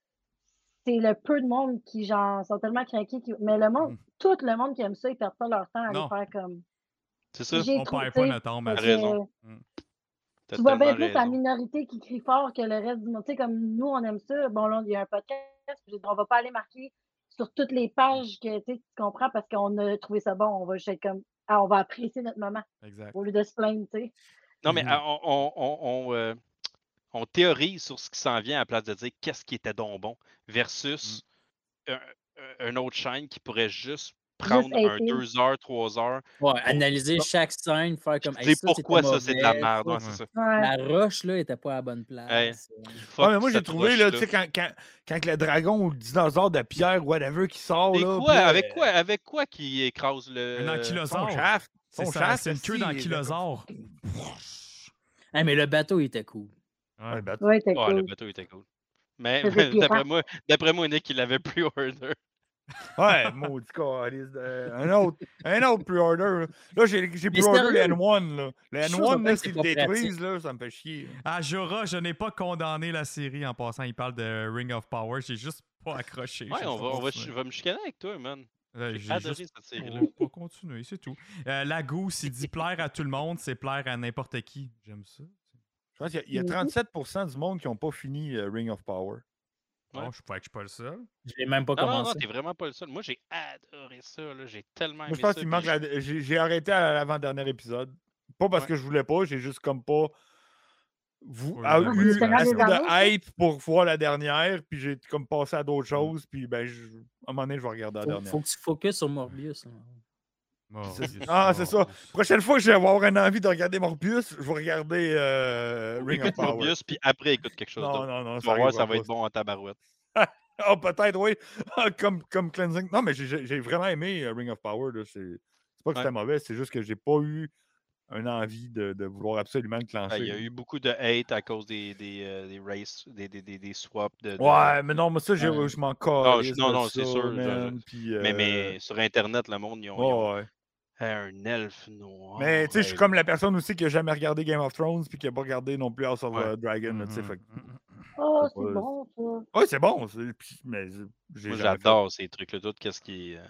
[SPEAKER 5] c'est le peu de monde qui, genre, sont tellement craqués. qu'ils- Mais le monde,
[SPEAKER 1] Mm.
[SPEAKER 5] tout le monde qui aime ça, ils perdent pas leur temps à aller
[SPEAKER 1] Non.
[SPEAKER 5] faire comme.
[SPEAKER 2] C'est ça.
[SPEAKER 5] J'ai
[SPEAKER 1] On
[SPEAKER 5] trop,
[SPEAKER 1] perd
[SPEAKER 5] tu
[SPEAKER 1] pas
[SPEAKER 5] sais,
[SPEAKER 1] notre temps,
[SPEAKER 5] fait
[SPEAKER 2] t'as
[SPEAKER 5] que,
[SPEAKER 2] raison. t'as
[SPEAKER 5] Tu vois bien
[SPEAKER 2] tellement
[SPEAKER 5] plus la
[SPEAKER 2] raison.
[SPEAKER 5] minorité qui crie fort que le reste du monde. Tu sais, comme nous, on aime ça. Bon, là, il y a un podcast, puis on va pas aller marquer sur toutes les pages que tu sais, tu comprends parce qu'on a trouvé ça bon. On va juste être comme, ah, on va apprécier notre moment
[SPEAKER 1] Exact.
[SPEAKER 5] au lieu de se plaindre, tu sais.
[SPEAKER 2] Non, mais
[SPEAKER 1] Mhm.
[SPEAKER 2] ah, on, on, on, on, euh, on théorise sur ce qui s'en vient à la place de dire qu'est-ce qui était donc bon versus un- un- une autre chaîne qui pourrait juste prendre
[SPEAKER 5] Juste
[SPEAKER 2] un
[SPEAKER 5] aider.
[SPEAKER 2] 2 heures, 3 heures.
[SPEAKER 4] Ouais, analyser chaque scène, faire comme. Hey,
[SPEAKER 2] C'est
[SPEAKER 4] c'était
[SPEAKER 2] pourquoi ça, c'est de la
[SPEAKER 4] mauvais,
[SPEAKER 2] merde.
[SPEAKER 4] ça,
[SPEAKER 2] ouais,
[SPEAKER 1] ça,
[SPEAKER 2] c'est ça.
[SPEAKER 5] Ouais.
[SPEAKER 4] La roche, là, était pas à la bonne place.
[SPEAKER 2] Fuck
[SPEAKER 3] Ah, mais moi, j'ai
[SPEAKER 2] cette
[SPEAKER 3] trouvé, là,
[SPEAKER 2] roche-là.
[SPEAKER 3] tu sais, quand, quand, quand le dragon ou le dinosaure de pierre, whatever, qui sort,
[SPEAKER 2] Et
[SPEAKER 3] là.
[SPEAKER 2] quoi,
[SPEAKER 3] puis là, euh,
[SPEAKER 2] avec quoi Avec quoi qui écrase le.
[SPEAKER 1] Un
[SPEAKER 3] Son
[SPEAKER 1] ankylosaure.
[SPEAKER 3] shaft.
[SPEAKER 1] C'est
[SPEAKER 3] son
[SPEAKER 1] ça,
[SPEAKER 3] shaft,
[SPEAKER 1] c'est une queue
[SPEAKER 3] aussi,
[SPEAKER 1] d'ankylosaure.
[SPEAKER 4] Hey, mais le bateau, il était cool.
[SPEAKER 1] Ouais.
[SPEAKER 3] Ouais, ben,
[SPEAKER 5] Ouais, t'es
[SPEAKER 2] Ouais, le
[SPEAKER 5] cool.
[SPEAKER 2] bateau était cool. Mais *laughs*
[SPEAKER 5] Faisait pirate.
[SPEAKER 2] d'après moi, d'après moi, Nick, il avait *laughs* pre-order.
[SPEAKER 3] ouais, maudit calice de- euh, Un autre, un autre pre-order. là. Là, j'ai j'ai
[SPEAKER 4] Mais
[SPEAKER 3] pre-order le
[SPEAKER 4] sérieux?
[SPEAKER 3] N1. Là. Le
[SPEAKER 4] Je suis sûr
[SPEAKER 3] N1,
[SPEAKER 4] certain
[SPEAKER 3] là,
[SPEAKER 4] que c'est
[SPEAKER 3] s'ils
[SPEAKER 4] pas
[SPEAKER 3] le
[SPEAKER 4] pratique.
[SPEAKER 3] détruisent, là, ça me fait chier. là.
[SPEAKER 1] Ah, Jura, je n'ai pas condamné la série en passant. Il parle de Ring of Power. J'ai juste pas accroché.
[SPEAKER 2] Ouais,
[SPEAKER 1] J'ai
[SPEAKER 2] on
[SPEAKER 1] pas
[SPEAKER 2] va, on va,
[SPEAKER 1] continué.
[SPEAKER 2] je vais me chicaner avec toi, man.
[SPEAKER 1] Euh,
[SPEAKER 2] J'ai
[SPEAKER 1] J'ai
[SPEAKER 2] adoré
[SPEAKER 1] juste
[SPEAKER 2] cette série-là.
[SPEAKER 1] pas- pas continué, c'est tout. Euh, la gousse, il dit plaire à tout le monde, c'est plaire à n'importe qui. J'aime ça.
[SPEAKER 3] Je pense qu'il y a- il y a
[SPEAKER 5] Mhm.
[SPEAKER 3] 37 du monde qui n'ont pas fini euh, Ring of Power.
[SPEAKER 1] Bon,
[SPEAKER 2] Ouais.
[SPEAKER 1] je crois que je suis pas le seul.
[SPEAKER 4] Je l'ai même pas
[SPEAKER 2] Non, non, non,
[SPEAKER 4] commencé.
[SPEAKER 2] t'es vraiment pas le seul. Moi, j'ai adoré ça. là. J'ai tellement
[SPEAKER 3] Moi,
[SPEAKER 2] aimé
[SPEAKER 3] je pense
[SPEAKER 2] ça, puis
[SPEAKER 3] qu'il manque. la- J'ai j'ai arrêté à l'avant-dernier épisode. Pas parce
[SPEAKER 2] Ouais.
[SPEAKER 3] que je voulais pas, j'ai juste comme pas vous,
[SPEAKER 1] Faut
[SPEAKER 3] a
[SPEAKER 1] le
[SPEAKER 3] eu
[SPEAKER 5] faire.
[SPEAKER 3] assez
[SPEAKER 5] Faire les
[SPEAKER 3] de hype pour voir la dernière, puis j'ai comme passé à d'autres choses, puis ben, je- à un moment donné, je vais regarder la
[SPEAKER 4] Faut,
[SPEAKER 3] dernière.
[SPEAKER 4] faut que tu focuses sur Morbius. hein.
[SPEAKER 1] Morbius,
[SPEAKER 3] Ah, c'est ça.
[SPEAKER 1] Morbius.
[SPEAKER 3] Prochaine fois que je vais avoir une envie de regarder Morbius, je vais regarder
[SPEAKER 2] *laughs*
[SPEAKER 3] euh, Ring of
[SPEAKER 2] Écoute
[SPEAKER 3] Power.
[SPEAKER 2] Morbius, puis après, écoute quelque chose
[SPEAKER 3] Non,
[SPEAKER 2] d'autre.
[SPEAKER 3] non, non,
[SPEAKER 2] Tu vas voir, ça va
[SPEAKER 3] arrivera
[SPEAKER 2] être bon en tabarouette.
[SPEAKER 3] pas. Ah, peut-être, oui. Ah, comme, comme Cleansing. Non, mais j'ai- j'ai j'ai vraiment aimé euh, Ring of Power. là. C'est c'est pas que
[SPEAKER 2] Ouais.
[SPEAKER 3] c'était mauvais, c'est juste que j'ai pas eu une envie de, de vouloir absolument le
[SPEAKER 2] Ah,
[SPEAKER 3] clencher.
[SPEAKER 2] il y a eu beaucoup de hate à cause des, des, euh, des races, des, des, des, des swaps. De, de-
[SPEAKER 3] Ouais, mais non, mais ça, j'ai-
[SPEAKER 4] Ouais.
[SPEAKER 3] je m'en
[SPEAKER 2] Non, je-
[SPEAKER 3] calisse
[SPEAKER 2] non,
[SPEAKER 3] de
[SPEAKER 2] non, c'est
[SPEAKER 3] ça,
[SPEAKER 2] sûr, je-
[SPEAKER 3] man, puis,
[SPEAKER 2] Mais,
[SPEAKER 3] euh,
[SPEAKER 2] mais sur Internet, le monde, ils ont, ils ont-
[SPEAKER 3] ouais, ouais.
[SPEAKER 2] Ah, un elfe noir.
[SPEAKER 3] Mais tu sais, je suis comme la personne aussi qui a jamais regardé Game of Thrones puis qui a pas regardé non plus House of
[SPEAKER 2] Ouais. Mm-hmm.
[SPEAKER 3] euh, Dragon. là, tu sais,
[SPEAKER 1] Mhm.
[SPEAKER 3] fait que-
[SPEAKER 5] Oh,
[SPEAKER 3] Ouais.
[SPEAKER 5] c'est bon, ça.
[SPEAKER 3] Ouais, c'est bon. c'est- puis- Mais j'ai- j'ai
[SPEAKER 2] Moi,
[SPEAKER 3] jamais fait.
[SPEAKER 2] j'adore ces trucs-là. Tout qu'est-ce qui est. euh,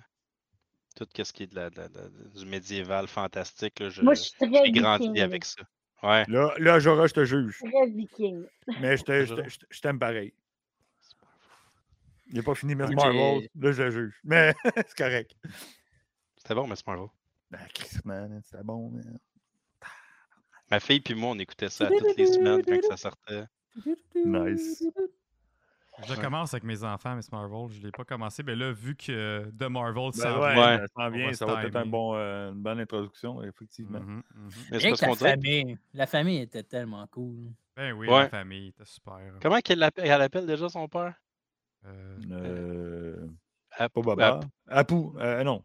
[SPEAKER 2] Tout qu'est-ce qui est de la, de la- de la- du médiéval fantastique. Là, je,
[SPEAKER 5] Moi, je suis très
[SPEAKER 2] j'ai grandi
[SPEAKER 5] viking.
[SPEAKER 2] avec ça. Ouais.
[SPEAKER 3] Là, là Jorah, je te juge.
[SPEAKER 5] Très viking.
[SPEAKER 3] Mais je te- je
[SPEAKER 2] Jorah.
[SPEAKER 3] te- je te- je t'aime pareil. Il n'a pas fini Miss
[SPEAKER 4] Ouais,
[SPEAKER 3] Marvel.
[SPEAKER 4] j'ai-
[SPEAKER 3] Là, je le juge. Mais *laughs* c'est correct.
[SPEAKER 2] C'était bon, Miss Marvel.
[SPEAKER 3] Ah, Chris, man, c'était bon. man.
[SPEAKER 2] Ma fille puis moi, on écoutait ça toutes les semaines quand que ça sortait.
[SPEAKER 3] Nice.
[SPEAKER 1] Je commence avec mes enfants, Miss Marvel. Je l'ai pas commencé, mais là, vu que The Marvel
[SPEAKER 3] Ben
[SPEAKER 1] s'en
[SPEAKER 3] ouais,
[SPEAKER 1] vient.
[SPEAKER 2] Ouais.
[SPEAKER 3] Ça s'en vient.
[SPEAKER 1] va
[SPEAKER 3] Ça
[SPEAKER 1] se
[SPEAKER 3] va être un
[SPEAKER 1] timer.
[SPEAKER 3] bon, euh, une bonne introduction, effectivement.
[SPEAKER 1] Mhm, mhm.
[SPEAKER 2] Mais c'est
[SPEAKER 4] Rien
[SPEAKER 2] parce
[SPEAKER 4] que la
[SPEAKER 2] qu'on dirait-
[SPEAKER 4] famille. La famille était tellement cool.
[SPEAKER 1] Ben oui,
[SPEAKER 2] Ouais.
[SPEAKER 1] la famille, était super.
[SPEAKER 2] Comment qu'elle l'appelle, elle appelle déjà son père?
[SPEAKER 1] Euh,
[SPEAKER 3] Euh,
[SPEAKER 2] Apu-
[SPEAKER 3] pas Baba.
[SPEAKER 2] Apu-
[SPEAKER 3] Apou. euh, non.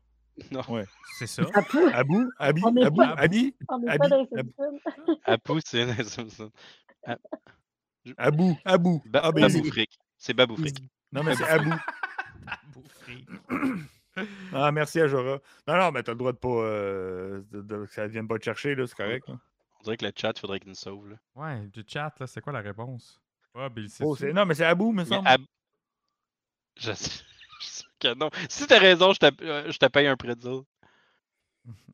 [SPEAKER 1] c'est
[SPEAKER 3] *laughs*
[SPEAKER 1] ça.
[SPEAKER 5] Après,
[SPEAKER 3] Abou, Abi,
[SPEAKER 5] On est
[SPEAKER 3] Abou,
[SPEAKER 5] pas-
[SPEAKER 3] Abi,
[SPEAKER 5] *laughs* on n'est
[SPEAKER 3] Ah, Abby,
[SPEAKER 5] pas dans les
[SPEAKER 3] Abby.
[SPEAKER 5] Simpsons.
[SPEAKER 2] Apu, c'est *laughs* les Simpsons.
[SPEAKER 3] Abou, Abou,
[SPEAKER 2] Ba-
[SPEAKER 3] Abou.
[SPEAKER 2] Baboufric. C'est Baboufric.
[SPEAKER 3] Non, mais Ah, ben, c'est
[SPEAKER 2] *coughs*
[SPEAKER 3] Abou. Ah, merci à Jora. Non, non, mais t'as le droit de pas. euh, de- de- que ça ne vienne pas te chercher, là, c'est correct. là.
[SPEAKER 2] On dirait que le chat, il faudrait qu'il nous sauve. là.
[SPEAKER 1] Ouais, du chat, là, c'est quoi la réponse? Ah, Bill, c'est
[SPEAKER 3] Oh, c'est- non, mais c'est Abou, me
[SPEAKER 2] Mais
[SPEAKER 3] semble.
[SPEAKER 2] Ab- Je sais *laughs* je sais que non. Si t'as raison, je te, euh, je te paye un prédile.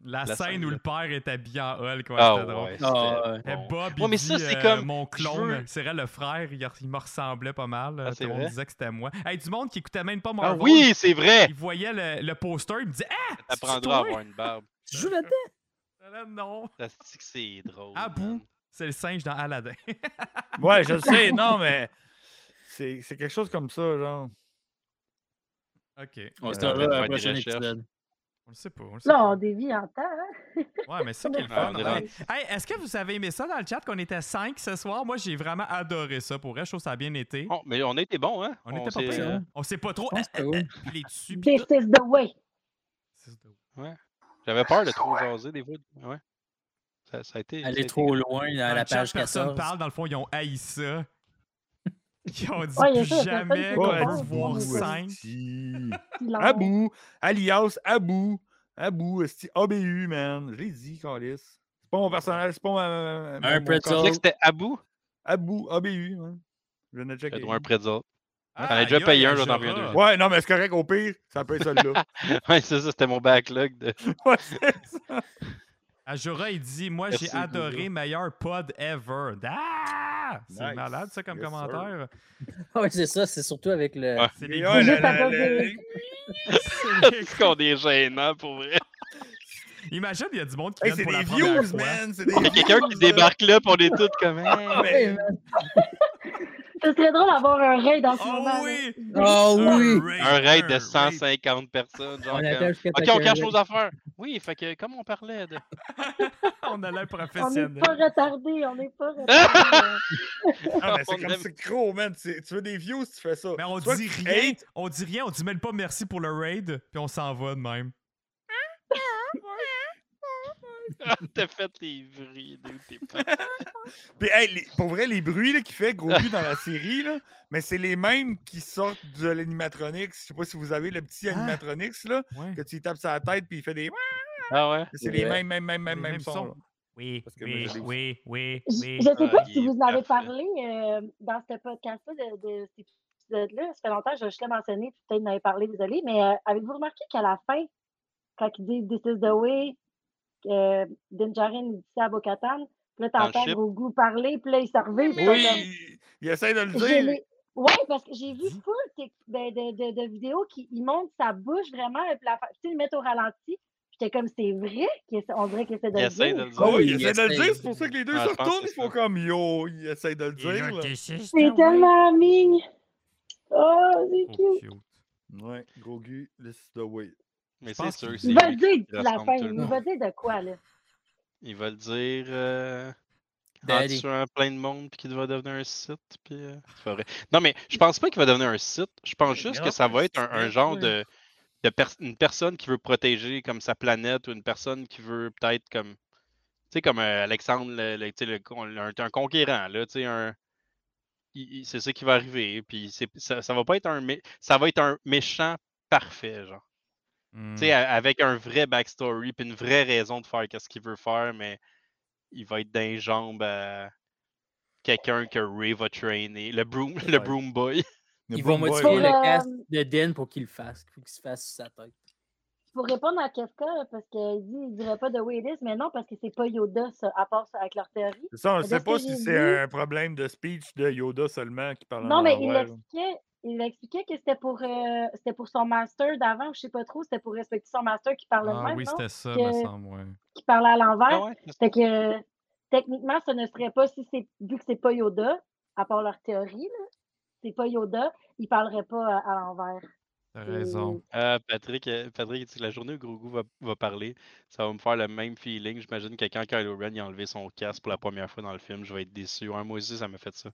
[SPEAKER 1] La,
[SPEAKER 2] La
[SPEAKER 1] scène
[SPEAKER 2] scène,
[SPEAKER 1] où
[SPEAKER 2] là.
[SPEAKER 1] le père est habillé en Hulk, ouais,
[SPEAKER 2] Ah
[SPEAKER 1] c'était drôle.
[SPEAKER 2] ouais.
[SPEAKER 4] Ah,
[SPEAKER 2] c'était
[SPEAKER 1] Eh,
[SPEAKER 2] bon.
[SPEAKER 1] Bob,
[SPEAKER 2] Ouais,
[SPEAKER 1] il
[SPEAKER 2] mais
[SPEAKER 1] dit,
[SPEAKER 2] ça, c'est
[SPEAKER 1] euh,
[SPEAKER 2] comme,
[SPEAKER 1] mon
[SPEAKER 2] je
[SPEAKER 1] clone,
[SPEAKER 2] veux-
[SPEAKER 1] c'est vrai, le frère, il, il me ressemblait pas mal.
[SPEAKER 2] Ah,
[SPEAKER 1] euh, tout
[SPEAKER 2] c'est
[SPEAKER 1] le monde
[SPEAKER 2] vrai?
[SPEAKER 1] disait que c'était moi. Hey, du monde qui écoutait même pas
[SPEAKER 2] Ah
[SPEAKER 1] Marvel,
[SPEAKER 2] oui, c'est vrai!
[SPEAKER 1] il voyait le, le poster, il me disait «
[SPEAKER 2] Ça
[SPEAKER 1] c'est
[SPEAKER 2] t'apprendra à
[SPEAKER 1] toi? hein?
[SPEAKER 2] avoir une barbe.
[SPEAKER 4] Tu joues là-dedans?
[SPEAKER 1] Ah, non,
[SPEAKER 2] Ça se dit que c'est drôle.
[SPEAKER 1] Ah,
[SPEAKER 2] man.
[SPEAKER 1] c'est le singe dans Aladdin. *laughs*
[SPEAKER 3] Ouais, je le sais, non, mais. C'est c'est quelque chose comme ça, genre. »
[SPEAKER 1] OK,
[SPEAKER 4] On se
[SPEAKER 3] Euh,
[SPEAKER 4] revoit
[SPEAKER 2] faire
[SPEAKER 4] au
[SPEAKER 2] des
[SPEAKER 4] prochain
[SPEAKER 2] recherches.
[SPEAKER 4] épisode.
[SPEAKER 1] on le sait pas, on le sait
[SPEAKER 5] Là,
[SPEAKER 1] pas.
[SPEAKER 5] on dévie en temps. hein.
[SPEAKER 1] Ouais, mais c'est ça qui est le
[SPEAKER 2] Ah,
[SPEAKER 1] fun.
[SPEAKER 2] on est
[SPEAKER 1] ouais. Hey, est-ce que vous avez aimé ça dans le chat qu'on était 5 ce soir? Moi, j'ai vraiment adoré ça. Pour vrai, je trouve que ça a bien été.
[SPEAKER 2] Oh, mais on était bons, hein?
[SPEAKER 1] On était pas
[SPEAKER 2] s'est,
[SPEAKER 1] pire,
[SPEAKER 2] euh,
[SPEAKER 1] hein? On sait pas trop.
[SPEAKER 4] Je pense que
[SPEAKER 2] *laughs*
[SPEAKER 4] oui.
[SPEAKER 1] Les dessus, pis
[SPEAKER 5] This
[SPEAKER 1] tout.
[SPEAKER 5] is the way.
[SPEAKER 2] J'avais peur de trop jaser des fois. Ouais. Ça, ça a été. ça a
[SPEAKER 4] Aller
[SPEAKER 2] été
[SPEAKER 4] trop loin à
[SPEAKER 1] Dans
[SPEAKER 4] la
[SPEAKER 1] le chat,
[SPEAKER 4] page
[SPEAKER 1] Personne
[SPEAKER 4] 14.
[SPEAKER 1] parle. Dans le fond, ils ont haï
[SPEAKER 5] *laughs*
[SPEAKER 1] ça. Ils ont dit
[SPEAKER 5] Ouais, il y a
[SPEAKER 1] plus
[SPEAKER 5] ça, c'est la
[SPEAKER 1] jamais
[SPEAKER 5] seule
[SPEAKER 1] qu'on
[SPEAKER 5] chose
[SPEAKER 1] veut
[SPEAKER 5] qu'on
[SPEAKER 3] Abou,
[SPEAKER 1] voir
[SPEAKER 5] dit, ouais.
[SPEAKER 1] 5.
[SPEAKER 3] esti.
[SPEAKER 5] Silence.
[SPEAKER 3] Abou, alias Abou, Abou, esti, ABU, man. Je l'ai dit, Calis. C'est pas mon personnage, c'est pas ma. mon-
[SPEAKER 4] Un
[SPEAKER 3] mon
[SPEAKER 4] pretzel.
[SPEAKER 2] Tu disais que
[SPEAKER 3] corps.
[SPEAKER 2] c'était à bout?
[SPEAKER 3] Abou, ABU, ouais. hein. Je viens de
[SPEAKER 2] J'ai
[SPEAKER 3] checker.
[SPEAKER 2] droit à un pretzel. J'en ai déjà payé un, j'en ai envie un deuxième.
[SPEAKER 3] Ouais, non, mais c'est correct, au pire, ça peut
[SPEAKER 1] *laughs*
[SPEAKER 3] être celle-là.
[SPEAKER 2] *laughs* Ouais, c'est ça, c'était mon backlog. *laughs* De...
[SPEAKER 3] ouais, c'est ça.
[SPEAKER 1] Ajura, il dit Moi,
[SPEAKER 2] Merci,
[SPEAKER 1] j'ai adoré
[SPEAKER 2] Google.
[SPEAKER 1] meilleur pod ever. Ah! C'est
[SPEAKER 3] Nice.
[SPEAKER 1] malade, ça, comme
[SPEAKER 3] Yes, sir.
[SPEAKER 1] commentaire.
[SPEAKER 4] *laughs* Ouais, c'est ça, c'est surtout avec le. *laughs*
[SPEAKER 2] Ouais.
[SPEAKER 1] C'est
[SPEAKER 3] Les
[SPEAKER 1] les
[SPEAKER 3] gars,
[SPEAKER 1] goûts.
[SPEAKER 3] le-
[SPEAKER 5] Juste à
[SPEAKER 3] le-
[SPEAKER 5] cause
[SPEAKER 3] le-
[SPEAKER 5] des-
[SPEAKER 1] C'est les
[SPEAKER 2] Est-ce qu'on est gênant pour vrai?
[SPEAKER 1] *laughs* Imagine, il y a du monde qui
[SPEAKER 3] Hey,
[SPEAKER 1] vient
[SPEAKER 3] c'est
[SPEAKER 1] pour la
[SPEAKER 3] des
[SPEAKER 1] première
[SPEAKER 3] views,
[SPEAKER 1] fois.
[SPEAKER 2] *laughs*
[SPEAKER 3] man! C'est des
[SPEAKER 2] Il y a quelqu'un qui
[SPEAKER 3] views, là.
[SPEAKER 2] *laughs* hein? débarque là, puis on est tous comme. Hey,
[SPEAKER 4] Ouais, man.
[SPEAKER 5] Ce serait drôle d'avoir un raid en ce
[SPEAKER 1] Oh
[SPEAKER 5] moment.
[SPEAKER 1] oui!
[SPEAKER 3] Ah,
[SPEAKER 5] là.
[SPEAKER 4] Oh oui!
[SPEAKER 2] Un raid de 150 personnes. Genre
[SPEAKER 4] On
[SPEAKER 2] comme,
[SPEAKER 4] attache
[SPEAKER 2] Ok, on cache nos affaires. Oui, fait que comme on parlait de. *laughs*
[SPEAKER 1] On a l'air
[SPEAKER 5] On n'est
[SPEAKER 1] professionnel.
[SPEAKER 5] pas retardé, on n'est
[SPEAKER 2] *laughs*
[SPEAKER 5] pas retardé.
[SPEAKER 3] Ah, mais c'est
[SPEAKER 2] On
[SPEAKER 3] comme
[SPEAKER 2] aime-
[SPEAKER 3] c'est trop, man. C'est- Tu veux des views si tu fais ça.
[SPEAKER 1] Mais on
[SPEAKER 3] Tu vois
[SPEAKER 1] dit
[SPEAKER 3] que tu
[SPEAKER 1] rien,
[SPEAKER 3] hates,
[SPEAKER 1] on dit rien, on dit même pas merci pour le raid, puis on s'en va de même.
[SPEAKER 2] T'as fait les vrilles, dude, t'es pas-
[SPEAKER 3] puis, hey, les- pour vrai, les bruits là, qu'il fait gros cul dans la série, là, mais c'est les mêmes qui sortent de l'animatronics. Je sais pas si vous avez le petit
[SPEAKER 1] Ah.
[SPEAKER 3] animatronics là,
[SPEAKER 1] Ouais.
[SPEAKER 3] que tu lui tapes sur la tête puis il fait des.
[SPEAKER 2] Ah ouais?
[SPEAKER 3] C'est les
[SPEAKER 4] Ouais.
[SPEAKER 3] mêmes, mêmes, mêmes, mêmes,
[SPEAKER 1] Les
[SPEAKER 3] mêmes
[SPEAKER 1] mêmes
[SPEAKER 3] sons.
[SPEAKER 1] sons.
[SPEAKER 3] là.
[SPEAKER 1] Oui,
[SPEAKER 3] Parce que moi,
[SPEAKER 1] oui,
[SPEAKER 3] je l'ai
[SPEAKER 1] oui, oui,
[SPEAKER 5] Je
[SPEAKER 1] oui.
[SPEAKER 5] je sais pas
[SPEAKER 2] Ah,
[SPEAKER 5] si
[SPEAKER 2] il est
[SPEAKER 5] vous en avez
[SPEAKER 2] parfait.
[SPEAKER 5] parlé euh, dans ce podcast-là de, de cet épisode-là. Ça fait longtemps que je- je l'ai mentionné, puis peut-être que vous en avez parlé, désolé, mais euh, avez-vous remarqué qu'à la fin, quand ils disent This is the way, euh, Dinjarin il dit ça à Bo-Katan, puis là,
[SPEAKER 2] Dans le
[SPEAKER 5] t'entends
[SPEAKER 2] ship.
[SPEAKER 5] Grogu parler, puis là, il se revient, puis
[SPEAKER 3] Oui,
[SPEAKER 5] t'es
[SPEAKER 3] il- il essaie de le
[SPEAKER 5] comme, Je
[SPEAKER 3] dire.
[SPEAKER 5] l'ai- Ouais, parce que j'ai vu
[SPEAKER 1] Dis.
[SPEAKER 5] full tic- de, de, de, de vidéos qui ils montrent sa bouche vraiment, puis la fa- tu sais, ils le mettent au ralenti. J'étais comme, c'est vrai qu'il essa- on dirait qu'il essaie de
[SPEAKER 2] Il
[SPEAKER 5] le
[SPEAKER 2] essaie
[SPEAKER 5] dire.
[SPEAKER 2] de le dire.
[SPEAKER 3] Ah oui,
[SPEAKER 4] Oui,
[SPEAKER 3] il
[SPEAKER 4] il
[SPEAKER 3] essaie de le
[SPEAKER 4] essaie.
[SPEAKER 3] dire, c'est pour ça que les deux
[SPEAKER 2] Ah,
[SPEAKER 3] se
[SPEAKER 2] je pense que
[SPEAKER 3] retournent,
[SPEAKER 2] c'est
[SPEAKER 3] ils font
[SPEAKER 2] ça.
[SPEAKER 3] comme yo, il essaie de le dire. là.
[SPEAKER 5] C'est tellement mignon. Oh, c'est cute.
[SPEAKER 3] Ouais, gros Guy, this is the way.
[SPEAKER 2] Mais c'est
[SPEAKER 1] pense
[SPEAKER 2] sûr,
[SPEAKER 1] qu'il-
[SPEAKER 2] c'est
[SPEAKER 5] Il va
[SPEAKER 4] Ben
[SPEAKER 2] lui
[SPEAKER 5] le
[SPEAKER 2] qui
[SPEAKER 5] dire de la
[SPEAKER 2] rassemble
[SPEAKER 5] fin.
[SPEAKER 2] tout le
[SPEAKER 5] Il
[SPEAKER 2] monde.
[SPEAKER 5] va dire de quoi, là?
[SPEAKER 2] Il va le dire euh, en
[SPEAKER 4] Daddy.
[SPEAKER 2] tuant plein de monde puis qu'il va devenir un site. Puis, euh, c'est pas vrai. Non, mais je pense pas qu'il va devenir un site. Je pense
[SPEAKER 3] Ah. Il
[SPEAKER 2] juste
[SPEAKER 3] rentre
[SPEAKER 2] que ça
[SPEAKER 3] un
[SPEAKER 2] va être un, un
[SPEAKER 3] site, hein.
[SPEAKER 2] genre
[SPEAKER 3] ouais.
[SPEAKER 2] de, de pers- une personne qui veut protéger comme sa planète ou une personne qui veut peut-être comme tu sais comme euh, Alexandre le, le- tu sais, le con- un, un conquérant là, tu sais un il- il- c'est ça qui va arriver puis c'est- ça, ça va pas être un mé- ça va être un méchant parfait genre. Tu sais, a- avec un vrai backstory puis une vraie raison de faire qu'est-ce qu'il veut faire, mais il va être dans les jambes à quelqu'un que Ray va traîner, le broom, *laughs* le
[SPEAKER 3] Peut-être.
[SPEAKER 2] broom boy.
[SPEAKER 4] Ils vont
[SPEAKER 3] Boom Boy,
[SPEAKER 4] modifier
[SPEAKER 5] Pour,
[SPEAKER 4] le
[SPEAKER 3] ouais.
[SPEAKER 5] euh,
[SPEAKER 4] casque de Den pour qu'il le fasse, qu'il se fasse sur sa tête.
[SPEAKER 5] Pour répondre à Kefka, là, parce qu'il dit il dirait pas de Wailis, mais non, parce que c'est pas Yoda, ça, à part ça, avec leur théorie.
[SPEAKER 3] C'est ça, on ne
[SPEAKER 5] de
[SPEAKER 3] sait
[SPEAKER 5] ce
[SPEAKER 3] pas
[SPEAKER 5] que
[SPEAKER 3] si
[SPEAKER 5] j'ai
[SPEAKER 3] c'est
[SPEAKER 5] vu-
[SPEAKER 3] un problème de speech de Yoda seulement qui
[SPEAKER 2] Ah,
[SPEAKER 3] parle en
[SPEAKER 5] Non, mais il
[SPEAKER 3] anglais, là.
[SPEAKER 5] l'expliquait. Il expliquait que c'était pour, euh, c'était pour son master d'avant, ou je sais pas trop, c'était pour respecter son master qui parlait de
[SPEAKER 1] Ah
[SPEAKER 5] même,
[SPEAKER 1] oui,
[SPEAKER 5] non?
[SPEAKER 1] c'était ça,
[SPEAKER 5] que-
[SPEAKER 1] me semble, ouais.
[SPEAKER 5] qui parlait à
[SPEAKER 2] Ah
[SPEAKER 5] l'envers.
[SPEAKER 2] ouais, c'est
[SPEAKER 5] Fait que euh, techniquement, ça ne serait pas si c'est vu que c'est pas Yoda, à part leur théorie, là, c'est pas Yoda, il parlerait pas à, à l'envers.
[SPEAKER 1] T'as
[SPEAKER 5] Et-
[SPEAKER 1] raison.
[SPEAKER 2] Ah, Patrick, euh, Patrick, il dit que la journée où Grogu va, va parler, ça va me faire le même feeling. J'imagine que quand Kylo Ren il a enlevé son casque pour la première fois dans le film, je vais être déçu. Ouais, moi aussi, ça m'a fait ça.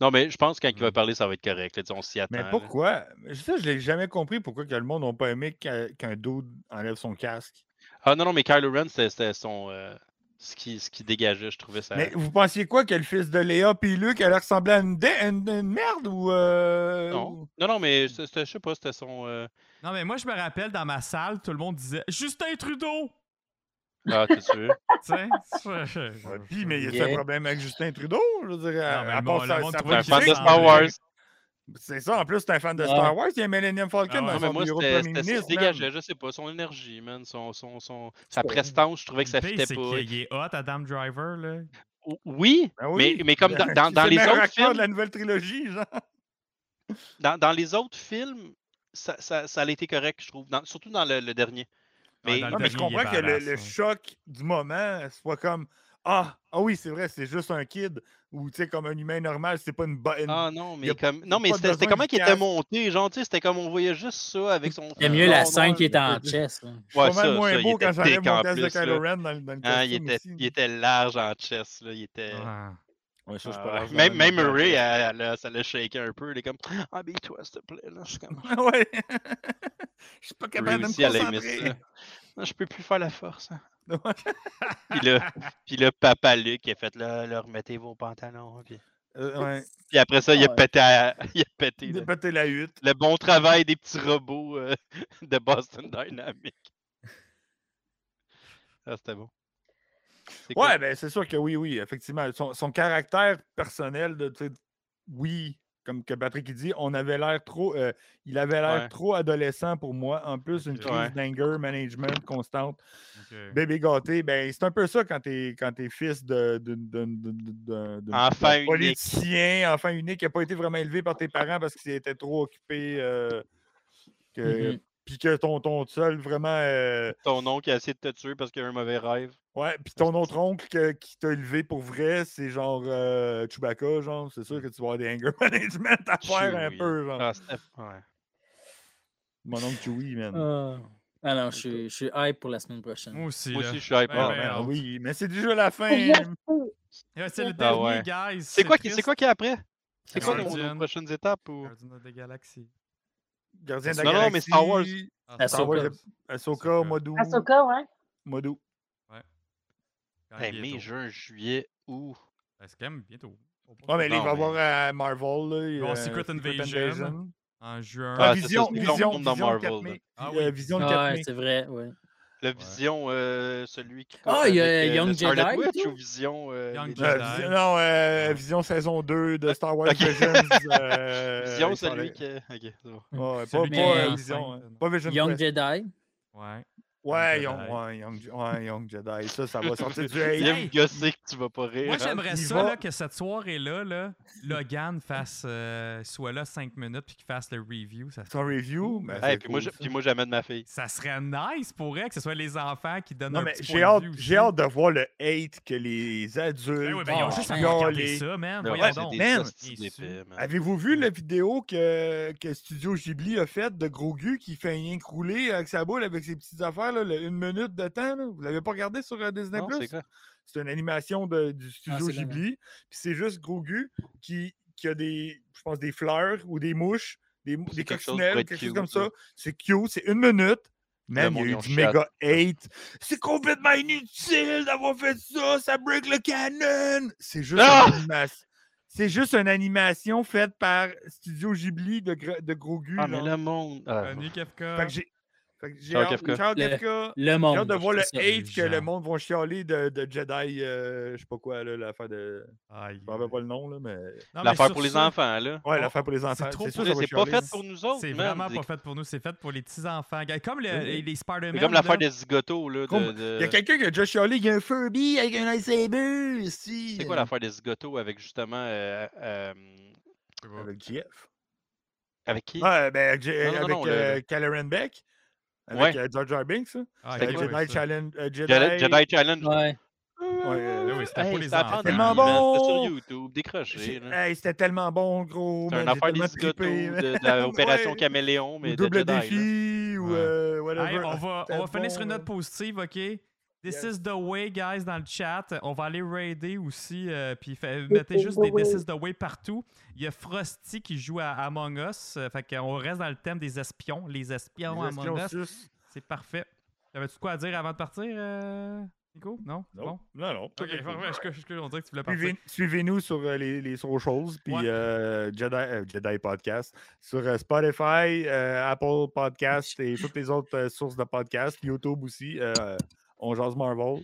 [SPEAKER 2] Non, mais je pense que quand il va
[SPEAKER 1] Mm.
[SPEAKER 2] parler, ça va être correct. là, tu sais, on s'y attend.
[SPEAKER 3] Mmh. Mais
[SPEAKER 2] là.
[SPEAKER 3] pourquoi? Je- Ça, je l'ai jamais compris pourquoi que le monde n'a pas aimé qu'un qu'un dude enlève son casque.
[SPEAKER 2] Ah non, non, mais Kylo Ren, c'était- c'était son. euh, ce qui, ce qui dégageait, je trouvais ça.
[SPEAKER 3] Mais vous pensiez quoi que le fils de Léa puis Luc allait ressembler à une, dé- une- une merde ou euh,
[SPEAKER 2] Non,
[SPEAKER 3] ou-
[SPEAKER 2] non, non, mais c'était- c'était- je sais pas, c'était son. euh,
[SPEAKER 1] Non, mais moi, je me rappelle dans ma salle, tout le monde disait Justin Trudeau!
[SPEAKER 2] Ah, t'es
[SPEAKER 3] *laughs*
[SPEAKER 2] sûr?
[SPEAKER 1] Tu sais? je- je-
[SPEAKER 3] Ouais, Puis, mais il y a
[SPEAKER 4] Yeah.
[SPEAKER 3] un problème avec Justin Trudeau, je veux dire, à-
[SPEAKER 1] mais
[SPEAKER 3] à
[SPEAKER 1] le
[SPEAKER 3] part
[SPEAKER 1] monde- le
[SPEAKER 3] sa-
[SPEAKER 1] monde
[SPEAKER 3] sa
[SPEAKER 1] trouve
[SPEAKER 2] T'es un
[SPEAKER 1] qu'il
[SPEAKER 2] fan
[SPEAKER 1] fait
[SPEAKER 2] de
[SPEAKER 3] politique,
[SPEAKER 1] ça,
[SPEAKER 2] Star
[SPEAKER 1] mais-
[SPEAKER 3] *laughs*
[SPEAKER 2] Wars.
[SPEAKER 3] C'est ça, en plus, c'est un fan de
[SPEAKER 4] Ouais.
[SPEAKER 3] Star Wars, il y a Millennium Falcon
[SPEAKER 1] Ah ouais.
[SPEAKER 3] dans
[SPEAKER 2] Non, mais
[SPEAKER 3] son
[SPEAKER 2] moi,
[SPEAKER 3] bureau de
[SPEAKER 2] c'était
[SPEAKER 3] premier
[SPEAKER 2] c'était ce qui
[SPEAKER 3] ministre.
[SPEAKER 2] dégageait,
[SPEAKER 3] man.
[SPEAKER 2] je sais pas, son énergie, man, son, son, son, sa
[SPEAKER 4] Ouais.
[SPEAKER 2] prestance, je trouvais que ça
[SPEAKER 1] Le pire,
[SPEAKER 2] fitait
[SPEAKER 1] c'est
[SPEAKER 2] pas.
[SPEAKER 1] qu'il est hot, Adam Driver, là.
[SPEAKER 2] O- Oui,
[SPEAKER 3] Ben
[SPEAKER 2] mais, mais comme dans,
[SPEAKER 3] *laughs*
[SPEAKER 2] dans-
[SPEAKER 3] C'est
[SPEAKER 2] dans
[SPEAKER 3] le
[SPEAKER 2] les
[SPEAKER 3] meilleur
[SPEAKER 2] autres
[SPEAKER 3] acteur
[SPEAKER 2] films,
[SPEAKER 3] de la nouvelle trilogie, genre.
[SPEAKER 2] dans, dans les autres films, ça, ça, ça a été correct, je trouve, dans- surtout dans le, le dernier.
[SPEAKER 1] Ouais,
[SPEAKER 2] Mais,
[SPEAKER 1] dans le
[SPEAKER 3] Ah, mais je
[SPEAKER 1] dernier, il est
[SPEAKER 3] comprends que le,
[SPEAKER 1] badass,
[SPEAKER 3] le
[SPEAKER 1] ouais.
[SPEAKER 3] choc du moment soit comme Ah, ah oui, c'est vrai, c'est juste un kid. Ou tu sais, comme un humain normal, c'est pas une bonne.
[SPEAKER 2] ah non, mais
[SPEAKER 3] y a
[SPEAKER 2] comme non,
[SPEAKER 3] pas
[SPEAKER 2] mais
[SPEAKER 3] de
[SPEAKER 2] c'était c'était
[SPEAKER 3] besoin
[SPEAKER 2] comment
[SPEAKER 3] du
[SPEAKER 2] qu'il était
[SPEAKER 3] casque.
[SPEAKER 2] monté, genre, tu sais, c'était comme on voyait juste ça avec son.
[SPEAKER 4] J'aime mieux la
[SPEAKER 2] son
[SPEAKER 4] scène
[SPEAKER 2] noir.
[SPEAKER 4] qui est en
[SPEAKER 3] Ouais,
[SPEAKER 4] chess. là.
[SPEAKER 3] je suis
[SPEAKER 2] ouais,
[SPEAKER 3] pas
[SPEAKER 2] ça,
[SPEAKER 3] mal moins
[SPEAKER 2] ça, il
[SPEAKER 3] beau
[SPEAKER 2] était
[SPEAKER 3] quand j'enlève
[SPEAKER 2] thick en
[SPEAKER 3] mon casque de
[SPEAKER 2] plus,
[SPEAKER 3] Kylo
[SPEAKER 2] là.
[SPEAKER 3] Ren dans, le- dans le costume
[SPEAKER 2] Hein, il, était,
[SPEAKER 3] aussi.
[SPEAKER 2] il était large en chest, là, il était.
[SPEAKER 1] Ah.
[SPEAKER 3] Ouais, ça, je suis
[SPEAKER 2] Ah
[SPEAKER 3] pas
[SPEAKER 2] ouais.
[SPEAKER 3] large dans
[SPEAKER 2] Même,
[SPEAKER 3] le
[SPEAKER 2] même
[SPEAKER 3] dans le
[SPEAKER 2] Ray,
[SPEAKER 3] chest.
[SPEAKER 2] elle- elle- ça l'a shaké un peu. Elle est comme Habille-toi, s'il te plaît. Là. Je suis comme,
[SPEAKER 3] *laughs* Ah ouais. *laughs* Je suis pas
[SPEAKER 2] Ray
[SPEAKER 3] capable de me
[SPEAKER 2] aussi, elle a aimé
[SPEAKER 3] concentrer.
[SPEAKER 2] ça. *laughs* Non, je peux plus faire la force. hein.
[SPEAKER 3] *laughs* Ouais.
[SPEAKER 2] Puis là, puis là, papa Luc, il a fait là, là, remettez vos pantalons. Puis,
[SPEAKER 3] Euh, Ah, ouais.
[SPEAKER 2] puis après ça, il a
[SPEAKER 4] Ouais.
[SPEAKER 2] pété, à- *laughs* il a pété
[SPEAKER 3] Il a
[SPEAKER 2] le,
[SPEAKER 3] pété la hutte.
[SPEAKER 2] le bon travail des petits robots euh, *laughs* de Boston Dynamics. Ah, c'était bon. C'est cool.
[SPEAKER 3] Ouais, ben c'est sûr que oui, oui, effectivement. Son, son caractère personnel de tu sais, oui, comme que Patrick il dit, on avait l'air trop euh, il avait l'air
[SPEAKER 2] Ouais.
[SPEAKER 3] trop adolescent pour moi. En plus, une
[SPEAKER 1] Ok.
[SPEAKER 3] crise
[SPEAKER 2] Ouais.
[SPEAKER 3] d'anger management constante.
[SPEAKER 1] Ok.
[SPEAKER 3] Bébé gâté, ben c'est un peu ça quand t'es quand t'es fils de, de, de- de- de- de- de-
[SPEAKER 2] Enfant
[SPEAKER 3] de
[SPEAKER 2] unique.
[SPEAKER 3] politicien, enfant
[SPEAKER 2] Mmh
[SPEAKER 3] unique, qui n'a pas été vraiment élevé par tes parents parce qu'ils étaient trop occupés euh, que-
[SPEAKER 4] Mhm.
[SPEAKER 3] puis que ton, ton seul vraiment. euh,
[SPEAKER 2] Ton oncle a essayé de te tuer parce qu'il a eu un mauvais rêve.
[SPEAKER 3] Ouais, puis ton autre oncle que- qui t'a élevé pour vrai, c'est genre euh, Chewbacca, genre, c'est sûr que tu vas avoir des anger *laughs* management à faire un
[SPEAKER 2] Chewie.
[SPEAKER 3] peu, genre.
[SPEAKER 2] Ah, c'était- ouais.
[SPEAKER 3] Mon oncle Chewie, man.
[SPEAKER 4] Ah Ah non, je suis- je suis hype pour la semaine prochaine.
[SPEAKER 1] Moi aussi.
[SPEAKER 2] Moi
[SPEAKER 1] là.
[SPEAKER 2] aussi, je suis hype.
[SPEAKER 1] Ouais,
[SPEAKER 3] Ah,
[SPEAKER 1] ouais.
[SPEAKER 3] man,
[SPEAKER 1] hâte.
[SPEAKER 3] oui, mais c'est déjà la fin.
[SPEAKER 5] Je sais.
[SPEAKER 1] Ouais, c'est le
[SPEAKER 5] Ah
[SPEAKER 1] dernier,
[SPEAKER 2] ouais.
[SPEAKER 1] guys.
[SPEAKER 2] C'est quoi, qui- c'est
[SPEAKER 1] triste.
[SPEAKER 2] quoi qui est après? C'est quoi
[SPEAKER 1] Guardian.
[SPEAKER 2] nos, nos prochaines étapes? Ou...
[SPEAKER 1] Guardian of the Galaxy.
[SPEAKER 3] Gardien de la
[SPEAKER 2] Non, non, mais
[SPEAKER 3] Galaxie,
[SPEAKER 2] Star Wars.
[SPEAKER 1] Ah,
[SPEAKER 3] Star Wars,
[SPEAKER 4] Ahsoka.
[SPEAKER 3] Ahsoka,
[SPEAKER 1] Ahsoka.
[SPEAKER 2] Ah.
[SPEAKER 3] Modou.
[SPEAKER 5] Ahsoka, ouais.
[SPEAKER 3] Modou.
[SPEAKER 1] quand
[SPEAKER 2] Hey,
[SPEAKER 1] il est
[SPEAKER 2] Ben, mai,
[SPEAKER 1] tôt.
[SPEAKER 2] juin, juillet, août.
[SPEAKER 1] Ben, C'est quand même bientôt.
[SPEAKER 3] Ouais, Ah, mais là, il
[SPEAKER 2] Non,
[SPEAKER 3] va y
[SPEAKER 2] mais-
[SPEAKER 3] avoir à Marvel, là. il y
[SPEAKER 1] Bon,
[SPEAKER 3] a
[SPEAKER 1] Secret Invasion. En juin.
[SPEAKER 3] Ah,
[SPEAKER 2] Ah, c'est ça,
[SPEAKER 3] vision,
[SPEAKER 2] c'est
[SPEAKER 3] vision,
[SPEAKER 2] Vision
[SPEAKER 3] vision,
[SPEAKER 2] dans
[SPEAKER 3] le 4
[SPEAKER 2] Marvel,
[SPEAKER 3] mai.
[SPEAKER 2] là.
[SPEAKER 1] Ah
[SPEAKER 3] Euh,
[SPEAKER 1] oui.
[SPEAKER 3] vision le 4
[SPEAKER 4] Ouais,
[SPEAKER 3] mai.
[SPEAKER 4] c'est vrai, ouais.
[SPEAKER 2] La vision, euh, celui qui.
[SPEAKER 4] Ah,
[SPEAKER 2] couche
[SPEAKER 4] il y a
[SPEAKER 2] avec, euh,
[SPEAKER 4] Young
[SPEAKER 2] le Scarlet
[SPEAKER 4] Jedi et
[SPEAKER 2] Witch
[SPEAKER 4] tout?
[SPEAKER 2] ou vision. euh,
[SPEAKER 1] Young
[SPEAKER 2] les-
[SPEAKER 1] Jedi.
[SPEAKER 3] Euh, vision, non, euh,
[SPEAKER 1] Ouais.
[SPEAKER 3] Vision saison 2 de Star Wars
[SPEAKER 2] Ok.
[SPEAKER 3] Visions. euh,
[SPEAKER 2] Vision,
[SPEAKER 3] avec Scarlet-
[SPEAKER 2] celui qui. Ok, c'est bon.
[SPEAKER 3] Ouais, pas,
[SPEAKER 1] Celui
[SPEAKER 4] qui
[SPEAKER 3] pas,
[SPEAKER 4] est
[SPEAKER 3] euh,
[SPEAKER 4] enceinte,
[SPEAKER 3] Vision, hein.
[SPEAKER 1] là, non?
[SPEAKER 3] Pas Vision
[SPEAKER 4] Young
[SPEAKER 3] Quest.
[SPEAKER 4] Jedi.
[SPEAKER 1] Ouais.
[SPEAKER 3] Ouais,
[SPEAKER 1] Young
[SPEAKER 3] Young,
[SPEAKER 1] Jedi.
[SPEAKER 3] ouais, Young, Je- ouais, Young Jedi. Ça, ça va *laughs* sortir du hate.
[SPEAKER 1] Yeah.
[SPEAKER 2] Liam Gossé que tu vas pas rire.
[SPEAKER 1] Moi,
[SPEAKER 2] hein?
[SPEAKER 1] j'aimerais
[SPEAKER 3] Euh, il
[SPEAKER 1] ça
[SPEAKER 3] va-
[SPEAKER 1] là, que cette soirée-là, là, Logan fasse, euh, soit là 5 minutes puis qu'il fasse le review. Ça,
[SPEAKER 3] Son review. ben,
[SPEAKER 2] Hey,
[SPEAKER 3] c'est
[SPEAKER 2] puis, moi,
[SPEAKER 3] cool,
[SPEAKER 2] je-
[SPEAKER 3] ça.
[SPEAKER 2] puis moi, j'amène ma fille.
[SPEAKER 1] ça serait nice pour elle que ce soit les enfants qui donnent
[SPEAKER 3] Non,
[SPEAKER 1] un
[SPEAKER 3] mais
[SPEAKER 1] petit point
[SPEAKER 3] j'ai
[SPEAKER 1] de
[SPEAKER 3] hâte,
[SPEAKER 1] vue aussi.
[SPEAKER 3] j'ai hâte de voir le hate que les adultes.
[SPEAKER 1] Ben oui, ben, ils ont
[SPEAKER 4] Ah,
[SPEAKER 1] juste à
[SPEAKER 4] ben,
[SPEAKER 1] regarder
[SPEAKER 3] les-
[SPEAKER 1] ça, man.
[SPEAKER 2] Ouais,
[SPEAKER 1] Voyons
[SPEAKER 2] c'est
[SPEAKER 1] donc.
[SPEAKER 2] des
[SPEAKER 3] man,
[SPEAKER 2] hosties hein.
[SPEAKER 1] il est
[SPEAKER 2] d'épais, man.
[SPEAKER 3] Avez-vous vu la vidéo que, que Studio Ghibli a faite de Gros Gu qui fait rien que rouler avec sa boule avec ses petites affaires, là, le- une minute de temps? là? Vous l'avez pas regardé sur euh, Disney
[SPEAKER 2] Non,
[SPEAKER 3] Plus?
[SPEAKER 2] c'est quoi?
[SPEAKER 3] C'est une animation de- du studio
[SPEAKER 4] c'est la même.
[SPEAKER 3] Ghibli. Puis c'est juste Grogu qui, qui a des, je pense, des fleurs ou des mouches, des, mou-
[SPEAKER 2] C'est
[SPEAKER 3] des
[SPEAKER 2] quelque chose pour
[SPEAKER 3] coccinelles,
[SPEAKER 2] être
[SPEAKER 3] quelque chose
[SPEAKER 2] cute,
[SPEAKER 3] comme
[SPEAKER 2] là.
[SPEAKER 3] ça. C'est cute, c'est une minute. Man, il y
[SPEAKER 2] monde,
[SPEAKER 3] a
[SPEAKER 2] ils
[SPEAKER 3] eu
[SPEAKER 2] ont
[SPEAKER 3] du
[SPEAKER 2] chat.
[SPEAKER 3] méga hate. C'est complètement inutile d'avoir fait ça, ça break le canon. C'est juste,
[SPEAKER 2] Ah!
[SPEAKER 3] une animation- c'est juste une animation faite par Studio Ghibli de, Gr- de Grogu.
[SPEAKER 2] Ah, mais
[SPEAKER 3] là.
[SPEAKER 2] le monde. Ah,
[SPEAKER 1] Annie Kefka.
[SPEAKER 3] Fait que j'ai- fait que j'ai
[SPEAKER 2] Ciao,
[SPEAKER 3] hâte,
[SPEAKER 2] Kafka.
[SPEAKER 3] ciao,
[SPEAKER 4] Le-
[SPEAKER 3] Kafka.
[SPEAKER 4] Le
[SPEAKER 3] J'ai
[SPEAKER 4] monde.
[SPEAKER 3] hâte de voir le
[SPEAKER 4] c'est ça.
[SPEAKER 1] les
[SPEAKER 3] hate que le
[SPEAKER 1] gens.
[SPEAKER 3] monde vont chialer de, de Jedi, euh, je sais pas quoi, là, l'affaire de.
[SPEAKER 1] Aïe.
[SPEAKER 3] Je me rappelle pas le nom, là, mais.
[SPEAKER 1] Non, mais
[SPEAKER 2] L'affaire
[SPEAKER 1] sur
[SPEAKER 2] pour les
[SPEAKER 1] ça,
[SPEAKER 2] enfants, là.
[SPEAKER 3] Ouais,
[SPEAKER 1] Oh,
[SPEAKER 3] l'affaire pour les enfants.
[SPEAKER 1] trop
[SPEAKER 3] C'est sûr,
[SPEAKER 1] pour-
[SPEAKER 3] ça va
[SPEAKER 2] Ah, C'est pas
[SPEAKER 3] chialer.
[SPEAKER 2] fait pour nous autres,
[SPEAKER 1] C'est
[SPEAKER 2] man.
[SPEAKER 1] vraiment
[SPEAKER 2] C'est-
[SPEAKER 1] pas fait pour nous, c'est fait pour les petits-enfants. Gars, Comme le-
[SPEAKER 3] Oui.
[SPEAKER 1] les, les Spider-Man.
[SPEAKER 2] C'est comme
[SPEAKER 1] là.
[SPEAKER 2] l'affaire des zigotos, là.
[SPEAKER 3] Comme-
[SPEAKER 2] de- de-
[SPEAKER 3] Il y a quelqu'un qui a déjà chialé, il y a un Furby avec un euh, lightsaber ici.
[SPEAKER 2] C'est quoi l'affaire des zigotos avec justement. euh, euh,
[SPEAKER 3] Avec GF.
[SPEAKER 2] Avec qui?
[SPEAKER 3] Ouais, ben, avec, J-
[SPEAKER 2] Non, non,
[SPEAKER 3] avec
[SPEAKER 2] non, le-
[SPEAKER 3] euh, Caloran Beck. Avec
[SPEAKER 2] Ouais.
[SPEAKER 3] euh, Jar Jar Binks, hein.
[SPEAKER 1] Ah,
[SPEAKER 3] Avec
[SPEAKER 2] C'était
[SPEAKER 1] oui,
[SPEAKER 2] quoi,
[SPEAKER 3] Jedi
[SPEAKER 1] ça.
[SPEAKER 3] Challenge. euh, Jedi.
[SPEAKER 2] Jedi Ah, Jedi Challenge.
[SPEAKER 4] Ouais.
[SPEAKER 3] euh,
[SPEAKER 1] Oui, oui, c'était pour les
[SPEAKER 2] c'était la
[SPEAKER 1] enfants.
[SPEAKER 2] pandémie, man,
[SPEAKER 3] Tellement bon!
[SPEAKER 2] C'était sur YouTube, décroché.
[SPEAKER 3] C'est-
[SPEAKER 2] là.
[SPEAKER 3] Hey, C'était tellement bon, gros.
[SPEAKER 2] hein. C'est
[SPEAKER 3] man,
[SPEAKER 2] une
[SPEAKER 3] j'ai
[SPEAKER 2] affaire des
[SPEAKER 3] tellement
[SPEAKER 2] zigotos
[SPEAKER 3] trippé,
[SPEAKER 2] de,
[SPEAKER 3] man.
[SPEAKER 2] de *laughs* la opération
[SPEAKER 3] Ouais.
[SPEAKER 2] caméléon,
[SPEAKER 3] Ou
[SPEAKER 2] mais de
[SPEAKER 3] double
[SPEAKER 2] Jedi. là.
[SPEAKER 3] défi, ou
[SPEAKER 1] Ouais.
[SPEAKER 3] euh,
[SPEAKER 1] Hey,
[SPEAKER 3] whatever. *laughs*
[SPEAKER 1] on va, on va
[SPEAKER 3] c'était
[SPEAKER 1] finir
[SPEAKER 3] bon,
[SPEAKER 1] sur une
[SPEAKER 3] là.
[SPEAKER 1] note positive, OK? This
[SPEAKER 3] Yes.
[SPEAKER 1] is the way, guys, dans le chat. On va aller raider aussi. euh, puis fait- mettez juste des This is the way partout. Il y a Frosty qui joue à Among Us. euh, fait qu'on reste dans le thème des espions. Les espions
[SPEAKER 3] Les
[SPEAKER 1] Among
[SPEAKER 3] espions
[SPEAKER 1] Us.
[SPEAKER 3] sus.
[SPEAKER 1] C'est parfait. T'avais-tu de quoi à dire avant de partir, euh, Nico? Non? C'est
[SPEAKER 3] Non,
[SPEAKER 1] Bon?
[SPEAKER 3] non, non.
[SPEAKER 1] Ok, parfait. Je- je- je- on dirait que tu voulais partir.
[SPEAKER 3] Suivez- Suivez-nous sur euh, les, les socials, puis
[SPEAKER 1] Ouais.
[SPEAKER 3] euh, Jedi, euh, Jedi Podcast, sur euh, Spotify, euh, Apple Podcast et toutes les autres euh, sources de podcasts, YouTube aussi, euh, On Jase Marvel.